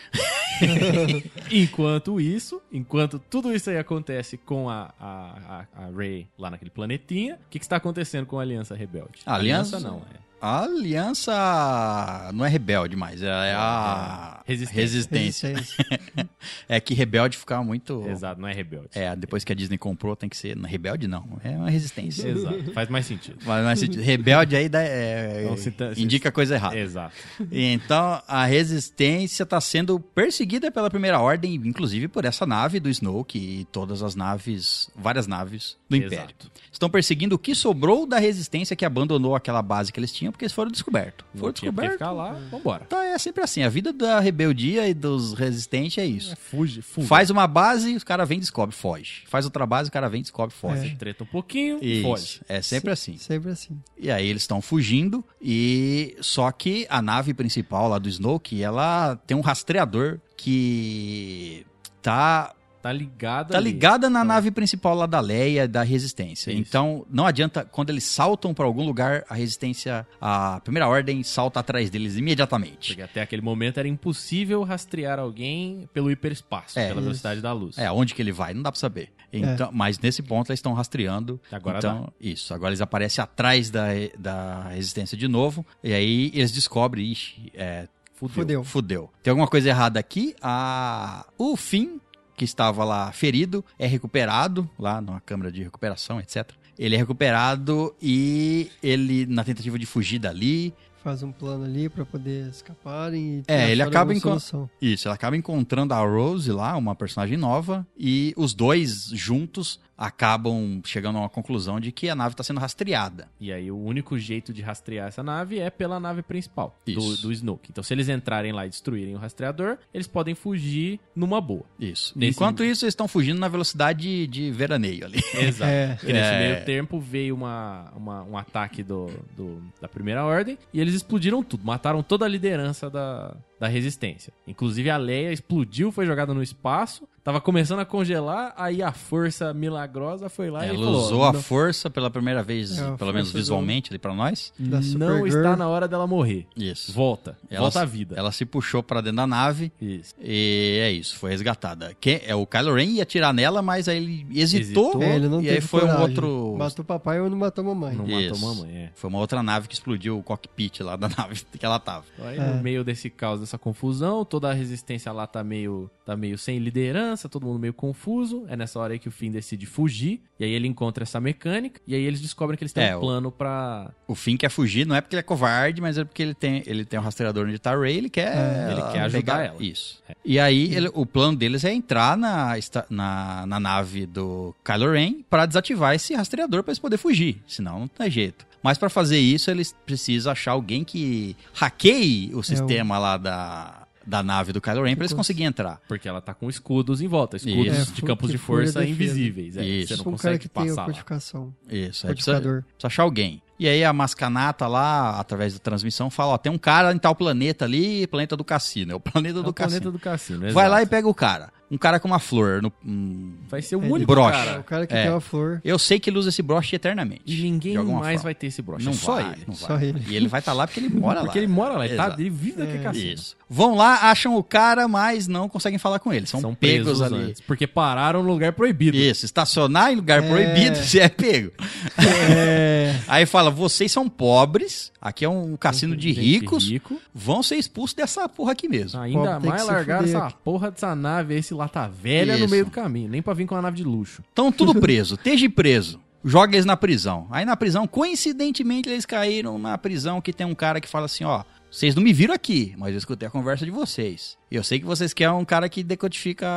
[SPEAKER 2] Enquanto isso, enquanto tudo isso aí acontece com a, a, a, a Rey lá naquele planetinha, o que, que está acontecendo com a Aliança Rebelde?
[SPEAKER 1] Aliança?
[SPEAKER 2] não, é.
[SPEAKER 1] A aliança não é rebelde mais, é a
[SPEAKER 2] É, é. Resistência.
[SPEAKER 1] resistência.
[SPEAKER 3] Resistência.
[SPEAKER 1] É que rebelde ficava muito.
[SPEAKER 2] Exato, não é rebelde.
[SPEAKER 1] Oh. É, depois que a Disney comprou, tem que ser. Rebelde não, é uma resistência.
[SPEAKER 2] Exato, faz mais sentido.
[SPEAKER 1] Mas, mas se- rebelde aí dá- é,
[SPEAKER 2] Então, se tá- se-
[SPEAKER 1] indica coisa errada.
[SPEAKER 2] Exato.
[SPEAKER 1] Então, a resistência está sendo perseguida pela Primeira Ordem, inclusive por essa nave do Snoke e todas as naves, várias naves do Império.
[SPEAKER 2] Exato.
[SPEAKER 1] Estão perseguindo o que sobrou da resistência que abandonou aquela base que eles tinham, porque eles foram descobertos.
[SPEAKER 2] Não
[SPEAKER 1] Foram
[SPEAKER 2] tinha por que
[SPEAKER 1] descobertos.
[SPEAKER 2] ficar lá, vambora.
[SPEAKER 1] Tá, é sempre assim. A vida da rebeldia e dos resistentes é isso.
[SPEAKER 2] Fuge, fuge.
[SPEAKER 1] Faz uma base, os caras vêm, descobre, foge. Faz outra base, o cara vem, descobre,
[SPEAKER 2] Você
[SPEAKER 1] foge.
[SPEAKER 2] treta um pouquinho,
[SPEAKER 1] Isso.
[SPEAKER 2] foge.
[SPEAKER 1] É sempre assim.
[SPEAKER 3] Sempre assim.
[SPEAKER 1] E aí eles estão fugindo e só que a nave principal lá do Snoke, ela tem um rastreador que tá
[SPEAKER 2] Tá ligado
[SPEAKER 1] tá
[SPEAKER 2] ali.
[SPEAKER 1] ligada na
[SPEAKER 2] Tá.
[SPEAKER 1] nave principal lá da Leia da Resistência.
[SPEAKER 2] Isso.
[SPEAKER 1] Então não adianta quando eles saltam pra algum lugar, a Resistência, a Primeira Ordem salta atrás deles imediatamente.
[SPEAKER 2] Porque até aquele momento era impossível rastrear alguém pelo hiperespaço,
[SPEAKER 1] É.
[SPEAKER 2] pela velocidade da luz.
[SPEAKER 1] É, onde que ele vai? Não dá pra saber.
[SPEAKER 2] É.
[SPEAKER 1] Então, Mas nesse ponto eles estão rastreando.
[SPEAKER 2] Agora
[SPEAKER 1] então, isso. Agora eles aparecem atrás da, da resistência de novo. E aí eles descobrem, ixi, é,
[SPEAKER 2] Fudeu.
[SPEAKER 3] Fudeu.
[SPEAKER 1] fudeu. Tem alguma coisa errada aqui. A... O Finn, que estava lá ferido, é recuperado lá numa câmara de recuperação, etc. Ele é recuperado e ele, na tentativa de fugir dali,
[SPEAKER 3] faz um plano ali pra poder escaparem. E
[SPEAKER 1] É, ele
[SPEAKER 3] achar
[SPEAKER 1] acaba
[SPEAKER 3] alguma
[SPEAKER 1] enco-
[SPEAKER 3] solução.
[SPEAKER 1] Isso, ela acaba encontrando a Rose lá, uma personagem nova, e os dois juntos acabam chegando a uma conclusão de que a nave está sendo rastreada.
[SPEAKER 2] E aí o único jeito de rastrear essa nave é pela nave principal do,
[SPEAKER 1] Isso.
[SPEAKER 2] do Snoke. Então se eles entrarem lá e destruírem o rastreador, eles podem fugir
[SPEAKER 1] [laughs]
[SPEAKER 2] numa boa.
[SPEAKER 1] Isso.
[SPEAKER 2] Nesse-
[SPEAKER 1] Enquanto isso, eles estão fugindo na velocidade de veraneio ali.
[SPEAKER 2] Exato.
[SPEAKER 3] É,
[SPEAKER 2] Porque nesse
[SPEAKER 1] É.
[SPEAKER 2] meio tempo veio uma, uma- um ataque do, do- da primeira ordem e eles explodiram tudo, mataram toda a liderança da, da resistência. Inclusive a Leia explodiu, foi jogada no espaço, tava começando a congelar, aí a força milagrosa foi lá e
[SPEAKER 1] Ela
[SPEAKER 2] falou,
[SPEAKER 1] usou a
[SPEAKER 2] "Não-
[SPEAKER 1] força pela primeira vez,
[SPEAKER 3] É, a
[SPEAKER 1] pelo menos
[SPEAKER 3] força do-
[SPEAKER 1] visualmente, ali pra nós.
[SPEAKER 3] da
[SPEAKER 2] não
[SPEAKER 3] Supergirl.
[SPEAKER 2] está na hora dela morrer.
[SPEAKER 1] Isso.
[SPEAKER 2] Volta,
[SPEAKER 1] Ela-
[SPEAKER 2] volta à vida.
[SPEAKER 1] Ela se puxou pra dentro da nave
[SPEAKER 2] Isso.
[SPEAKER 1] e é isso, foi resgatada. Que, é, o Kylo Ren ia atirar nela, mas aí ele hesitou,
[SPEAKER 2] Hesitou.
[SPEAKER 3] É, ele não
[SPEAKER 1] e
[SPEAKER 3] teve
[SPEAKER 1] aí foi um
[SPEAKER 3] coragem.
[SPEAKER 1] outro...
[SPEAKER 3] Matou papai ou não matou mamãe.
[SPEAKER 2] Não
[SPEAKER 1] Isso.
[SPEAKER 2] matou mamãe, é.
[SPEAKER 1] Foi uma outra nave que explodiu o cockpit lá da [laughs] nave que ela tava.
[SPEAKER 2] Aí,
[SPEAKER 3] É.
[SPEAKER 2] no meio desse caos, dessa confusão, toda a resistência lá tá meio, tá meio sem liderança, todo mundo meio confuso. É nessa hora aí que o Finn decide fugir. E aí ele encontra essa mecânica. E aí eles descobrem que eles têm
[SPEAKER 1] É,
[SPEAKER 2] um
[SPEAKER 1] o-
[SPEAKER 2] plano pra.
[SPEAKER 1] O Finn quer fugir, não é porque ele é covarde, mas é porque ele tem, ele tem um rastreador onde tá a Rey, ele quer...
[SPEAKER 2] É, ele quer ajudar ela. É.
[SPEAKER 1] Isso. E aí, ele- o plano deles é entrar na, esta- na, na nave do Kylo Ren pra desativar esse rastreador pra eles poderem fugir, senão não tem jeito. Mas pra fazer isso, eles precisam achar alguém que hackeie
[SPEAKER 2] É,
[SPEAKER 1] o sistema lá da, da nave do Kylo Ren pra eles
[SPEAKER 3] cons-
[SPEAKER 1] conseguirem entrar.
[SPEAKER 2] Porque ela tá com escudos em volta escudos
[SPEAKER 1] Isso.
[SPEAKER 2] de
[SPEAKER 3] É,
[SPEAKER 2] campos
[SPEAKER 3] que
[SPEAKER 2] de
[SPEAKER 3] fura
[SPEAKER 2] força
[SPEAKER 3] defesa.
[SPEAKER 2] invisíveis. É,
[SPEAKER 1] Isso.
[SPEAKER 2] Você não
[SPEAKER 3] um cara
[SPEAKER 2] consegue
[SPEAKER 3] que tem a
[SPEAKER 2] passar. lá.
[SPEAKER 3] codificação.
[SPEAKER 1] Isso, aí É, precisa,
[SPEAKER 3] Codificador.
[SPEAKER 1] Precisa achar alguém. E aí a mascanata lá, através da transmissão, fala, ó, tem um cara em tal planeta ali, planeta do cassino. É o planeta
[SPEAKER 2] É o
[SPEAKER 1] do
[SPEAKER 2] planeta
[SPEAKER 1] cassino.
[SPEAKER 2] do cassino.
[SPEAKER 1] Vai
[SPEAKER 2] exato.
[SPEAKER 1] lá e pega o cara. Um cara com uma flor. no- hum,
[SPEAKER 2] Vai ser o
[SPEAKER 3] Ele-
[SPEAKER 2] único
[SPEAKER 1] broche.
[SPEAKER 3] É, o
[SPEAKER 2] cara.
[SPEAKER 3] cara que
[SPEAKER 1] É.
[SPEAKER 3] tem uma flor,
[SPEAKER 1] eu sei que ele usa esse broche eternamente.
[SPEAKER 2] E ninguém
[SPEAKER 1] de alguma
[SPEAKER 2] mais
[SPEAKER 1] forma.
[SPEAKER 2] vai ter esse broche.
[SPEAKER 1] Não
[SPEAKER 2] é só
[SPEAKER 1] vai,
[SPEAKER 2] ele.
[SPEAKER 1] não vai.
[SPEAKER 3] só ele.
[SPEAKER 1] E ele vai estar lá porque ele mora lá.
[SPEAKER 2] [laughs] Porque ele mora lá, ele, tá,
[SPEAKER 1] Exato.
[SPEAKER 2] ele vive naquele
[SPEAKER 3] É.
[SPEAKER 2] cassino.
[SPEAKER 1] Isso. Vão lá, acham o cara, mas não conseguem falar com ele. São, pegos
[SPEAKER 2] presos né?
[SPEAKER 1] ali.
[SPEAKER 2] antes, porque pararam no lugar proibido.
[SPEAKER 1] Isso, estacionar em lugar
[SPEAKER 3] É.
[SPEAKER 1] proibido, [laughs] você é pego.
[SPEAKER 3] [laughs] É,
[SPEAKER 1] Aí fala, vocês são pobres, aqui é um cassino de
[SPEAKER 2] Gente
[SPEAKER 1] ricos,
[SPEAKER 2] Rico.
[SPEAKER 1] vão ser expulsos dessa porra aqui mesmo.
[SPEAKER 2] Ainda
[SPEAKER 3] Pobre, tem
[SPEAKER 2] mais
[SPEAKER 3] que se
[SPEAKER 2] largar
[SPEAKER 3] fuder
[SPEAKER 2] essa
[SPEAKER 3] aqui.
[SPEAKER 2] porra dessa nave, esse lata velha no
[SPEAKER 1] Isso.
[SPEAKER 2] meio do caminho. Nem pra vir com uma nave de luxo.
[SPEAKER 1] Estão tudo preso, esteja preso. Joga eles na prisão. Aí na prisão, coincidentemente, eles caíram na prisão que tem um cara que fala assim, ó, vocês não me viram aqui, mas eu escutei a conversa de vocês. E eu sei que vocês querem um cara que decodifica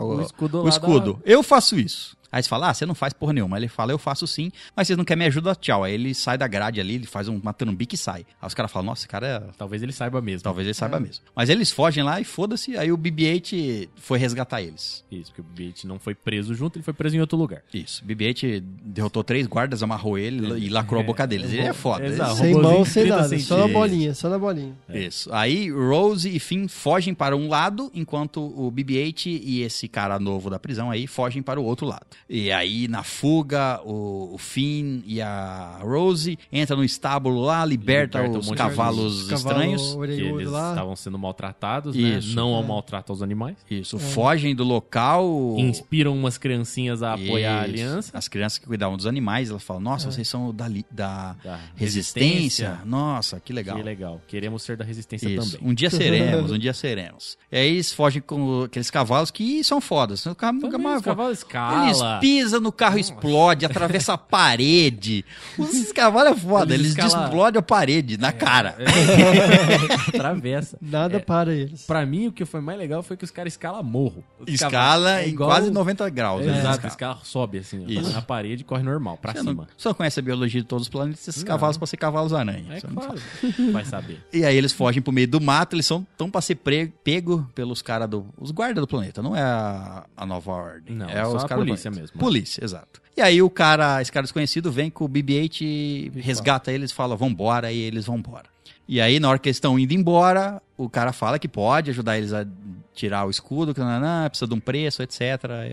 [SPEAKER 2] O
[SPEAKER 1] o,
[SPEAKER 2] escudo
[SPEAKER 1] o
[SPEAKER 2] lá
[SPEAKER 1] escudo. Eu faço isso. Aí você fala, ah, você não faz porra nenhuma. Aí Ele fala, eu faço sim, mas vocês não querem me ajudar, tchau. Aí ele sai da grade ali, ele faz um- uma trambique e sai. Aí os caras falam, nossa, esse cara é
[SPEAKER 2] da- Talvez ele saiba mesmo.
[SPEAKER 1] Talvez ele saiba
[SPEAKER 3] É.
[SPEAKER 1] mesmo. Mas eles fogem lá e foda-se, aí o BB-8 foi resgatar eles.
[SPEAKER 2] Isso, porque o Beat não foi preso junto, ele foi preso em outro lugar.
[SPEAKER 1] Isso. BB-8 derrotou três guardas, amarrou ele e lacrou a boca deles. Ele é foda.
[SPEAKER 2] Exato.
[SPEAKER 1] Esse-
[SPEAKER 3] sem
[SPEAKER 2] robozinho
[SPEAKER 3] mão,
[SPEAKER 2] de
[SPEAKER 3] sem
[SPEAKER 2] 30
[SPEAKER 3] nada, só na
[SPEAKER 1] centímetros.
[SPEAKER 3] bolinha, só na bolinha.
[SPEAKER 1] Isso. Aí Rose e Finn fogem para um lado, enquanto o BB-8 e esse cara novo da prisão aí fogem para o outro lado. E aí, na fuga, o, o Finn e a Rose entram no estábulo lá, libertam
[SPEAKER 2] Liberta um
[SPEAKER 1] os
[SPEAKER 2] monte de
[SPEAKER 1] cavalos
[SPEAKER 3] Cavalo
[SPEAKER 1] estranhos.
[SPEAKER 2] Que
[SPEAKER 3] orelhudo
[SPEAKER 2] eles tá-
[SPEAKER 3] lá.
[SPEAKER 2] estavam sendo maltratados,
[SPEAKER 1] Isso.
[SPEAKER 2] né? Não ao
[SPEAKER 3] É.
[SPEAKER 2] maltrato aos animais.
[SPEAKER 1] Isso. Fogem do local.
[SPEAKER 2] Inspiram umas criancinhas a apoiar a
[SPEAKER 1] Isso.
[SPEAKER 2] aliança.
[SPEAKER 1] As crianças que cuidavam dos animais, elas falam, nossa, vocês são da, li- da
[SPEAKER 2] Da
[SPEAKER 1] resistência. Nossa, que legal.
[SPEAKER 2] Que legal. Queremos ser da resistência
[SPEAKER 1] Isso.
[SPEAKER 2] também.
[SPEAKER 1] Um
[SPEAKER 2] [laughs]
[SPEAKER 1] dia seremos, um dia seremos. E aí eles fogem com aqueles cavalos que são fodas. São ca-
[SPEAKER 2] Também
[SPEAKER 1] cavalo-
[SPEAKER 2] os cavalos
[SPEAKER 1] Eles
[SPEAKER 2] escala.
[SPEAKER 1] pisam no carro, explode, atravessa a parede.
[SPEAKER 2] [laughs]
[SPEAKER 1] Os cavalos é foda,
[SPEAKER 2] Eles É,
[SPEAKER 1] eles,
[SPEAKER 2] escala-
[SPEAKER 1] explodem a parede na cara.
[SPEAKER 2] [laughs] Atravessa.
[SPEAKER 3] Nada
[SPEAKER 2] É.
[SPEAKER 3] para eles.
[SPEAKER 2] Pra mim, o que foi mais legal foi que os caras escalam morro. Os
[SPEAKER 1] Escala
[SPEAKER 2] cavalos- é
[SPEAKER 1] em
[SPEAKER 2] igual-
[SPEAKER 1] quase 90 graus. né,
[SPEAKER 2] É, Exato,
[SPEAKER 1] escala.
[SPEAKER 2] esse carro sobe assim, ó,
[SPEAKER 1] Isso. é
[SPEAKER 2] na parede e corre normal, pra
[SPEAKER 1] Você
[SPEAKER 2] cima.
[SPEAKER 1] não, você não conhece a biologia de todos os planetas, esses
[SPEAKER 2] Não.
[SPEAKER 1] cavalos podem ser cavalos-aranha.
[SPEAKER 2] É
[SPEAKER 1] Você não-
[SPEAKER 2] claro, [laughs] vai saber.
[SPEAKER 1] E aí eles fogem pro meio do mato, eles são tão pra ser pre- pego pelos caras do. Os guardas do planeta, não é a, a nova ordem.
[SPEAKER 2] Não,
[SPEAKER 1] é
[SPEAKER 2] só
[SPEAKER 1] os
[SPEAKER 2] a
[SPEAKER 1] cara do
[SPEAKER 2] polícia
[SPEAKER 1] planeta.
[SPEAKER 2] mesmo.
[SPEAKER 1] Polícia, exato. E aí o cara, esse cara desconhecido, vem com o BB-8, e resgata eles, fala, vambora, e eles vambora. E aí, na hora que eles estão indo embora, o cara fala que pode ajudar eles a tirar o escudo, que nananã, precisa de um preço, etc,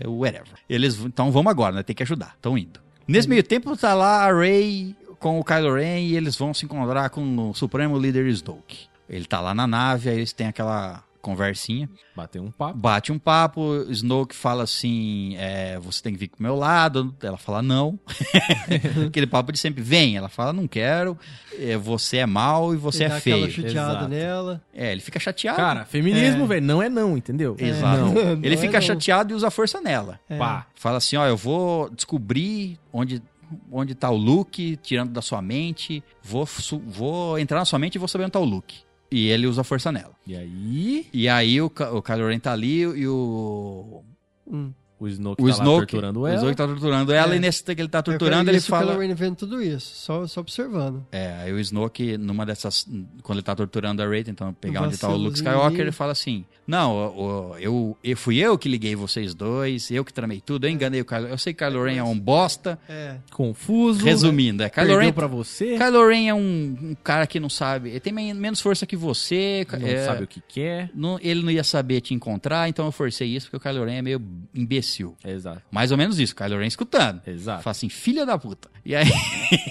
[SPEAKER 1] é, whatever. Eles, v- então vamos agora, né? Tem que ajudar, estão indo. Nesse meio tempo tá lá a Rey com o Kylo Ren e eles vão se encontrar com o Supremo Líder Snoke. Ele tá lá na nave, aí eles têm aquela conversinha,
[SPEAKER 2] Bateu um papo.
[SPEAKER 1] bate um papo, Snoke fala assim, é, você tem que vir pro meu lado, ela fala não, [laughs] aquele papo de sempre, vem, ela fala não quero, é, você é mal e você
[SPEAKER 3] Ele dá
[SPEAKER 1] é feio.
[SPEAKER 3] Aquela chuteada
[SPEAKER 2] Exato.
[SPEAKER 3] nela.
[SPEAKER 1] É, ele fica chateado.
[SPEAKER 2] Cara, feminismo,
[SPEAKER 3] É.
[SPEAKER 2] velho, não é não, entendeu?
[SPEAKER 1] Exato.
[SPEAKER 2] Não.
[SPEAKER 3] [laughs] Não
[SPEAKER 1] ele
[SPEAKER 3] é
[SPEAKER 1] fica
[SPEAKER 3] não.
[SPEAKER 1] chateado e usa força nela.
[SPEAKER 3] É.
[SPEAKER 2] Pá.
[SPEAKER 1] Fala assim, ó, eu vou descobrir onde onde tá o Luke, tirando da sua mente. Vou, su- vou entrar na sua mente e vou saber onde tá o Luke. E ele usa a força nela.
[SPEAKER 2] E aí,
[SPEAKER 1] E aí o, Ca- o Kylo Ren tá ali e o
[SPEAKER 3] Hum.
[SPEAKER 2] o Snoke
[SPEAKER 1] o
[SPEAKER 2] tá lá
[SPEAKER 1] Snoke,
[SPEAKER 2] torturando
[SPEAKER 1] o
[SPEAKER 2] ela.
[SPEAKER 1] Snoke tá torturando ela
[SPEAKER 3] É.
[SPEAKER 1] e nesse que ele tá
[SPEAKER 3] É,
[SPEAKER 1] torturando, eles
[SPEAKER 3] isso que
[SPEAKER 1] falam...
[SPEAKER 3] O Kylo Ren vendo tudo isso, só, só observando.
[SPEAKER 1] É, aí o Snoke, numa dessas. Quando ele tá torturando a Rey, tentando pegar
[SPEAKER 3] Um
[SPEAKER 1] onde tá o Luke
[SPEAKER 3] vacilozinho
[SPEAKER 1] Skywalker,
[SPEAKER 3] ali.
[SPEAKER 1] ele fala assim: Não, o- o- eu, eu fui eu que liguei vocês dois, eu que tramei tudo, eu enganei o Kylo Eu sei que Kylo Ren é um bosta.
[SPEAKER 3] É.
[SPEAKER 2] Confuso.
[SPEAKER 1] tá Resumindo, é Kylo
[SPEAKER 2] Perdeu
[SPEAKER 1] Ren.
[SPEAKER 2] pra
[SPEAKER 1] [laughs]
[SPEAKER 2] você.
[SPEAKER 1] Kylo Ren é um, um cara que não sabe. Ele tem men- menos força que você.
[SPEAKER 2] Não
[SPEAKER 1] é,
[SPEAKER 2] sabe o que quer.
[SPEAKER 1] não- ele não ia saber te encontrar, então eu forcei isso porque o Kylo Ren é meio imbecil.
[SPEAKER 2] Exato.
[SPEAKER 1] Mais ou menos isso, Kylo Ren escutando.
[SPEAKER 2] Exato.
[SPEAKER 1] Fala assim, filha da puta. E aí, [laughs]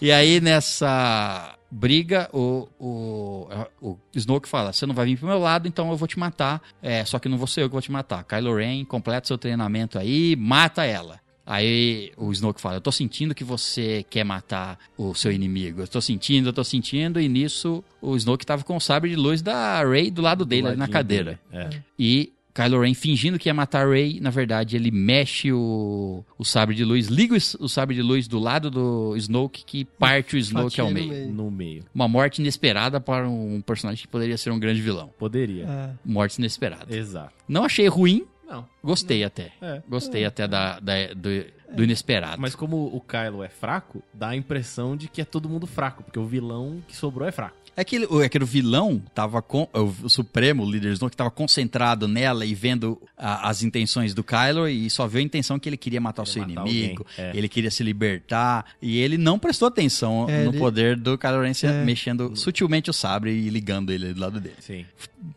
[SPEAKER 1] e aí nessa briga, o, o, o Snoke fala: Você não vai vir pro meu lado, então eu vou te matar. É, só que não vou ser eu que vou te matar. Kylo Ren, completa seu treinamento aí, mata ela. Aí o Snoke fala: Eu tô sentindo que você quer matar o seu inimigo. Eu tô sentindo, eu tô sentindo. E nisso o Snoke tava com o sabre de luz da Rey do lado dele, ali na
[SPEAKER 2] Ladinho
[SPEAKER 1] cadeira.
[SPEAKER 2] dele. É.
[SPEAKER 1] E Kylo Ren fingindo que ia matar a Rey, na verdade ele mexe o, o sabre de luz, liga o, s- o sabre de luz do lado do Snoke que parte é o Snoke
[SPEAKER 3] Fatia
[SPEAKER 1] ao
[SPEAKER 3] no
[SPEAKER 1] meio.
[SPEAKER 2] é, No meio.
[SPEAKER 1] Uma morte inesperada para um personagem que poderia ser um grande vilão.
[SPEAKER 2] Poderia.
[SPEAKER 3] É.
[SPEAKER 1] Morte inesperada.
[SPEAKER 2] Exato.
[SPEAKER 1] Não achei ruim,
[SPEAKER 2] Não.
[SPEAKER 1] gostei até.
[SPEAKER 2] É.
[SPEAKER 1] Gostei até da, da- do, do inesperado.
[SPEAKER 2] Mas como o Kylo é fraco, dá a impressão de que é todo mundo fraco, porque o vilão que sobrou é fraco.
[SPEAKER 1] É que, ele- é que o vilão tava com. O Supremo, o líder Snoke, tava concentrado nela e vendo a- as intenções do Kylo e só viu a intenção que ele queria matar o seu
[SPEAKER 2] Matar
[SPEAKER 1] inimigo.
[SPEAKER 2] alguém. É.
[SPEAKER 1] Ele queria se libertar. E ele não prestou atenção
[SPEAKER 3] É,
[SPEAKER 1] no
[SPEAKER 3] ele-
[SPEAKER 1] poder do Kylo Ren se-
[SPEAKER 3] É.
[SPEAKER 1] mexendo sutilmente o sabre e ligando ele do lado dele.
[SPEAKER 2] Sim.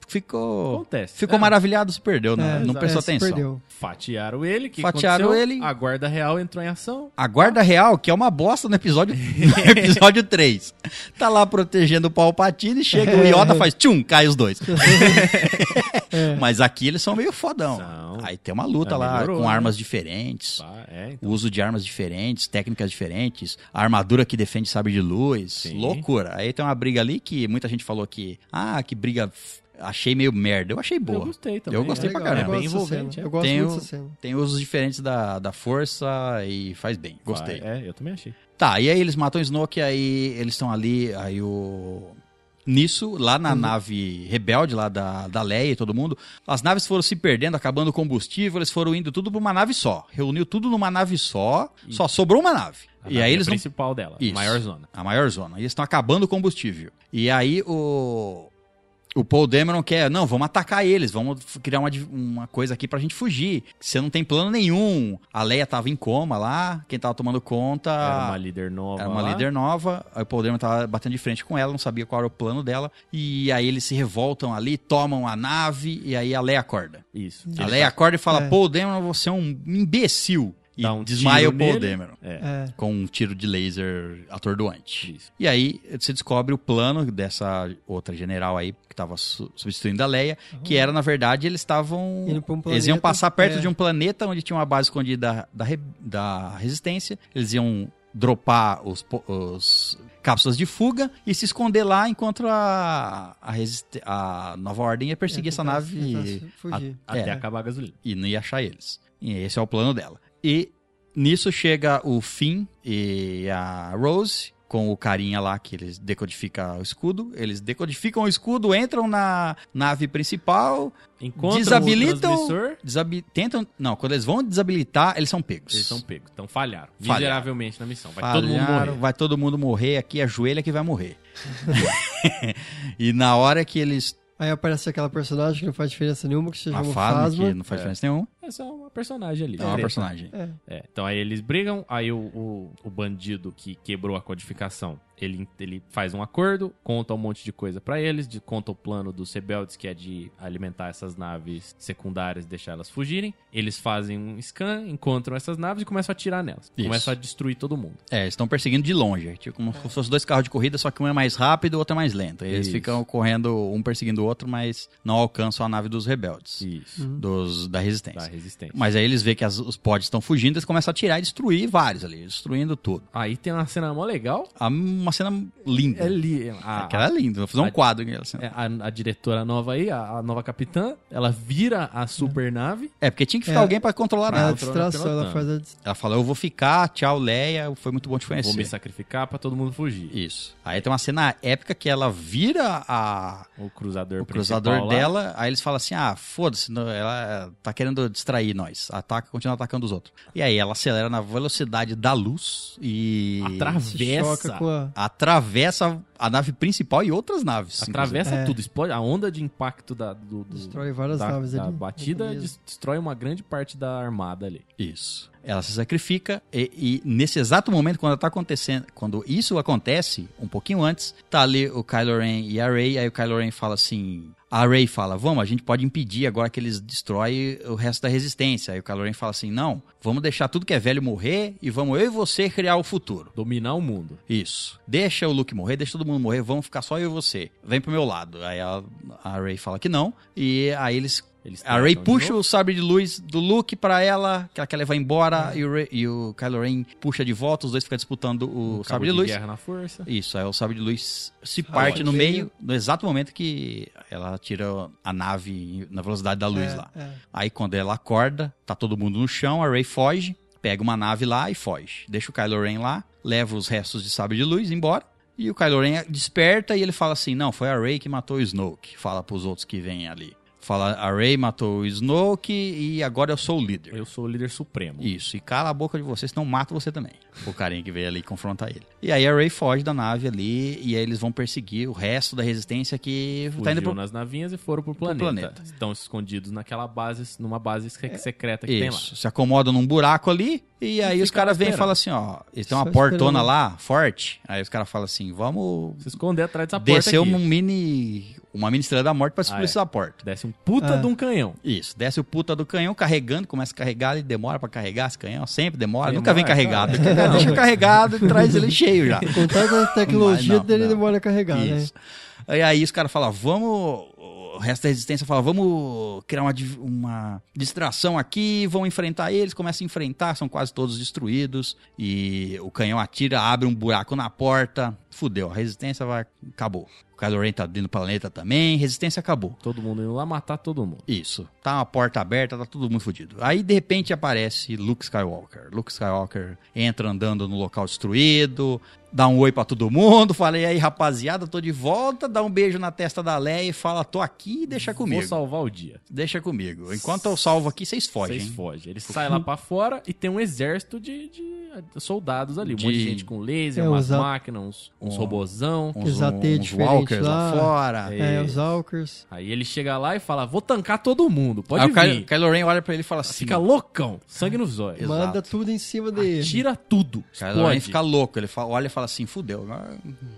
[SPEAKER 1] Ficou.
[SPEAKER 2] Acontece.
[SPEAKER 1] Ficou
[SPEAKER 2] É.
[SPEAKER 1] maravilhado, se perdeu, né?
[SPEAKER 3] É,
[SPEAKER 1] não
[SPEAKER 2] exato.
[SPEAKER 1] prestou
[SPEAKER 3] é, se
[SPEAKER 1] atenção.
[SPEAKER 3] Perdeu.
[SPEAKER 2] Fatiaram ele, que
[SPEAKER 1] Fatiaram
[SPEAKER 2] aconteceu?
[SPEAKER 1] ele.
[SPEAKER 2] A guarda real entrou em ação.
[SPEAKER 1] A guarda real, que é uma bosta no episódio,
[SPEAKER 2] [laughs]
[SPEAKER 1] no episódio 3. Tá lá protegendo o Palpatine, chega o Yoda, faz tchum, cai os dois.
[SPEAKER 3] É.
[SPEAKER 1] Mas aqui eles são meio fodão.
[SPEAKER 2] São.
[SPEAKER 1] Aí tem uma luta
[SPEAKER 2] Ah,
[SPEAKER 1] lá
[SPEAKER 2] melhorou,
[SPEAKER 1] com
[SPEAKER 2] né?
[SPEAKER 1] armas diferentes,
[SPEAKER 2] Pá, é, então.
[SPEAKER 1] o uso de armas diferentes, técnicas diferentes, a armadura que defende sabre de luz,
[SPEAKER 2] Sim.
[SPEAKER 1] loucura. Aí tem uma briga ali que muita gente falou que, ah, que briga f- achei meio merda. Eu achei
[SPEAKER 2] Eu
[SPEAKER 1] boa.
[SPEAKER 2] gostei também.
[SPEAKER 1] Eu gostei
[SPEAKER 3] É
[SPEAKER 1] pra
[SPEAKER 3] legal,
[SPEAKER 1] caramba.
[SPEAKER 3] Eu
[SPEAKER 2] É bem
[SPEAKER 3] gosto, dessa
[SPEAKER 2] envolvente.
[SPEAKER 3] cena.
[SPEAKER 2] é.
[SPEAKER 3] Eu gosto
[SPEAKER 1] Tem
[SPEAKER 3] muito
[SPEAKER 1] o-
[SPEAKER 3] dessa cena.
[SPEAKER 1] Tem usos diferentes da, da força e faz bem. Gostei.
[SPEAKER 2] É, eu também achei.
[SPEAKER 1] Tá, e aí eles matam o Snoke, aí eles estão ali, aí o. Nisso, lá
[SPEAKER 2] Uhum.
[SPEAKER 1] na nave rebelde, lá da, da Leia e todo mundo, as naves foram se perdendo, acabando o combustível, eles foram indo tudo pra uma nave só. Reuniu tudo numa nave só, só sobrou uma nave.
[SPEAKER 2] A
[SPEAKER 1] e
[SPEAKER 2] nave
[SPEAKER 1] aí eles não
[SPEAKER 2] principal dela,
[SPEAKER 1] Isso.
[SPEAKER 2] maior zona.
[SPEAKER 1] a maior zona. E eles estão acabando o combustível. E aí o. O Paul Dameron quer, não, vamos atacar eles, vamos f- criar uma, di- uma coisa aqui pra gente fugir. Você não tem plano nenhum. A Leia tava em coma lá, quem tava tomando conta.
[SPEAKER 2] Era uma líder nova.
[SPEAKER 1] Ah. Era uma
[SPEAKER 2] lá.
[SPEAKER 1] líder nova, aí o Paul Dameron tava batendo de frente com ela, não sabia qual era o plano dela. E aí eles se revoltam ali, tomam a nave, e aí a Leia acorda.
[SPEAKER 2] Isso.
[SPEAKER 1] a
[SPEAKER 2] Ele
[SPEAKER 1] Leia acorda e fala:
[SPEAKER 3] É.
[SPEAKER 1] Paul Dameron, você é um imbecil. E
[SPEAKER 2] Dá um
[SPEAKER 1] desmaia o
[SPEAKER 2] tiro
[SPEAKER 1] Paul
[SPEAKER 2] nele.
[SPEAKER 1] Dameron
[SPEAKER 3] É.
[SPEAKER 1] com um tiro de laser atordoante.
[SPEAKER 2] Isso.
[SPEAKER 1] E aí você descobre o plano dessa outra general aí, que tava su- substituindo a Leia, que era, na verdade, eles estavam.
[SPEAKER 3] Hum. Indo pra um
[SPEAKER 1] eles iam
[SPEAKER 3] planeta,
[SPEAKER 1] passar perto
[SPEAKER 3] é.
[SPEAKER 1] de um planeta onde tinha uma base escondida da, re- da resistência. Eles iam dropar os, po- os cápsulas de fuga e se esconder lá enquanto a, a, resiste- a nova ordem ia perseguir
[SPEAKER 3] É,
[SPEAKER 1] essa
[SPEAKER 3] tentar-
[SPEAKER 1] nave
[SPEAKER 3] tentar Fugir.
[SPEAKER 2] Até
[SPEAKER 1] É.
[SPEAKER 2] acabar a gasolina.
[SPEAKER 1] e não ia achar eles. E esse é o plano dela. E nisso chega o Finn e a Rose com o carinha lá que eles decodificam o escudo. Eles decodificam o escudo, entram na nave principal,
[SPEAKER 2] Encontram
[SPEAKER 1] Desabilitam-
[SPEAKER 2] o transmissor,
[SPEAKER 1] desabi- tentam. Não, quando eles vão desabilitar, eles são pegos.
[SPEAKER 2] eles são pegos. Então falharam.
[SPEAKER 1] Falharam.
[SPEAKER 2] Miseravelmente na missão. Vai todo mundo
[SPEAKER 1] Falharam,
[SPEAKER 2] morrer.
[SPEAKER 1] Vai todo mundo morrer aqui, ajoelha que vai
[SPEAKER 2] [laughs]
[SPEAKER 1] morrer. e na hora que eles.
[SPEAKER 3] Aí aparece aquela personagem que não faz diferença nenhuma, que seja
[SPEAKER 1] A
[SPEAKER 3] um
[SPEAKER 1] Fasma, que
[SPEAKER 3] Fasma.
[SPEAKER 1] não faz
[SPEAKER 2] É.
[SPEAKER 1] diferença nenhuma.
[SPEAKER 2] É só uma personagem ali.
[SPEAKER 1] É uma
[SPEAKER 2] Treta.
[SPEAKER 1] personagem.
[SPEAKER 3] É.
[SPEAKER 2] É, então aí eles brigam, aí o, o, o bandido que quebrou a codificação, ele, ele faz um acordo, conta um monte de coisa pra eles, de- conta o plano dos rebeldes, que é de alimentar essas naves secundárias e deixar elas fugirem. Eles fazem um scan, encontram essas naves e começam a atirar nelas.
[SPEAKER 1] Isso.
[SPEAKER 2] Começam a destruir todo mundo.
[SPEAKER 1] É, eles estão perseguindo de longe, tipo como se fossem dois carros de corrida, só que um é mais rápido e o outro é mais lento. Eles
[SPEAKER 2] Isso.
[SPEAKER 1] ficam correndo, um perseguindo o outro, mas não alcançam a nave dos rebeldes,
[SPEAKER 2] Isso.
[SPEAKER 1] dos da resistência.
[SPEAKER 2] Da resistência.
[SPEAKER 1] Mas aí eles veem que as- os pods estão fugindo, eles começam a atirar e destruir vários ali, destruindo tudo.
[SPEAKER 2] Aí tem uma cena mó legal.
[SPEAKER 1] A uma cena linda.
[SPEAKER 2] É li- a-
[SPEAKER 1] Aquela linda. Vou fazer um
[SPEAKER 2] a-
[SPEAKER 1] quadro com aquela cena.
[SPEAKER 2] é, a, a diretora nova aí, a, a nova capitã, ela vira a super nave.
[SPEAKER 1] É, porque tinha que ficar
[SPEAKER 3] É.
[SPEAKER 1] alguém pra controlar
[SPEAKER 3] É a
[SPEAKER 1] nada.
[SPEAKER 3] distração, ela faz a distração.
[SPEAKER 1] Ela falou, eu vou ficar, tchau, Leia, foi muito bom te conhecer.
[SPEAKER 2] Vou me sacrificar pra todo mundo fugir.
[SPEAKER 1] Isso. Aí tem uma cena épica que ela vira a,
[SPEAKER 2] O cruzador
[SPEAKER 1] o cruzador
[SPEAKER 2] principal lá.
[SPEAKER 1] dela, aí eles falam assim: ah, foda-se, não- ela tá querendo distrair nós. Ataca, continua atacando os outros. E aí ela acelera na velocidade da luz e.
[SPEAKER 3] Se choca
[SPEAKER 2] Atravessa.
[SPEAKER 3] com a...
[SPEAKER 1] Atravessa a nave principal e outras naves.
[SPEAKER 2] Atravessa
[SPEAKER 3] É.
[SPEAKER 2] tudo, explode. A onda de impacto da, do, do-
[SPEAKER 3] Destrói várias
[SPEAKER 2] da,
[SPEAKER 3] naves
[SPEAKER 2] da
[SPEAKER 3] ali.
[SPEAKER 2] batida
[SPEAKER 3] Mesmo.
[SPEAKER 2] des- destrói uma grande parte da armada ali.
[SPEAKER 1] Isso. Ela se sacrifica e, e nesse exato momento, quando tá acontecendo, quando isso acontece, um pouquinho antes, tá ali o Kylo Ren e a Rey, aí o Kylo Ren fala assim, a Rey fala, vamos, a gente pode impedir agora que eles destroem o resto da resistência. Aí o Kylo Ren fala assim, não, vamos deixar tudo que é velho morrer e vamos eu e você criar o futuro.
[SPEAKER 2] Dominar o mundo.
[SPEAKER 1] Isso. Deixa o Luke morrer, deixa todo mundo morrer, vamos ficar só eu e você. Vem pro meu lado. Aí a, a Rey fala que não, e aí eles
[SPEAKER 2] Eles
[SPEAKER 1] a Ray
[SPEAKER 2] tentam de
[SPEAKER 1] puxa
[SPEAKER 2] novo.
[SPEAKER 1] o sabre de luz do Luke pra ela, que ela quer levar embora,
[SPEAKER 2] É.
[SPEAKER 1] e, o Rey- e o Kylo Ren puxa de volta, os dois ficam disputando o,
[SPEAKER 2] Cabo
[SPEAKER 1] sabre de luz.
[SPEAKER 2] guerra na força.
[SPEAKER 1] Isso, aí o sabre de luz se
[SPEAKER 3] Ah,
[SPEAKER 1] parte no
[SPEAKER 3] veio.
[SPEAKER 1] meio, no exato momento que ela tira a nave na velocidade da luz
[SPEAKER 3] é,
[SPEAKER 1] lá.
[SPEAKER 3] é.
[SPEAKER 1] Aí quando ela acorda, tá todo mundo no chão, a Ray foge, pega uma nave lá e foge. Deixa o Kylo Ren lá, leva os restos de sabre de luz embora. E o Kylo Ren desperta e ele fala assim: "Não, foi a Ray que matou o Snoke". Fala pros outros que vêm ali. Fala: "A Ray matou o Snoke e agora eu sou o líder".
[SPEAKER 2] Eu sou o líder supremo.
[SPEAKER 1] Isso, e cala a boca de você, senão mata você também. O carinha que veio ali confrontar ele. E aí a Ray foge da nave ali, e aí eles vão perseguir o resto da resistência que
[SPEAKER 2] Fugiu né?
[SPEAKER 1] tá indo pro
[SPEAKER 2] nas navinhas e foram pro planeta.
[SPEAKER 1] planeta.
[SPEAKER 2] Estão escondidos naquela base, numa base se-
[SPEAKER 3] É.
[SPEAKER 2] secreta que tem lá.
[SPEAKER 1] Isso, se acomodam num buraco ali, e aí
[SPEAKER 2] E
[SPEAKER 1] os
[SPEAKER 2] fica lá
[SPEAKER 1] caras vêm e
[SPEAKER 2] esperando.
[SPEAKER 1] falam assim, ó, eles têm uma
[SPEAKER 3] Só
[SPEAKER 1] portona
[SPEAKER 3] esperando.
[SPEAKER 1] lá, forte, aí os caras falam assim, vamos
[SPEAKER 2] Se esconder atrás dessa
[SPEAKER 1] descer
[SPEAKER 2] porta
[SPEAKER 1] um
[SPEAKER 2] aqui.
[SPEAKER 1] mini, uma mini estrela da morte pra explodir
[SPEAKER 2] Ah, é.
[SPEAKER 1] essa porta.
[SPEAKER 2] Desce um puta
[SPEAKER 3] Ah.
[SPEAKER 2] de um canhão.
[SPEAKER 1] Isso, desce o puta do canhão carregando, começa a carregar, ele demora pra carregar esse canhão, sempre demora,
[SPEAKER 2] Demora,
[SPEAKER 1] nunca vem
[SPEAKER 2] cara.
[SPEAKER 1] carregado.
[SPEAKER 2] Não,
[SPEAKER 1] [laughs] Deixa
[SPEAKER 2] velho.
[SPEAKER 1] carregado e traz ele cheio
[SPEAKER 2] [laughs]
[SPEAKER 1] já.
[SPEAKER 3] Contar com a tecnologia
[SPEAKER 1] [laughs] Mas não,
[SPEAKER 3] dele
[SPEAKER 1] não.
[SPEAKER 3] demora a carregar,
[SPEAKER 1] Isso. E aí os caras falam, vamos. O resto da resistência fala, vamos criar uma, div- uma distração aqui, vão enfrentar eles, começa a enfrentar, são quase todos destruídos. E o canhão atira, abre um buraco na porta. Fudeu, a resistência vai. Acabou. O Kylo Ren tá dentro do planeta também, resistência acabou.
[SPEAKER 2] Todo mundo indo lá matar todo mundo.
[SPEAKER 1] Isso. Tá uma porta aberta, tá todo mundo fudido. Aí, de repente, aparece Luke Skywalker. Luke Skywalker entra andando no local destruído, dá um oi pra todo mundo, fala, e aí, rapaziada, tô de volta, dá um beijo na testa da Leia e fala, tô aqui e deixa comigo.
[SPEAKER 2] Vou salvar o dia.
[SPEAKER 1] Deixa comigo. Enquanto eu salvo aqui, vocês fogem.
[SPEAKER 2] Vocês fogem. Ele sai lá pra fora e tem um exército de, de soldados ali. Um
[SPEAKER 1] De-
[SPEAKER 2] monte de gente com laser,
[SPEAKER 3] É,
[SPEAKER 2] umas
[SPEAKER 3] os a-
[SPEAKER 2] máquinas, uns, uns
[SPEAKER 1] Um-
[SPEAKER 2] robozão.
[SPEAKER 1] Uns,
[SPEAKER 3] AT
[SPEAKER 1] uns
[SPEAKER 3] diferente
[SPEAKER 1] walkers lá,
[SPEAKER 3] lá.
[SPEAKER 1] fora.
[SPEAKER 2] É,
[SPEAKER 3] né? É, os Alkers.
[SPEAKER 2] Aí ele chega lá e fala, vou tancar todo mundo, pode
[SPEAKER 1] aí o Kylo,
[SPEAKER 2] vir.
[SPEAKER 1] Kylo Ren olha pra ele e fala assim...
[SPEAKER 2] Fica loucão, sangue nos olhos.
[SPEAKER 1] Exato.
[SPEAKER 3] Manda tudo em cima dele.
[SPEAKER 2] Tira tudo,
[SPEAKER 1] Kylo Ren
[SPEAKER 2] explode.
[SPEAKER 1] fica louco. Ele fala- olha e fala assim, fudeu. agora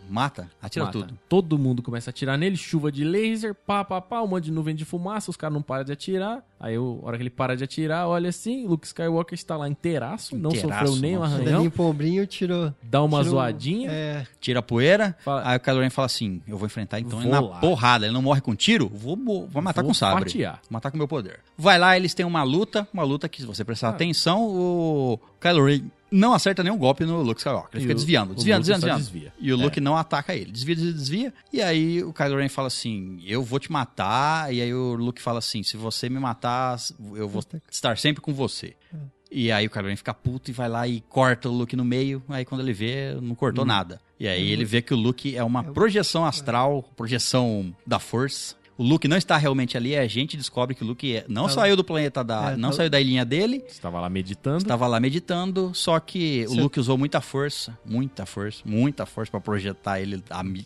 [SPEAKER 1] Mata, atira
[SPEAKER 2] Mata.
[SPEAKER 1] tudo.
[SPEAKER 2] Todo mundo começa a atirar nele, chuva de laser, pá, pá, pá, um monte de nuvem de fumaça, os caras não param de atirar. Aí, o- a hora que ele para de atirar, olha assim, Luke Skywalker está lá inteiraço, não
[SPEAKER 1] Inteiraço,
[SPEAKER 2] sofreu nem um
[SPEAKER 1] não.
[SPEAKER 3] Ainda
[SPEAKER 2] arranhão,
[SPEAKER 3] limpa o ombrinho, tirou.
[SPEAKER 2] dá uma
[SPEAKER 3] tirou-
[SPEAKER 2] zoadinha,
[SPEAKER 3] É,
[SPEAKER 1] Tira a poeira.
[SPEAKER 2] fala,
[SPEAKER 1] Aí o Kylo Ren fala assim: Eu vou enfrentar então ele
[SPEAKER 2] Vou
[SPEAKER 1] na
[SPEAKER 2] lá.
[SPEAKER 1] porrada. Ele não morre com tiro? Vou, bo- vou matar
[SPEAKER 2] vou
[SPEAKER 1] tá com sabre.
[SPEAKER 2] fatiar.
[SPEAKER 1] Vou matar com meu poder. Vai lá, eles têm uma luta. Uma luta que, se você prestar
[SPEAKER 2] Ah.
[SPEAKER 1] atenção, o Kylo Ren não acerta nenhum golpe no Luke Skywalker. Ele
[SPEAKER 2] E
[SPEAKER 1] fica é
[SPEAKER 2] o-
[SPEAKER 1] desviando,
[SPEAKER 2] o
[SPEAKER 1] desviando,
[SPEAKER 2] Luke só
[SPEAKER 1] desviando, desviando.
[SPEAKER 2] desvia.
[SPEAKER 1] E o Luke não ataca ele. Desvia, desvia, desvia. E aí o Kylo Ren fala assim: Eu vou te matar. E aí o Luke fala assim: Se você me matar, eu vou É. estar sempre com você. E aí o Kylo Ren fica puto e vai lá e corta o Luke no meio. Aí quando ele vê, não cortou nada. E aí ele vê que o Luke Uhum. é uma projeção astral, projeção da força. O Luke não está realmente ali, é a gente descobre que o Luke é- não
[SPEAKER 3] Tá-
[SPEAKER 1] saiu do planeta da.
[SPEAKER 3] É,
[SPEAKER 1] não
[SPEAKER 3] tá-
[SPEAKER 1] saiu da ilhinha dele,
[SPEAKER 2] estava lá meditando,
[SPEAKER 1] estava lá meditando, só que o
[SPEAKER 3] Cê-
[SPEAKER 1] Luke usou muita força, muita força, muita força pra projetar ele a mi-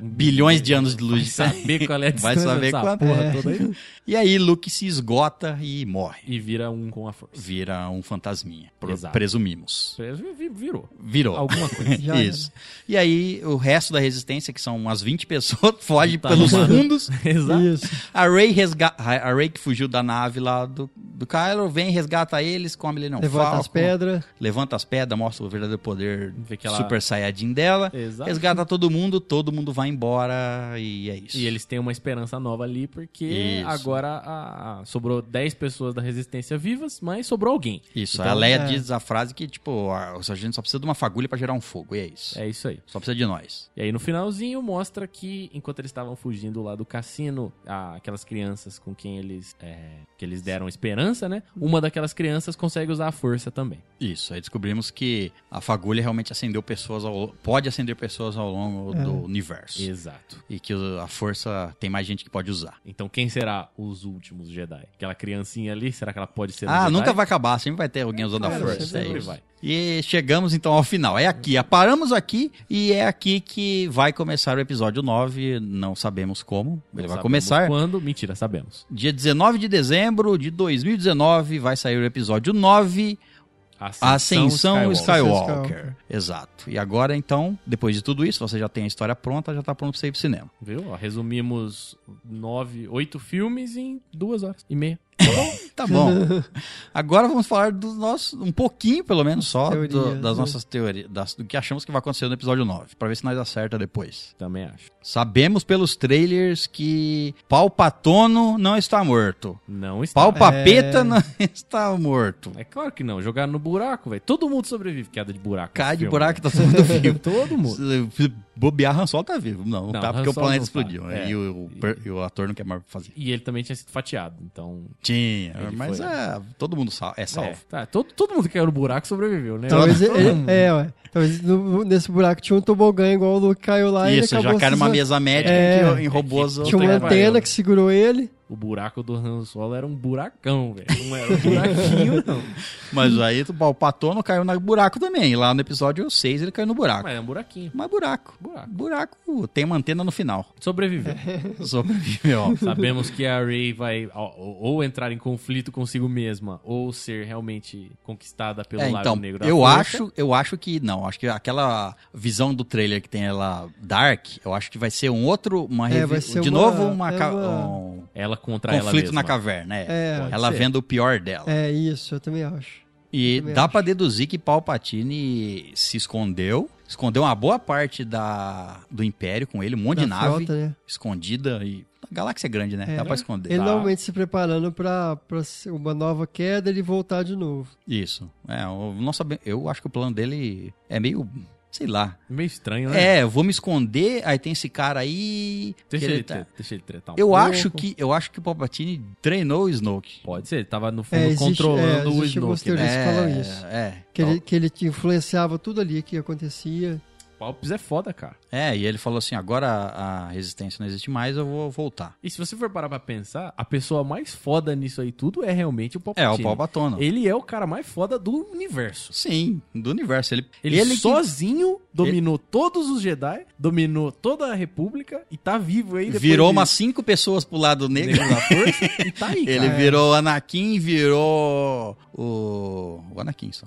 [SPEAKER 2] um-
[SPEAKER 1] bilhões de anos de
[SPEAKER 2] vai
[SPEAKER 1] luz. de
[SPEAKER 2] [laughs]
[SPEAKER 1] distância.
[SPEAKER 2] saber qual é a
[SPEAKER 1] [laughs] Vai
[SPEAKER 2] distância
[SPEAKER 1] saber
[SPEAKER 2] dessa
[SPEAKER 1] qual é.
[SPEAKER 2] porra toda aí.
[SPEAKER 1] E aí Luke se esgota e morre.
[SPEAKER 2] E vira um com a força.
[SPEAKER 1] Vira um fantasminha, pro-
[SPEAKER 2] Exato.
[SPEAKER 1] presumimos.
[SPEAKER 2] Vi- vi- Virou.
[SPEAKER 1] Virou.
[SPEAKER 2] Alguma coisa.
[SPEAKER 1] [laughs]
[SPEAKER 3] já era.
[SPEAKER 2] né?
[SPEAKER 1] Isso. E aí, o resto da resistência, que são umas 20 pessoas, [laughs] foge
[SPEAKER 2] Tá
[SPEAKER 1] pelos
[SPEAKER 2] arrumado.
[SPEAKER 1] fundos lá.
[SPEAKER 3] Isso.
[SPEAKER 1] A Ray, resga... a Ray que fugiu da nave lá do, do Kylo, vem, resgata eles, come ele não.
[SPEAKER 3] Levanta as pedras.
[SPEAKER 1] Levanta as pedras, mostra o verdadeiro poder
[SPEAKER 2] Vê que ela-
[SPEAKER 1] super saiyajin dela.
[SPEAKER 2] Exato.
[SPEAKER 1] Resgata todo mundo, todo mundo vai embora e é isso.
[SPEAKER 2] E eles têm uma esperança nova ali, porque
[SPEAKER 1] Isso.
[SPEAKER 2] agora a- a- sobrou 10 pessoas da resistência vivas, mas sobrou alguém.
[SPEAKER 1] Isso,
[SPEAKER 2] Então,
[SPEAKER 1] a Leia
[SPEAKER 3] é.
[SPEAKER 1] diz a frase que, tipo, a, a gente só precisa de uma fagulha pra gerar um fogo, e é isso.
[SPEAKER 2] É isso aí.
[SPEAKER 1] Só precisa de nós.
[SPEAKER 2] E aí no finalzinho mostra que, enquanto eles estavam fugindo lá do cassino, a- aquelas crianças com quem eles. é, que eles deram esperança, né? Uma daquelas crianças consegue usar a força também.
[SPEAKER 1] Isso, aí descobrimos que a fagulha realmente acendeu pessoas ao, pode acender pessoas ao longo
[SPEAKER 3] É.
[SPEAKER 1] do universo.
[SPEAKER 2] Exato.
[SPEAKER 1] E que o- a força tem mais gente que pode usar.
[SPEAKER 2] Então quem será os últimos Jedi? Aquela criancinha ali, será que ela pode ser um
[SPEAKER 1] ah,
[SPEAKER 2] Jedi?
[SPEAKER 1] nunca vai acabar, sempre vai ter alguém usando a
[SPEAKER 3] Cara,
[SPEAKER 1] força. É
[SPEAKER 2] sempre
[SPEAKER 1] isso.
[SPEAKER 2] vai.
[SPEAKER 1] E chegamos então ao final. É aqui, ah, paramos aqui e é aqui que vai começar o episódio 9. Não sabemos como, ele
[SPEAKER 2] Não
[SPEAKER 1] vai
[SPEAKER 2] sabemos
[SPEAKER 1] começar.
[SPEAKER 2] Quando? Mentira, sabemos.
[SPEAKER 1] Dia 19 de dezembro de 2019 vai sair o episódio 9, Ascensão Skywalker.
[SPEAKER 3] Skywalker.
[SPEAKER 1] Exato. E agora então, depois de tudo isso, você já tem a história pronta, já tá pronto pra você ir pro cinema.
[SPEAKER 2] Viu? Ó, resumimos nove, oito filmes em duas horas
[SPEAKER 1] [laughs]
[SPEAKER 2] e meia.
[SPEAKER 1] Tá bom. agora vamos falar do nosso, um pouquinho pelo menos só, do-
[SPEAKER 3] Teorias,
[SPEAKER 1] das
[SPEAKER 3] né?
[SPEAKER 1] nossas teorias, das- do que achamos que vai acontecer no episódio 9, pra ver se nós acerta depois.
[SPEAKER 2] Também acho.
[SPEAKER 1] Sabemos pelos trailers que Palpatono não está morto.
[SPEAKER 2] Não está.
[SPEAKER 1] Palpapeta
[SPEAKER 3] É.
[SPEAKER 1] não [laughs] está morto.
[SPEAKER 2] É claro que não. Jogar no buraco, velho. Todo mundo sobrevive. Queda de buraco.
[SPEAKER 1] Cai de
[SPEAKER 2] Filme,
[SPEAKER 1] buraco, tá sendo vivo.
[SPEAKER 2] velho. Todo mundo.
[SPEAKER 1] Se Bobear, Han Solo tá vivo. Não, não
[SPEAKER 2] Não,
[SPEAKER 1] tá,
[SPEAKER 2] Han
[SPEAKER 1] porque o
[SPEAKER 2] Solo
[SPEAKER 1] planeta
[SPEAKER 2] não tá.
[SPEAKER 1] explodiu. né?
[SPEAKER 2] É.
[SPEAKER 1] E, o, o per- e o ator não quer mais fazer.
[SPEAKER 2] E ele também tinha sido fatiado, então...
[SPEAKER 1] Tinha,
[SPEAKER 2] Ele
[SPEAKER 1] mas
[SPEAKER 2] foi,
[SPEAKER 1] é, todo mundo sal- é salvo.
[SPEAKER 2] É, tá, todo, todo mundo que caiu no buraco sobreviveu, né?
[SPEAKER 3] Talvez
[SPEAKER 2] Todo
[SPEAKER 3] ele,
[SPEAKER 2] mundo.
[SPEAKER 3] é, ué. Talvez no- nesse buraco tinha um tobogã igual o Luke caiu
[SPEAKER 2] É.
[SPEAKER 3] lá e ele
[SPEAKER 1] Isso, já
[SPEAKER 3] acabou
[SPEAKER 1] cai numa
[SPEAKER 3] se-
[SPEAKER 1] mesa médica
[SPEAKER 3] É.
[SPEAKER 1] que enrobou as
[SPEAKER 3] Tinha
[SPEAKER 1] outras.
[SPEAKER 3] uma
[SPEAKER 2] Puta que
[SPEAKER 3] antena
[SPEAKER 2] pariu.
[SPEAKER 3] que segurou ele.
[SPEAKER 2] O buraco do Han Solo era um buracão, velho.
[SPEAKER 1] [laughs]
[SPEAKER 2] Não era um buraquinho, não.
[SPEAKER 1] Mas aí tu- o Patono caiu no buraco também. Lá no episódio 6 ele caiu no buraco.
[SPEAKER 2] Mas era um buraquinho.
[SPEAKER 1] Mas buraco.
[SPEAKER 2] Buraco.
[SPEAKER 1] Buraco tem uma antena no
[SPEAKER 2] [laughs]
[SPEAKER 1] final. [laughs]
[SPEAKER 2] Sobreviveu.
[SPEAKER 1] É. Sobreviveu.
[SPEAKER 2] Sabemos que a Rey vai ó, ou, ou entrar em conflito consigo mesma, ou ser realmente conquistada pelo
[SPEAKER 1] É,
[SPEAKER 2] lado
[SPEAKER 1] então,
[SPEAKER 2] negro da
[SPEAKER 1] eu
[SPEAKER 2] força.
[SPEAKER 1] acho, eu acho que não. Acho que aquela visão do trailer que tem ela dark, eu acho que vai ser um outro, uma
[SPEAKER 3] É,
[SPEAKER 1] revi-
[SPEAKER 3] vai ser
[SPEAKER 1] de
[SPEAKER 3] uma-
[SPEAKER 1] novo uma,
[SPEAKER 3] é
[SPEAKER 1] ca-
[SPEAKER 3] uma-
[SPEAKER 1] um
[SPEAKER 2] Ela contra ela
[SPEAKER 1] conflito
[SPEAKER 2] mesma.
[SPEAKER 1] na caverna, é.
[SPEAKER 3] É.
[SPEAKER 2] Pode
[SPEAKER 1] ela
[SPEAKER 2] ser.
[SPEAKER 1] vendo o pior dela.
[SPEAKER 3] É isso, eu também acho.
[SPEAKER 1] e
[SPEAKER 3] também
[SPEAKER 1] dá
[SPEAKER 3] acho.
[SPEAKER 1] pra deduzir que Palpatine se escondeu, escondeu uma boa parte da do império com ele, um monte de
[SPEAKER 3] Da
[SPEAKER 1] nave
[SPEAKER 3] frota, né?
[SPEAKER 1] escondida e a galáxia é grande, né?
[SPEAKER 3] É.
[SPEAKER 1] Dá pra esconder.
[SPEAKER 3] Ele
[SPEAKER 2] Tá.
[SPEAKER 3] normalmente se preparando pra, pra se- uma nova queda ele voltar de novo.
[SPEAKER 1] Isso. É, eu não sabe- eu acho que o plano dele é meio, sei lá,
[SPEAKER 2] Meio estranho, né?
[SPEAKER 1] É, eu vou me esconder, aí tem esse cara aí.
[SPEAKER 2] Deixa
[SPEAKER 1] que
[SPEAKER 2] ele,
[SPEAKER 1] ele tá-
[SPEAKER 2] tre- deixa ele tretar um
[SPEAKER 1] Eu
[SPEAKER 2] pouco.
[SPEAKER 1] acho que eu acho que o Palpatine treinou o Snoke.
[SPEAKER 2] Pode ser, ele tava no fundo
[SPEAKER 3] É, existe- é,
[SPEAKER 2] controlando o
[SPEAKER 3] existe algumas
[SPEAKER 2] Snoke, né?
[SPEAKER 3] teorias. Eles falam isso.
[SPEAKER 1] É.
[SPEAKER 3] Que, ele, que ele te influenciava tudo ali que acontecia.
[SPEAKER 2] Palps é foda, cara.
[SPEAKER 1] É, e ele falou assim: agora a, a resistência não existe mais, eu vou voltar.
[SPEAKER 2] E se você for parar pra pensar, a pessoa mais foda nisso aí tudo é realmente o
[SPEAKER 1] É,
[SPEAKER 2] Palpatine.
[SPEAKER 1] o Palpatona.
[SPEAKER 2] Ele é o cara mais foda do universo.
[SPEAKER 1] Sim, do universo. Ele,
[SPEAKER 2] Ele,
[SPEAKER 1] que-
[SPEAKER 2] sozinho dominou todos os Jedi, dominou toda a República e tá vivo aí depois
[SPEAKER 1] virou
[SPEAKER 2] disso.
[SPEAKER 1] umas cinco pessoas pro lado negro.
[SPEAKER 2] [laughs] Negro da Força e tá aí,
[SPEAKER 1] [laughs] Ele
[SPEAKER 2] cara.
[SPEAKER 1] virou o Anakin, virou o. O Anakin só.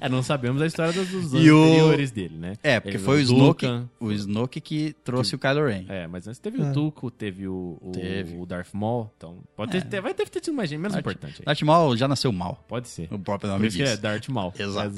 [SPEAKER 2] É, não sabemos a história dos, dos
[SPEAKER 1] E o-
[SPEAKER 2] anteriores dele, né?
[SPEAKER 1] É, porque
[SPEAKER 2] Ele
[SPEAKER 1] foi o
[SPEAKER 2] virou
[SPEAKER 1] Snoke,
[SPEAKER 2] Vulcan.
[SPEAKER 1] o Snoke que trouxe o Kylo Ren.
[SPEAKER 2] É, mas antes teve o
[SPEAKER 3] É.
[SPEAKER 2] Tuco, teve o, o,
[SPEAKER 1] Teve.
[SPEAKER 2] o Darth Maul, então pode ter, ter- vai ter ter tido mais gente, menos
[SPEAKER 1] Darth-
[SPEAKER 2] importante aí.
[SPEAKER 1] Darth Maul já nasceu mal.
[SPEAKER 2] Pode ser.
[SPEAKER 1] O próprio
[SPEAKER 2] Por
[SPEAKER 1] nome
[SPEAKER 2] isso que
[SPEAKER 1] diz.
[SPEAKER 2] é Darth Maul.
[SPEAKER 1] Exato.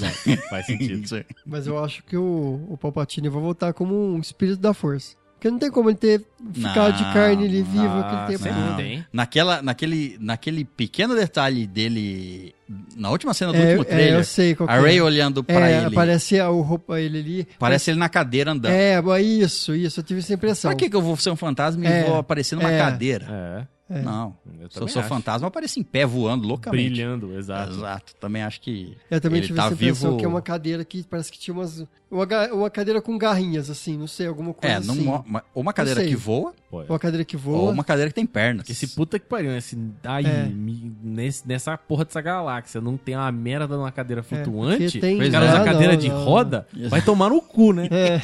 [SPEAKER 1] [laughs]
[SPEAKER 2] Faz sentido.
[SPEAKER 1] Isso aí.
[SPEAKER 3] Mas eu acho que o, o Palpatine vai voltar como um espírito da força. Porque não tem como ele ter ficado de
[SPEAKER 1] Não,
[SPEAKER 3] carne ali vivo
[SPEAKER 2] Ah,
[SPEAKER 3] aquele tempo
[SPEAKER 2] sempre
[SPEAKER 1] não.
[SPEAKER 3] todo.
[SPEAKER 2] tem.
[SPEAKER 1] Naquela, naquele, naquele pequeno detalhe dele, na última cena do último
[SPEAKER 3] É, é,
[SPEAKER 1] trailer,
[SPEAKER 3] eu sei qual que
[SPEAKER 1] a
[SPEAKER 3] é.
[SPEAKER 1] Ray olhando pra
[SPEAKER 3] é,
[SPEAKER 1] ele, parece...
[SPEAKER 3] aparece a, o roupa ele ali.
[SPEAKER 1] ele na cadeira andando.
[SPEAKER 3] É, mas isso, isso, eu tive essa impressão.
[SPEAKER 1] Pra que, que eu vou ser um fantasma e
[SPEAKER 3] É,
[SPEAKER 1] vou aparecer numa
[SPEAKER 3] é.
[SPEAKER 1] cadeira?
[SPEAKER 2] É,
[SPEAKER 3] É.
[SPEAKER 1] Não.
[SPEAKER 2] eu
[SPEAKER 1] Se eu
[SPEAKER 2] também
[SPEAKER 1] sou
[SPEAKER 2] acho.
[SPEAKER 1] fantasma, eu apareço em pé voando loucamente.
[SPEAKER 2] Brilhando, exato.
[SPEAKER 1] Exato. Também acho que.
[SPEAKER 3] Eu também
[SPEAKER 1] Ele
[SPEAKER 3] tive
[SPEAKER 1] tá
[SPEAKER 3] essa impressão
[SPEAKER 1] vivo-
[SPEAKER 3] que é uma cadeira que parece que tinha umas. Uma, ga- uma cadeira com garrinhas, assim, não sei, alguma coisa
[SPEAKER 1] É, não
[SPEAKER 3] assim.
[SPEAKER 1] mo- uma, ou uma cadeira
[SPEAKER 3] sei.
[SPEAKER 1] que voa,
[SPEAKER 2] Pô, é.
[SPEAKER 3] Uma cadeira que
[SPEAKER 1] ou
[SPEAKER 3] voa. [laughs]
[SPEAKER 1] uma cadeira que tem pernas. [laughs]
[SPEAKER 2] Porque se puta que pariu, né? Se aí,
[SPEAKER 3] É.
[SPEAKER 2] me- nesse- nessa porra dessa galáxia não tem uma merda numa cadeira flutuante,
[SPEAKER 3] porque tem-
[SPEAKER 2] o cara
[SPEAKER 1] Pois é.
[SPEAKER 2] usa
[SPEAKER 3] Ah,
[SPEAKER 2] cadeira
[SPEAKER 3] não,
[SPEAKER 2] de
[SPEAKER 3] não,
[SPEAKER 2] roda, vai tomar no cu, né?
[SPEAKER 3] É.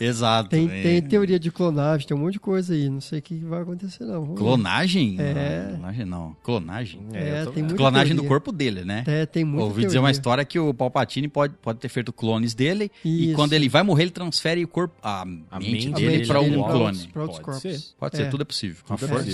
[SPEAKER 1] Exato.
[SPEAKER 3] Tem,
[SPEAKER 1] né?
[SPEAKER 3] tem teoria de clonagem, tem um monte de coisa aí. Não sei o que vai acontecer, não. Vamos ver.
[SPEAKER 1] Clonagem?
[SPEAKER 3] É.
[SPEAKER 1] Não, clonagem não. Clonagem?
[SPEAKER 3] É,
[SPEAKER 2] eu tô-
[SPEAKER 3] tem muita
[SPEAKER 1] clonagem do
[SPEAKER 3] teoria.
[SPEAKER 1] corpo dele, né?
[SPEAKER 3] É, tem muita
[SPEAKER 1] Ouvi
[SPEAKER 3] teoria.
[SPEAKER 1] dizer uma história que o Palpatine pode, pode ter feito clones dele e
[SPEAKER 3] Isso.
[SPEAKER 1] quando ele vai morrer, ele transfere o corpo, a, mente,
[SPEAKER 2] mente
[SPEAKER 1] dele
[SPEAKER 2] dele
[SPEAKER 1] para
[SPEAKER 2] pra
[SPEAKER 1] um
[SPEAKER 2] um
[SPEAKER 1] clone. um
[SPEAKER 3] Para outros
[SPEAKER 2] Pode
[SPEAKER 3] corpos.
[SPEAKER 2] ser.
[SPEAKER 1] Pode ser,
[SPEAKER 3] É.
[SPEAKER 1] tudo é possível. Uma
[SPEAKER 2] Tudo é
[SPEAKER 1] força,
[SPEAKER 2] possível.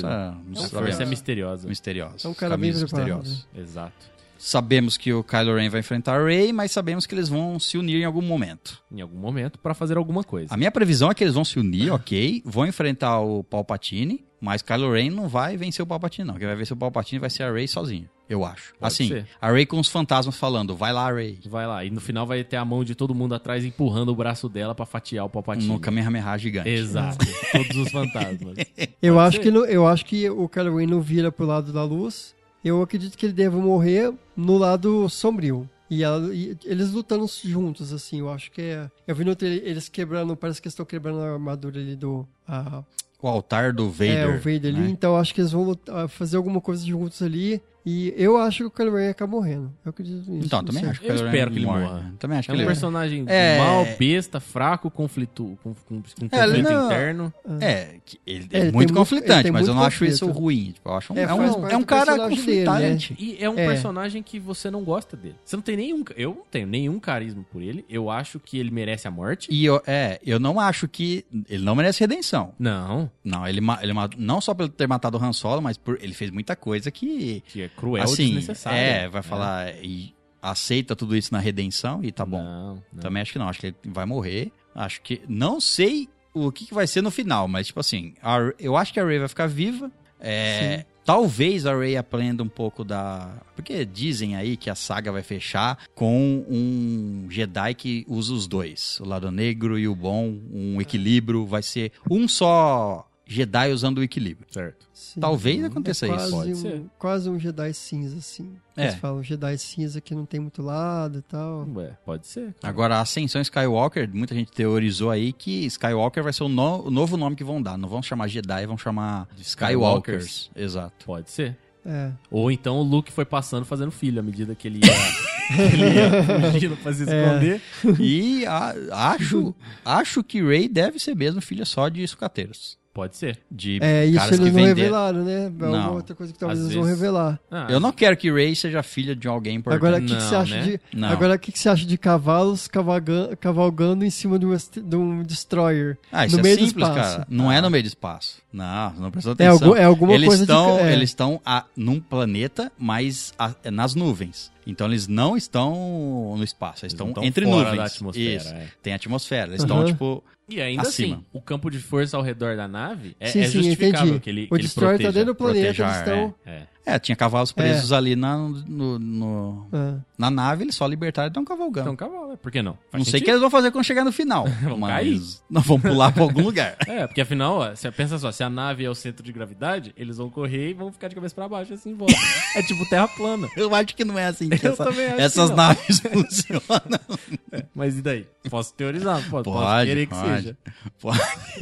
[SPEAKER 1] misteriosa.
[SPEAKER 2] A força é misteriosa.
[SPEAKER 1] misteriosa.
[SPEAKER 3] É um cara bem
[SPEAKER 1] Caminhos
[SPEAKER 3] preparado,
[SPEAKER 1] misteriosos.
[SPEAKER 2] Exato.
[SPEAKER 1] Sabemos que o Kylo Ren vai enfrentar a Rey, mas sabemos que eles vão se unir em algum momento.
[SPEAKER 2] Em algum momento, pra fazer alguma coisa.
[SPEAKER 1] A minha previsão é que eles vão se unir, ok, vão enfrentar o Palpatine, mas Kylo Ren não vai vencer o Palpatine não. Quem vai vencer o Palpatine vai ser a Rey sozinho, eu acho.
[SPEAKER 2] Pode
[SPEAKER 1] assim,
[SPEAKER 2] ser.
[SPEAKER 1] a Rey com os fantasmas falando, vai lá Rey.
[SPEAKER 2] Vai lá. E no final vai ter a mão de todo mundo atrás empurrando o braço dela pra fatiar o Palpatine.
[SPEAKER 1] No Kamehameha gigante. [laughs]
[SPEAKER 2] Exato. Todos os fantasmas. É
[SPEAKER 3] Eu
[SPEAKER 2] Pode
[SPEAKER 3] acho,
[SPEAKER 2] ser.
[SPEAKER 3] que não- eu acho que o Kylo Ren não vira pro lado da luz. Eu acredito que ele deve morrer no lado sombrio. E, ela- e eles lutando juntos, assim, eu acho que é. Eu vi no trailer, eles quebrando, parece que eles estão quebrando a armadura ali do. a-
[SPEAKER 1] O altar do Vader.
[SPEAKER 3] é, o Vader ali.
[SPEAKER 1] né?
[SPEAKER 3] Então eu acho que eles vão lutar- fazer alguma coisa juntos ali. E eu acho que o Kylo Ren acaba morrendo. Eu acredito nisso.
[SPEAKER 1] Então,
[SPEAKER 3] não
[SPEAKER 1] também
[SPEAKER 3] sei.
[SPEAKER 1] acho que o
[SPEAKER 2] Eu
[SPEAKER 1] Kylo Ren
[SPEAKER 2] espero que ele
[SPEAKER 1] morre,
[SPEAKER 2] morra.
[SPEAKER 1] né? Também acho
[SPEAKER 2] É
[SPEAKER 1] que
[SPEAKER 2] um
[SPEAKER 1] ele
[SPEAKER 2] personagem
[SPEAKER 1] É.
[SPEAKER 2] mal, besta, fraco, conflito, com, com,
[SPEAKER 1] É,
[SPEAKER 2] com
[SPEAKER 1] ele
[SPEAKER 2] conflito
[SPEAKER 1] não-
[SPEAKER 2] interno.
[SPEAKER 1] É, que ele
[SPEAKER 3] É,
[SPEAKER 1] é, muito
[SPEAKER 3] ele tem mu- ele
[SPEAKER 1] conflitante,
[SPEAKER 3] tem
[SPEAKER 1] mas eu
[SPEAKER 3] muito
[SPEAKER 1] não acho
[SPEAKER 3] conflito.
[SPEAKER 1] isso ruim. Tipo, eu acho um, é,
[SPEAKER 3] É,
[SPEAKER 1] um,
[SPEAKER 3] faz parte
[SPEAKER 1] é um
[SPEAKER 3] do
[SPEAKER 1] cara
[SPEAKER 3] personagem dele, né?
[SPEAKER 1] conflitante.
[SPEAKER 2] E é um
[SPEAKER 3] É.
[SPEAKER 2] personagem que você não gosta dele. Você não tem nenhum. Eu não tenho nenhum carisma por ele. Eu acho que ele merece a morte.
[SPEAKER 1] E eu, é, eu não acho que. Ele não merece redenção.
[SPEAKER 2] Não.
[SPEAKER 1] Não, ele, ma- ele ma- não só por ter matado o Han Solo, mas por ele fez muita coisa que.
[SPEAKER 2] Que é cruel e
[SPEAKER 1] assim,
[SPEAKER 2] desnecessário.
[SPEAKER 1] é, vai falar. E aceita tudo isso na redenção e tá bom.
[SPEAKER 2] É. Não, não.
[SPEAKER 1] Também acho que não. Acho que ele vai morrer. Acho que. Não sei o que, que vai ser no final, mas, tipo assim, a- eu acho que a Ray vai ficar viva. É, Talvez a Ray aprenda um pouco da. Porque dizem aí que a saga vai fechar com um Jedi que usa os dois, o lado negro e o bom, um equilíbrio. Vai ser um só Jedi usando o equilíbrio.
[SPEAKER 2] Certo.
[SPEAKER 3] Sim.
[SPEAKER 1] Talvez aconteça
[SPEAKER 3] é
[SPEAKER 1] isso.
[SPEAKER 3] quase
[SPEAKER 2] Pode
[SPEAKER 3] um,
[SPEAKER 2] ser.
[SPEAKER 3] Quase um Jedi cinza, assim. Eles
[SPEAKER 1] É.
[SPEAKER 3] falam Jedi cinza que não tem muito lado e tal.
[SPEAKER 2] Ué, pode ser. cara.
[SPEAKER 1] Agora, a Ascensão Skywalker, muita gente teorizou aí que Skywalker vai ser o, no- o novo nome que vão dar. Não vão chamar Jedi, vão chamar Skywalkers. Exato.
[SPEAKER 2] Pode ser.
[SPEAKER 3] É.
[SPEAKER 2] Ou então o Luke foi passando fazendo filho à medida que
[SPEAKER 1] [laughs]
[SPEAKER 2] ele ia, ele ia [laughs] fugindo pra
[SPEAKER 1] É.
[SPEAKER 2] se esconder.
[SPEAKER 1] E a- acho, acho que Rey deve ser mesmo filha só de sucateiros.
[SPEAKER 2] Pode ser.
[SPEAKER 1] De
[SPEAKER 3] É, isso
[SPEAKER 1] caras
[SPEAKER 3] eles
[SPEAKER 1] que
[SPEAKER 3] não
[SPEAKER 1] venderam.
[SPEAKER 3] revelaram, né? É uma
[SPEAKER 1] Não.
[SPEAKER 3] outra coisa que talvez
[SPEAKER 2] Às
[SPEAKER 3] eles vão
[SPEAKER 2] vezes-
[SPEAKER 3] revelar.
[SPEAKER 2] Ah,
[SPEAKER 1] Eu não quero que Rey seja filha de alguém importante.
[SPEAKER 3] Agora, o que, que
[SPEAKER 2] Não,
[SPEAKER 3] você acha
[SPEAKER 2] né?
[SPEAKER 3] de...
[SPEAKER 1] Não.
[SPEAKER 3] Agora, o que, que você acha de cavalos cavaga- cavalgando em cima de, uma est- de um destroyer?
[SPEAKER 1] ah, isso
[SPEAKER 3] no
[SPEAKER 1] é
[SPEAKER 3] meio do
[SPEAKER 1] simples,
[SPEAKER 3] espaço. Ah.
[SPEAKER 1] cara. Não é no meio do espaço. Não, não prestou
[SPEAKER 3] É,
[SPEAKER 1] atenção.
[SPEAKER 3] algu- é alguma
[SPEAKER 1] eles
[SPEAKER 3] coisa
[SPEAKER 1] estão,
[SPEAKER 3] de... é.
[SPEAKER 1] Eles estão a- num planeta, mas a- é nas nuvens. Então eles não estão no espaço, eles,
[SPEAKER 2] Eles não
[SPEAKER 1] estão,
[SPEAKER 2] estão
[SPEAKER 1] entre
[SPEAKER 2] então fora
[SPEAKER 1] nuvens.
[SPEAKER 2] da atmosfera,
[SPEAKER 1] Isso.
[SPEAKER 2] é.
[SPEAKER 1] Tem atmosfera. Eles
[SPEAKER 3] Aham.
[SPEAKER 1] estão, tipo.
[SPEAKER 2] E ainda
[SPEAKER 1] Acima.
[SPEAKER 2] assim, o campo de força ao redor da nave é,
[SPEAKER 3] Sim,
[SPEAKER 2] é
[SPEAKER 3] sim,
[SPEAKER 2] justificável
[SPEAKER 3] entendi.
[SPEAKER 2] que ele que
[SPEAKER 3] O
[SPEAKER 2] ele
[SPEAKER 3] destroyer tá
[SPEAKER 2] proteja.
[SPEAKER 3] dentro do planeta,
[SPEAKER 1] protejar,
[SPEAKER 3] eles estão...
[SPEAKER 2] É.
[SPEAKER 1] É, tinha cavalos presos ali na, no- no-
[SPEAKER 3] Ah,
[SPEAKER 1] na nave, eles só libertaram e estão cavalgando.
[SPEAKER 2] Então, cavalo, é. por que não? Faz
[SPEAKER 1] não sei o
[SPEAKER 2] sentido.
[SPEAKER 1] que eles vão fazer quando chegar no final.
[SPEAKER 2] [laughs] Vão
[SPEAKER 1] mas não vão pular pra
[SPEAKER 2] [laughs]
[SPEAKER 1] algum lugar.
[SPEAKER 2] É, porque afinal, ó, você pensa só, se a nave é o centro de gravidade, eles vão correr e vão ficar de cabeça pra baixo assim, volta. é tipo terra plana.
[SPEAKER 1] Eu acho que não é assim que
[SPEAKER 2] Eu
[SPEAKER 1] essa-
[SPEAKER 2] também acho que
[SPEAKER 1] essas
[SPEAKER 2] não.
[SPEAKER 1] naves [laughs] funcionam.
[SPEAKER 2] Mas e daí? Posso teorizar, posso, posso
[SPEAKER 1] Pode,
[SPEAKER 2] querer que
[SPEAKER 1] pode.
[SPEAKER 2] seja.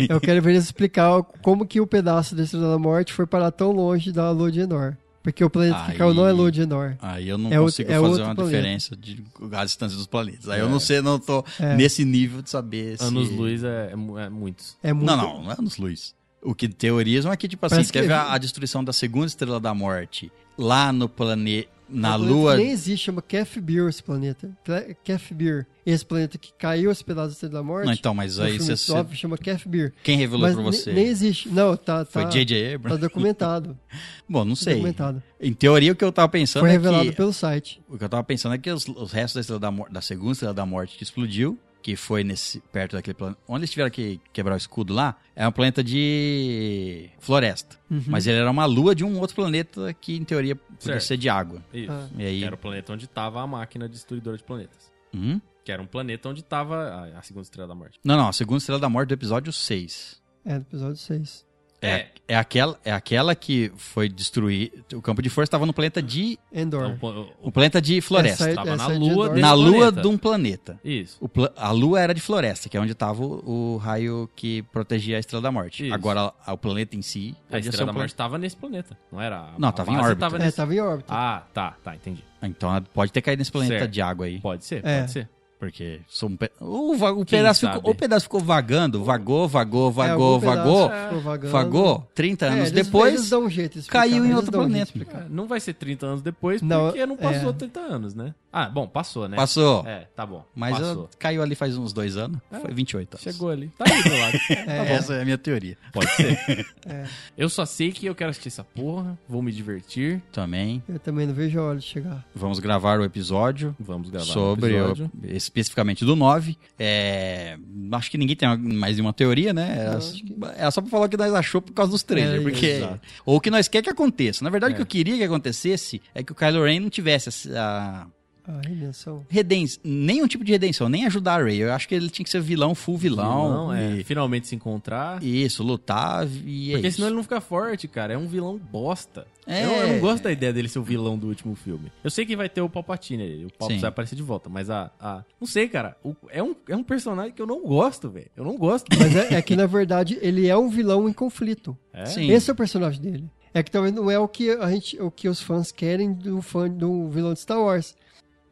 [SPEAKER 3] Eu quero ver eles explicar como que o pedaço da Estrela da Morte foi parar tão longe da Lua de Endor. Porque o planeta
[SPEAKER 1] Aí-
[SPEAKER 3] que caiu não é Lua de Endor.
[SPEAKER 1] Aí eu não
[SPEAKER 3] É outro-
[SPEAKER 1] consigo
[SPEAKER 3] é
[SPEAKER 1] fazer
[SPEAKER 3] outro
[SPEAKER 1] uma
[SPEAKER 3] planeta.
[SPEAKER 1] diferença de a distância dos planetas. Aí eu não sei, não tô
[SPEAKER 3] É.
[SPEAKER 1] nesse nível de saber se...
[SPEAKER 2] Anos luz é, é mu- é muitos.
[SPEAKER 3] É muito...
[SPEAKER 1] Não, não, não é anos luz. O que teorizam é que, tipo assim,
[SPEAKER 3] Parece que-
[SPEAKER 1] teve a, a destruição da segunda estrela da morte lá no planeta, na
[SPEAKER 3] É um planeta
[SPEAKER 1] lua...
[SPEAKER 3] que Nem existe, chama Kefbir esse planeta. Cle- Kefbir. Esse planeta que caiu esse pedaço da Estrela da Morte.
[SPEAKER 1] Não, então, mas
[SPEAKER 3] no
[SPEAKER 1] aí
[SPEAKER 3] filme
[SPEAKER 1] você...
[SPEAKER 3] do Hobbit, chama Kefbir.
[SPEAKER 1] Quem revelou
[SPEAKER 3] Mas
[SPEAKER 1] pra
[SPEAKER 3] ne-
[SPEAKER 1] você?
[SPEAKER 3] nem existe. Não, tá. tá
[SPEAKER 1] Foi J.J.
[SPEAKER 3] Tá
[SPEAKER 1] Abrams? [laughs]
[SPEAKER 3] documentado.
[SPEAKER 1] Bom, não sei.
[SPEAKER 3] Documentado.
[SPEAKER 1] Em teoria, o que eu tava pensando
[SPEAKER 3] Foi
[SPEAKER 1] é
[SPEAKER 3] revelado
[SPEAKER 1] que...
[SPEAKER 3] pelo site.
[SPEAKER 1] O que eu tava pensando é que os, os restos da, estrela da, mor- da segunda estrela da morte que explodiu, que foi nesse perto daquele planeta. Onde eles tiveram que quebrar o escudo lá, é um planeta de floresta.
[SPEAKER 3] Uhum.
[SPEAKER 1] Mas ele era uma lua de um outro planeta que, em teoria, podia
[SPEAKER 2] Certo.
[SPEAKER 1] ser de água.
[SPEAKER 2] Isso.
[SPEAKER 3] Ah.
[SPEAKER 1] E aí.
[SPEAKER 2] Que era o planeta onde tava a máquina destruidora de planetas.
[SPEAKER 1] Hum?
[SPEAKER 2] Que era um planeta onde tava a, a segunda estrela da morte.
[SPEAKER 1] Não, não, a segunda estrela da morte do episódio 6.
[SPEAKER 3] É, do episódio 6.
[SPEAKER 1] É,
[SPEAKER 2] É.
[SPEAKER 1] é. aquela, é aquela que foi destruir. O campo de força estava no planeta de.
[SPEAKER 3] Endor.
[SPEAKER 2] Então, o-
[SPEAKER 1] O planeta de floresta.
[SPEAKER 3] Essa
[SPEAKER 2] tava na
[SPEAKER 3] essa é de
[SPEAKER 2] lua
[SPEAKER 3] Endor.
[SPEAKER 2] desse
[SPEAKER 1] na lua
[SPEAKER 2] planeta.
[SPEAKER 1] de um planeta.
[SPEAKER 2] Isso.
[SPEAKER 1] O pla- a lua era de floresta, que é onde estava o, o raio que protegia a Estrela da Morte.
[SPEAKER 2] Isso.
[SPEAKER 1] Agora, a- o planeta em si...
[SPEAKER 2] A
[SPEAKER 1] podia ser
[SPEAKER 2] estrela
[SPEAKER 1] um
[SPEAKER 2] da
[SPEAKER 1] plan-
[SPEAKER 2] morte tava nesse planeta. Não era. a-
[SPEAKER 1] Não,
[SPEAKER 2] a
[SPEAKER 1] tava em
[SPEAKER 2] base
[SPEAKER 1] órbita.
[SPEAKER 3] É,
[SPEAKER 2] nesse-
[SPEAKER 3] tava em órbita.
[SPEAKER 2] Ah, tá, tá, entendi.
[SPEAKER 1] Então, ela pode ter caído nesse planeta
[SPEAKER 2] Certo.
[SPEAKER 1] de água aí.
[SPEAKER 2] Pode ser,
[SPEAKER 3] É.
[SPEAKER 2] pode ser.
[SPEAKER 1] Porque sou um pe- o, va- o
[SPEAKER 2] Quem
[SPEAKER 1] pedaço
[SPEAKER 2] sabe?
[SPEAKER 1] ficou, o pedaço ficou vagando, vagou, vagou, vagou,
[SPEAKER 3] É, algum
[SPEAKER 1] vagou,
[SPEAKER 3] pedaço ficou vagando.
[SPEAKER 1] vagou. 30
[SPEAKER 3] É,
[SPEAKER 1] anos
[SPEAKER 3] eles-
[SPEAKER 1] depois,
[SPEAKER 3] eles dão um jeito de explicar,
[SPEAKER 1] caiu em
[SPEAKER 3] eles
[SPEAKER 1] outro
[SPEAKER 3] dão um jeito de
[SPEAKER 1] planeta.
[SPEAKER 3] explicar.
[SPEAKER 2] É, Não vai ser 30 anos depois,
[SPEAKER 3] Não,
[SPEAKER 2] porque não passou
[SPEAKER 3] é.
[SPEAKER 2] 30 anos, né? Ah, bom, passou, né?
[SPEAKER 1] Passou.
[SPEAKER 2] É, tá bom.
[SPEAKER 1] Mas
[SPEAKER 2] passou. É.
[SPEAKER 1] eu- caiu ali faz uns dois anos. Foi 28 anos.
[SPEAKER 2] Chegou Tá ali. Tá ali do
[SPEAKER 3] [laughs]
[SPEAKER 2] lado.
[SPEAKER 1] É, essa é a minha teoria.
[SPEAKER 2] Pode ser.
[SPEAKER 3] É.
[SPEAKER 2] Eu só sei que eu quero assistir essa porra, vou me divertir,
[SPEAKER 1] Também
[SPEAKER 3] Eu também não vejo a hora de chegar.
[SPEAKER 1] vamos gravar o episódio
[SPEAKER 2] vamos gravar um
[SPEAKER 1] sobre o-
[SPEAKER 2] episódio.
[SPEAKER 1] especificamente do 9. É, acho que ninguém tem mais nenhuma teoria, né? Era,
[SPEAKER 3] acho que-
[SPEAKER 1] era só pra falar o que nós achou por causa dos trailers.
[SPEAKER 3] É,
[SPEAKER 1] porque,
[SPEAKER 2] exato.
[SPEAKER 1] ou o que nós quer que aconteça. Na verdade, o
[SPEAKER 2] É.
[SPEAKER 1] que eu queria que acontecesse é que o Kylo Ren não tivesse a, a
[SPEAKER 3] A redenção.
[SPEAKER 1] redenção, nenhum tipo de redenção, nem ajudar a Rey. Eu acho que ele tinha que ser vilão, full vilão.
[SPEAKER 2] Vilão, é,
[SPEAKER 1] e-
[SPEAKER 2] finalmente se encontrar.
[SPEAKER 1] Isso, lutar e é
[SPEAKER 2] Porque
[SPEAKER 1] isso.
[SPEAKER 2] senão ele não fica forte, cara. É um vilão bosta.
[SPEAKER 1] É.
[SPEAKER 2] Eu, eu não gosto da ideia dele ser o vilão do último filme. Eu sei que vai ter o Palpatine ali. O Palpatine
[SPEAKER 1] Sim.
[SPEAKER 2] vai aparecer de volta. Mas a... a- não sei, cara. O- é, um, é um personagem que eu não gosto, velho. Eu não gosto.
[SPEAKER 3] Mas é, é que, na verdade, ele é um vilão em conflito.
[SPEAKER 2] É?
[SPEAKER 1] [laughs] Sim.
[SPEAKER 3] Esse é o personagem dele. É que talvez não é o que, a gente, o que os fãs querem do, fã, do vilão de Star Wars.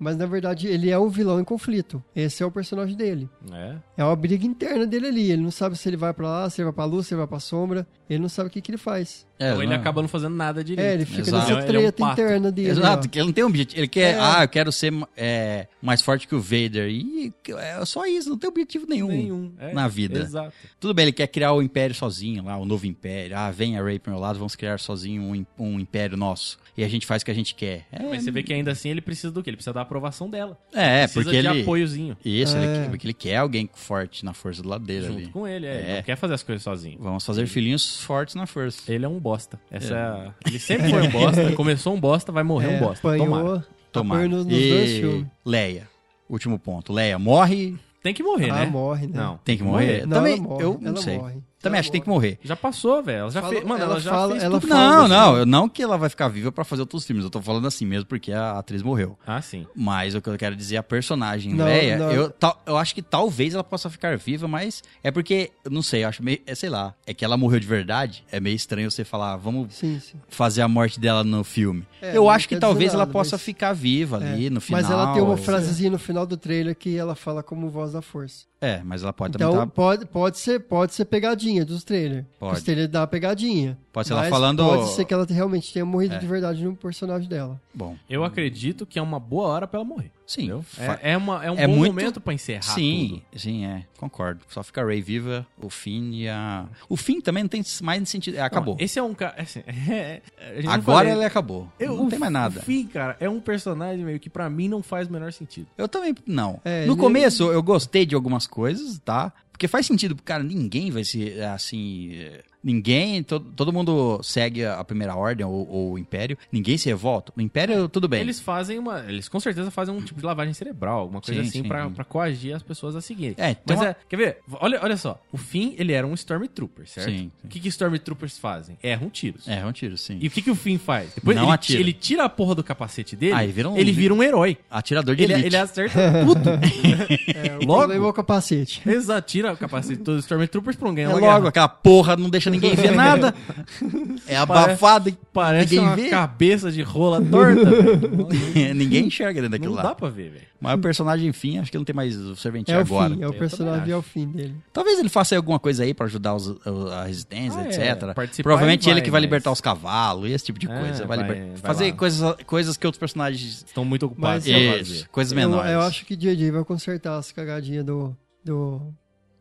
[SPEAKER 3] Mas, na verdade, ele é um vilão em conflito. Esse é o personagem dele.
[SPEAKER 2] É.
[SPEAKER 3] É uma briga interna dele ali. Ele não sabe se ele vai pra lá, se ele vai pra luz, se ele vai pra sombra. Ele não sabe o que, que ele faz.
[SPEAKER 1] É,
[SPEAKER 2] Então ele
[SPEAKER 1] não-
[SPEAKER 2] acaba não fazendo nada direito.
[SPEAKER 3] É, ele fica
[SPEAKER 1] né? Exato.
[SPEAKER 3] nessa
[SPEAKER 2] Ele é um
[SPEAKER 3] treta
[SPEAKER 2] pato.
[SPEAKER 3] interna dele.
[SPEAKER 1] Exato,
[SPEAKER 3] ó.
[SPEAKER 1] que ele não tem um objetivo. Ele quer,
[SPEAKER 3] É.
[SPEAKER 1] ah, eu quero ser é, mais forte que o Vader. E é só isso, não tem objetivo nenhum.
[SPEAKER 2] Nenhum. É,
[SPEAKER 1] na vida.
[SPEAKER 2] Exato.
[SPEAKER 1] Tudo bem, ele quer criar o império sozinho lá, o novo império. Ah, vem a Ray pro meu lado, vamos criar sozinho um, im- um império nosso. E a gente faz o que a gente quer. É,
[SPEAKER 2] Mas você vê que ainda assim ele precisa do quê? Ele precisa da aprovação dela.
[SPEAKER 1] é,
[SPEAKER 2] precisa
[SPEAKER 1] porque
[SPEAKER 2] de
[SPEAKER 1] ele.
[SPEAKER 2] apoiozinho.
[SPEAKER 1] Isso, ele
[SPEAKER 3] É.
[SPEAKER 1] quer- porque ele quer alguém forte na força do lado dele
[SPEAKER 2] Junto
[SPEAKER 1] ali.
[SPEAKER 2] com ele, é. Ele
[SPEAKER 1] É.
[SPEAKER 2] não quer fazer as coisas sozinho.
[SPEAKER 1] Vamos fazer filhinhos fortes na força.
[SPEAKER 2] Ele é um bosta. Essa é a- Ele sempre foi
[SPEAKER 1] [laughs]
[SPEAKER 2] um bosta. Começou um bosta, vai morrer um
[SPEAKER 3] É,
[SPEAKER 2] bosta.
[SPEAKER 3] apanhou,
[SPEAKER 2] Tomara.
[SPEAKER 1] Tomara.
[SPEAKER 3] apanhou nos, nos
[SPEAKER 1] e...
[SPEAKER 3] dois filmes.
[SPEAKER 1] Leia. Último ponto. Leia morre,
[SPEAKER 2] Tem que morrer,
[SPEAKER 3] Ah,
[SPEAKER 2] né?
[SPEAKER 3] morre, né?
[SPEAKER 2] Não.
[SPEAKER 1] tem que morrer.
[SPEAKER 3] Não,
[SPEAKER 1] É, Também,
[SPEAKER 3] ela morre,
[SPEAKER 1] eu não
[SPEAKER 3] ela
[SPEAKER 1] sei.
[SPEAKER 3] morre.
[SPEAKER 1] Também
[SPEAKER 3] Ela
[SPEAKER 1] acho que tem que
[SPEAKER 3] morre.
[SPEAKER 1] morrer.
[SPEAKER 2] Já passou, velho. Ela já
[SPEAKER 3] Falou-
[SPEAKER 2] fez. Mano, ela,
[SPEAKER 3] ela
[SPEAKER 2] já
[SPEAKER 3] fala-
[SPEAKER 2] fez
[SPEAKER 3] ela
[SPEAKER 2] tudo.
[SPEAKER 3] fala-
[SPEAKER 1] Não,
[SPEAKER 3] assim.
[SPEAKER 1] não, eu não que ela vai ficar viva pra fazer outros filmes. Eu tô falando assim mesmo porque a atriz morreu.
[SPEAKER 2] Ah, sim.
[SPEAKER 1] Mas o que eu quero dizer, a personagem
[SPEAKER 3] Não,
[SPEAKER 1] Leia,
[SPEAKER 3] não.
[SPEAKER 1] Eu, tal- eu acho que talvez ela possa ficar viva, mas é porque, eu não sei, eu acho meio, é, sei lá, é que ela morreu de verdade, é meio estranho você falar, "Ah, vamos
[SPEAKER 3] Sim, sim.
[SPEAKER 1] fazer a morte dela no filme.
[SPEAKER 3] É,
[SPEAKER 1] eu
[SPEAKER 3] não
[SPEAKER 1] acho
[SPEAKER 3] quer
[SPEAKER 1] que
[SPEAKER 3] dizer
[SPEAKER 1] talvez
[SPEAKER 3] nada,
[SPEAKER 1] ela possa
[SPEAKER 3] mas-
[SPEAKER 1] ficar viva ali
[SPEAKER 3] É.
[SPEAKER 1] no final. assim.
[SPEAKER 3] Mas ela tem uma
[SPEAKER 1] sei-
[SPEAKER 3] frasezinha no final do trailer que ela fala como voz da força.
[SPEAKER 1] É, mas ela pode
[SPEAKER 3] Então
[SPEAKER 1] também tá,
[SPEAKER 3] pode, pode, ser, pode ser pegadinha dos trailers.
[SPEAKER 1] Pode.
[SPEAKER 3] Os trailers dá a pegadinha.
[SPEAKER 1] Pode ser ela
[SPEAKER 3] Mas
[SPEAKER 1] falando- É.
[SPEAKER 3] Pode ser que ela realmente tenha morrido de verdade no personagem dela.
[SPEAKER 1] bom.
[SPEAKER 2] Eu acredito que é uma boa hora pra ela morrer.
[SPEAKER 1] Sim.
[SPEAKER 2] Entendeu?
[SPEAKER 1] fa-
[SPEAKER 2] É, é uma, é um
[SPEAKER 1] É
[SPEAKER 2] bom
[SPEAKER 1] muito-
[SPEAKER 2] momento pra encerrar
[SPEAKER 1] Sim,
[SPEAKER 2] tudo.
[SPEAKER 1] sim, é, concordo. Só fica a Ray viva, o Finn e a. O Finn também não tem mais sentido. é, Acabou.
[SPEAKER 2] Não, esse é um cara. Assim, [laughs] é- a gente não
[SPEAKER 1] Agora
[SPEAKER 2] falei.
[SPEAKER 1] ele acabou.
[SPEAKER 2] Eu-
[SPEAKER 1] não tem mais nada.
[SPEAKER 2] O Finn, cara, é um personagem meio que pra mim não faz o menor sentido.
[SPEAKER 1] Eu também não.
[SPEAKER 3] É,
[SPEAKER 1] no
[SPEAKER 3] ele-
[SPEAKER 1] começo eu gostei de algumas coisas, tá? Porque faz sentido, cara, ninguém vai ser assim. eh, Ninguém, to- todo mundo segue a primeira ordem ou, ou o império, ninguém se revolta. O império, tudo bem.
[SPEAKER 2] É, Eles fazem uma. Eles com certeza fazem um tipo de lavagem cerebral, alguma coisa
[SPEAKER 1] Sim,
[SPEAKER 2] assim,
[SPEAKER 1] sim,
[SPEAKER 2] pra,
[SPEAKER 1] sim.
[SPEAKER 2] pra coagir as pessoas a seguirem.
[SPEAKER 1] É, tem
[SPEAKER 2] Mas
[SPEAKER 1] uma-
[SPEAKER 2] é, quer ver? Olha, olha só. O Finn, ele era um Stormtrooper, certo?
[SPEAKER 1] Sim, sim.
[SPEAKER 2] O que, que Stormtroopers fazem? Erram tiros.
[SPEAKER 1] É, é um tiro, sim.
[SPEAKER 2] E o que, que o Finn faz? Depois
[SPEAKER 1] Não
[SPEAKER 2] ele,
[SPEAKER 1] atira.
[SPEAKER 2] ele tira a porra do capacete dele,
[SPEAKER 1] Ah, ele vira um-
[SPEAKER 2] ele vira um herói.
[SPEAKER 1] Atirador de
[SPEAKER 2] Ele, é-
[SPEAKER 1] elite. [laughs]
[SPEAKER 2] ele acerta tudo.
[SPEAKER 3] É, o
[SPEAKER 2] Logo?
[SPEAKER 3] problema é o capacete.
[SPEAKER 2] Exato, tira o capacete dos Stormtroopers pra não
[SPEAKER 1] É
[SPEAKER 2] ganhar uma
[SPEAKER 1] logo,
[SPEAKER 2] guerra.
[SPEAKER 1] aquela porra não deixa ninguém
[SPEAKER 2] [laughs]
[SPEAKER 1] ver nada. É abafado,
[SPEAKER 2] Parece
[SPEAKER 1] Ninguém
[SPEAKER 2] uma
[SPEAKER 1] vê?
[SPEAKER 2] cabeça de rola torta. velho.
[SPEAKER 1] [laughs] ninguém enxerga dentro daquilo
[SPEAKER 2] não
[SPEAKER 1] lá.
[SPEAKER 2] dá pra ver, velho.
[SPEAKER 1] Mas o personagem, enfim, acho que não tem mais o
[SPEAKER 3] [laughs] É
[SPEAKER 1] serventinho
[SPEAKER 3] o
[SPEAKER 1] agora.
[SPEAKER 3] fim, é
[SPEAKER 2] Eu
[SPEAKER 3] o
[SPEAKER 2] também acho.
[SPEAKER 3] personagem, é o fim dele.
[SPEAKER 1] Talvez ele faça aí alguma coisa aí pra ajudar os- o- a resistência,
[SPEAKER 2] Ah, é.
[SPEAKER 1] etc.
[SPEAKER 2] Participar
[SPEAKER 3] Tipo,
[SPEAKER 2] é
[SPEAKER 1] Provavelmente
[SPEAKER 2] ele
[SPEAKER 1] ele que vai
[SPEAKER 2] vai,
[SPEAKER 1] libertar
[SPEAKER 2] mas-
[SPEAKER 1] os cavalos e esse tipo de
[SPEAKER 2] É,
[SPEAKER 1] coisa. Vai
[SPEAKER 2] vai-
[SPEAKER 1] liber-
[SPEAKER 2] vai
[SPEAKER 1] fazer
[SPEAKER 2] lá.
[SPEAKER 1] coisas, coisas que outros personagens.
[SPEAKER 2] Estão muito ocupados.
[SPEAKER 3] Mas-
[SPEAKER 2] com a
[SPEAKER 1] Isso,
[SPEAKER 2] vazia.
[SPEAKER 1] coisas
[SPEAKER 3] Eu,
[SPEAKER 1] menores.
[SPEAKER 3] eu acho que JJ vai consertar as cagadinhas do, do,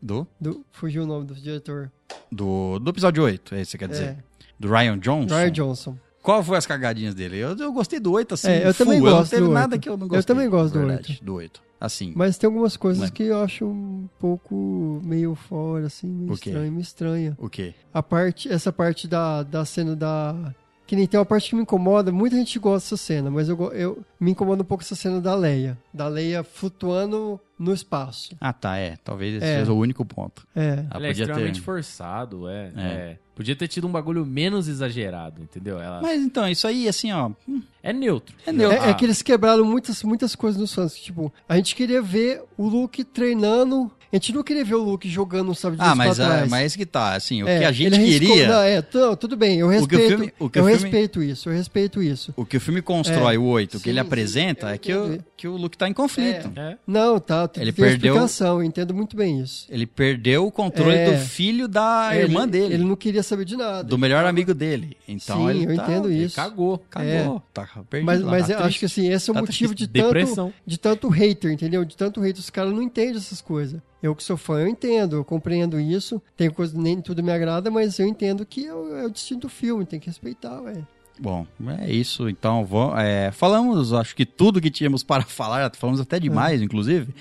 [SPEAKER 1] Do,
[SPEAKER 3] do- Fugiu o nome do diretor.
[SPEAKER 1] do, do episódio 8, é isso que você quer dizer. um
[SPEAKER 3] É,
[SPEAKER 1] Do Ryan Johnson.
[SPEAKER 3] Ryan Johnson.
[SPEAKER 1] Qual foi as cagadinhas dele? Eu, eu gostei do 8, assim.
[SPEAKER 3] É, eu também
[SPEAKER 1] Eu não
[SPEAKER 3] gosto
[SPEAKER 1] teve
[SPEAKER 3] do
[SPEAKER 1] nada
[SPEAKER 3] 8.
[SPEAKER 1] que eu não
[SPEAKER 3] Eu
[SPEAKER 1] gostei.
[SPEAKER 3] também gosto do
[SPEAKER 1] verdade, do 8. Assim.
[SPEAKER 3] Mas tem algumas coisas
[SPEAKER 1] Mas-
[SPEAKER 3] que eu acho um pouco meio fora, assim, meio
[SPEAKER 1] O quê?
[SPEAKER 3] estranho, meio estranha.
[SPEAKER 1] O quê?
[SPEAKER 3] a parte, essa parte da, da cena da. Que nem tem uma parte que me incomoda, muita gente gosta dessa cena, mas eu, go- eu me incomoda um pouco essa cena da Leia. Da Leia flutuando no espaço.
[SPEAKER 1] Ah, tá, é. Talvez esse
[SPEAKER 3] É.
[SPEAKER 1] seja o único ponto. Ah,
[SPEAKER 3] É.
[SPEAKER 1] Ela
[SPEAKER 2] Ele é extremamente forçado, é,
[SPEAKER 1] É.
[SPEAKER 2] é. Podia ter tido um bagulho menos exagerado, entendeu? Ela
[SPEAKER 1] Mas então, isso aí, assim, ó.
[SPEAKER 2] é neutro.
[SPEAKER 1] É
[SPEAKER 3] É,
[SPEAKER 1] neutro.
[SPEAKER 3] é que eles quebraram muitas, muitas coisas nos fãs. Tipo, a gente queria ver o Luke treinando A gente não queria ver o Luke jogando um sabre de
[SPEAKER 1] Ah,
[SPEAKER 3] luz
[SPEAKER 1] mas,
[SPEAKER 3] pra
[SPEAKER 1] ah,
[SPEAKER 3] trás.
[SPEAKER 1] mas que tá, assim, o
[SPEAKER 3] É,
[SPEAKER 1] que a gente
[SPEAKER 3] ele arriscou-
[SPEAKER 1] queria,
[SPEAKER 3] Não, é, tu- tudo bem, eu
[SPEAKER 1] O que o
[SPEAKER 3] respeito,
[SPEAKER 1] filme- o que o
[SPEAKER 3] eu
[SPEAKER 1] filme-
[SPEAKER 3] respeito isso, eu respeito isso.
[SPEAKER 1] o que o filme constrói, o 8, o que
[SPEAKER 3] Sim,
[SPEAKER 1] ele
[SPEAKER 3] É. sim,
[SPEAKER 1] apresenta,
[SPEAKER 3] eu
[SPEAKER 1] é que, o,
[SPEAKER 3] entendi.
[SPEAKER 1] que o Luke tá em conflito.
[SPEAKER 2] É.
[SPEAKER 3] Não, tá, tem
[SPEAKER 1] Ele
[SPEAKER 3] tem uma
[SPEAKER 1] perdeu-
[SPEAKER 3] explicação, eu entendo muito bem isso.
[SPEAKER 1] Ele perdeu o controle
[SPEAKER 3] É.
[SPEAKER 1] do filho da
[SPEAKER 3] Ele-
[SPEAKER 1] irmã dele,
[SPEAKER 3] Ele não queria saber de nada.
[SPEAKER 1] do melhor amigo dele. Então
[SPEAKER 3] Sim,
[SPEAKER 1] ele
[SPEAKER 3] eu
[SPEAKER 1] tá-
[SPEAKER 3] entendo
[SPEAKER 1] ele
[SPEAKER 3] isso. É.
[SPEAKER 1] Cagou, cagou, tá perdido
[SPEAKER 3] Mas,
[SPEAKER 1] lá,
[SPEAKER 3] mas
[SPEAKER 1] tá
[SPEAKER 3] eu
[SPEAKER 1] triste.
[SPEAKER 3] acho que assim, esse é o
[SPEAKER 1] Tá
[SPEAKER 3] motivo de
[SPEAKER 2] triste.
[SPEAKER 3] tanto,
[SPEAKER 2] Depressão.
[SPEAKER 3] de tanto hater, entendeu? De tanto hater, os caras não entendem essas coisas. Eu que sou fã, eu entendo, eu compreendo isso. Tem coisa que nem tudo me agrada, mas eu entendo que é o, é o destino do filme, tem que respeitar, ué.
[SPEAKER 1] Bom, é isso. Então, vamos, é, falamos, acho que tudo que tínhamos para [laughs] falar, falamos até demais, inclusive.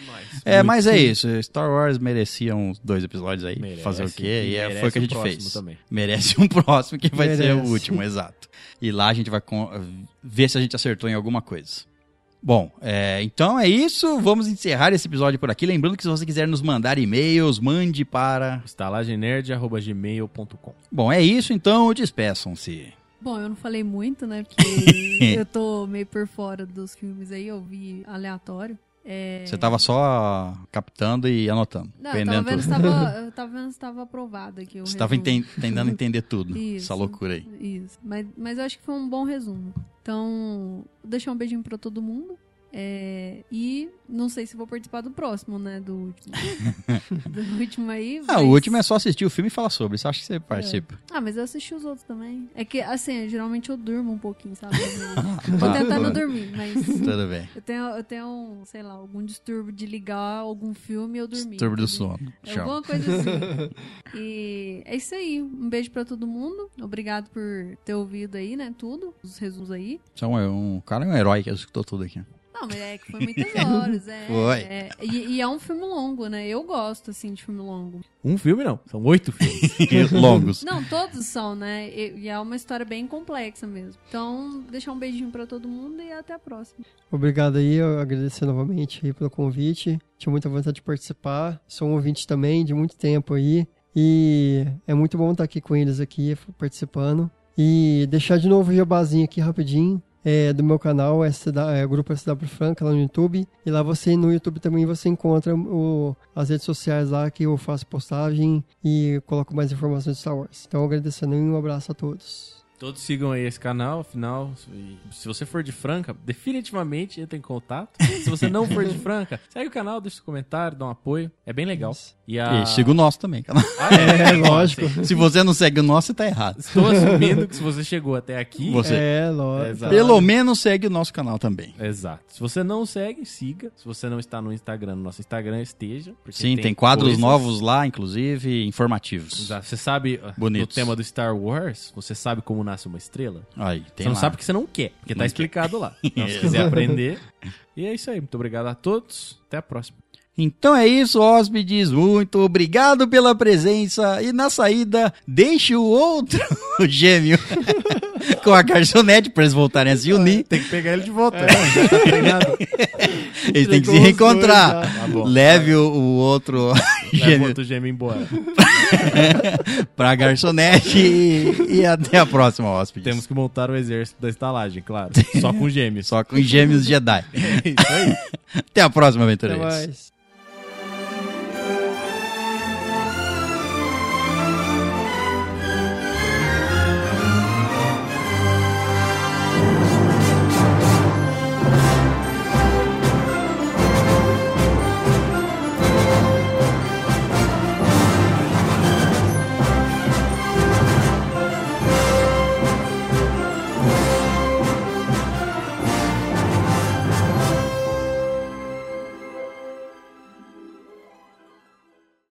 [SPEAKER 1] é,
[SPEAKER 2] Muito
[SPEAKER 1] mas é isso. Star Wars merecia uns dois episódios aí.
[SPEAKER 2] Merece,
[SPEAKER 1] fazer o quê?
[SPEAKER 2] e
[SPEAKER 1] E é, foi o
[SPEAKER 2] merece
[SPEAKER 1] que a
[SPEAKER 2] um
[SPEAKER 1] gente
[SPEAKER 2] próximo
[SPEAKER 1] fez.
[SPEAKER 2] também.
[SPEAKER 1] Merece um próximo que vai ser o
[SPEAKER 3] Merece.
[SPEAKER 1] último, exato. E lá a gente vai con- ver se a gente acertou em alguma coisa. Bom, é, então é isso. Vamos encerrar esse episódio por aqui. Lembrando que se você quiser nos mandar e-mails, mande para.
[SPEAKER 2] estalagemnerd.gmail.com
[SPEAKER 1] Bom, é isso. Então, despeçam-se.
[SPEAKER 4] Bom, eu não falei muito, né?
[SPEAKER 1] [laughs]
[SPEAKER 4] Porque eu tô meio por fora dos filmes aí, eu vi aleatório. É...
[SPEAKER 1] Você tava só captando e anotando.
[SPEAKER 4] Não, eu
[SPEAKER 1] aprendendo
[SPEAKER 4] tava vendo
[SPEAKER 1] tudo.
[SPEAKER 4] se tava, eu tava vendo se tava aprovado aqui. o
[SPEAKER 1] Você tava
[SPEAKER 4] resumo.
[SPEAKER 1] enten- tentando entender tudo.
[SPEAKER 4] [laughs] Isso.
[SPEAKER 1] Essa loucura aí.
[SPEAKER 4] Isso. Mas, mas eu acho que foi um bom resumo. Então, deixar um beijinho pra todo mundo. É, e não sei se vou participar do próximo, né? Do último.
[SPEAKER 1] [laughs]
[SPEAKER 4] do último aí.
[SPEAKER 1] Ah,
[SPEAKER 4] mas-
[SPEAKER 1] o último é só assistir o filme e falar sobre. Isso acho que você participa.
[SPEAKER 4] Ah, mas eu assisti os outros também. É que, assim, geralmente eu durmo um pouquinho,
[SPEAKER 1] [laughs]
[SPEAKER 4] sabe?
[SPEAKER 1] Ah,
[SPEAKER 4] Vou
[SPEAKER 1] tá,
[SPEAKER 4] tentar não
[SPEAKER 1] tudo bem.
[SPEAKER 4] [laughs] dormir, mas.
[SPEAKER 1] Tudo bem.
[SPEAKER 4] Eu tenho, eu tenho, um, sei lá, algum distúrbio de ligar algum filme e eu dormir.
[SPEAKER 1] Turbo do
[SPEAKER 4] entendeu?
[SPEAKER 1] sono. Chama.
[SPEAKER 4] Alguma coisa
[SPEAKER 1] [laughs]
[SPEAKER 4] assim. E é isso aí. Um beijo pra todo mundo. Obrigado por ter ouvido aí, né? Tudo, os resumos aí.
[SPEAKER 1] Então, um, o cara é um herói que escutou tudo aqui.
[SPEAKER 4] Não, mas é que
[SPEAKER 1] [laughs]
[SPEAKER 4] foi muitas horas. É,
[SPEAKER 1] Foi.
[SPEAKER 4] é. e, e é um filme longo, né? Eu gosto, assim, de filme longo.
[SPEAKER 2] Um filme não, são oito filmes.
[SPEAKER 1] Longos.
[SPEAKER 4] Não, todos são, né? E, e é uma história bem complexa mesmo. Então, deixar um beijinho pra todo mundo e até a próxima.
[SPEAKER 3] Obrigado aí, eu agradecer novamente aí pelo convite. Tinha muita vontade de participar. Sou um ouvinte também de muito tempo aí. E é muito bom estar aqui com eles aqui, f- participando. E deixar de novo o jabazinho aqui rapidinho. É, do meu canal, é, SW é o grupo SW Franca lá no YouTube. E lá você, no YouTube também, você encontra o- as redes sociais lá que eu faço postagem e coloco mais informações de Star Wars. Então agradecendo e um abraço a todos.
[SPEAKER 2] Todos sigam aí esse canal, afinal, se- se você for de Franca, definitivamente entra em contato. Se você não for de Franca, [laughs] segue o canal, deixa seu comentário, dá um apoio, é bem legal. E a...
[SPEAKER 1] E siga o nosso também. [laughs] cara.
[SPEAKER 2] Ah, é,
[SPEAKER 3] lógico.
[SPEAKER 1] Se você não segue o nosso, você tá errado.
[SPEAKER 2] Estou assumindo que se você chegou até aqui...
[SPEAKER 1] Você-
[SPEAKER 3] É, lógico.
[SPEAKER 2] Exato.
[SPEAKER 1] Pelo menos segue o nosso canal também.
[SPEAKER 2] é- Exato. Se você não segue, siga. Se você não está no Instagram, no nosso Instagram esteja. porque
[SPEAKER 1] Sim, tem, quadros
[SPEAKER 2] coisas-
[SPEAKER 1] novos lá, inclusive, informativos.
[SPEAKER 2] Exato. Você sabe ah,
[SPEAKER 1] Bonitos.
[SPEAKER 2] do tema do Star Wars, você sabe como nasce uma estrela?
[SPEAKER 1] Aí, tem
[SPEAKER 2] você não
[SPEAKER 1] lá.
[SPEAKER 2] sabe porque você não quer, porque
[SPEAKER 1] Não
[SPEAKER 2] tá
[SPEAKER 1] quer. [laughs]
[SPEAKER 2] explicado lá. Então, se quiser aprender. E é isso aí. Muito obrigado a todos. Até a próxima.
[SPEAKER 1] Então é isso, hóspedes. Muito obrigado pela presença. E na saída, deixe o outro [laughs] gêmeo com a garçonete para eles voltarem a se unir.
[SPEAKER 2] Tem que pegar ele de volta. É, tá
[SPEAKER 1] [laughs]
[SPEAKER 2] [laughs] treinado.
[SPEAKER 1] Eles têm que se
[SPEAKER 3] Entregou os
[SPEAKER 1] reencontrar.
[SPEAKER 3] dois,
[SPEAKER 2] Tá bom.
[SPEAKER 1] Leve o, o
[SPEAKER 2] [laughs]
[SPEAKER 1] outro
[SPEAKER 2] Leva
[SPEAKER 1] gêmeo
[SPEAKER 2] outro gêmeo embora.
[SPEAKER 1] [laughs] para a garçonete. E, e até a próxima, hóspedes.
[SPEAKER 2] Temos que montar o exército da estalagem,
[SPEAKER 1] [laughs]
[SPEAKER 2] claro. Só com gêmeos.
[SPEAKER 1] Só com gêmeos Jedi.
[SPEAKER 2] [laughs] Isso aí.
[SPEAKER 1] Até a próxima,
[SPEAKER 3] Até
[SPEAKER 1] aventureiros.
[SPEAKER 3] mais.